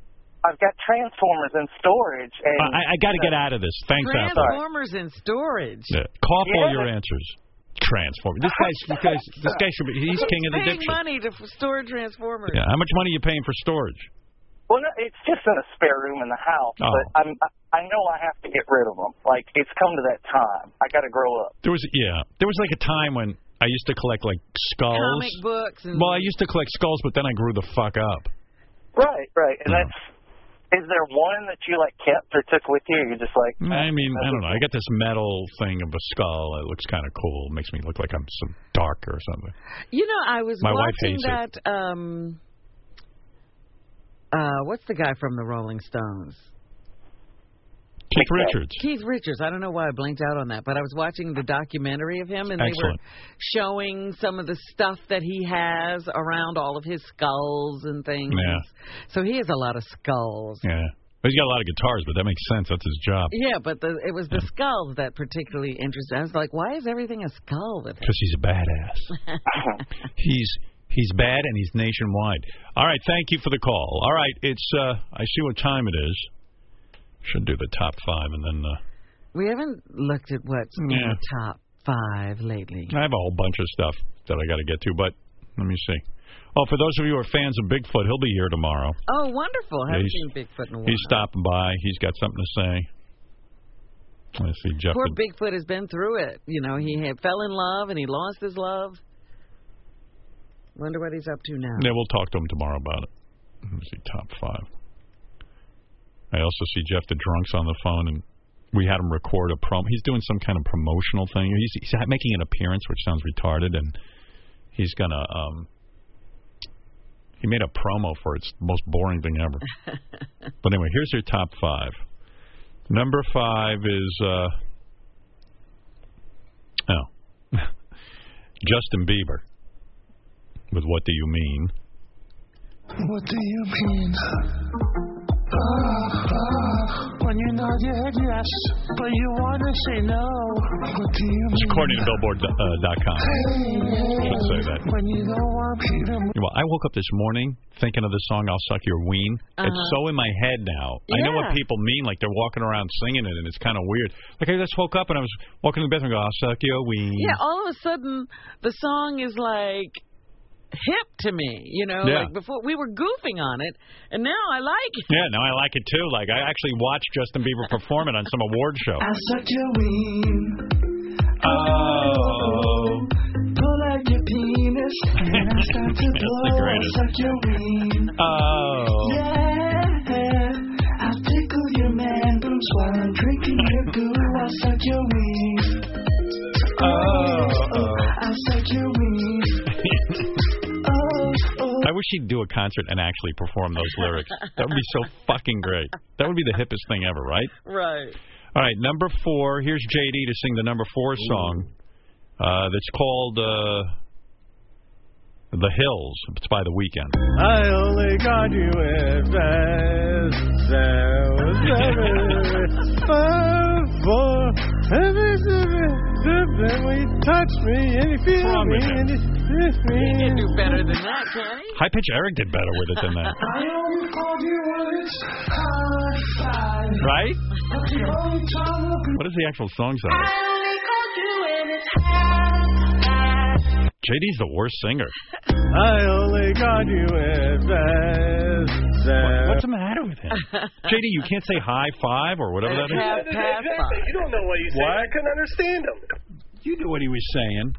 Speaker 23: I've got Transformers in storage, and
Speaker 7: I, I got to get out of this. Thanks, Apple.
Speaker 8: Transformers in storage.
Speaker 7: Yeah. Cough all
Speaker 8: Yeah.
Speaker 7: your answers. Transform. This guy's, this guy's, this guy should be. He's
Speaker 8: Who's
Speaker 7: king of the
Speaker 8: paying
Speaker 7: diction.
Speaker 8: money to f- store Transformers.
Speaker 7: Yeah. How much money are you paying for storage?
Speaker 23: Well, no, it's just in a spare room in the house,
Speaker 7: Oh.
Speaker 23: but I'm I, I know I have to get rid of them. Like it's come to that time. I got to grow up.
Speaker 7: There was yeah. There was like a time when I used to collect like skulls.
Speaker 23: Comic books and-
Speaker 7: well, I used to collect skulls, but then I grew the fuck up.
Speaker 23: Right, right, and that's. Is there one that you like kept or took with you? Or you're just like
Speaker 7: I mean, I don't know. I got this metal thing of a skull. It looks kind of cool. It makes me look like I'm some dark or something.
Speaker 8: You know, I was
Speaker 7: My wife
Speaker 8: watching
Speaker 7: hates
Speaker 8: that. Um, uh, what's the guy from the Rolling Stones?
Speaker 7: Keith Richards.
Speaker 8: Keith Richards. I don't know why I blinked out on that, but I was watching the documentary of him, and they were
Speaker 7: Excellent.
Speaker 8: showing some of the stuff that he has around all of his skulls and things.
Speaker 7: Yeah.
Speaker 8: So he has a lot of skulls.
Speaker 7: Yeah. He's got a lot of guitars, but that makes sense. That's his job.
Speaker 8: Yeah, but the, it was the skulls that particularly interested. I was like, why is everything a skull with
Speaker 7: Because he's a badass. he's he's bad and he's nationwide. All right, thank you for the call. All right, it's uh I see what time it is. Should do the top five and then uh,
Speaker 8: We haven't looked at what's in
Speaker 7: Yeah.
Speaker 8: the top five lately.
Speaker 7: I have a whole bunch of stuff that I got to get to, but let me see. Oh, for those of you who are fans of Bigfoot, he'll be here tomorrow.
Speaker 8: Oh, wonderful.
Speaker 7: Yeah,
Speaker 8: Haven't
Speaker 7: he's-
Speaker 8: seen Bigfoot in a while.
Speaker 7: He's stopping by. He's got something to say. Let's see, Jeff.
Speaker 8: Poor Bigfoot has been through it. You know, he had, fell in love and he lost his love. Wonder what he's up to now.
Speaker 7: Yeah, we'll talk to him tomorrow about it. Let me see, top five. I also see Jeff the Drunk's on the phone, and we had him record a prom. He's doing some kind of promotional thing. He's, he's ha- making an appearance, which sounds retarded, and he's gonna. um He made a promo for it's the most boring thing ever. but anyway, here's your top five. Number five is. uh Oh. Justin Bieber with What Do You Mean?
Speaker 9: What do you mean? Ah, ah, when you nod your head yes, but you wanna say no. What do you
Speaker 7: It's
Speaker 9: mean?
Speaker 7: according to Billboard.com. Uh, dot com. should say that.
Speaker 9: When you don't want me to
Speaker 7: Well, I woke up this morning thinking of the song "I'll Suck Your Ween." It's
Speaker 9: Uh-huh.
Speaker 7: so in my head now. I know what
Speaker 9: Yeah.
Speaker 7: people mean. Like they're walking around singing it, and it's kind of weird. Like I just woke up and I was walking to the bathroom, and go, "I'll suck your ween."
Speaker 8: Yeah, all of a sudden the song is like hip to me. You know,
Speaker 7: Yeah.
Speaker 8: like before we were goofing on it, and now I like it.
Speaker 7: Yeah, now I like it too. Like I actually watched Justin Bieber perform it on some award show.
Speaker 9: I suck your ween.
Speaker 7: Oh.
Speaker 9: Pull out your penis and I start to
Speaker 7: That's the
Speaker 9: blow.
Speaker 7: greatest.
Speaker 9: I suck your ween.
Speaker 7: Oh.
Speaker 9: Yeah. I tickle your man boobs while I'm drinking your goo. I suck your ween.
Speaker 7: Oh.
Speaker 9: I suck your ween. oh, oh.
Speaker 7: I wish he'd do a concert and actually perform those lyrics. That would be so fucking great. That would be the hippest thing ever, right?
Speaker 8: Right.
Speaker 7: All right, number four. Here's JD to sing the number four song. Uh, that's called uh, "The Hills." It's by The Weekend.
Speaker 9: I only got you if there was ever five, four, and it's we touch me and you feel
Speaker 7: Wrong
Speaker 9: me
Speaker 7: with him?
Speaker 9: and you sniff me.
Speaker 8: You can do better than that, can he?
Speaker 7: High pitch Eric did better with it than that.
Speaker 9: always called you when it's high five.
Speaker 7: Right?
Speaker 9: But you only time will be-
Speaker 7: What is the actual song sound?
Speaker 9: I only called you when it's high five.
Speaker 7: JD's the worst singer.
Speaker 9: I only got you at best.
Speaker 7: What- what's the matter with him? JD, you can't say high five or whatever that is.
Speaker 12: Exactly. You don't know what you said.
Speaker 7: What?
Speaker 12: I couldn't understand him.
Speaker 7: You knew what he was saying.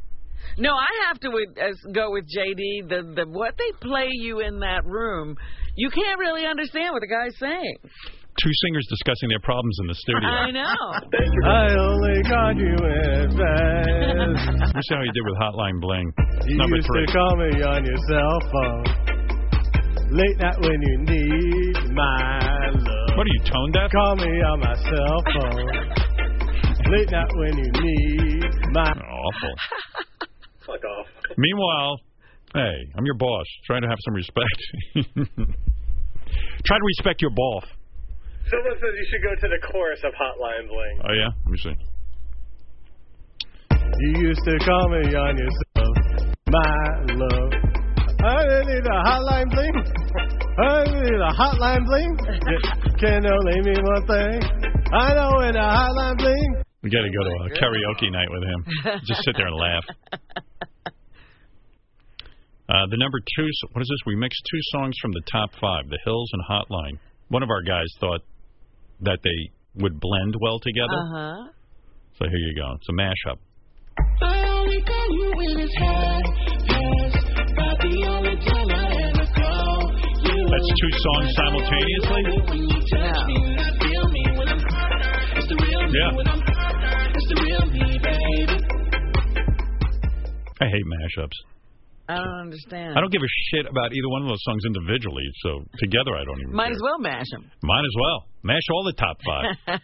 Speaker 8: No, I have to with- uh, go with JD. The the what they play you in that room, you can't really understand what the guy's saying.
Speaker 7: Two singers discussing their problems in the studio.
Speaker 8: I know.
Speaker 7: I only got you at best. Let's see how he did with Hotline Bling. Number three.
Speaker 9: call me on your cell phone. Late night when you need my love.
Speaker 7: What are you, tone deaf?
Speaker 9: Call me on my cell phone. Late night when you need my.
Speaker 7: Awful.
Speaker 9: Fuck off.
Speaker 7: Meanwhile, hey, I'm your boss. Try to have some respect. Try to respect your boss.
Speaker 12: Someone says you should go to the chorus of Hotline Bling.
Speaker 7: Oh yeah, let me see.
Speaker 9: You used to call me on your cell my love. I need a hotline bling. I need a hotline bling. Can only mean one thing. I know in a hotline bling.
Speaker 7: We got to go to a karaoke night with him. Just sit there and laugh. Uh, the number two, s- what is this? We mixed two songs from the top five, The Hills and Hotline. One of our guys thought that they would blend well together.
Speaker 8: Uh
Speaker 9: Uh-huh.
Speaker 7: So here you go. It's a mashup.
Speaker 9: I only call you when it's hot, yes. About the only time I ever call you.
Speaker 7: That's two songs simultaneously?
Speaker 9: When you touch me, I feel me when I'm It's the real me
Speaker 7: Yeah.
Speaker 9: when I'm It's the real me, baby.
Speaker 7: I hate mashups.
Speaker 8: huh. I don't understand.
Speaker 7: I don't give a shit about either one of those songs individually, so together I don't even.
Speaker 8: Might as well mash him.
Speaker 7: Might as well. Mash all the top five.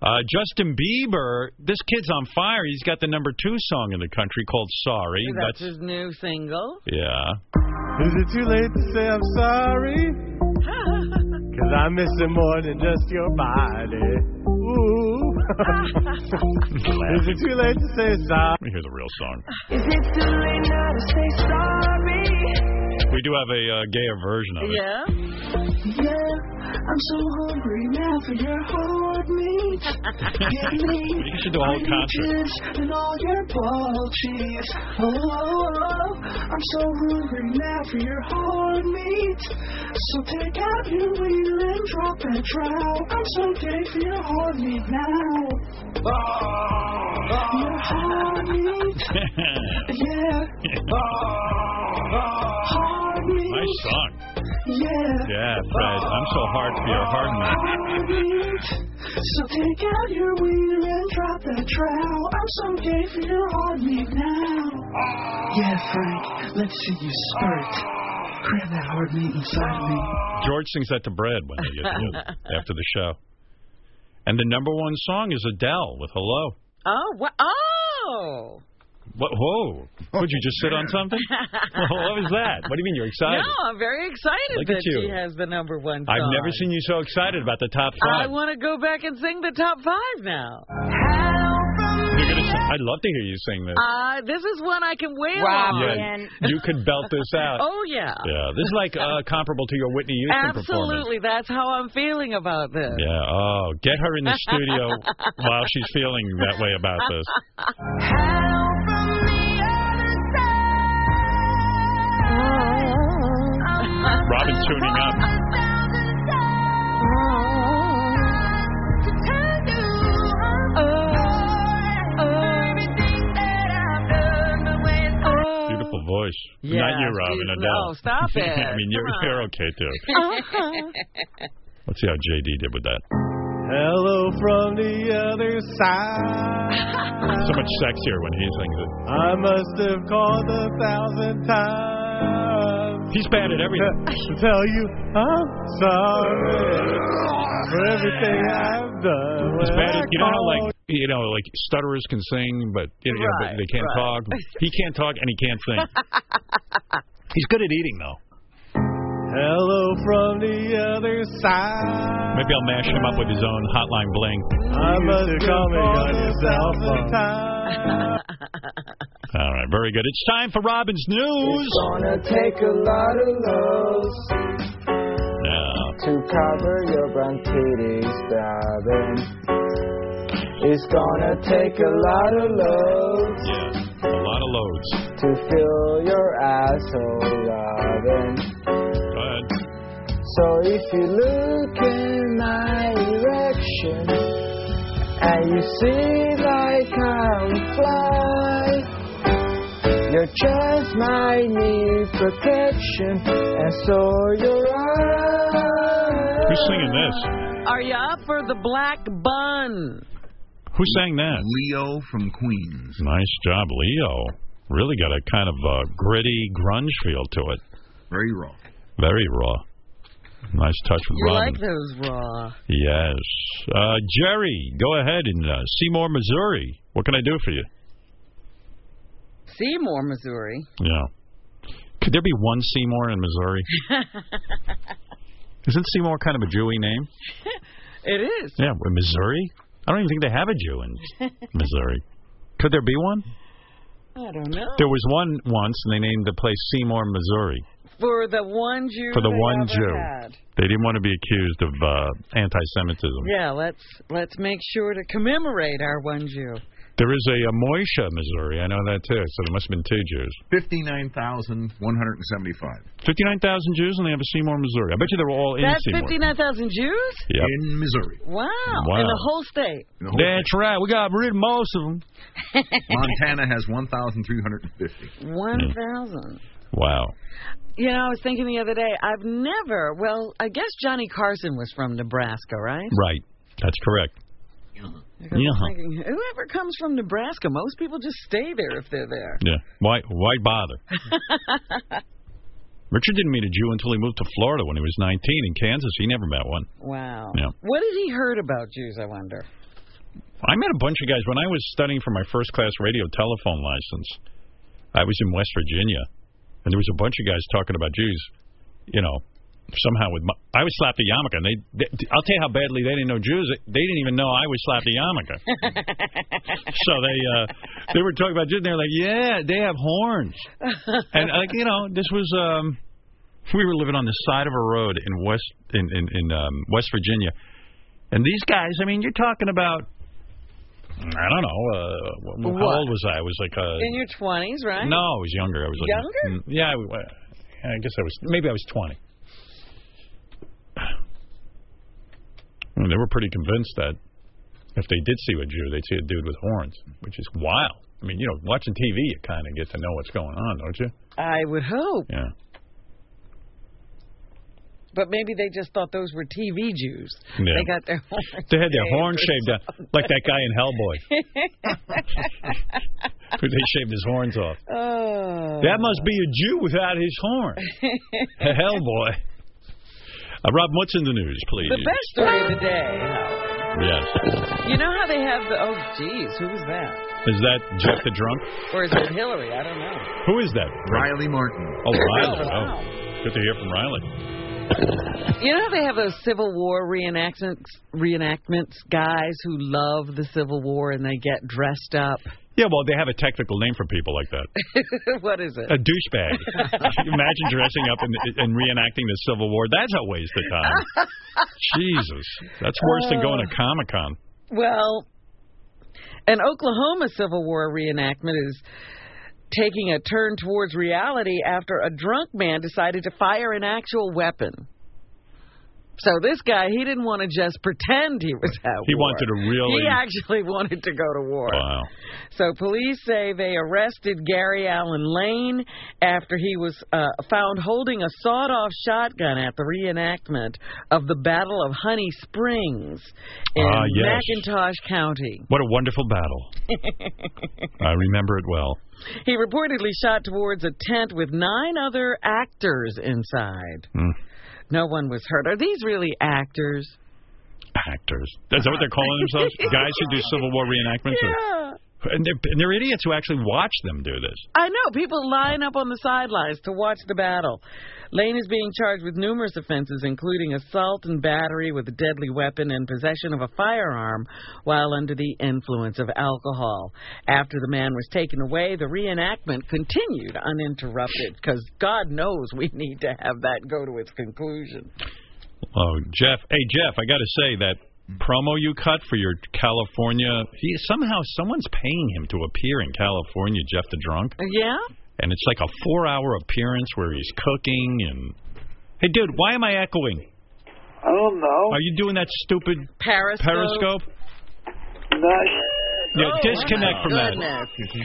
Speaker 7: Uh, Justin Bieber, this kid's on fire. He's got the number two song in the country called Sorry.
Speaker 8: That's his new single.
Speaker 7: yeah.
Speaker 9: Is it too late to say I'm sorry? Cause I'm missing more than just your body. Ooh. Is it too late to say sorry?
Speaker 7: Let me hear the real song.
Speaker 9: Is it too late now to say sorry?
Speaker 7: We do have a uh, gayer version of it.
Speaker 9: Yeah. Yeah, I'm so hungry now for your hard meat. Get me.
Speaker 7: You should do a whole
Speaker 9: I need
Speaker 7: concert.
Speaker 9: chips And all your ball cheese. Oh, oh, oh, I'm so hungry now for your hard meat. So take out your wheel and drop that trowel. I'm so dead for your hard meat now. Your hard meat. Yeah. Hard meat.
Speaker 7: nice song.
Speaker 9: Yeah.
Speaker 7: Yeah, Fred. I'm so hard for your hard man.
Speaker 9: So take out your wiener and drop that trowel. I'm so gay for your hard meat now. Yeah, Frank, let's see you squirt. Grab that hard meat inside me.
Speaker 7: George sings that to Brad when they get home after the show. And the number one song is Adele with Hello.
Speaker 8: Oh, wha oh.
Speaker 7: What? Whoa! Would you just sit on something? what was that? What do you mean you're excited?
Speaker 8: No, I'm very excited
Speaker 7: Look at
Speaker 8: that she
Speaker 7: you.
Speaker 8: has the number one song.
Speaker 7: I've never seen you so excited about the top
Speaker 8: I
Speaker 7: five.
Speaker 8: want to go back and sing the top five now.
Speaker 7: You're gonna sing- I'd love to hear you sing this.
Speaker 8: Uh, this is one I can wail on.
Speaker 7: Yeah, you could belt this out.
Speaker 8: Oh yeah.
Speaker 7: Yeah, this is like uh, comparable to your Whitney Houston performance.
Speaker 8: Absolutely, that's how I'm feeling about this.
Speaker 7: Yeah. Oh, get her in the studio while she's feeling that way about this. Robin tuning up. Beautiful voice.
Speaker 9: Yeah,
Speaker 7: Not you, Robin
Speaker 9: dude,
Speaker 7: Adele.
Speaker 9: no, stop
Speaker 7: I
Speaker 9: it.
Speaker 7: mean, you're,
Speaker 9: Come on.
Speaker 7: you're okay too. Let's see how JD did with that.
Speaker 9: Hello from the other side.
Speaker 7: So much sexier when he sings it.
Speaker 9: I must have called a thousand times.
Speaker 7: He's bad at everything.
Speaker 9: To tell you I'm sorry for everything I've done.
Speaker 7: It's
Speaker 9: When
Speaker 7: bad.
Speaker 9: I
Speaker 7: You know how like
Speaker 9: called-
Speaker 7: you know like stutterers can sing, but you know, but
Speaker 9: Right,
Speaker 7: they can't
Speaker 9: right.
Speaker 7: talk. He can't talk and he can't sing. He's good at eating though.
Speaker 9: Hello from the other side.
Speaker 7: Maybe I'll mash him up with his own hotline bling.
Speaker 9: I must have called a thousand times.
Speaker 7: All right, very good. It's time for Robin's news.
Speaker 9: Gonna take a lot of lows
Speaker 7: Now,
Speaker 9: to cover your bronchitis throbbing. It's gonna take a lot of lows
Speaker 7: a lot of loads.
Speaker 9: to fill your asshole loving.
Speaker 7: Go ahead.
Speaker 9: So if you look in my direction and you see like I'm fly, your chest might need protection and so your eyes.
Speaker 7: Who's singing this?
Speaker 8: Are you up for the black bun?
Speaker 7: Who sang that? Leo from Queens. Nice job, Leo. Really got a kind of uh, gritty grunge feel to it. Very raw. Very raw. Nice touch with
Speaker 8: You
Speaker 7: Robin.
Speaker 8: like those raw.
Speaker 7: Yes. Uh, Jerry, go ahead in uh, Seymour, Missouri. What can I do for you?
Speaker 8: Seymour, Missouri.
Speaker 7: Yeah. Could there be one Seymour in Missouri? Isn't Seymour kind of a Jewy name?
Speaker 8: It is.
Speaker 7: Yeah, we're Missouri. I don't even think they have a Jew in Missouri. Could there be one?
Speaker 8: I don't know.
Speaker 7: There was one once, and they named the place Seymour, Missouri,
Speaker 8: For the one Jew.
Speaker 7: for the
Speaker 8: they
Speaker 7: one
Speaker 8: ever
Speaker 7: Jew.
Speaker 8: had.
Speaker 7: They didn't want to be accused of uh, anti-Semitism.
Speaker 8: Yeah, let's let's make sure to commemorate our one Jew.
Speaker 7: There is a, uh Moisha, Missouri. I know that too. So there must have been two Jews.
Speaker 1: 59,175.
Speaker 7: Fifty-nine thousand Jews, and they have a Seymour, Missouri. I bet you they were all in
Speaker 8: That's
Speaker 7: Seymour.
Speaker 8: fifty nine thousand Jews.
Speaker 7: Yep. In Missouri.
Speaker 8: Wow.
Speaker 7: Wow.
Speaker 8: In the whole state.
Speaker 7: That's right. We got rid of most of them.
Speaker 1: Montana has 1,350.
Speaker 8: One thousand.
Speaker 7: Wow.
Speaker 8: You know, I was thinking the other day. I've never. Well, I guess Johnny Carson was from Nebraska, right?
Speaker 7: Right. That's correct.
Speaker 8: Because
Speaker 7: Uh-huh.
Speaker 8: I'm thinking, whoever comes from Nebraska, most people just stay there if they're there.
Speaker 7: Yeah. Why? Why bother? Richard didn't meet a Jew until he moved to Florida when he was 19 in Kansas. He never met one.
Speaker 8: Wow.
Speaker 7: Yeah.
Speaker 8: What has he heard about Jews? I wonder.
Speaker 7: I met a bunch of guys when I was studying for my first class radio telephone license. I was in West Virginia, and there was a bunch of guys talking about Jews. You know, somehow with my, I was slapped a yarmulke, and they, they I'll tell you how badly they didn't know Jews. They didn't even know I was slapped a yarmulke. so they uh, they were talking about Jews, and they were like, "Yeah, they have horns," and uh, like you know, this was. um we were living on the side of a road in West in in, in um, West Virginia, and these guys. I mean, you're talking about I don't know. Uh, wh- wh-
Speaker 8: What?
Speaker 7: how old was I? I was like uh
Speaker 8: In your twenties, right?
Speaker 7: no, I was younger. I was like
Speaker 8: Younger?
Speaker 7: Mm, yeah, I, w- I guess I was maybe I was twenty. And they were pretty convinced that if they did see a Jew, they'd see a dude with horns, which is wild. I mean, you know, watching TV, you kind of get to know what's going on, don't you?
Speaker 8: I would hope.
Speaker 7: Yeah.
Speaker 8: But maybe they just thought those were TV Jews.
Speaker 7: Yeah.
Speaker 8: They got their
Speaker 7: They had their horn shaved down, like that guy in Hellboy. who they shaved his horns off.
Speaker 8: oh.
Speaker 7: That must be a Jew without his horn. Hellboy. Uh, Rob, what's in the news, please?
Speaker 8: the best story of the day. Howard.
Speaker 7: Yes.
Speaker 8: You know how they have the oh geez, who was that?
Speaker 7: Is that Jeff the Drunk?
Speaker 8: Or is it Hillary? I don't know.
Speaker 7: Who is that? Riley Martin. Oh, Riley.
Speaker 8: Oh, wow.
Speaker 7: Oh, good to hear from Riley.
Speaker 8: You know how they have those Civil War reenactments reenactments guys who love the Civil War and they get dressed up.
Speaker 7: Yeah, well, they have a technical name for people like that.
Speaker 8: what is it?
Speaker 7: A douchebag. Imagine dressing up and, and reenacting the Civil War. That's a waste of time. Jesus. That's worse than going to Comic Con.
Speaker 8: Well, an Oklahoma Civil War reenactment is taking a turn towards reality after a drunk man decided to fire an actual weapon. So this guy, he didn't want to just pretend he was at
Speaker 7: He
Speaker 8: war.
Speaker 7: wanted to really-
Speaker 8: He actually wanted to go to war.
Speaker 7: Wow.
Speaker 8: So police say they arrested Gary Allen Lane after he was uh, found holding a sawed-off shotgun at the reenactment of the Battle of Honey Springs in
Speaker 7: Ah, yes.
Speaker 8: McIntosh County.
Speaker 7: What a wonderful battle. I remember it well.
Speaker 8: He reportedly shot towards a tent with nine other actors inside.
Speaker 7: Mm.
Speaker 8: No one was hurt. Are these really actors?
Speaker 7: Actors. Is that what they're calling themselves? Guys who do Civil War reenactments?
Speaker 8: Yeah.
Speaker 7: And they're, and they're idiots who actually watch them do this.
Speaker 8: I know people line up on the sidelines to watch the battle. Lane is being charged with numerous offenses, including assault and battery with a deadly weapon and possession of a firearm while under the influence of alcohol. After the man was taken away, the reenactment continued uninterrupted because God knows we need to have that go to its conclusion.
Speaker 7: Oh, Jeff. Hey, Jeff, I got to say that promo you cut for your California. He somehow someone's paying him to appear in California, Jeff the Drunk,
Speaker 8: Yeah?
Speaker 7: and it's like a four-hour appearance where he's cooking and. Hey, dude, why am I echoing?
Speaker 25: I don't know.
Speaker 7: Are you doing that stupid
Speaker 8: Periscope?
Speaker 7: Periscope? Yeah, disconnect from that.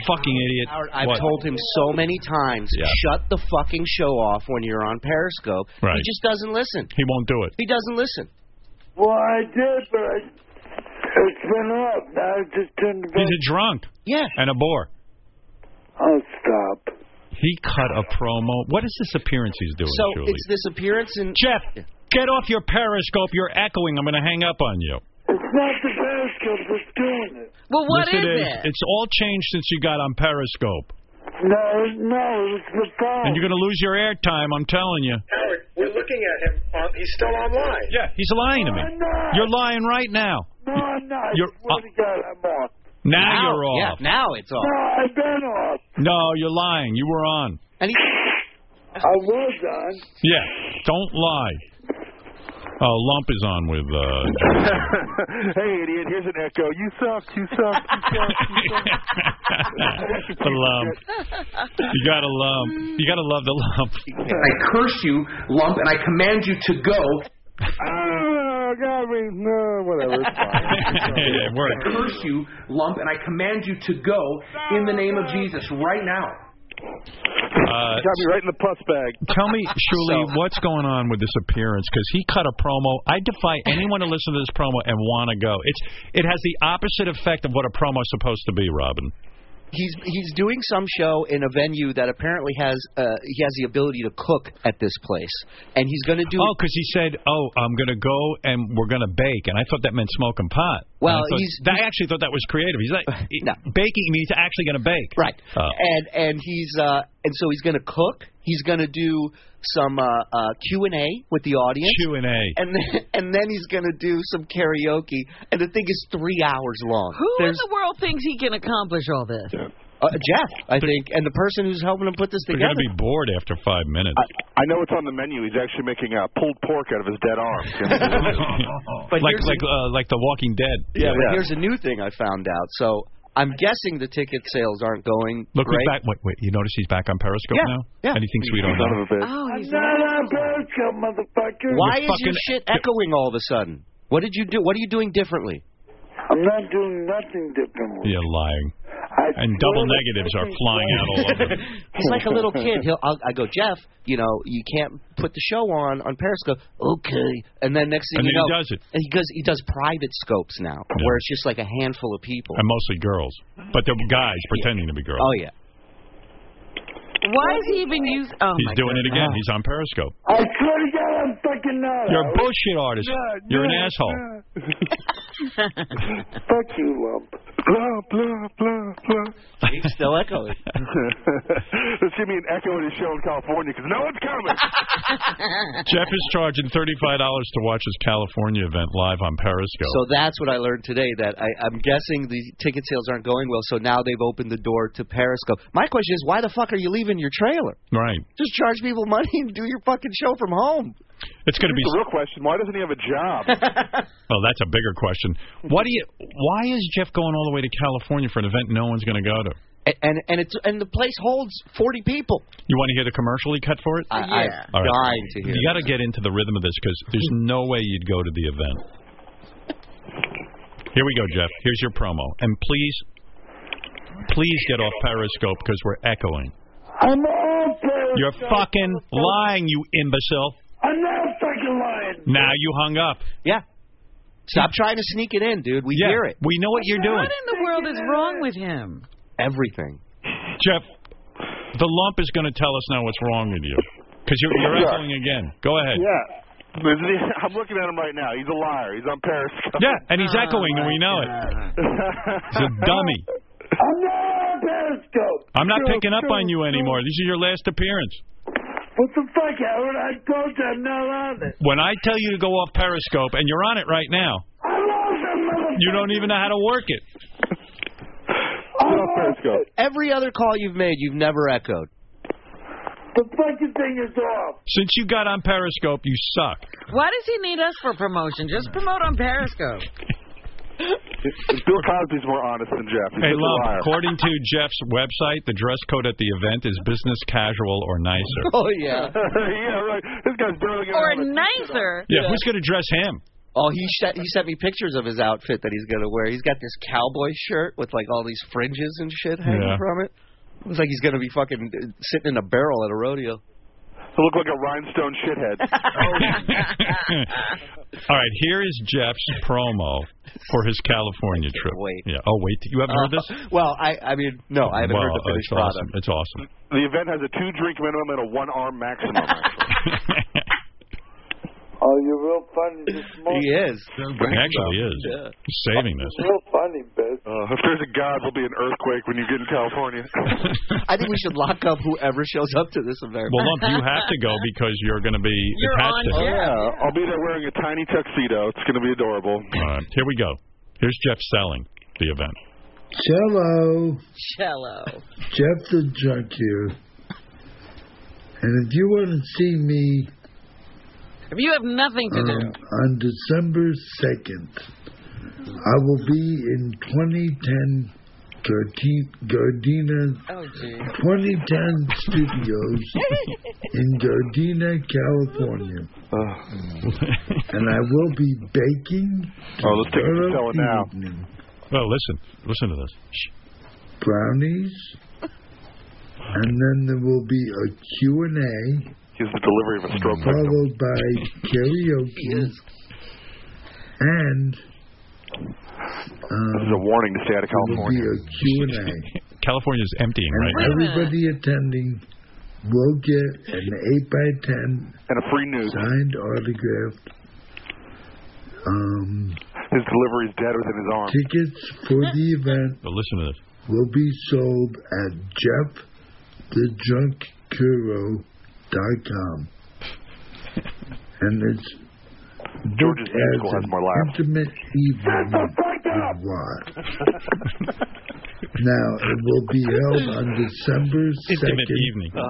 Speaker 7: Fucking idiot.
Speaker 26: Oh, Howard, I've
Speaker 7: What?
Speaker 26: told him so many times, shut the fucking show off when you're on Periscope.
Speaker 7: Right.
Speaker 26: He just doesn't listen.
Speaker 7: He won't do it.
Speaker 26: He doesn't listen.
Speaker 25: Well, I did, but I, it's been up. Now I just turned it back.
Speaker 7: He's a drunk.
Speaker 26: Yeah.
Speaker 7: And a bore.
Speaker 25: Oh, stop.
Speaker 7: He cut a promo. What is this appearance he's doing,
Speaker 26: so
Speaker 7: Julie?
Speaker 26: it's this appearance in
Speaker 7: Jeff. Get off your Periscope. You're echoing. I'm going to hang up on you.
Speaker 25: It's not the Periscope that's doing it.
Speaker 8: Well,
Speaker 7: yes, it is. It's all changed since you got on Periscope.
Speaker 25: No, no, it's the phone.
Speaker 7: And you're going to lose your airtime, I'm telling you.
Speaker 13: Howard, we're looking at him. On, he's still online.
Speaker 7: Yeah, he's lying to me. You're lying right now.
Speaker 25: No, I'm not.
Speaker 7: You're- uh,
Speaker 25: Oh, I swear to God, I'm off.
Speaker 7: Now, you're off.
Speaker 26: now it's
Speaker 25: No, I've been off.
Speaker 7: No, you're lying. You were on.
Speaker 25: I was on.
Speaker 7: Yeah, don't lie. Oh, Lump is on with. Uh,
Speaker 16: hey, idiot, here's an echo. You suck, you suck, you suck, you suck.
Speaker 7: the lump. You got to lump. You got to love the lump.
Speaker 10: I curse you, lump, and I command you to go.
Speaker 16: Oh, got me. No, whatever. It's fine.
Speaker 7: it worked.
Speaker 10: I curse you, lump, and I command you to go in the name of Jesus right now.
Speaker 7: Uh,
Speaker 16: got me right in the
Speaker 20: Um,
Speaker 16: putz bag.
Speaker 7: Tell me, Shuli, what's going on with this appearance? Because he cut a promo. I defy anyone to listen to this promo and want to go. It's it has the opposite effect of what a promo's supposed to be, Robin.
Speaker 26: He's he's doing some show in a venue that apparently has uh, he has the ability to cook at this place, and he's going to do.
Speaker 7: Oh, because he said, "Oh, I'm going to go and we're going to bake," and I thought that meant smoking pot. And
Speaker 26: Well,
Speaker 7: I thought-
Speaker 26: he's-
Speaker 7: I actually thought that was creative. He's like, baking means actually going to bake,
Speaker 26: right?
Speaker 7: Oh.
Speaker 26: and and he's uh and so he's going to cook. He's going to do some uh, uh, Q and A with the audience.
Speaker 7: Q and A.
Speaker 26: And then, and then he's going to do some karaoke. And the thing is three hours long.
Speaker 8: Who in
Speaker 26: There's
Speaker 8: the world thinks he can accomplish all this?
Speaker 26: uh, Jeff, I think, and the person who's helping him put this
Speaker 7: They're
Speaker 26: together.
Speaker 7: going to be bored after five minutes.
Speaker 10: Uh,
Speaker 16: I know it's on the menu. He's actually making uh, pulled pork out of his dead arm.
Speaker 26: But
Speaker 7: like
Speaker 26: here's
Speaker 7: like uh, like The Walking Dead.
Speaker 26: yeah, but here's a new thing I found out. So I'm guessing the ticket sales aren't going
Speaker 7: Look,
Speaker 26: great.
Speaker 7: he's back. Wait, wait. You notice he's back on Periscope
Speaker 26: Yeah,
Speaker 7: now,
Speaker 26: yeah.
Speaker 7: and he thinks we don't
Speaker 26: Son
Speaker 7: know.
Speaker 26: of a bitch.
Speaker 25: I'm not on Periscope, motherfucker.
Speaker 26: Why is your shit echoing all of a sudden? What did you do? What are you doing differently?
Speaker 25: I'm not doing nothing different.
Speaker 7: You're lying. and double negatives are flying out all over.
Speaker 26: He's like a little kid. He'll I'll, I go, Jeff. You know, you can't put the show on on Periscope. Okay. And then next thing
Speaker 7: And
Speaker 26: you
Speaker 7: then he
Speaker 26: know,
Speaker 7: does it.
Speaker 26: And he does he does private scopes now, where it's just like a handful of people.
Speaker 7: And mostly girls, but they're guys pretending to be girls.
Speaker 26: Oh yeah.
Speaker 8: Why is he even using? Oh my
Speaker 7: He's doing it
Speaker 8: God.
Speaker 26: Ah.
Speaker 7: again. He's on Periscope.
Speaker 25: I swear to God, I'm fucking not.
Speaker 7: You're a bullshit artist. You're an asshole.
Speaker 25: Fuck you, lump. Lump, lump, lump, lump.
Speaker 26: He's still echoing.
Speaker 16: Let's give me an echo in his show in California because no one's coming.
Speaker 7: Jeff is charging thirty-five dollars to watch his California event live on Periscope.
Speaker 26: So that's what I learned today. That I, I'm guessing the ticket sales aren't going well. So now they've opened the door to Periscope. My question is, why the fuck are you leaving your trailer?
Speaker 7: right.
Speaker 26: Just charge people money and do your fucking show from home.
Speaker 7: It's going to be.
Speaker 16: The real question: Why doesn't he have a job?
Speaker 7: Well, that's a bigger question. What do you? Why is Jeff going all the way to California for an event no one's going to go to?
Speaker 26: And and, and it's and the place holds 40 people.
Speaker 7: You want to hear the commercial he cut for it?
Speaker 26: I- I'm Yeah.
Speaker 7: All
Speaker 26: dying to hear
Speaker 7: You got to get into the rhythm of this because there's no way you'd go to the event. Here we go, Jeff. Here's your promo, and please, please get off Periscope because we're echoing.
Speaker 25: I'm on Periscope.
Speaker 7: You're fucking lying, you imbecile.
Speaker 25: I'm not fucking lying.
Speaker 7: Now you hung up.
Speaker 26: Yeah. Stop trying to sneak it in, dude. We hear it.
Speaker 7: We know what you're doing.
Speaker 8: What in the world is wrong with him?
Speaker 26: Everything.
Speaker 7: Jeff, the lump is going to tell us now what's wrong with you because you're, you're
Speaker 16: Yeah.
Speaker 7: echoing again. Go ahead.
Speaker 16: yeah. I'm looking at him right now. He's a liar. He's on Periscope.
Speaker 7: Yeah, and he's echoing, and we know it. He's a dummy.
Speaker 12: I'm not on Periscope.
Speaker 7: I'm not
Speaker 12: Sure,
Speaker 7: picking up
Speaker 12: sure,
Speaker 7: on you
Speaker 12: sure.
Speaker 7: anymore. This is your last appearance.
Speaker 12: What the fuck, Howard? I told you I'm not on it.
Speaker 7: When I tell you to go off Periscope, and you're on it right now, you don't even know how to work it.
Speaker 26: Every other call you've made, you've never echoed.
Speaker 12: The fucking thing is off.
Speaker 7: Since you got on Periscope, you suck.
Speaker 8: Why does he need us for promotion? Just promote on Periscope.
Speaker 9: Bill Cosby's more honest than Jeff. He's
Speaker 7: Hey,
Speaker 9: such a
Speaker 7: love,
Speaker 9: liar.
Speaker 7: according to Jeff's website, the dress code at the event is business casual or nicer.
Speaker 26: Oh yeah.
Speaker 9: yeah, right. This guy's barely
Speaker 8: Or nicer.
Speaker 7: Yeah, who's going to dress him?
Speaker 26: Oh, he sh- he sent me pictures of his outfit that he's going to wear. He's got this cowboy shirt with like all these fringes and shit hanging
Speaker 9: Yeah.
Speaker 26: from it. Looks like he's going to be fucking uh, sitting in a barrel at a rodeo.
Speaker 9: He looked like a rhinestone shithead.
Speaker 7: All right, here is Jeff's promo for his California trip. Wait. Yeah. Oh, wait. You haven't heard this?
Speaker 26: Uh, Well, I I mean no, I haven't
Speaker 7: Well,
Speaker 26: heard the finished
Speaker 7: it's
Speaker 26: product.
Speaker 7: awesome. It's awesome.
Speaker 9: the event has a two-drink minimum and a one-arm maximum.
Speaker 12: Oh, you're real funny this morning.
Speaker 7: He actually is. He's saving this.
Speaker 12: Real funny, bitch.
Speaker 9: Uh, if there's a god, there'll be an earthquake when you get in California.
Speaker 26: I think we should lock up whoever shows up to this event.
Speaker 7: Well, Lump, you have to go because you're going to be attached to
Speaker 9: Oh,
Speaker 7: him.
Speaker 9: yeah. I'll be there wearing a tiny tuxedo. It's going to be adorable.
Speaker 7: All right, here we go. Here's Jeff selling the event.
Speaker 16: Cello,
Speaker 8: Cello.
Speaker 16: Jeff the Junk here. And if you want to see me
Speaker 8: If you have nothing to do.
Speaker 16: um, on December 2nd, I will be in 2010 Gardi- Gardena
Speaker 8: Oh, gee.
Speaker 16: 2010 Studios in Gardena, California.
Speaker 9: uh.
Speaker 16: and I will be baking
Speaker 7: Oh, let's take it to
Speaker 16: tomorrow
Speaker 7: Stella now.
Speaker 16: evening.
Speaker 7: Well, listen. Listen to this.
Speaker 16: brownies, and then there will be a Q&A
Speaker 9: He's the delivery of a stroke victim.
Speaker 16: followed by karaoke and
Speaker 9: This is a warning to stay out of California.
Speaker 16: Q&A.
Speaker 7: California's emptying
Speaker 16: And
Speaker 7: right now.
Speaker 16: everybody attending will get an 8 by 10
Speaker 9: and a free news
Speaker 16: signed autograph um,
Speaker 9: His delivery's dead within his arm.
Speaker 16: Tickets for the event
Speaker 7: But listen to this.
Speaker 16: will be sold at jeffthejunkkuro.com. And it's
Speaker 9: George's
Speaker 16: as
Speaker 9: musical has
Speaker 16: an
Speaker 9: more laughs.
Speaker 16: intimate evening with Watt. Now, it will be held on December 2nd.
Speaker 7: Intimate evening.
Speaker 9: Uh,
Speaker 7: Mm.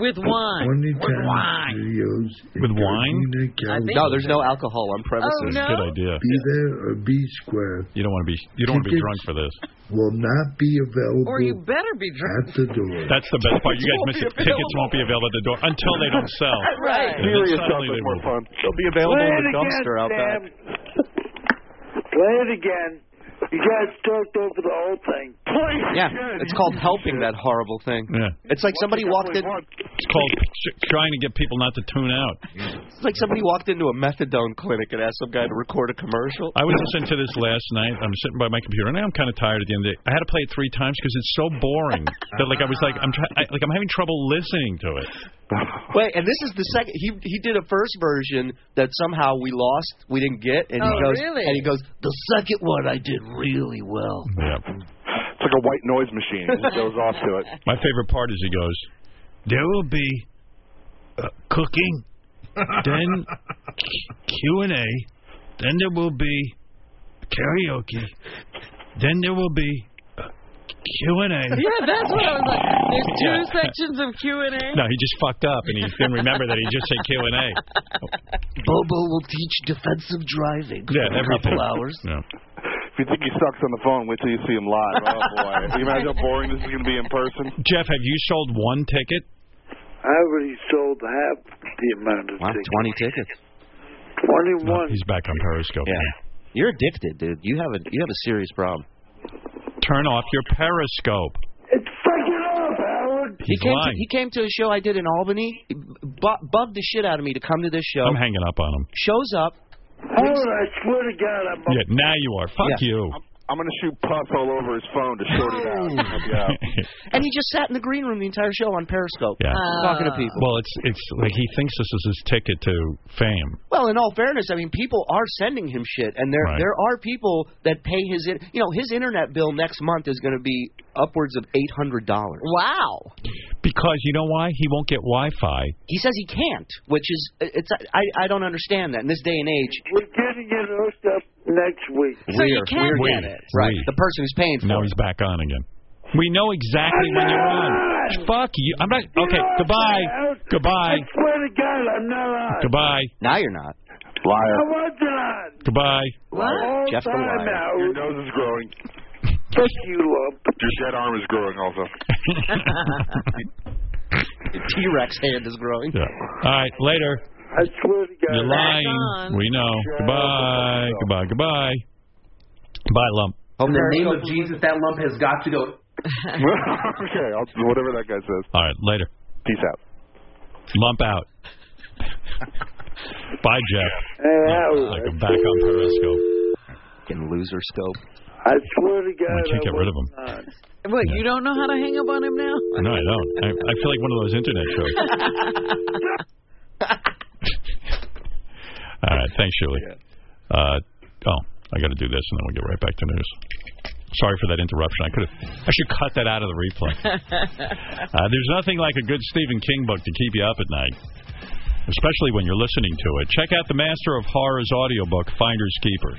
Speaker 8: With
Speaker 7: Oh,
Speaker 8: wine. With wine.
Speaker 16: Studios in
Speaker 7: With wine?
Speaker 16: Gardena, California.
Speaker 26: No, there's no alcohol on
Speaker 8: Oh,
Speaker 26: premises.
Speaker 8: no?
Speaker 7: Good idea.
Speaker 16: Be there or be square.
Speaker 7: You don't want to be. You don't want to be drunk for this.
Speaker 16: Will not be available
Speaker 8: Or you better be drunk.
Speaker 16: at the door.
Speaker 7: That's the best part. You guys missed it.
Speaker 16: Won't be
Speaker 7: Tickets won't be available at the door until they don't sell.
Speaker 8: Right.
Speaker 7: And then
Speaker 9: Serious
Speaker 7: suddenly
Speaker 9: sounds
Speaker 7: they
Speaker 9: more
Speaker 7: will.
Speaker 9: fun.
Speaker 26: They'll be
Speaker 12: Play it again, Sam. Play it again. You guys talked over the whole thing. Play it
Speaker 26: Yeah,
Speaker 12: again.
Speaker 26: it's called helping that horrible thing.
Speaker 7: Yeah.
Speaker 26: It's like somebody walked in.
Speaker 7: It's called ch- trying to get people not to tune out.
Speaker 26: It's like somebody walked into a methadone clinic and asked some guy to record a commercial.
Speaker 7: I was listening to this last night. I'm sitting by my computer, and I'm kind of tired at the end of the day. I had to play it three times because it's so boring that like I was like I'm try- I, like I'm having trouble listening to it.
Speaker 26: Wait, and this is the second. He he did a first version that somehow we lost, we didn't get, and
Speaker 39: Oh,
Speaker 26: he goes
Speaker 39: really?
Speaker 26: and he goes the second one I did really well.
Speaker 9: It's like a white noise machine. It just goes off to it.
Speaker 7: My favorite part is he goes, "There will be uh, cooking, then Q and A, then there will be karaoke, then there will be uh, Q and A."
Speaker 8: Yeah, that's what I was like. There's two
Speaker 7: Yeah.
Speaker 8: sections of Q and A.
Speaker 7: No, he just fucked up and he didn't remember that he just said Q and A.
Speaker 26: Bobo will teach defensive driving
Speaker 7: Yeah,
Speaker 26: for a
Speaker 7: everything.
Speaker 26: couple hours.
Speaker 9: If you think he sucks on the phone, wait till you see him live. Oh boy! Can you imagine how boring this is going to be in person?
Speaker 7: Jeff, have you sold one ticket?
Speaker 12: I already sold half the amount of
Speaker 26: Wow, twenty tickets.
Speaker 12: 21.
Speaker 7: He's back on Periscope.
Speaker 26: Yeah, you're addicted, dude. You have a you have a serious problem.
Speaker 7: Turn off your Periscope.
Speaker 26: He
Speaker 7: He's
Speaker 26: came, to,
Speaker 7: lying.
Speaker 26: he came to a show I did in Albany. He bu- bugged the shit out of me to come to this show.
Speaker 7: I'm hanging up on him.
Speaker 26: Shows up.
Speaker 12: Howard, I swear to God, I'm
Speaker 7: Yeah, now you are. Fuck
Speaker 26: Yeah.
Speaker 7: you.
Speaker 16: I'm gonna shoot pus all over his phone to short it out. and help you out.
Speaker 26: And he just sat in the green room the entire show on Periscope, Uh,
Speaker 7: Yeah.
Speaker 26: talking to people.
Speaker 7: Well, it's it's like he thinks this is his ticket to fame.
Speaker 26: Well, in all fairness, I mean, people are sending him shit, and there there are people that pay his, in, you know, his internet bill next month is going to be upwards of eight hundred dollars.
Speaker 8: Wow.
Speaker 7: Because you know why he won't get Wi-Fi.
Speaker 26: He says he can't, which is uh, it's I I don't understand that in this day and age.
Speaker 25: We're getting it hooked up next week.
Speaker 7: Weird, weird.
Speaker 26: right? The person who's paying for
Speaker 7: now he's back on again. We know exactly when you're on. Fuck you. I'm not. Okay. Goodbye. Goodbye.
Speaker 25: I swear to God, I'm not on.
Speaker 7: Goodbye.
Speaker 26: Now you're not.
Speaker 25: I
Speaker 7: Liar.
Speaker 25: wasn't on.
Speaker 7: Goodbye.
Speaker 25: All
Speaker 7: Jeff the
Speaker 25: time
Speaker 7: liar.
Speaker 25: now.
Speaker 16: Your nose is growing.
Speaker 25: Fuck you, lump.
Speaker 16: Your dead arm is growing also.
Speaker 26: T Rex hand is growing.
Speaker 7: All right. Later.
Speaker 25: I swear to God.
Speaker 7: You're lying. We know. Goodbye. Goodbye. Goodbye. Bye, lump.
Speaker 10: In the name of Jesus, that lump has got to go.
Speaker 16: okay, I'll, whatever that guy says.
Speaker 7: All right. Later.
Speaker 16: Peace out.
Speaker 7: Lump out. Bye, Jeff. Like a back on Periscope.
Speaker 26: Fucking loser scope.
Speaker 25: I swear to God.
Speaker 7: I can't get rid of him.
Speaker 8: What, you don't know how to hang up on him now?
Speaker 7: No, I don't. I, I feel like one of those internet shows. All right. Thanks, Julie. Uh, oh, I got to do this, and then we'll get right back to news. Sorry for that interruption. I could have. I should cut that out of the replay. Uh, there's nothing like a good Stephen King book to keep you up at night, especially when you're listening to it. Check out the Master of Horror's audiobook, Finder's Keeper.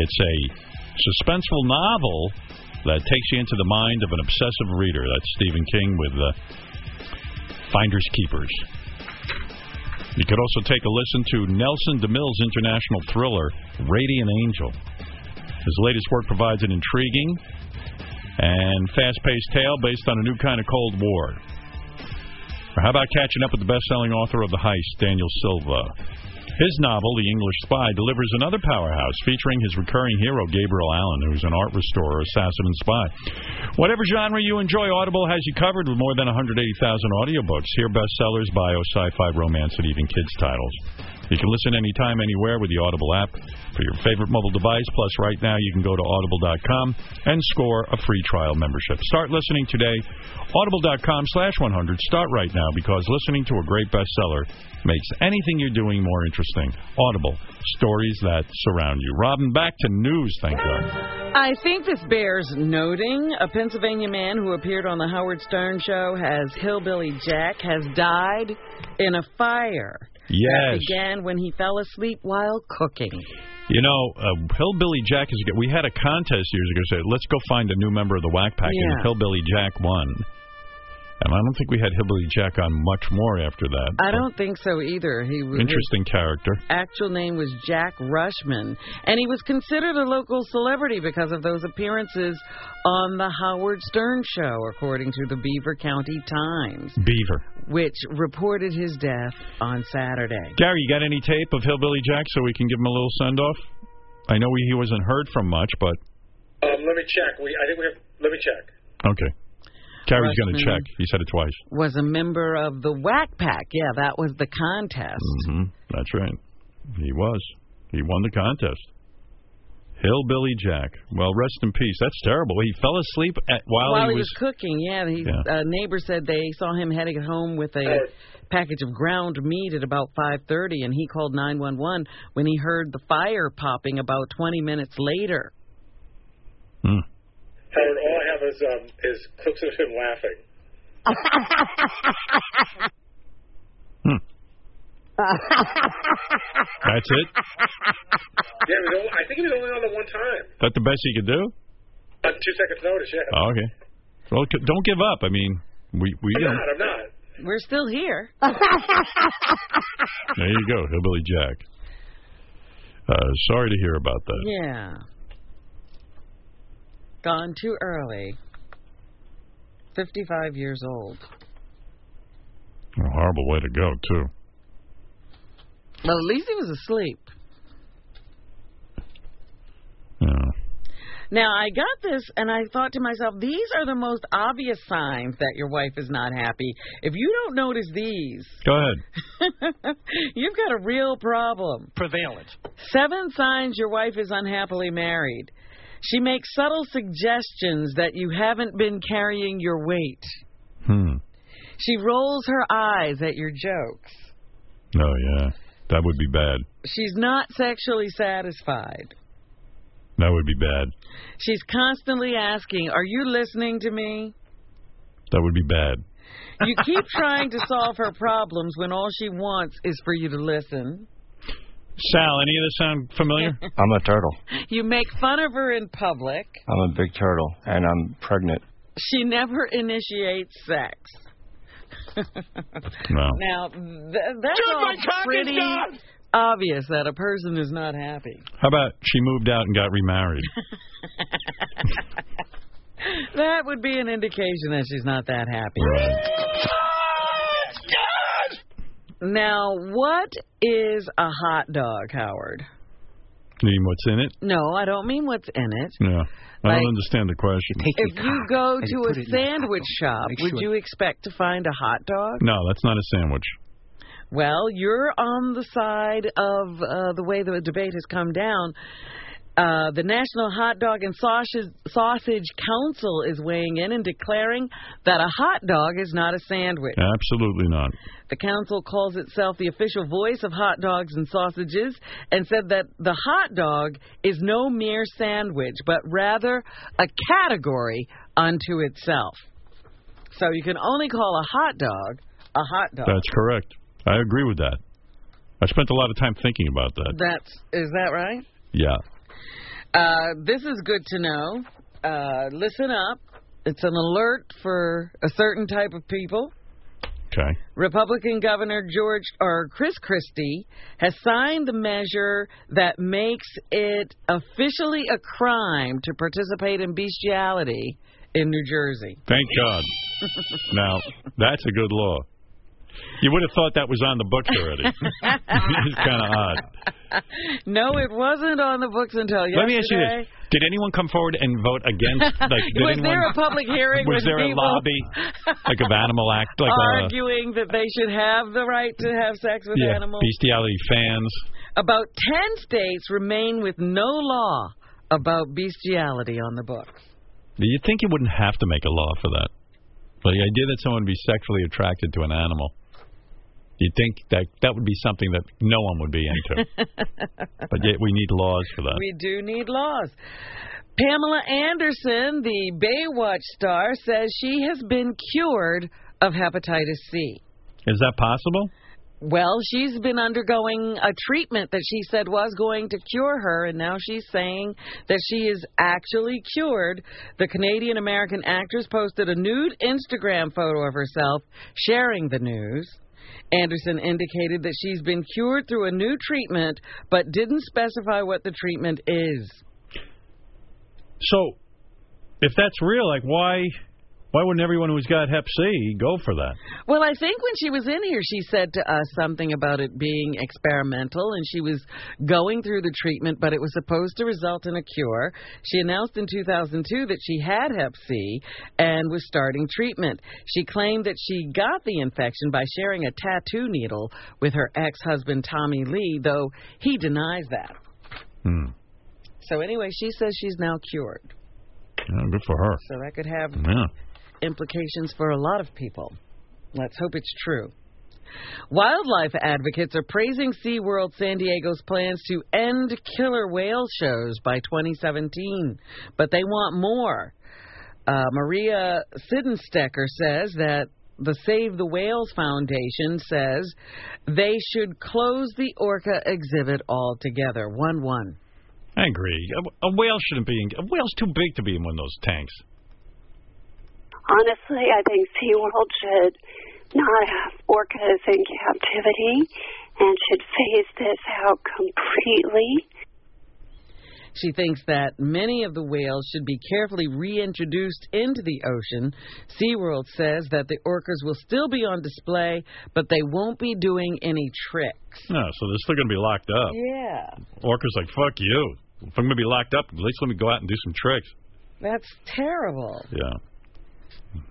Speaker 7: It's a suspenseful novel that takes you into the mind of an obsessive reader. That's Stephen King with uh, Finder's Keepers. You could also take a listen to Nelson DeMille's international thriller, Radiant Angel. His latest work provides an intriguing and fast-paced tale based on a new kind of Cold War. Or how about catching up with the best-selling author of The Heist, Daniel Silva? His novel, The English Spy, delivers another powerhouse featuring his recurring hero, Gabriel Allen, who's an art restorer, assassin, and spy. Whatever genre you enjoy, Audible has you covered with more than 180,000 audiobooks. Hear bestsellers, bio, sci-fi, romance, and even kids' titles. You can listen anytime, anywhere with the Audible app for your favorite mobile device. Plus, right now, you can go to audible.com and score a free trial membership. Start listening today. Audible.com slash 100. Start right now because listening to a great bestseller makes anything you're doing more interesting. Audible, stories that surround you. Robin, back to news, thank God.
Speaker 8: I think this bears noting a Pennsylvania man who appeared on the Howard Stern show as Hillbilly Jack has died in a fire. That
Speaker 7: Yes.
Speaker 8: began when he fell asleep while cooking.
Speaker 7: You know, uh, Hillbilly Jack is. We had a contest years ago. Said, let's go find a new member of the Whack Pack,
Speaker 8: Yeah.
Speaker 7: and Hillbilly Jack won. And I don't think we had Hillbilly Jack on much more after that.
Speaker 8: I don't think so either. He was
Speaker 7: Interesting character.
Speaker 8: actual name was Jack Rushman, and he was considered a local celebrity because of those appearances on The Howard Stern Show, according to the Beaver County Times,
Speaker 7: Beaver.
Speaker 8: which reported his death on Saturday.
Speaker 7: Gary, you got any tape of Hillbilly Jack so we can give him a little send off? I know he he wasn't heard from much, but
Speaker 13: Um, let me check. We, I think we have. Let me check.
Speaker 7: okay. Gary's going to
Speaker 8: Rushman.
Speaker 7: check. He said it twice.
Speaker 8: Was a member of the Whack Pack. Yeah, that was the contest.
Speaker 7: hmm That's right. He was. He won the contest. Hillbilly Jack. Well, rest in peace. That's terrible. He fell asleep at, while,
Speaker 8: he was, cooking, yeah, his
Speaker 7: Yeah.
Speaker 8: Uh, neighbor said they saw him heading home with a package of ground meat at about 5:30, and he called 911 when he heard the fire popping about 20 minutes later.
Speaker 13: Howard, all I have is um, is clips of him laughing.
Speaker 7: That's it.
Speaker 13: Yeah, it was only, I think he was only on the one time.
Speaker 7: That the best he could do.
Speaker 13: On two seconds notice, yeah.
Speaker 7: Oh, okay. Well, c- don't give up. I mean, we we you
Speaker 13: I'm
Speaker 7: know,
Speaker 13: not. I'm not.
Speaker 8: We're still here.
Speaker 7: there you go, Hillbilly Jack. Uh, sorry to hear about that.
Speaker 8: yeah. Gone too early. 55 years old.
Speaker 7: A horrible way to go, too.
Speaker 8: Well, at least he was asleep. Now, I got this and I thought to myself, these are the most obvious signs that your wife is not happy. If you don't notice these,
Speaker 7: Go ahead.
Speaker 8: you've got a real problem.
Speaker 28: Prevalent.
Speaker 8: Seven signs your wife is unhappily married. She makes subtle suggestions that you haven't been carrying your weight.
Speaker 7: Hmm.
Speaker 8: She rolls her eyes at your jokes.
Speaker 7: Oh yeah, that would be bad.
Speaker 8: She's not sexually satisfied.
Speaker 7: That would be bad.
Speaker 8: She's constantly asking, Are you listening to me?
Speaker 7: That would be bad.
Speaker 8: You keep trying to solve her problems when all she wants is for you to listen.
Speaker 7: Sal, any of this sound familiar?
Speaker 28: I'm a turtle.
Speaker 8: You make fun of her in public.
Speaker 28: I'm a big turtle, and I'm pregnant.
Speaker 8: She never initiates sex.
Speaker 7: No.
Speaker 8: Now, th- that's
Speaker 9: Dude, my
Speaker 8: all
Speaker 9: cock is
Speaker 8: pretty
Speaker 9: gone!
Speaker 8: obvious that a person is not happy.
Speaker 7: How about she moved out and got remarried?
Speaker 8: That would be an indication that she's not that happy. Now, what is a hot dog, Howard?
Speaker 7: You mean what's in it?
Speaker 8: No, I don't mean what's in it.
Speaker 7: Yeah. I
Speaker 8: Like-
Speaker 7: don't understand the question.
Speaker 8: if you go to a sandwich shop, would you expect to find a hot dog?
Speaker 7: No, that's not a sandwich.
Speaker 8: Well, you're on the side of uh, the way the debate has come down. Uh, the National Hot Dog and Sausage, Sausage Council is weighing in and declaring that a hot dog is not a sandwich.
Speaker 7: Absolutely not.
Speaker 8: The council calls itself the official voice of hot dogs and sausages and said that the hot dog is no mere sandwich, but rather a category unto itself. So you can only call a hot dog a hot dog.
Speaker 7: That's correct. I agree with that. I spent a lot of time thinking about that.
Speaker 8: That's is that right?
Speaker 7: Yeah.
Speaker 8: Uh, this is good to know. Uh, listen up. It's an alert for a certain type of people.
Speaker 7: Okay.
Speaker 8: Republican Governor George or Chris Christie has signed the measure that makes it officially a crime to participate in bestiality in New Jersey.
Speaker 7: Thank God. now, that's a good law. You would have thought that was on the books already. it's kind of odd.
Speaker 8: no, it wasn't on the books until yesterday.
Speaker 7: Let me ask you this. Did anyone come forward and vote against? Like, did
Speaker 8: was
Speaker 7: anyone,
Speaker 8: there a public hearing
Speaker 7: was
Speaker 8: with
Speaker 7: there a
Speaker 8: people
Speaker 7: lobby, like of Animal Act, like a,
Speaker 8: arguing that they should have the right to have sex with
Speaker 7: yeah,
Speaker 8: animals?
Speaker 7: bestiality fans?
Speaker 8: About 10 states remain with no law about bestiality on the books.
Speaker 7: Do you think you wouldn't have to make a law for that? But the idea that someone would be sexually attracted to an animal, you'd think that that would be something that no one would be into. but yet we need laws for that.
Speaker 8: We do need laws. Pamela Anderson, the Baywatch star, says she has been cured of hepatitis C.
Speaker 7: Is that possible?
Speaker 8: Well, she's been undergoing a treatment that she said was going to cure her, and now she's saying that she is actually cured. The Canadian American actress posted a nude Instagram photo of herself sharing the news. Anderson indicated that she's been cured through a new treatment, but didn't specify what the treatment is.
Speaker 7: So, if that's real, like why why wouldn't everyone who's got Hep C go for that?
Speaker 8: Well, I think when she was in here, she said to us something about it being experimental, and she was going through the treatment, but it was supposed to result in a cure. She announced in 2002 that she had Hep C and was starting treatment. She claimed that she got the infection by sharing a tattoo needle with her ex husband, Tommy Lee, though he denies that.
Speaker 7: Hmm.
Speaker 8: So, anyway, she says she's now cured.
Speaker 7: Yeah, good for her.
Speaker 8: So, that could have
Speaker 7: Yeah.
Speaker 8: implications for a lot of people. Let's hope it's true. Wildlife advocates are praising SeaWorld San Diego's plans to end killer whale shows by 2017, but they want more. Uh, Maria Sidenstecker says that the Save the Whales Foundation says they should close the orca exhibit altogether. 1 1.
Speaker 7: I agree. A, a whale shouldn't be in. A whale's too big to be in one of those tanks.
Speaker 29: Honestly, I think SeaWorld should not have orcas in captivity and should phase this out completely.
Speaker 8: She thinks that many of the whales should be carefully reintroduced into the ocean. SeaWorld says that the orcas will still be on display, but they won't be doing any tricks.
Speaker 7: No, so they're still going to be locked up.
Speaker 8: Yeah,
Speaker 7: Orca's like, fuck you. If I'm going to be locked up, at least let me go out and do some tricks.
Speaker 8: that's terrible.
Speaker 7: Yeah.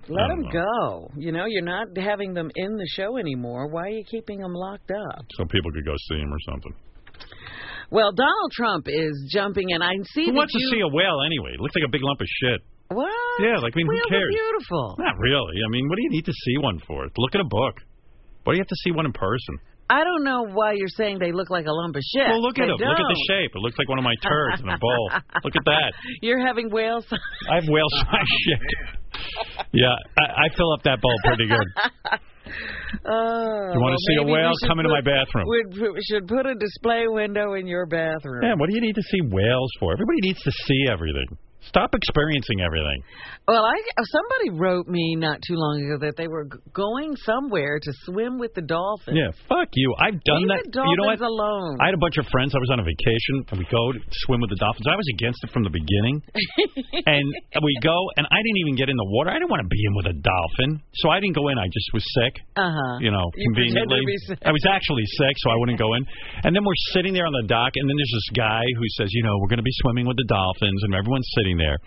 Speaker 8: Let
Speaker 7: don't
Speaker 8: them go. You know, you're not having them in the show anymore. Why are you keeping them locked up?
Speaker 7: So people could go see him or something.
Speaker 8: Well, Donald Trump is jumping, and I see
Speaker 7: Who
Speaker 8: that
Speaker 7: wants to
Speaker 8: you-
Speaker 7: see a whale anyway? It looks like a big lump of shit.
Speaker 8: What?
Speaker 7: Yeah, like, I mean, who
Speaker 8: Whales
Speaker 7: cares?
Speaker 8: Are beautiful.
Speaker 7: Not really. I mean, what do you need to see one for? Look at a book. Why do you have to see one in person?
Speaker 8: I don't know why you're saying they look like a lump of shit.
Speaker 7: Well, look at it.
Speaker 8: They
Speaker 7: Look at the
Speaker 8: don't.
Speaker 7: shape. It looks like one of my turds in a bowl. Look at that.
Speaker 8: You're having whales.
Speaker 7: I have whale
Speaker 8: Oh,
Speaker 7: size shit. Yeah, I, I fill up that bowl pretty good.
Speaker 8: Oh,
Speaker 7: You wanna
Speaker 8: well,
Speaker 7: see a
Speaker 8: maybe we
Speaker 7: whale?
Speaker 8: should
Speaker 7: Come into
Speaker 8: put-
Speaker 7: my bathroom.
Speaker 8: We we should put a display window in your bathroom.
Speaker 7: Man, what do you need to see whales for? Everybody needs to see everything. Stop experiencing everything.
Speaker 8: Well, I uh, somebody wrote me not too long ago that they were g- going somewhere to swim with the dolphins.
Speaker 7: Yeah, fuck you. I've done
Speaker 8: Leave
Speaker 7: that.
Speaker 8: the
Speaker 7: you know what?
Speaker 8: dolphins alone.
Speaker 7: I had a bunch of friends. I was on a vacation, and we go to swim with the dolphins. I was against it from the beginning, and we go, and I didn't even get in the water. I didn't want to be in with a dolphin, so I didn't go in. I just was sick.
Speaker 8: Uh huh.
Speaker 7: Uh-huh. You know, conveniently, I was actually sick, so I wouldn't go in. And then we're sitting there on the dock, and then there's this guy who says, "You know, we're going to be swimming with the dolphins," and everyone's sitting there.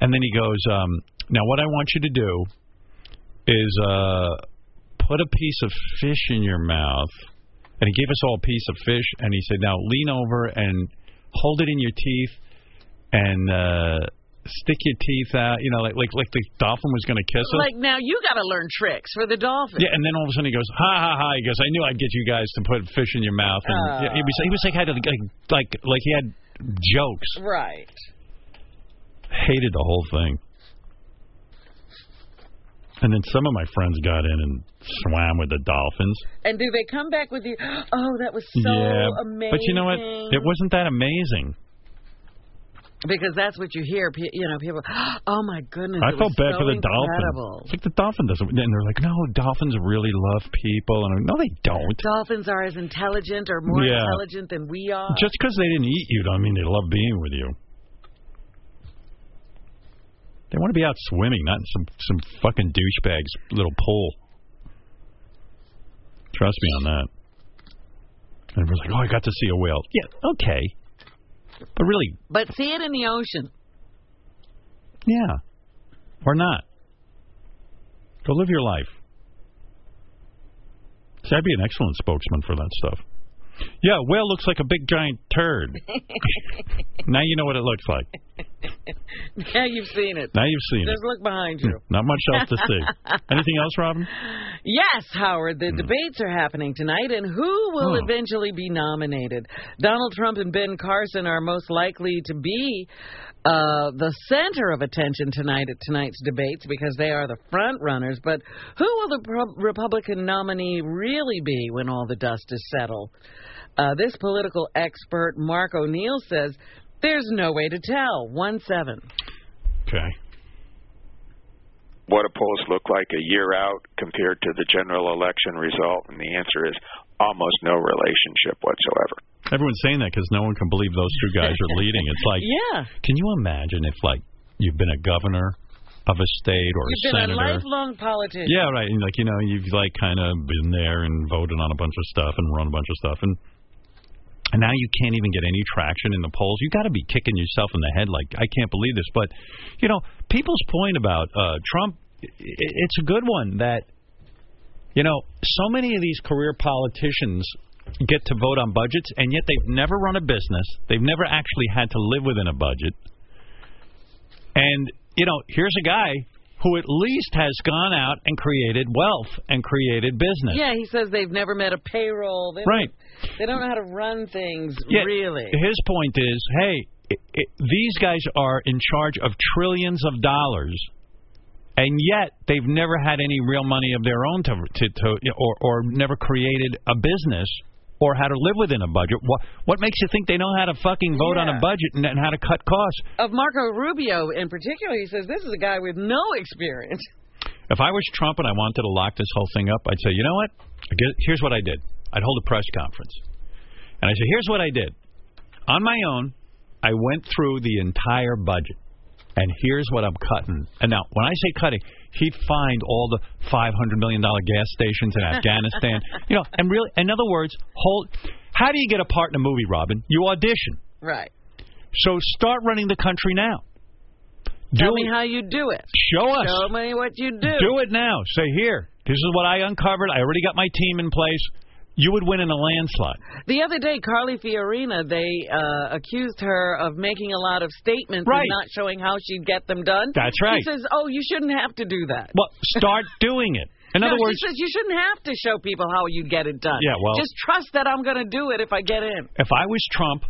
Speaker 7: And then he goes, um, "Now, what I want you to do is uh, put a piece of fish in your mouth. And he gave us all a piece of fish, and he said, now lean over and hold it in your teeth and uh, stick your teeth out, you know, like like, like the dolphin was going to kiss us.
Speaker 8: Like now, you got to learn tricks for the dolphins.
Speaker 7: yeah, and then all of a sudden he goes, ha ha ha! He goes, I knew I'd get you guys to put fish in your mouth. And
Speaker 8: Ah.
Speaker 7: yeah, he was he was like had a- like like like he had jokes.
Speaker 8: Right.
Speaker 7: Hated the whole thing. And then some of my friends got in and swam with the dolphins.
Speaker 8: And do they come back with you? Oh, that was so
Speaker 7: yeah,
Speaker 8: amazing.
Speaker 7: but you know what? It wasn't that amazing.
Speaker 8: because that's what you hear. pe- You know, people. Oh my goodness!
Speaker 7: I
Speaker 8: it
Speaker 7: felt
Speaker 8: was
Speaker 7: bad
Speaker 8: so
Speaker 7: for the
Speaker 8: incredible.
Speaker 7: dolphin. It's like the dolphin doesn't. And they're like, no, dolphins really love people. And I'm, no, they don't.
Speaker 8: Dolphins are as intelligent or more
Speaker 7: Yeah.
Speaker 8: intelligent than we are.
Speaker 7: Just because they didn't eat you, don't mean they love being with you. They want to be out swimming, not in some some fucking douchebag's little pool. Trust me on that. And everyone's like, oh, I got to see a whale. Yeah, oh. okay, but really,
Speaker 8: But see it in the ocean.
Speaker 7: Yeah. Or not. Go live your life. See, I'd be an excellent spokesman for that stuff. Yeah, whale looks like a big giant turd. now you know what it looks like.
Speaker 8: now you've seen it.
Speaker 7: Now you've seen it.
Speaker 8: Just look behind you.
Speaker 7: Hmm, Not much else to see. Anything else, Robin?
Speaker 8: Yes, Howard, the
Speaker 7: Hmm.
Speaker 8: debates are happening tonight, and who will
Speaker 7: Oh.
Speaker 8: eventually be nominated? Donald Trump and Ben Carson are most likely to be uh, the center of attention tonight at tonight's debates because they are the front runners. But who will the pro- Republican nominee really be when all the dust is settled? Uh, this political expert, Mark O'Neill, says there's no way to tell. 1 7.
Speaker 7: Okay.
Speaker 24: what do polls look like a year out compared to the general election result? And the answer is almost no relationship whatsoever.
Speaker 7: Everyone's saying that because no one can believe those two guys are leading. It's like,
Speaker 8: Yeah.
Speaker 7: can you imagine if, like, you've been a governor of a state or
Speaker 8: You've
Speaker 7: a
Speaker 8: been a
Speaker 7: senator?
Speaker 8: lifelong politician.
Speaker 7: Yeah, right. And like you know, you've like kind of been there and voted on a bunch of stuff and run a bunch of stuff, and and now you can't even get any traction in the polls. You got to be kicking yourself in the head, like I can't believe this. But you know, people's point about uh, Trump, i i- it's a good one that you know, so many of these career politicians get to vote on budgets, and yet they've never run a business. They've never actually had to live within a budget. And, you know, here's a guy who at least has gone out and created wealth and created business.
Speaker 8: Yeah, he says they've never met a payroll. They
Speaker 7: Right.
Speaker 8: Don't, they don't know how to run things,
Speaker 7: Yeah,
Speaker 8: really.
Speaker 7: His point is, hey, i i these guys are in charge of trillions of dollars, and yet they've never had any real money of their own to, to, to or, or never created a business or how to live within a budget. What, what makes you think they know how to fucking vote on a
Speaker 8: Yeah.
Speaker 7: budget and, and how to cut costs?
Speaker 8: Of Marco Rubio in particular, he says this is a guy with no experience.
Speaker 7: If I was Trump and I wanted to lock this whole thing up, I'd say, you know what? I guess- Here's what I did. I'd hold a press conference. And I say, here's what I did. On my own, I went through the entire budget. And here's what I'm cutting. And now, when I say cutting, he'd find all the $500 million gas stations in Afghanistan. You know, and really, in other words, hold. How do you get a part in a movie, Robin? You audition.
Speaker 8: Right.
Speaker 7: So start running the country now.
Speaker 8: Tell
Speaker 7: Do
Speaker 8: me
Speaker 7: it.
Speaker 8: how you do it.
Speaker 7: Show us.
Speaker 8: Show me what you do.
Speaker 7: Do it now. Say here. This is what I uncovered. I already got my team in place. You would win in a landslide.
Speaker 8: The other day, Carly Fiorina, they uh, accused her of making a lot of statements
Speaker 7: Right.
Speaker 8: and not showing how she'd get them done.
Speaker 7: That's right.
Speaker 8: She says, "Oh, you shouldn't have to do that."
Speaker 7: Well, start doing it. In
Speaker 8: No,
Speaker 7: other words,
Speaker 8: she says you shouldn't have to show people how you get it done.
Speaker 7: Yeah, well-
Speaker 8: just trust that I'm going to do it if I get in.
Speaker 7: if I was Trump,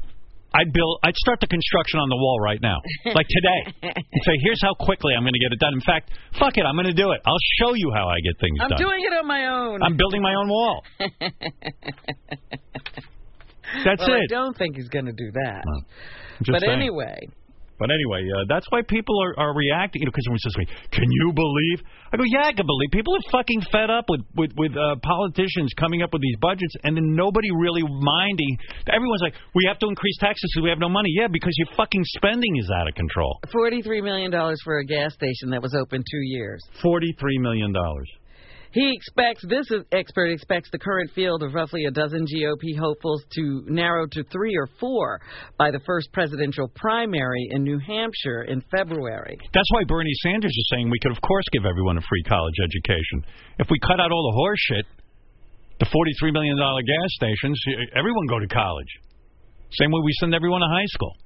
Speaker 7: I'd build, I'd start the construction on the wall right now, like today. and say, here's how quickly I'm going to get it done. In fact, fuck it, I'm going to do it. I'll show you how I get things
Speaker 8: I'm
Speaker 7: done.
Speaker 8: doing it on my own.
Speaker 7: I'm building my own wall. That's
Speaker 8: well, I
Speaker 7: it.
Speaker 8: don't think he's going to do that.
Speaker 7: Just
Speaker 8: but
Speaker 7: saying.
Speaker 8: anyway,
Speaker 7: But anyway, uh, that's why people are, are reacting. You know, because someone says to me, "Can you believe?" I go, "Yeah, I can believe." People are fucking fed up with with with uh, politicians coming up with these budgets, and then nobody really minding. Everyone's like, "We have to increase taxes because we have no money." Yeah, because your fucking spending is out of control.
Speaker 8: $43 million for a gas station that was open two years.
Speaker 7: Forty-three million dollars.
Speaker 8: He expects, this is- expert expects the current field of roughly a dozen GOP hopefuls to narrow to three or four by the first presidential primary in New Hampshire in February.
Speaker 7: That's why Bernie Sanders is saying we could, of course, give everyone a free college education if we cut out all the horse shit. The forty-three million dollar gas stations, everyone go to college. Same way we send everyone to high school.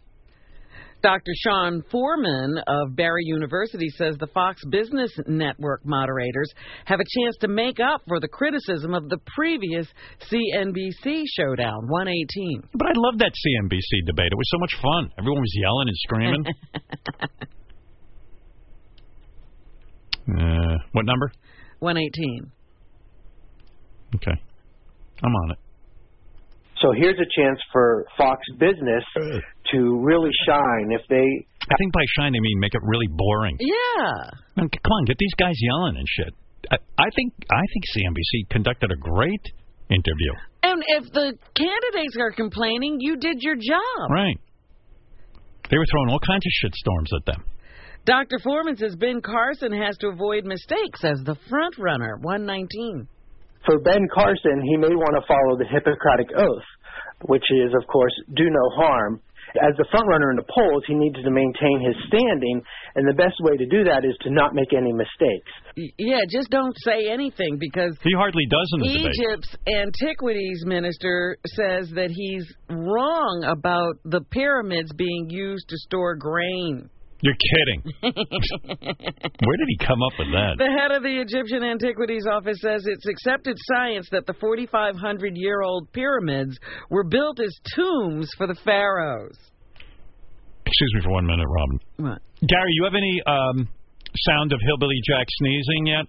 Speaker 8: Dr. Sean Foreman of Barry University says the Fox Business Network moderators have a chance to make up for the criticism of the previous CNBC showdown, 118.
Speaker 7: But I love that CNBC debate. It was so much fun. Everyone was yelling and screaming. uh, what number?
Speaker 8: 118.
Speaker 7: Okay. I'm on it.
Speaker 30: So here's a chance for Fox Business to really shine if they.
Speaker 7: I think by shine they mean make it really boring.
Speaker 8: Yeah.
Speaker 7: I mean, c- come on, get these guys yelling and shit. I, I think I think CNBC conducted a great interview.
Speaker 8: And if the candidates are complaining, you did your job.
Speaker 7: Right. They were throwing all kinds of shit storms at them.
Speaker 8: Dr. Foreman says Ben Carson has to avoid mistakes as the front runner, 119.
Speaker 30: For Ben Carson, he may want to follow the Hippocratic Oath, which is, of course, do no harm. As the frontrunner in the polls, he needs to maintain his standing, and the best way to do that is to not make any mistakes.
Speaker 8: Y- Yeah, just don't say anything because
Speaker 7: he hardly does
Speaker 30: in the debate.
Speaker 8: Egypt's antiquities minister says that he's wrong about the pyramids being used to store grain.
Speaker 7: You're kidding. Where did he come up with that?
Speaker 8: The head of the Egyptian Antiquities Office says it's accepted science that the 4,500 year old pyramids were built as tombs for the pharaohs.
Speaker 7: Excuse me for one minute, Robin.
Speaker 8: What?
Speaker 7: Um, Gary, you have any um, sound of Hillbilly Jack sneezing yet?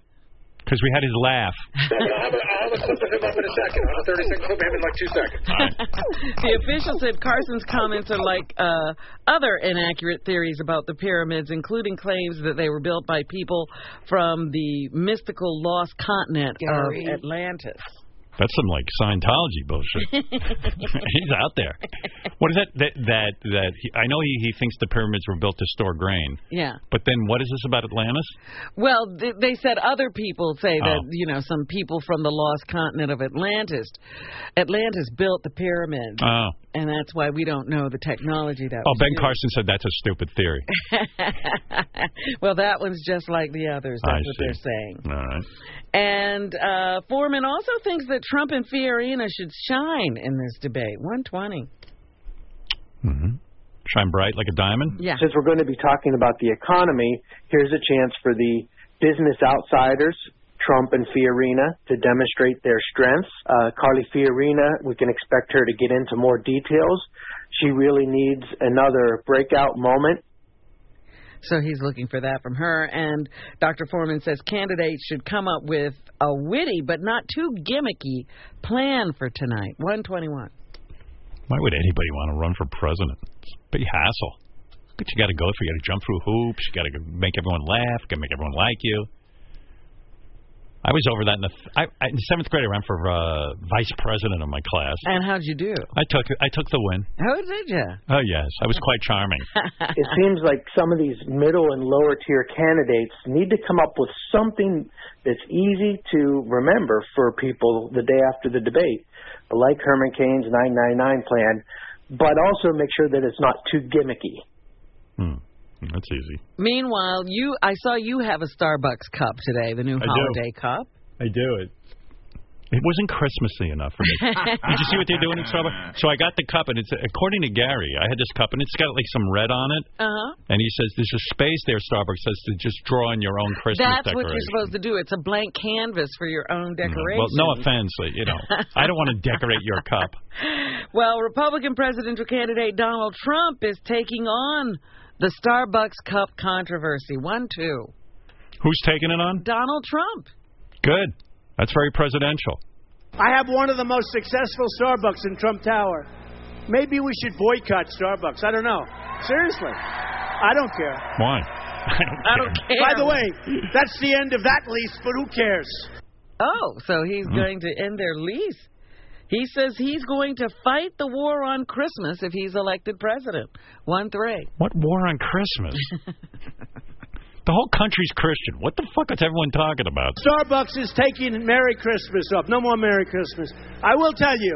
Speaker 7: Because we had his laugh.
Speaker 13: I'll have a, I'll have a clip of him up in a second. I'll have a 30 second clip of him in like two seconds.
Speaker 8: The official said Carson's comments are like uh, other inaccurate theories about the pyramids, including claims that they were built by people from the mystical lost continent
Speaker 7: Gary.
Speaker 8: of Atlantis.
Speaker 7: That's some like Scientology bullshit. He's out there. What is that? That that, that he, I know he, he thinks the pyramids were built to store grain,
Speaker 8: yeah.
Speaker 7: but then what is this about Atlantis?
Speaker 8: Well, th- they said other people say that
Speaker 7: Oh.
Speaker 8: you know some people from the lost continent of Atlantis, Atlantis built the pyramids,
Speaker 7: Oh,
Speaker 8: and that's why we don't know the technology that.
Speaker 7: oh.
Speaker 8: was
Speaker 7: Ben
Speaker 8: used.
Speaker 7: Carson said that's a stupid theory.
Speaker 8: Well, that one's just like the others. That's
Speaker 7: I
Speaker 8: what
Speaker 7: see.
Speaker 8: they're saying.
Speaker 7: All right.
Speaker 8: And uh, Foreman also thinks that Trump and Fiorina should shine in this debate. 120.
Speaker 7: Shine bright like a diamond.
Speaker 8: Yeah.
Speaker 30: Since we're going to be talking about the economy, here's a chance for the business outsiders, Trump and Fiorina, to demonstrate their strengths. Uh, Carly Fiorina, we can expect her to get into more details. She really needs another breakout moment.
Speaker 8: So he's looking for that from her. And Dr. Foreman says candidates should come up with a witty but not too gimmicky plan for tonight. 121.
Speaker 7: Why would anybody want to run for president? It's a big hassle. But you got to go through. You got to jump through hoops. You got to make everyone laugh. Got to make everyone like you. I was over that in the I, I, in seventh grade. I ran for uh, vice president of my class.
Speaker 8: And how'd you do?
Speaker 7: I took I took the win.
Speaker 8: How did you?
Speaker 7: Oh yes, I was quite charming.
Speaker 30: it seems like some of these middle and lower tier candidates need to come up with something that's easy to remember for people the day after the debate, like Herman Cain's 999 plan, but also make sure that it's not too gimmicky.
Speaker 7: That's easy.
Speaker 8: Meanwhile, you I saw you have a Starbucks cup today, the new
Speaker 7: do.
Speaker 8: holiday cup.
Speaker 7: I do it. It wasn't Christmassy enough for me. Did you see what they're doing in Starbucks? So I got the cup, and it's according to Gary, I had this cup, and it's got like some red on it.
Speaker 8: Uh huh.
Speaker 7: And he says there's a space there. Starbucks says to just draw in your own Christmas
Speaker 8: That's
Speaker 7: decoration.
Speaker 8: what
Speaker 7: Mm-hmm.
Speaker 8: you're supposed to do. It's a blank canvas for your own decoration.
Speaker 7: well, no offense, like, you know, I don't want to decorate your cup.
Speaker 8: Well, Republican presidential candidate Donald Trump is taking on the Starbucks cup controversy. One, two.
Speaker 7: Who's taking it on?
Speaker 8: Donald Trump.
Speaker 7: Good. That's very presidential.
Speaker 26: I have one of the most successful Starbucks in Trump Tower. Maybe we should boycott Starbucks. I don't know. Seriously. I don't care.
Speaker 7: Why? I don't,
Speaker 26: By the way, that's the end of that lease, but who cares?
Speaker 8: Oh, so he's
Speaker 7: Mm-hmm.
Speaker 8: going to end their lease. He says he's going to fight the war on Christmas if he's elected president. One, three.
Speaker 7: What war on Christmas? the whole country's Christian. What the fuck is everyone talking about?
Speaker 26: Starbucks is taking Merry Christmas up. No more Merry Christmas. I will tell you,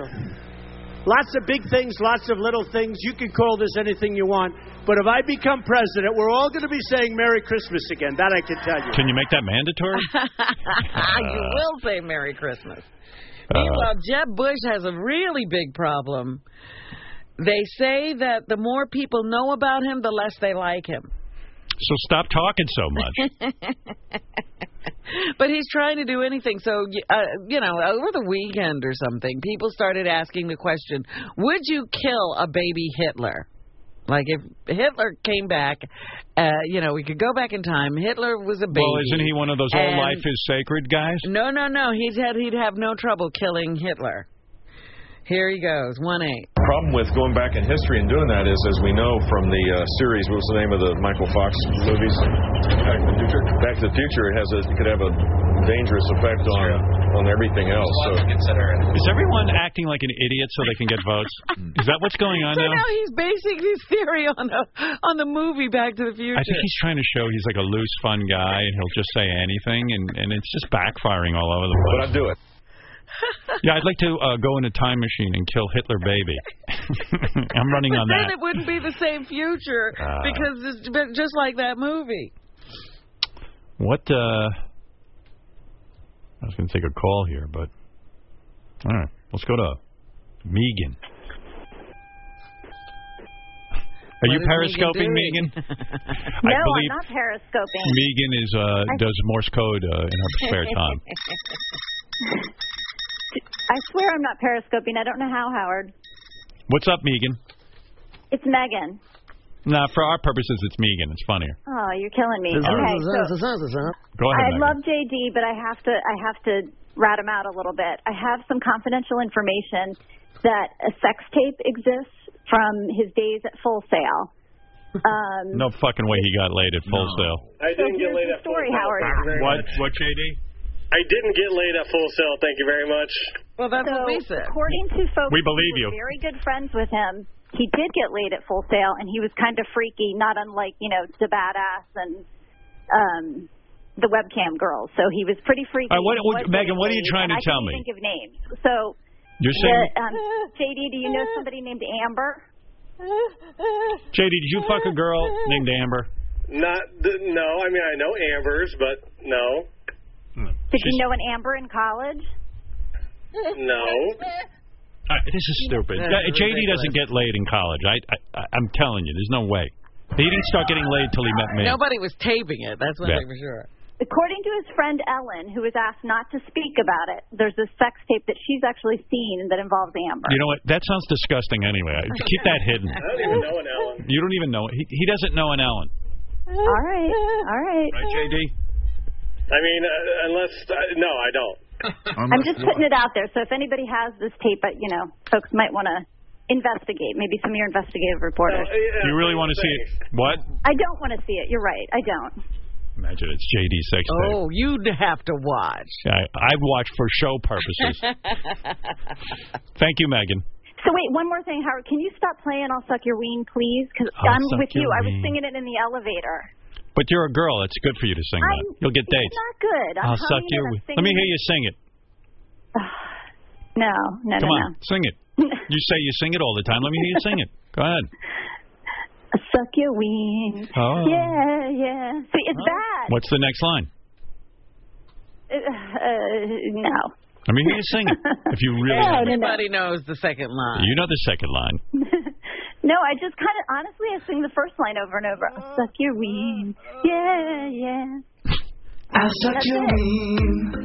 Speaker 26: lots of big things, lots of little things. You can call this anything you want. But if I become president, we're all going to be saying Merry Christmas again. That I can tell you.
Speaker 7: Can you make that mandatory?
Speaker 8: you
Speaker 7: Uh.
Speaker 8: will say Merry Christmas. Meanwhile, Jeb Bush has a really big problem. They say that the more people know about him, the less they like him.
Speaker 7: So stop talking so much.
Speaker 8: But he's trying to do anything. So, y- uh, you know, over the weekend or something, people started asking the question Would you kill a baby Hitler? Like, if Hitler came back, uh, you know, we could go back in time. Hitler was a baby.
Speaker 7: Well, isn't he one of those all
Speaker 8: and-
Speaker 7: life is sacred guys?
Speaker 8: No, no, no. He said he'd have no trouble killing Hitler. Here he goes, 1 8.
Speaker 9: problem with going back in history and doing that is, as we know from the uh, series, what was the name of the Michael Fox movies? Back to the Future. Back to the Future. It has a, it could have a dangerous effect on on everything else. So
Speaker 7: Is everyone acting like an idiot so they can get votes? Is that what's going on
Speaker 8: So
Speaker 7: now?
Speaker 8: now he's basing his theory on the, on the movie Back to the Future.
Speaker 7: I think he's trying to show he's like a loose, fun guy, and he'll just say anything, and, and it's just backfiring all over the place. But I do it. yeah, I'd like to uh, go in a time machine and kill Hitler baby. I'm running
Speaker 8: but
Speaker 7: on
Speaker 8: then
Speaker 7: that.
Speaker 8: it wouldn't be the same future
Speaker 7: Ah.
Speaker 8: because it's been just like that movie.
Speaker 7: What? Uh, I was going to take a call here, but all right, let's go to Megan. Are you
Speaker 27: is Megan
Speaker 7: periscoping,
Speaker 27: doing?
Speaker 7: Megan?
Speaker 27: no,
Speaker 7: I believe
Speaker 27: I'm not periscoping.
Speaker 7: Megan is uh,
Speaker 27: I-
Speaker 7: does Morse code uh, in her spare time.
Speaker 27: I swear I'm not periscoping. I don't know how, Howard.
Speaker 7: What's up, Megan?
Speaker 27: It's Megan.
Speaker 7: Nah, for our purposes, it's Megan. It's funnier.
Speaker 27: Oh, you're killing me.
Speaker 7: All right.
Speaker 27: Okay, so
Speaker 7: Go ahead.
Speaker 27: I
Speaker 7: Megan.
Speaker 27: love JD, but I have to I have to rat him out a little bit. I have some confidential information that a sex tape exists from his days at Full Sail. Um,
Speaker 7: No fucking way he got laid at full sale.
Speaker 40: I didn't get laid at full
Speaker 27: Sorry,
Speaker 40: sail.
Speaker 27: Howard.
Speaker 7: What? What, JD?
Speaker 40: I didn't get laid at full sale. Thank you very much.
Speaker 8: Well, that's
Speaker 27: so,
Speaker 8: what we said.
Speaker 27: According to folks,
Speaker 40: We believe
Speaker 27: who were
Speaker 40: you.
Speaker 27: Very good friends with him. He did get laid at Full Sail, and he was kind of freaky, not unlike you know the badass and um, the webcam girls. So he was pretty freaky.
Speaker 7: Uh, what-
Speaker 27: He
Speaker 7: what-
Speaker 27: was
Speaker 7: Megan, what are you
Speaker 27: laid,
Speaker 7: trying to
Speaker 27: and I
Speaker 7: tell
Speaker 27: can't
Speaker 7: me?
Speaker 27: Think of names. So
Speaker 7: You're saying-
Speaker 27: the, um, JD, do you know somebody named Amber?
Speaker 7: JD, did you fuck a girl named Amber?
Speaker 40: Not th- no. I mean, I know Amber's, but no,
Speaker 27: Did you know an Amber in college?
Speaker 40: no.
Speaker 7: Uh, this is stupid.
Speaker 27: Yeah,
Speaker 7: Uh,
Speaker 27: it's
Speaker 7: JD doesn't get laid in college. I, I, I- I'm telling you, there's no way. He didn't start getting laid till he met me.
Speaker 8: Nobody was taping it. That's one
Speaker 7: Yeah.
Speaker 8: thing for sure.
Speaker 27: According to his friend Ellen, who was asked not to speak about it, there's a sex tape that she's actually seen that involves Amber.
Speaker 7: You know what? That sounds disgusting. Anyway, I- keep that hidden.
Speaker 40: I don't even know an Ellen.
Speaker 7: You don't even know. He, he doesn't know an Ellen.
Speaker 27: All right, all right.
Speaker 7: Right, JD?
Speaker 40: I mean, uh, unless uh, no, I don't.
Speaker 27: I'm just putting it out there. So if anybody has this tape, but you know, folks might want to investigate. Maybe some of your investigative reporters.
Speaker 7: You really want to see it? What?
Speaker 27: I don't want to see it. You're right. I don't.
Speaker 7: Imagine it's JD sex tape.
Speaker 8: Oh, you'd have to watch.
Speaker 7: I, I've watched for show purposes. Thank you, Megan.
Speaker 27: so wait, one more thing, Howard. Can you stop playing "I'll Suck Your Ween," please? Because
Speaker 7: I'll
Speaker 27: I'm
Speaker 7: suck
Speaker 27: with you.
Speaker 7: your
Speaker 27: I was
Speaker 7: ween.
Speaker 27: singing it in the elevator.
Speaker 7: But you're a girl. It's good for you to sing
Speaker 27: I'm-
Speaker 7: that. You'll get
Speaker 27: it's
Speaker 7: dates.
Speaker 27: not good. I'm
Speaker 7: I'll suck
Speaker 27: humming it,
Speaker 7: your.
Speaker 27: I'm
Speaker 7: wee- Let
Speaker 27: singing
Speaker 7: me hear
Speaker 27: it.
Speaker 7: you sing it.
Speaker 27: No, no,
Speaker 7: Come
Speaker 27: no,
Speaker 7: on, sing it. You say you sing it all the time. Let me hear you sing it. Go ahead.
Speaker 27: no. Suck your ween.
Speaker 7: Oh.
Speaker 27: Yeah, yeah. See, it's bad.
Speaker 7: What's the next line?
Speaker 27: Uh, uh, no.
Speaker 7: I mean, who you singing? If you really,
Speaker 8: Yeah,
Speaker 7: have it.
Speaker 8: Everybody knows the second line.
Speaker 7: you know the second line.
Speaker 27: No, I just kind of honestly, I sing the first line over and over. I'll suck your ween, yeah, yeah.
Speaker 9: I'll suck your ween.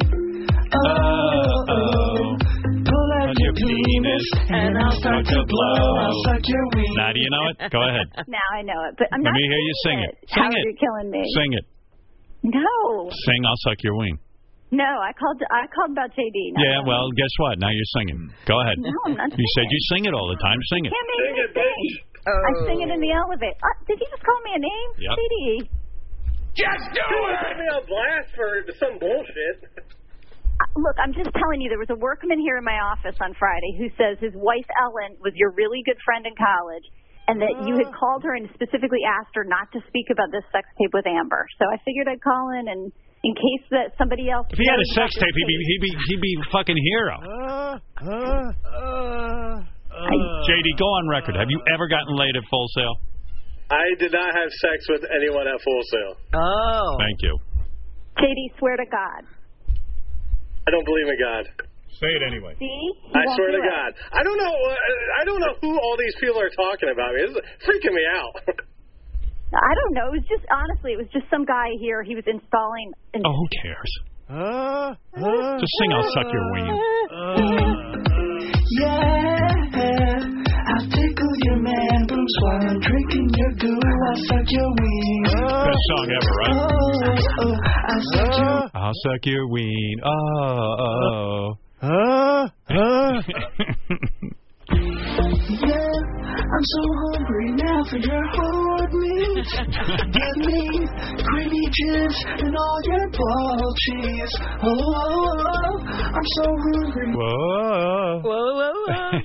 Speaker 9: Oh,
Speaker 6: uh,
Speaker 9: oh. Pull out your penis and I'll start to blow. I'll suck your ween.
Speaker 7: Now, do you know it? Go ahead.
Speaker 27: Now I know it, but I'm
Speaker 7: Let
Speaker 27: not.
Speaker 7: me hear you sing
Speaker 27: singing
Speaker 7: it. Sing
Speaker 27: Howard,
Speaker 7: it.
Speaker 27: You're killing me.
Speaker 7: Sing it.
Speaker 27: No,
Speaker 7: Sing I'll Suck Your Wing.
Speaker 27: no, I called. I called about JD. No,
Speaker 7: Yeah, well, guess what? Now you're singing. Go ahead.
Speaker 27: No, I'm not
Speaker 7: You said you sing it all the time. Sing it.
Speaker 27: Can't make me sing. I sing it in the elevator. Uh, did you just call me a name?
Speaker 7: Yep.
Speaker 27: JD.
Speaker 5: Just do it. Put me on blast for some bullshit.
Speaker 27: Uh, Look, I'm just telling you, there was a workman here in my office on Friday who says his wife Ellen was your really good friend in college, and that you had called her and specifically asked her not to speak about this sex tape with Amber. So I figured I'd call in and in case that somebody else.
Speaker 7: If he had a
Speaker 27: knows
Speaker 7: sex
Speaker 27: about
Speaker 7: tape, he'd be he'd be he'd be fucking hero. JD, go on record. Have you ever gotten laid at Full Sail?
Speaker 5: I did not have sex with anyone at Full Sail.
Speaker 8: Oh.
Speaker 7: Thank you.
Speaker 27: this- JD, swear to God.
Speaker 5: I don't believe in God.
Speaker 7: Say it anyway.
Speaker 27: See? He
Speaker 5: I
Speaker 27: won't
Speaker 5: swear
Speaker 27: do
Speaker 5: to
Speaker 27: it.
Speaker 5: God. I don't know. uh, I don't know who all these people are talking about. This is freaking me out.
Speaker 27: I don't know. It was just honestly, it was just some guy here. He was installing. In-
Speaker 7: oh, who cares? Just sing I'll Suck Your Wing.
Speaker 9: Yeah. I'll tickle your mandibles while I'm drinking your goo. I'll suck your ween.
Speaker 6: Uh,
Speaker 7: Best song ever, right?
Speaker 9: Oh, oh, I'll suck your
Speaker 7: I'll suck your ween. Oh, oh.
Speaker 6: Uh,
Speaker 9: Yeah, I'm so hungry now for your hot meat. Give me creamy chips and all your ball cheese. Oh, oh, oh, I'm so hungry.
Speaker 7: Whoa.
Speaker 8: Whoa, whoa, whoa.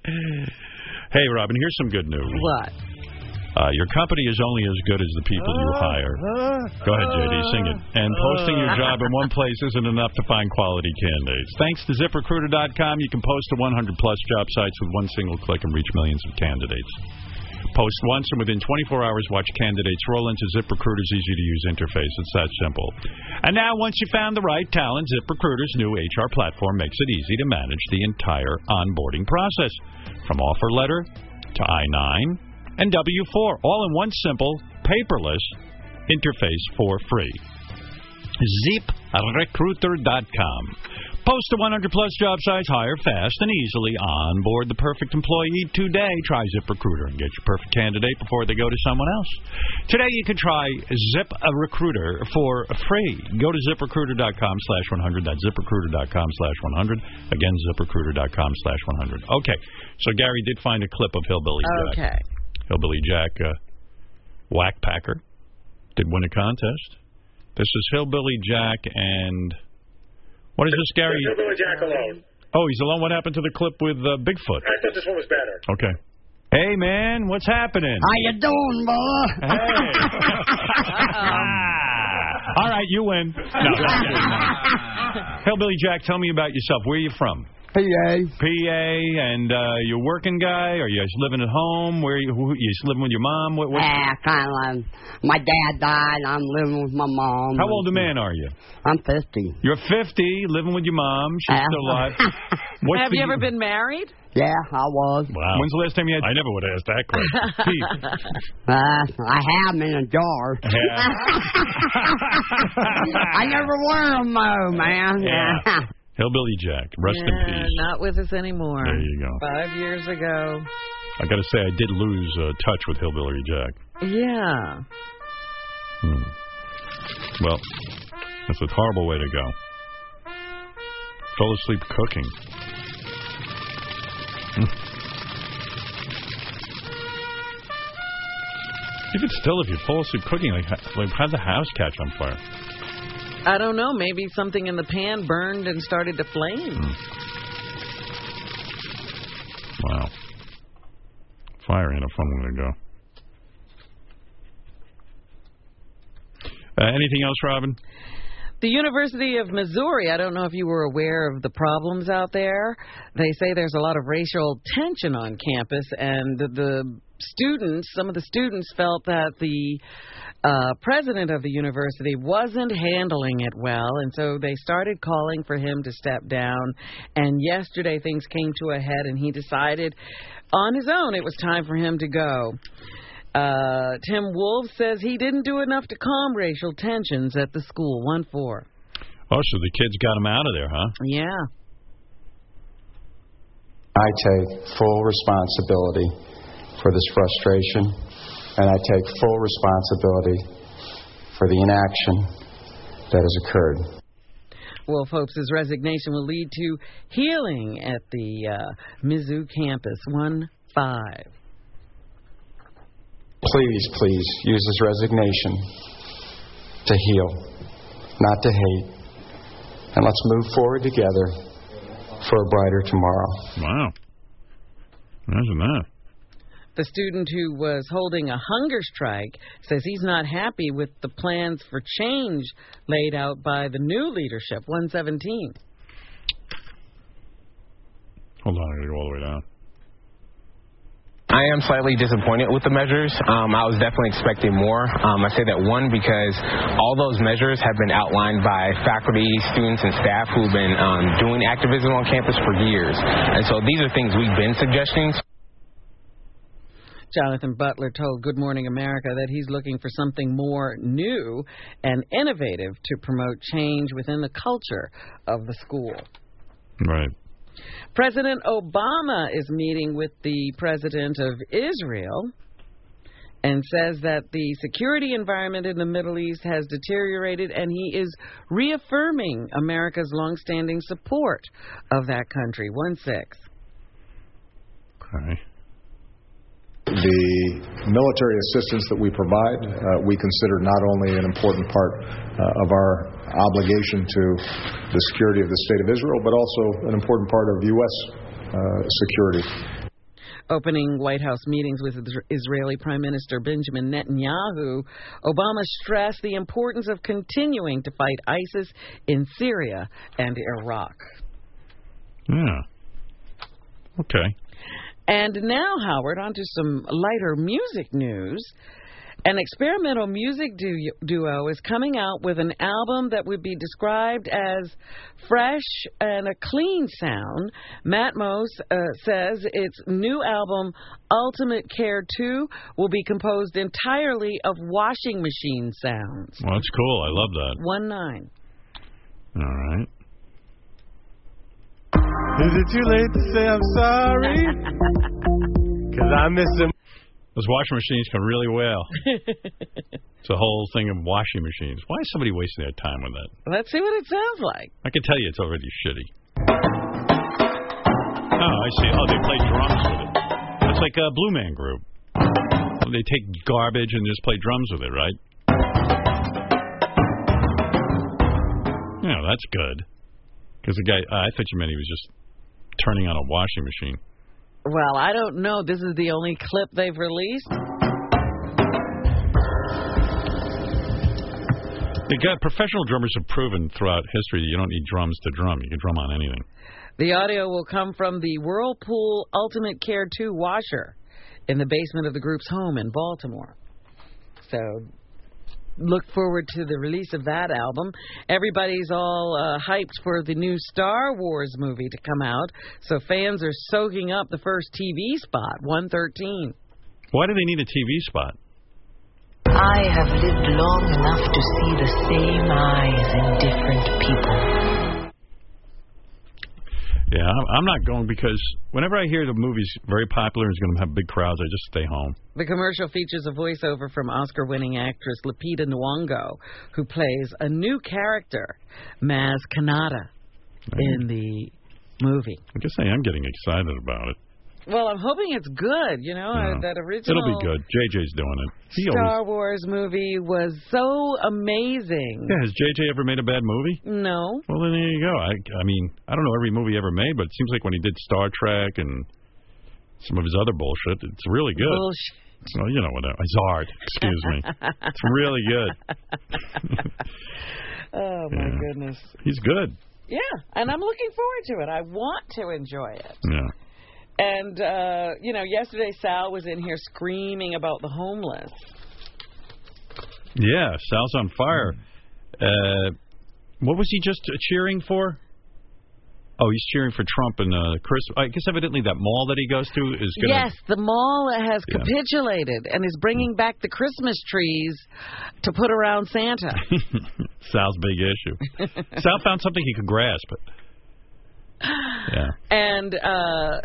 Speaker 7: hey, Robin, here's some good news.
Speaker 8: What?
Speaker 7: Uh, your company is only as good as the people
Speaker 8: Uh,
Speaker 7: you hire. Go ahead, JD, sing it. And posting your job in one place isn't enough to find quality candidates. Thanks to ZipRecruiter.com, you can post to 100 plus job sites with one single click and reach millions of candidates. Post once, and within 24 hours, watch candidates roll into ZipRecruiter's easy to use interface. It's that simple. And now, once you found the right talent, ZipRecruiter's new HR platform makes it easy to manage the entire onboarding process from offer letter to I 9 and W 4, all in one simple, paperless interface for free. ZipRecruiter.com. Post to 100 plus job sites, hire fast and easily. Onboard the perfect employee today. Try ZipRecruiter and get your perfect candidate before they go to someone else. Today you can try ZipRecruiter for free. Go to ZipRecruiter.com slash 100. That's ZipRecruiter.com slash 100. Again, ZipRecruiter.com slash 100. Okay, so Gary did find a clip of Hillbilly Jack.
Speaker 8: Okay.
Speaker 7: Hillbilly Jack, uh, whack packer, did win a contest. This is Hillbilly Jack and what is this, Gary?
Speaker 5: You're going Jack alone.
Speaker 7: Oh, he's alone. What happened to the clip with uh, Bigfoot?
Speaker 5: I thought this one was better.
Speaker 7: Okay. Hey man, what's happening?
Speaker 9: you doing, boy?
Speaker 7: All right, you win. No, I'm kidding. Hillbilly Jack, tell me about yourself. Where are you from?
Speaker 2: PA.
Speaker 7: PA, and uh, you're a working guy, or you just living at home? Where you who, you just living with your mom? What, what,
Speaker 2: Yeah, kind of. Like, my dad died. I'm living with my mom.
Speaker 7: How old a man are you?
Speaker 2: Mm-hmm. I'm 50.
Speaker 7: You're 50, living with your mom. She's
Speaker 2: Yeah.
Speaker 7: still alive. What's
Speaker 8: Have
Speaker 7: the-
Speaker 8: you ever been married?
Speaker 2: Yeah, I was.
Speaker 7: Wow. When's the last time you had? I never would have asked that
Speaker 2: Uh, I have 'em in a jar. I never wear 'em though, man.
Speaker 7: Yeah. Hillbilly Jack, rest in
Speaker 8: oh, Yeah,
Speaker 7: peace.
Speaker 8: Not with us anymore.
Speaker 7: There you go.
Speaker 8: Five years ago.
Speaker 7: I got to say, I did lose uh, touch with Hillbilly Jack.
Speaker 8: Yeah.
Speaker 7: Well, that's a horrible way to go. Fell asleep cooking. Hmm. Even still, if you fall asleep cooking, like, h- like how the house catch on fire?
Speaker 8: I don't know. Maybe something in the pan burned and started to flame.
Speaker 7: Wow. Fire ain't a fun way to go. Uh, anything else, Robin?
Speaker 8: The University of Missouri, I don't know if you were aware of the problems out there. They say there's a lot of racial tension on campus, and the, the students, some of the students felt that the uh, president of the university wasn't handling it well, and so they started calling for him to step down. And yesterday things came to a head, and he decided on his own it was time for him to go. Uh, Tim Wolf says he didn't do enough to calm racial tensions at the school. One four.
Speaker 7: Oh, so the kids got him out of there, huh?
Speaker 8: Yeah.
Speaker 23: I take full responsibility for this frustration, and I take full responsibility for the inaction that has occurred.
Speaker 8: Wolf hopes his resignation will lead to healing at the uh, Mizzou campus. One five.
Speaker 23: Please, please use this resignation to heal, not to hate. And let's move forward together for a brighter tomorrow.
Speaker 7: Wow. Imagine that.
Speaker 8: The student who was holding a hunger strike says he's not happy with the plans for change laid out by the new leadership. 117.
Speaker 7: Hold on, I gotta go all the way down.
Speaker 18: I am slightly disappointed with the measures. Um, I was definitely expecting more. Um, I say that one because all those measures have been outlined by faculty, students, and staff who've been um, doing activism on campus for years. And so these are things we've been suggesting.
Speaker 8: Jonathan Butler told Good Morning America that he's looking for something more new and innovative to promote change within the culture of the school.
Speaker 7: Right.
Speaker 8: President Obama is meeting with the president of Israel and says that the security environment in the Middle East has deteriorated and he is reaffirming America's longstanding support of that country. 1 6.
Speaker 7: Okay.
Speaker 20: The military assistance that we provide, uh, we consider not only an important part uh, of our obligation to the security of the state of Israel, but also an important part of U.S. Uh, security.
Speaker 8: Opening White House meetings with Israeli Prime Minister Benjamin Netanyahu, Obama stressed the importance of continuing to fight ISIS in Syria and Iraq.
Speaker 7: Yeah. Okay.
Speaker 8: And now, Howard, on to some lighter music news. An experimental music du- duo is coming out with an album that would be described as fresh and a clean sound. Matt Mose uh, says its new album, Ultimate Care 2, will be composed entirely of washing machine sounds.
Speaker 7: Well, that's cool. I love that.
Speaker 8: 1 9.
Speaker 7: All right.
Speaker 4: Is it too late to say I'm sorry? Because I miss him.
Speaker 7: Those washing machines can really wail. it's a whole thing of washing machines. Why is somebody wasting their time with that?
Speaker 8: Let's see what it sounds like.
Speaker 7: I can tell you it's already shitty. Oh, I see. Oh, they play drums with it. It's like a Blue Man Group. They take garbage and just play drums with it, right? Yeah, that's good. Because the guy, uh, I thought you meant he was just turning on a washing machine.
Speaker 8: Well, I don't know. This is the only clip they've released.
Speaker 7: The guy, professional drummers have proven throughout history you don't need drums to drum. You can drum on anything.
Speaker 8: The audio will come from the Whirlpool Ultimate Care 2 washer in the basement of the group's home in Baltimore. So look forward to the release of that album. Everybody's all uh, hyped for the new Star Wars movie to come out, so fans are soaking up the first TV spot, 113.
Speaker 7: Why do they need a TV spot?
Speaker 41: I have lived long enough to see the same eyes in different people.
Speaker 7: Yeah, I'm not going because whenever I hear the movie's very popular and it's going to have big crowds, I just stay home.
Speaker 8: The commercial features a voiceover from Oscar winning actress Lupita Nyongo, who plays a new character, Maz Kanata, in the movie.
Speaker 7: I guess I am getting excited about it.
Speaker 8: Well, I'm hoping it's good, you know, uh,
Speaker 7: Yeah.
Speaker 8: Oh, that original
Speaker 7: It'll be good. JJ's doing it. He always.
Speaker 8: Star Wars movie was so amazing.
Speaker 7: Yeah, has JJ ever made a bad movie?
Speaker 8: No.
Speaker 7: Well, then there you go. I, I mean, I don't know every movie he ever made, but it seems like when he did Star Trek and some of his other bullshit, it's really good.
Speaker 8: Bullshit.
Speaker 7: Well, you know what? I- Zard, excuse me. it's really good.
Speaker 8: Oh my
Speaker 7: Yeah.
Speaker 8: goodness.
Speaker 7: He's good.
Speaker 8: Yeah, and I'm looking forward to it. I want to enjoy it.
Speaker 7: Yeah.
Speaker 8: And uh, you know, yesterday Sal was in here screaming about the homeless.
Speaker 7: Yeah, Sal's on fire. Uh, what was he just uh, cheering for? Oh, he's cheering for Trump and uh, Chris. I guess evidently that mall that he goes to is going to.
Speaker 8: Yes, the mall has capitulated and is bringing back the Christmas trees to put around Santa.
Speaker 7: Sal's big issue. Sal found something he could grasp. Yeah.
Speaker 8: and uh,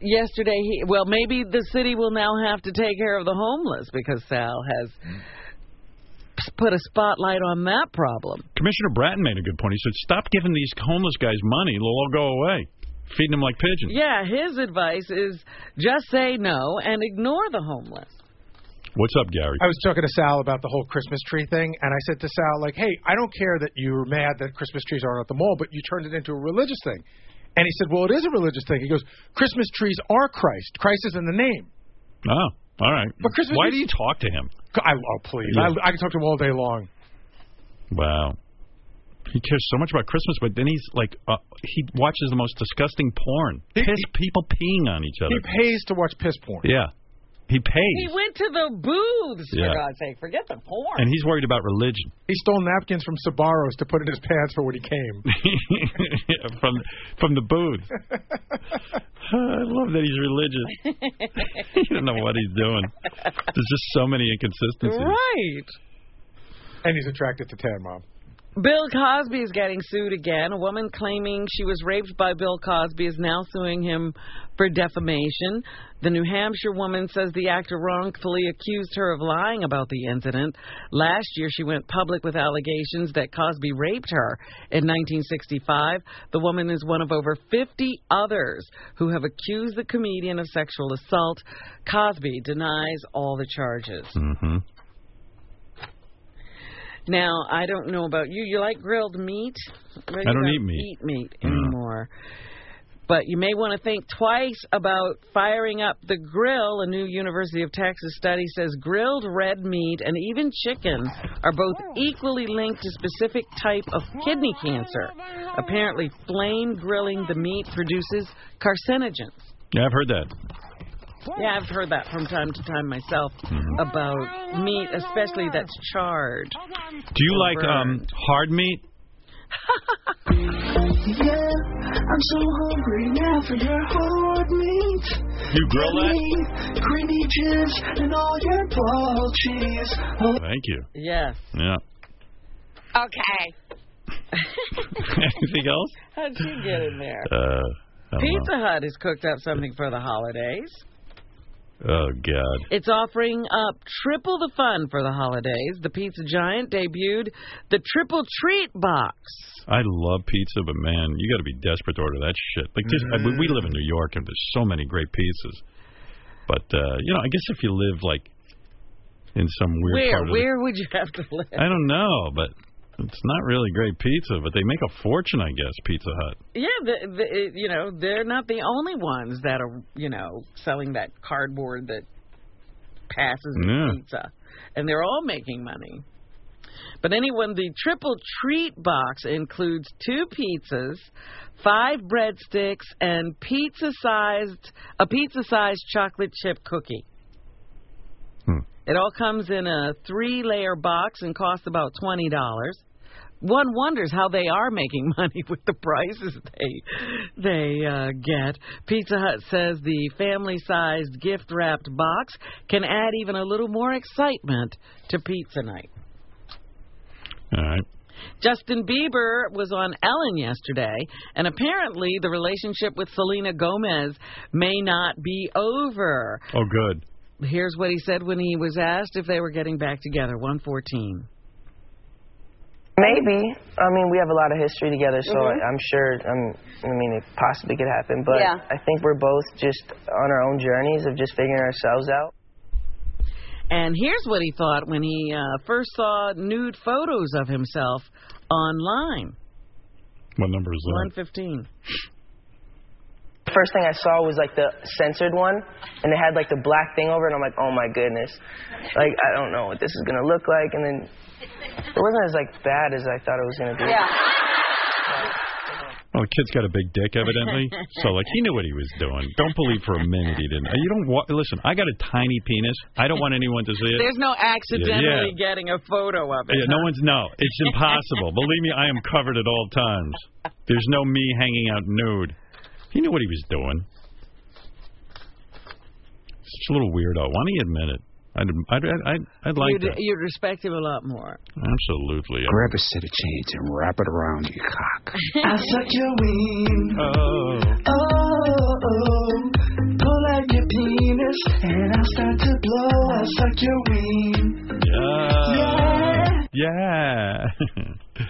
Speaker 8: yesterday, he well, maybe the city will now have to take care of the homeless because Sal has put a spotlight on that problem.
Speaker 7: Commissioner Bratton made a good point. He said, "Stop giving these homeless guys money; they'll all go away, feeding them like pigeons."
Speaker 8: Yeah, his advice is just say no and ignore the homeless.
Speaker 7: What's up, Gary?
Speaker 1: I was talking to Sal about the whole Christmas tree thing, and I said to Sal, like, hey, I don't care that you were mad that Christmas trees aren't at the mall, but you turned it into a religious thing. And he said, well, it is a religious thing. He goes, Christmas trees are Christ. Christ is in the name.
Speaker 7: Oh, all right.
Speaker 1: But Christmas
Speaker 7: Why do you
Speaker 1: trees-
Speaker 7: talk to him?
Speaker 1: I, oh, please.
Speaker 7: Yeah.
Speaker 1: I, I can talk to him all day long.
Speaker 7: Wow. He cares so much about Christmas, but then he's like, uh, he watches the most disgusting porn. Piss people peeing on each
Speaker 1: He
Speaker 7: other.
Speaker 1: pays to watch piss porn.
Speaker 7: yeah. He
Speaker 8: He
Speaker 7: pays.
Speaker 8: went to the booths, for
Speaker 7: Yeah.
Speaker 8: God's sake. Forget the porn.
Speaker 7: And he's worried about religion
Speaker 1: He stole napkins from Sabaros to put in his pants for when he came.
Speaker 7: from from the booth. I love that he's religious. he doesn't know what he's doing. There's just so many inconsistencies.
Speaker 8: Right.
Speaker 1: And he's attracted to Tan Mom.
Speaker 8: Bill Cosby is getting sued again. A woman claiming she was raped by Bill Cosby is now suing him for defamation. The New Hampshire woman says the actor wrongfully accused her of lying about the incident. Last year, she went public with allegations that Cosby raped her in 1965. The woman is one of over 50 others who have accused the comedian of sexual assault. Cosby denies all the charges.
Speaker 7: Mm-hmm.
Speaker 8: Now, I don't know about you. You like grilled meat? Well, you
Speaker 7: don't eat meat.
Speaker 8: Eat meat anymore. But you may want to think twice about firing up the grill. A new University of Texas study says grilled red meat and even chicken are both equally linked to specific type of kidney cancer. Apparently, flame grilling the meat produces carcinogens.
Speaker 7: Yeah, I've heard that.
Speaker 8: Yeah, I've heard that from time to time myself
Speaker 7: Mm-hmm.
Speaker 8: about meat, especially that's charred.
Speaker 7: Do you like um hard meat?
Speaker 9: Yeah, I'm so hungry now for your hard meat.
Speaker 7: You grill that?
Speaker 9: Meat, creamy cheese, and all your ball cheese. Oh.
Speaker 7: Thank you.
Speaker 8: Yes.
Speaker 7: Yeah.
Speaker 9: Okay.
Speaker 7: Anything else?
Speaker 8: How'd you get in there?
Speaker 7: Uh, I don't
Speaker 8: Pizza Hut has cooked up something for the holidays.
Speaker 7: know. Oh God.
Speaker 8: It's offering up triple the fun for the holidays. The pizza giant debuted the triple treat box.
Speaker 7: I love pizza, but man, you got to be desperate to order that shit. Like, just I mean, we live in New York, and there's so many great pizzas. But uh, you know, I guess if you live like in some weird
Speaker 8: where
Speaker 7: part of
Speaker 8: where would you have to live?
Speaker 7: the, I don't know, but it's not really great pizza. But they make a fortune, I guess. Pizza Hut.
Speaker 8: Yeah, the, the, it- you know they're not the only ones that are you know selling that cardboard that passes as
Speaker 9: Yeah.
Speaker 8: pizza, and they're all making money. But anyone, the triple treat box includes two pizzas, five breadsticks, and pizza-sized a pizza-sized chocolate chip cookie. It all comes in a three-layer box and costs about twenty dollars. One wonders how they are making money with the prices they they uh, get. Pizza Hut says the family-sized gift-wrapped box can add even a little more excitement to pizza night.
Speaker 7: All right.
Speaker 8: Justin Bieber was on Ellen yesterday, and apparently the relationship with Selena Gomez may not be over.
Speaker 7: Oh, good.
Speaker 8: Here's what he said when he was asked if they were getting back together. 114.
Speaker 6: Maybe. I mean, we have a lot of history together, so
Speaker 8: Mhm.
Speaker 6: I'm sure.
Speaker 42: um,
Speaker 6: I'm, I mean, it possibly could happen, but
Speaker 8: Yeah.
Speaker 6: I think we're both just on our own journeys of just figuring ourselves out.
Speaker 8: And here's what he thought when he uh, first saw nude photos of himself online.
Speaker 7: What number is that?
Speaker 8: 115.
Speaker 42: first thing I saw was like the censored one, and it had like the black thing over, it, and I'm like, oh my goodness, like I don't know what this is gonna look like, and then it wasn't as like bad as I thought it was gonna be.
Speaker 43: Yeah.
Speaker 7: Well, the kid's got a big dick, evidently. so, like, he knew what he was doing. Don't believe for a minute he didn't. You don't want. Listen, I got a tiny penis. I don't want anyone to see it.
Speaker 8: There's no accidentally
Speaker 7: Yeah.
Speaker 8: getting a photo of it.
Speaker 7: Yeah, no one's no. It's impossible. Believe me, I am covered at all times. There's no me hanging out nude. He knew what he was doing. Such a little weirdo. Why don't you admit it? I'd I'd I'd, I'd, I'd like
Speaker 8: you'd,
Speaker 7: that.
Speaker 8: you'd respect him a lot more.
Speaker 7: Absolutely.
Speaker 44: Grab a set of chains and wrap it around your cock.
Speaker 6: I suck your wing.
Speaker 7: Oh.
Speaker 6: Oh, oh. Pull out your penis and I start to blow. I suck your wing.
Speaker 7: Yeah. Yeah.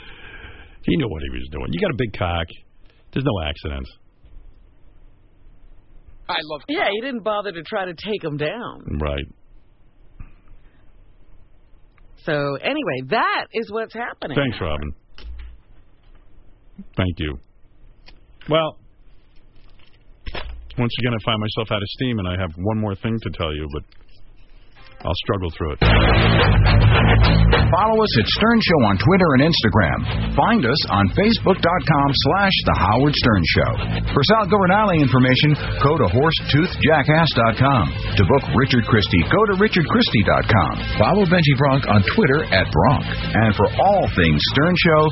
Speaker 7: he knew what he was doing. You got a big cock. There's no accidents.
Speaker 8: I love. Yeah, he didn't bother to try to take him down.
Speaker 7: Right.
Speaker 8: So anyway, that is what's happening.
Speaker 7: Thanks, Robin. Thank you. Well, once again, I find myself out of steam, and I have one more thing to tell you, but I'll struggle through it.
Speaker 9: Follow us at Stern Show on Twitter and Instagram. Find us on Facebook.com slash The Howard Stern Show. For Sal Governale information, go to HorsetoothJackass.com. To book Richard Christie, go to RichardChristie.com. Follow Benji Bronk on Twitter at Bronk. And for all things Stern Show,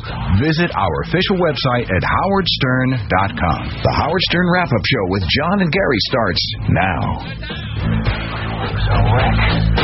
Speaker 9: visit our official website at HowardStern.com. The Howard Stern Wrap-Up Show with John and Gary starts now.
Speaker 6: Wreck.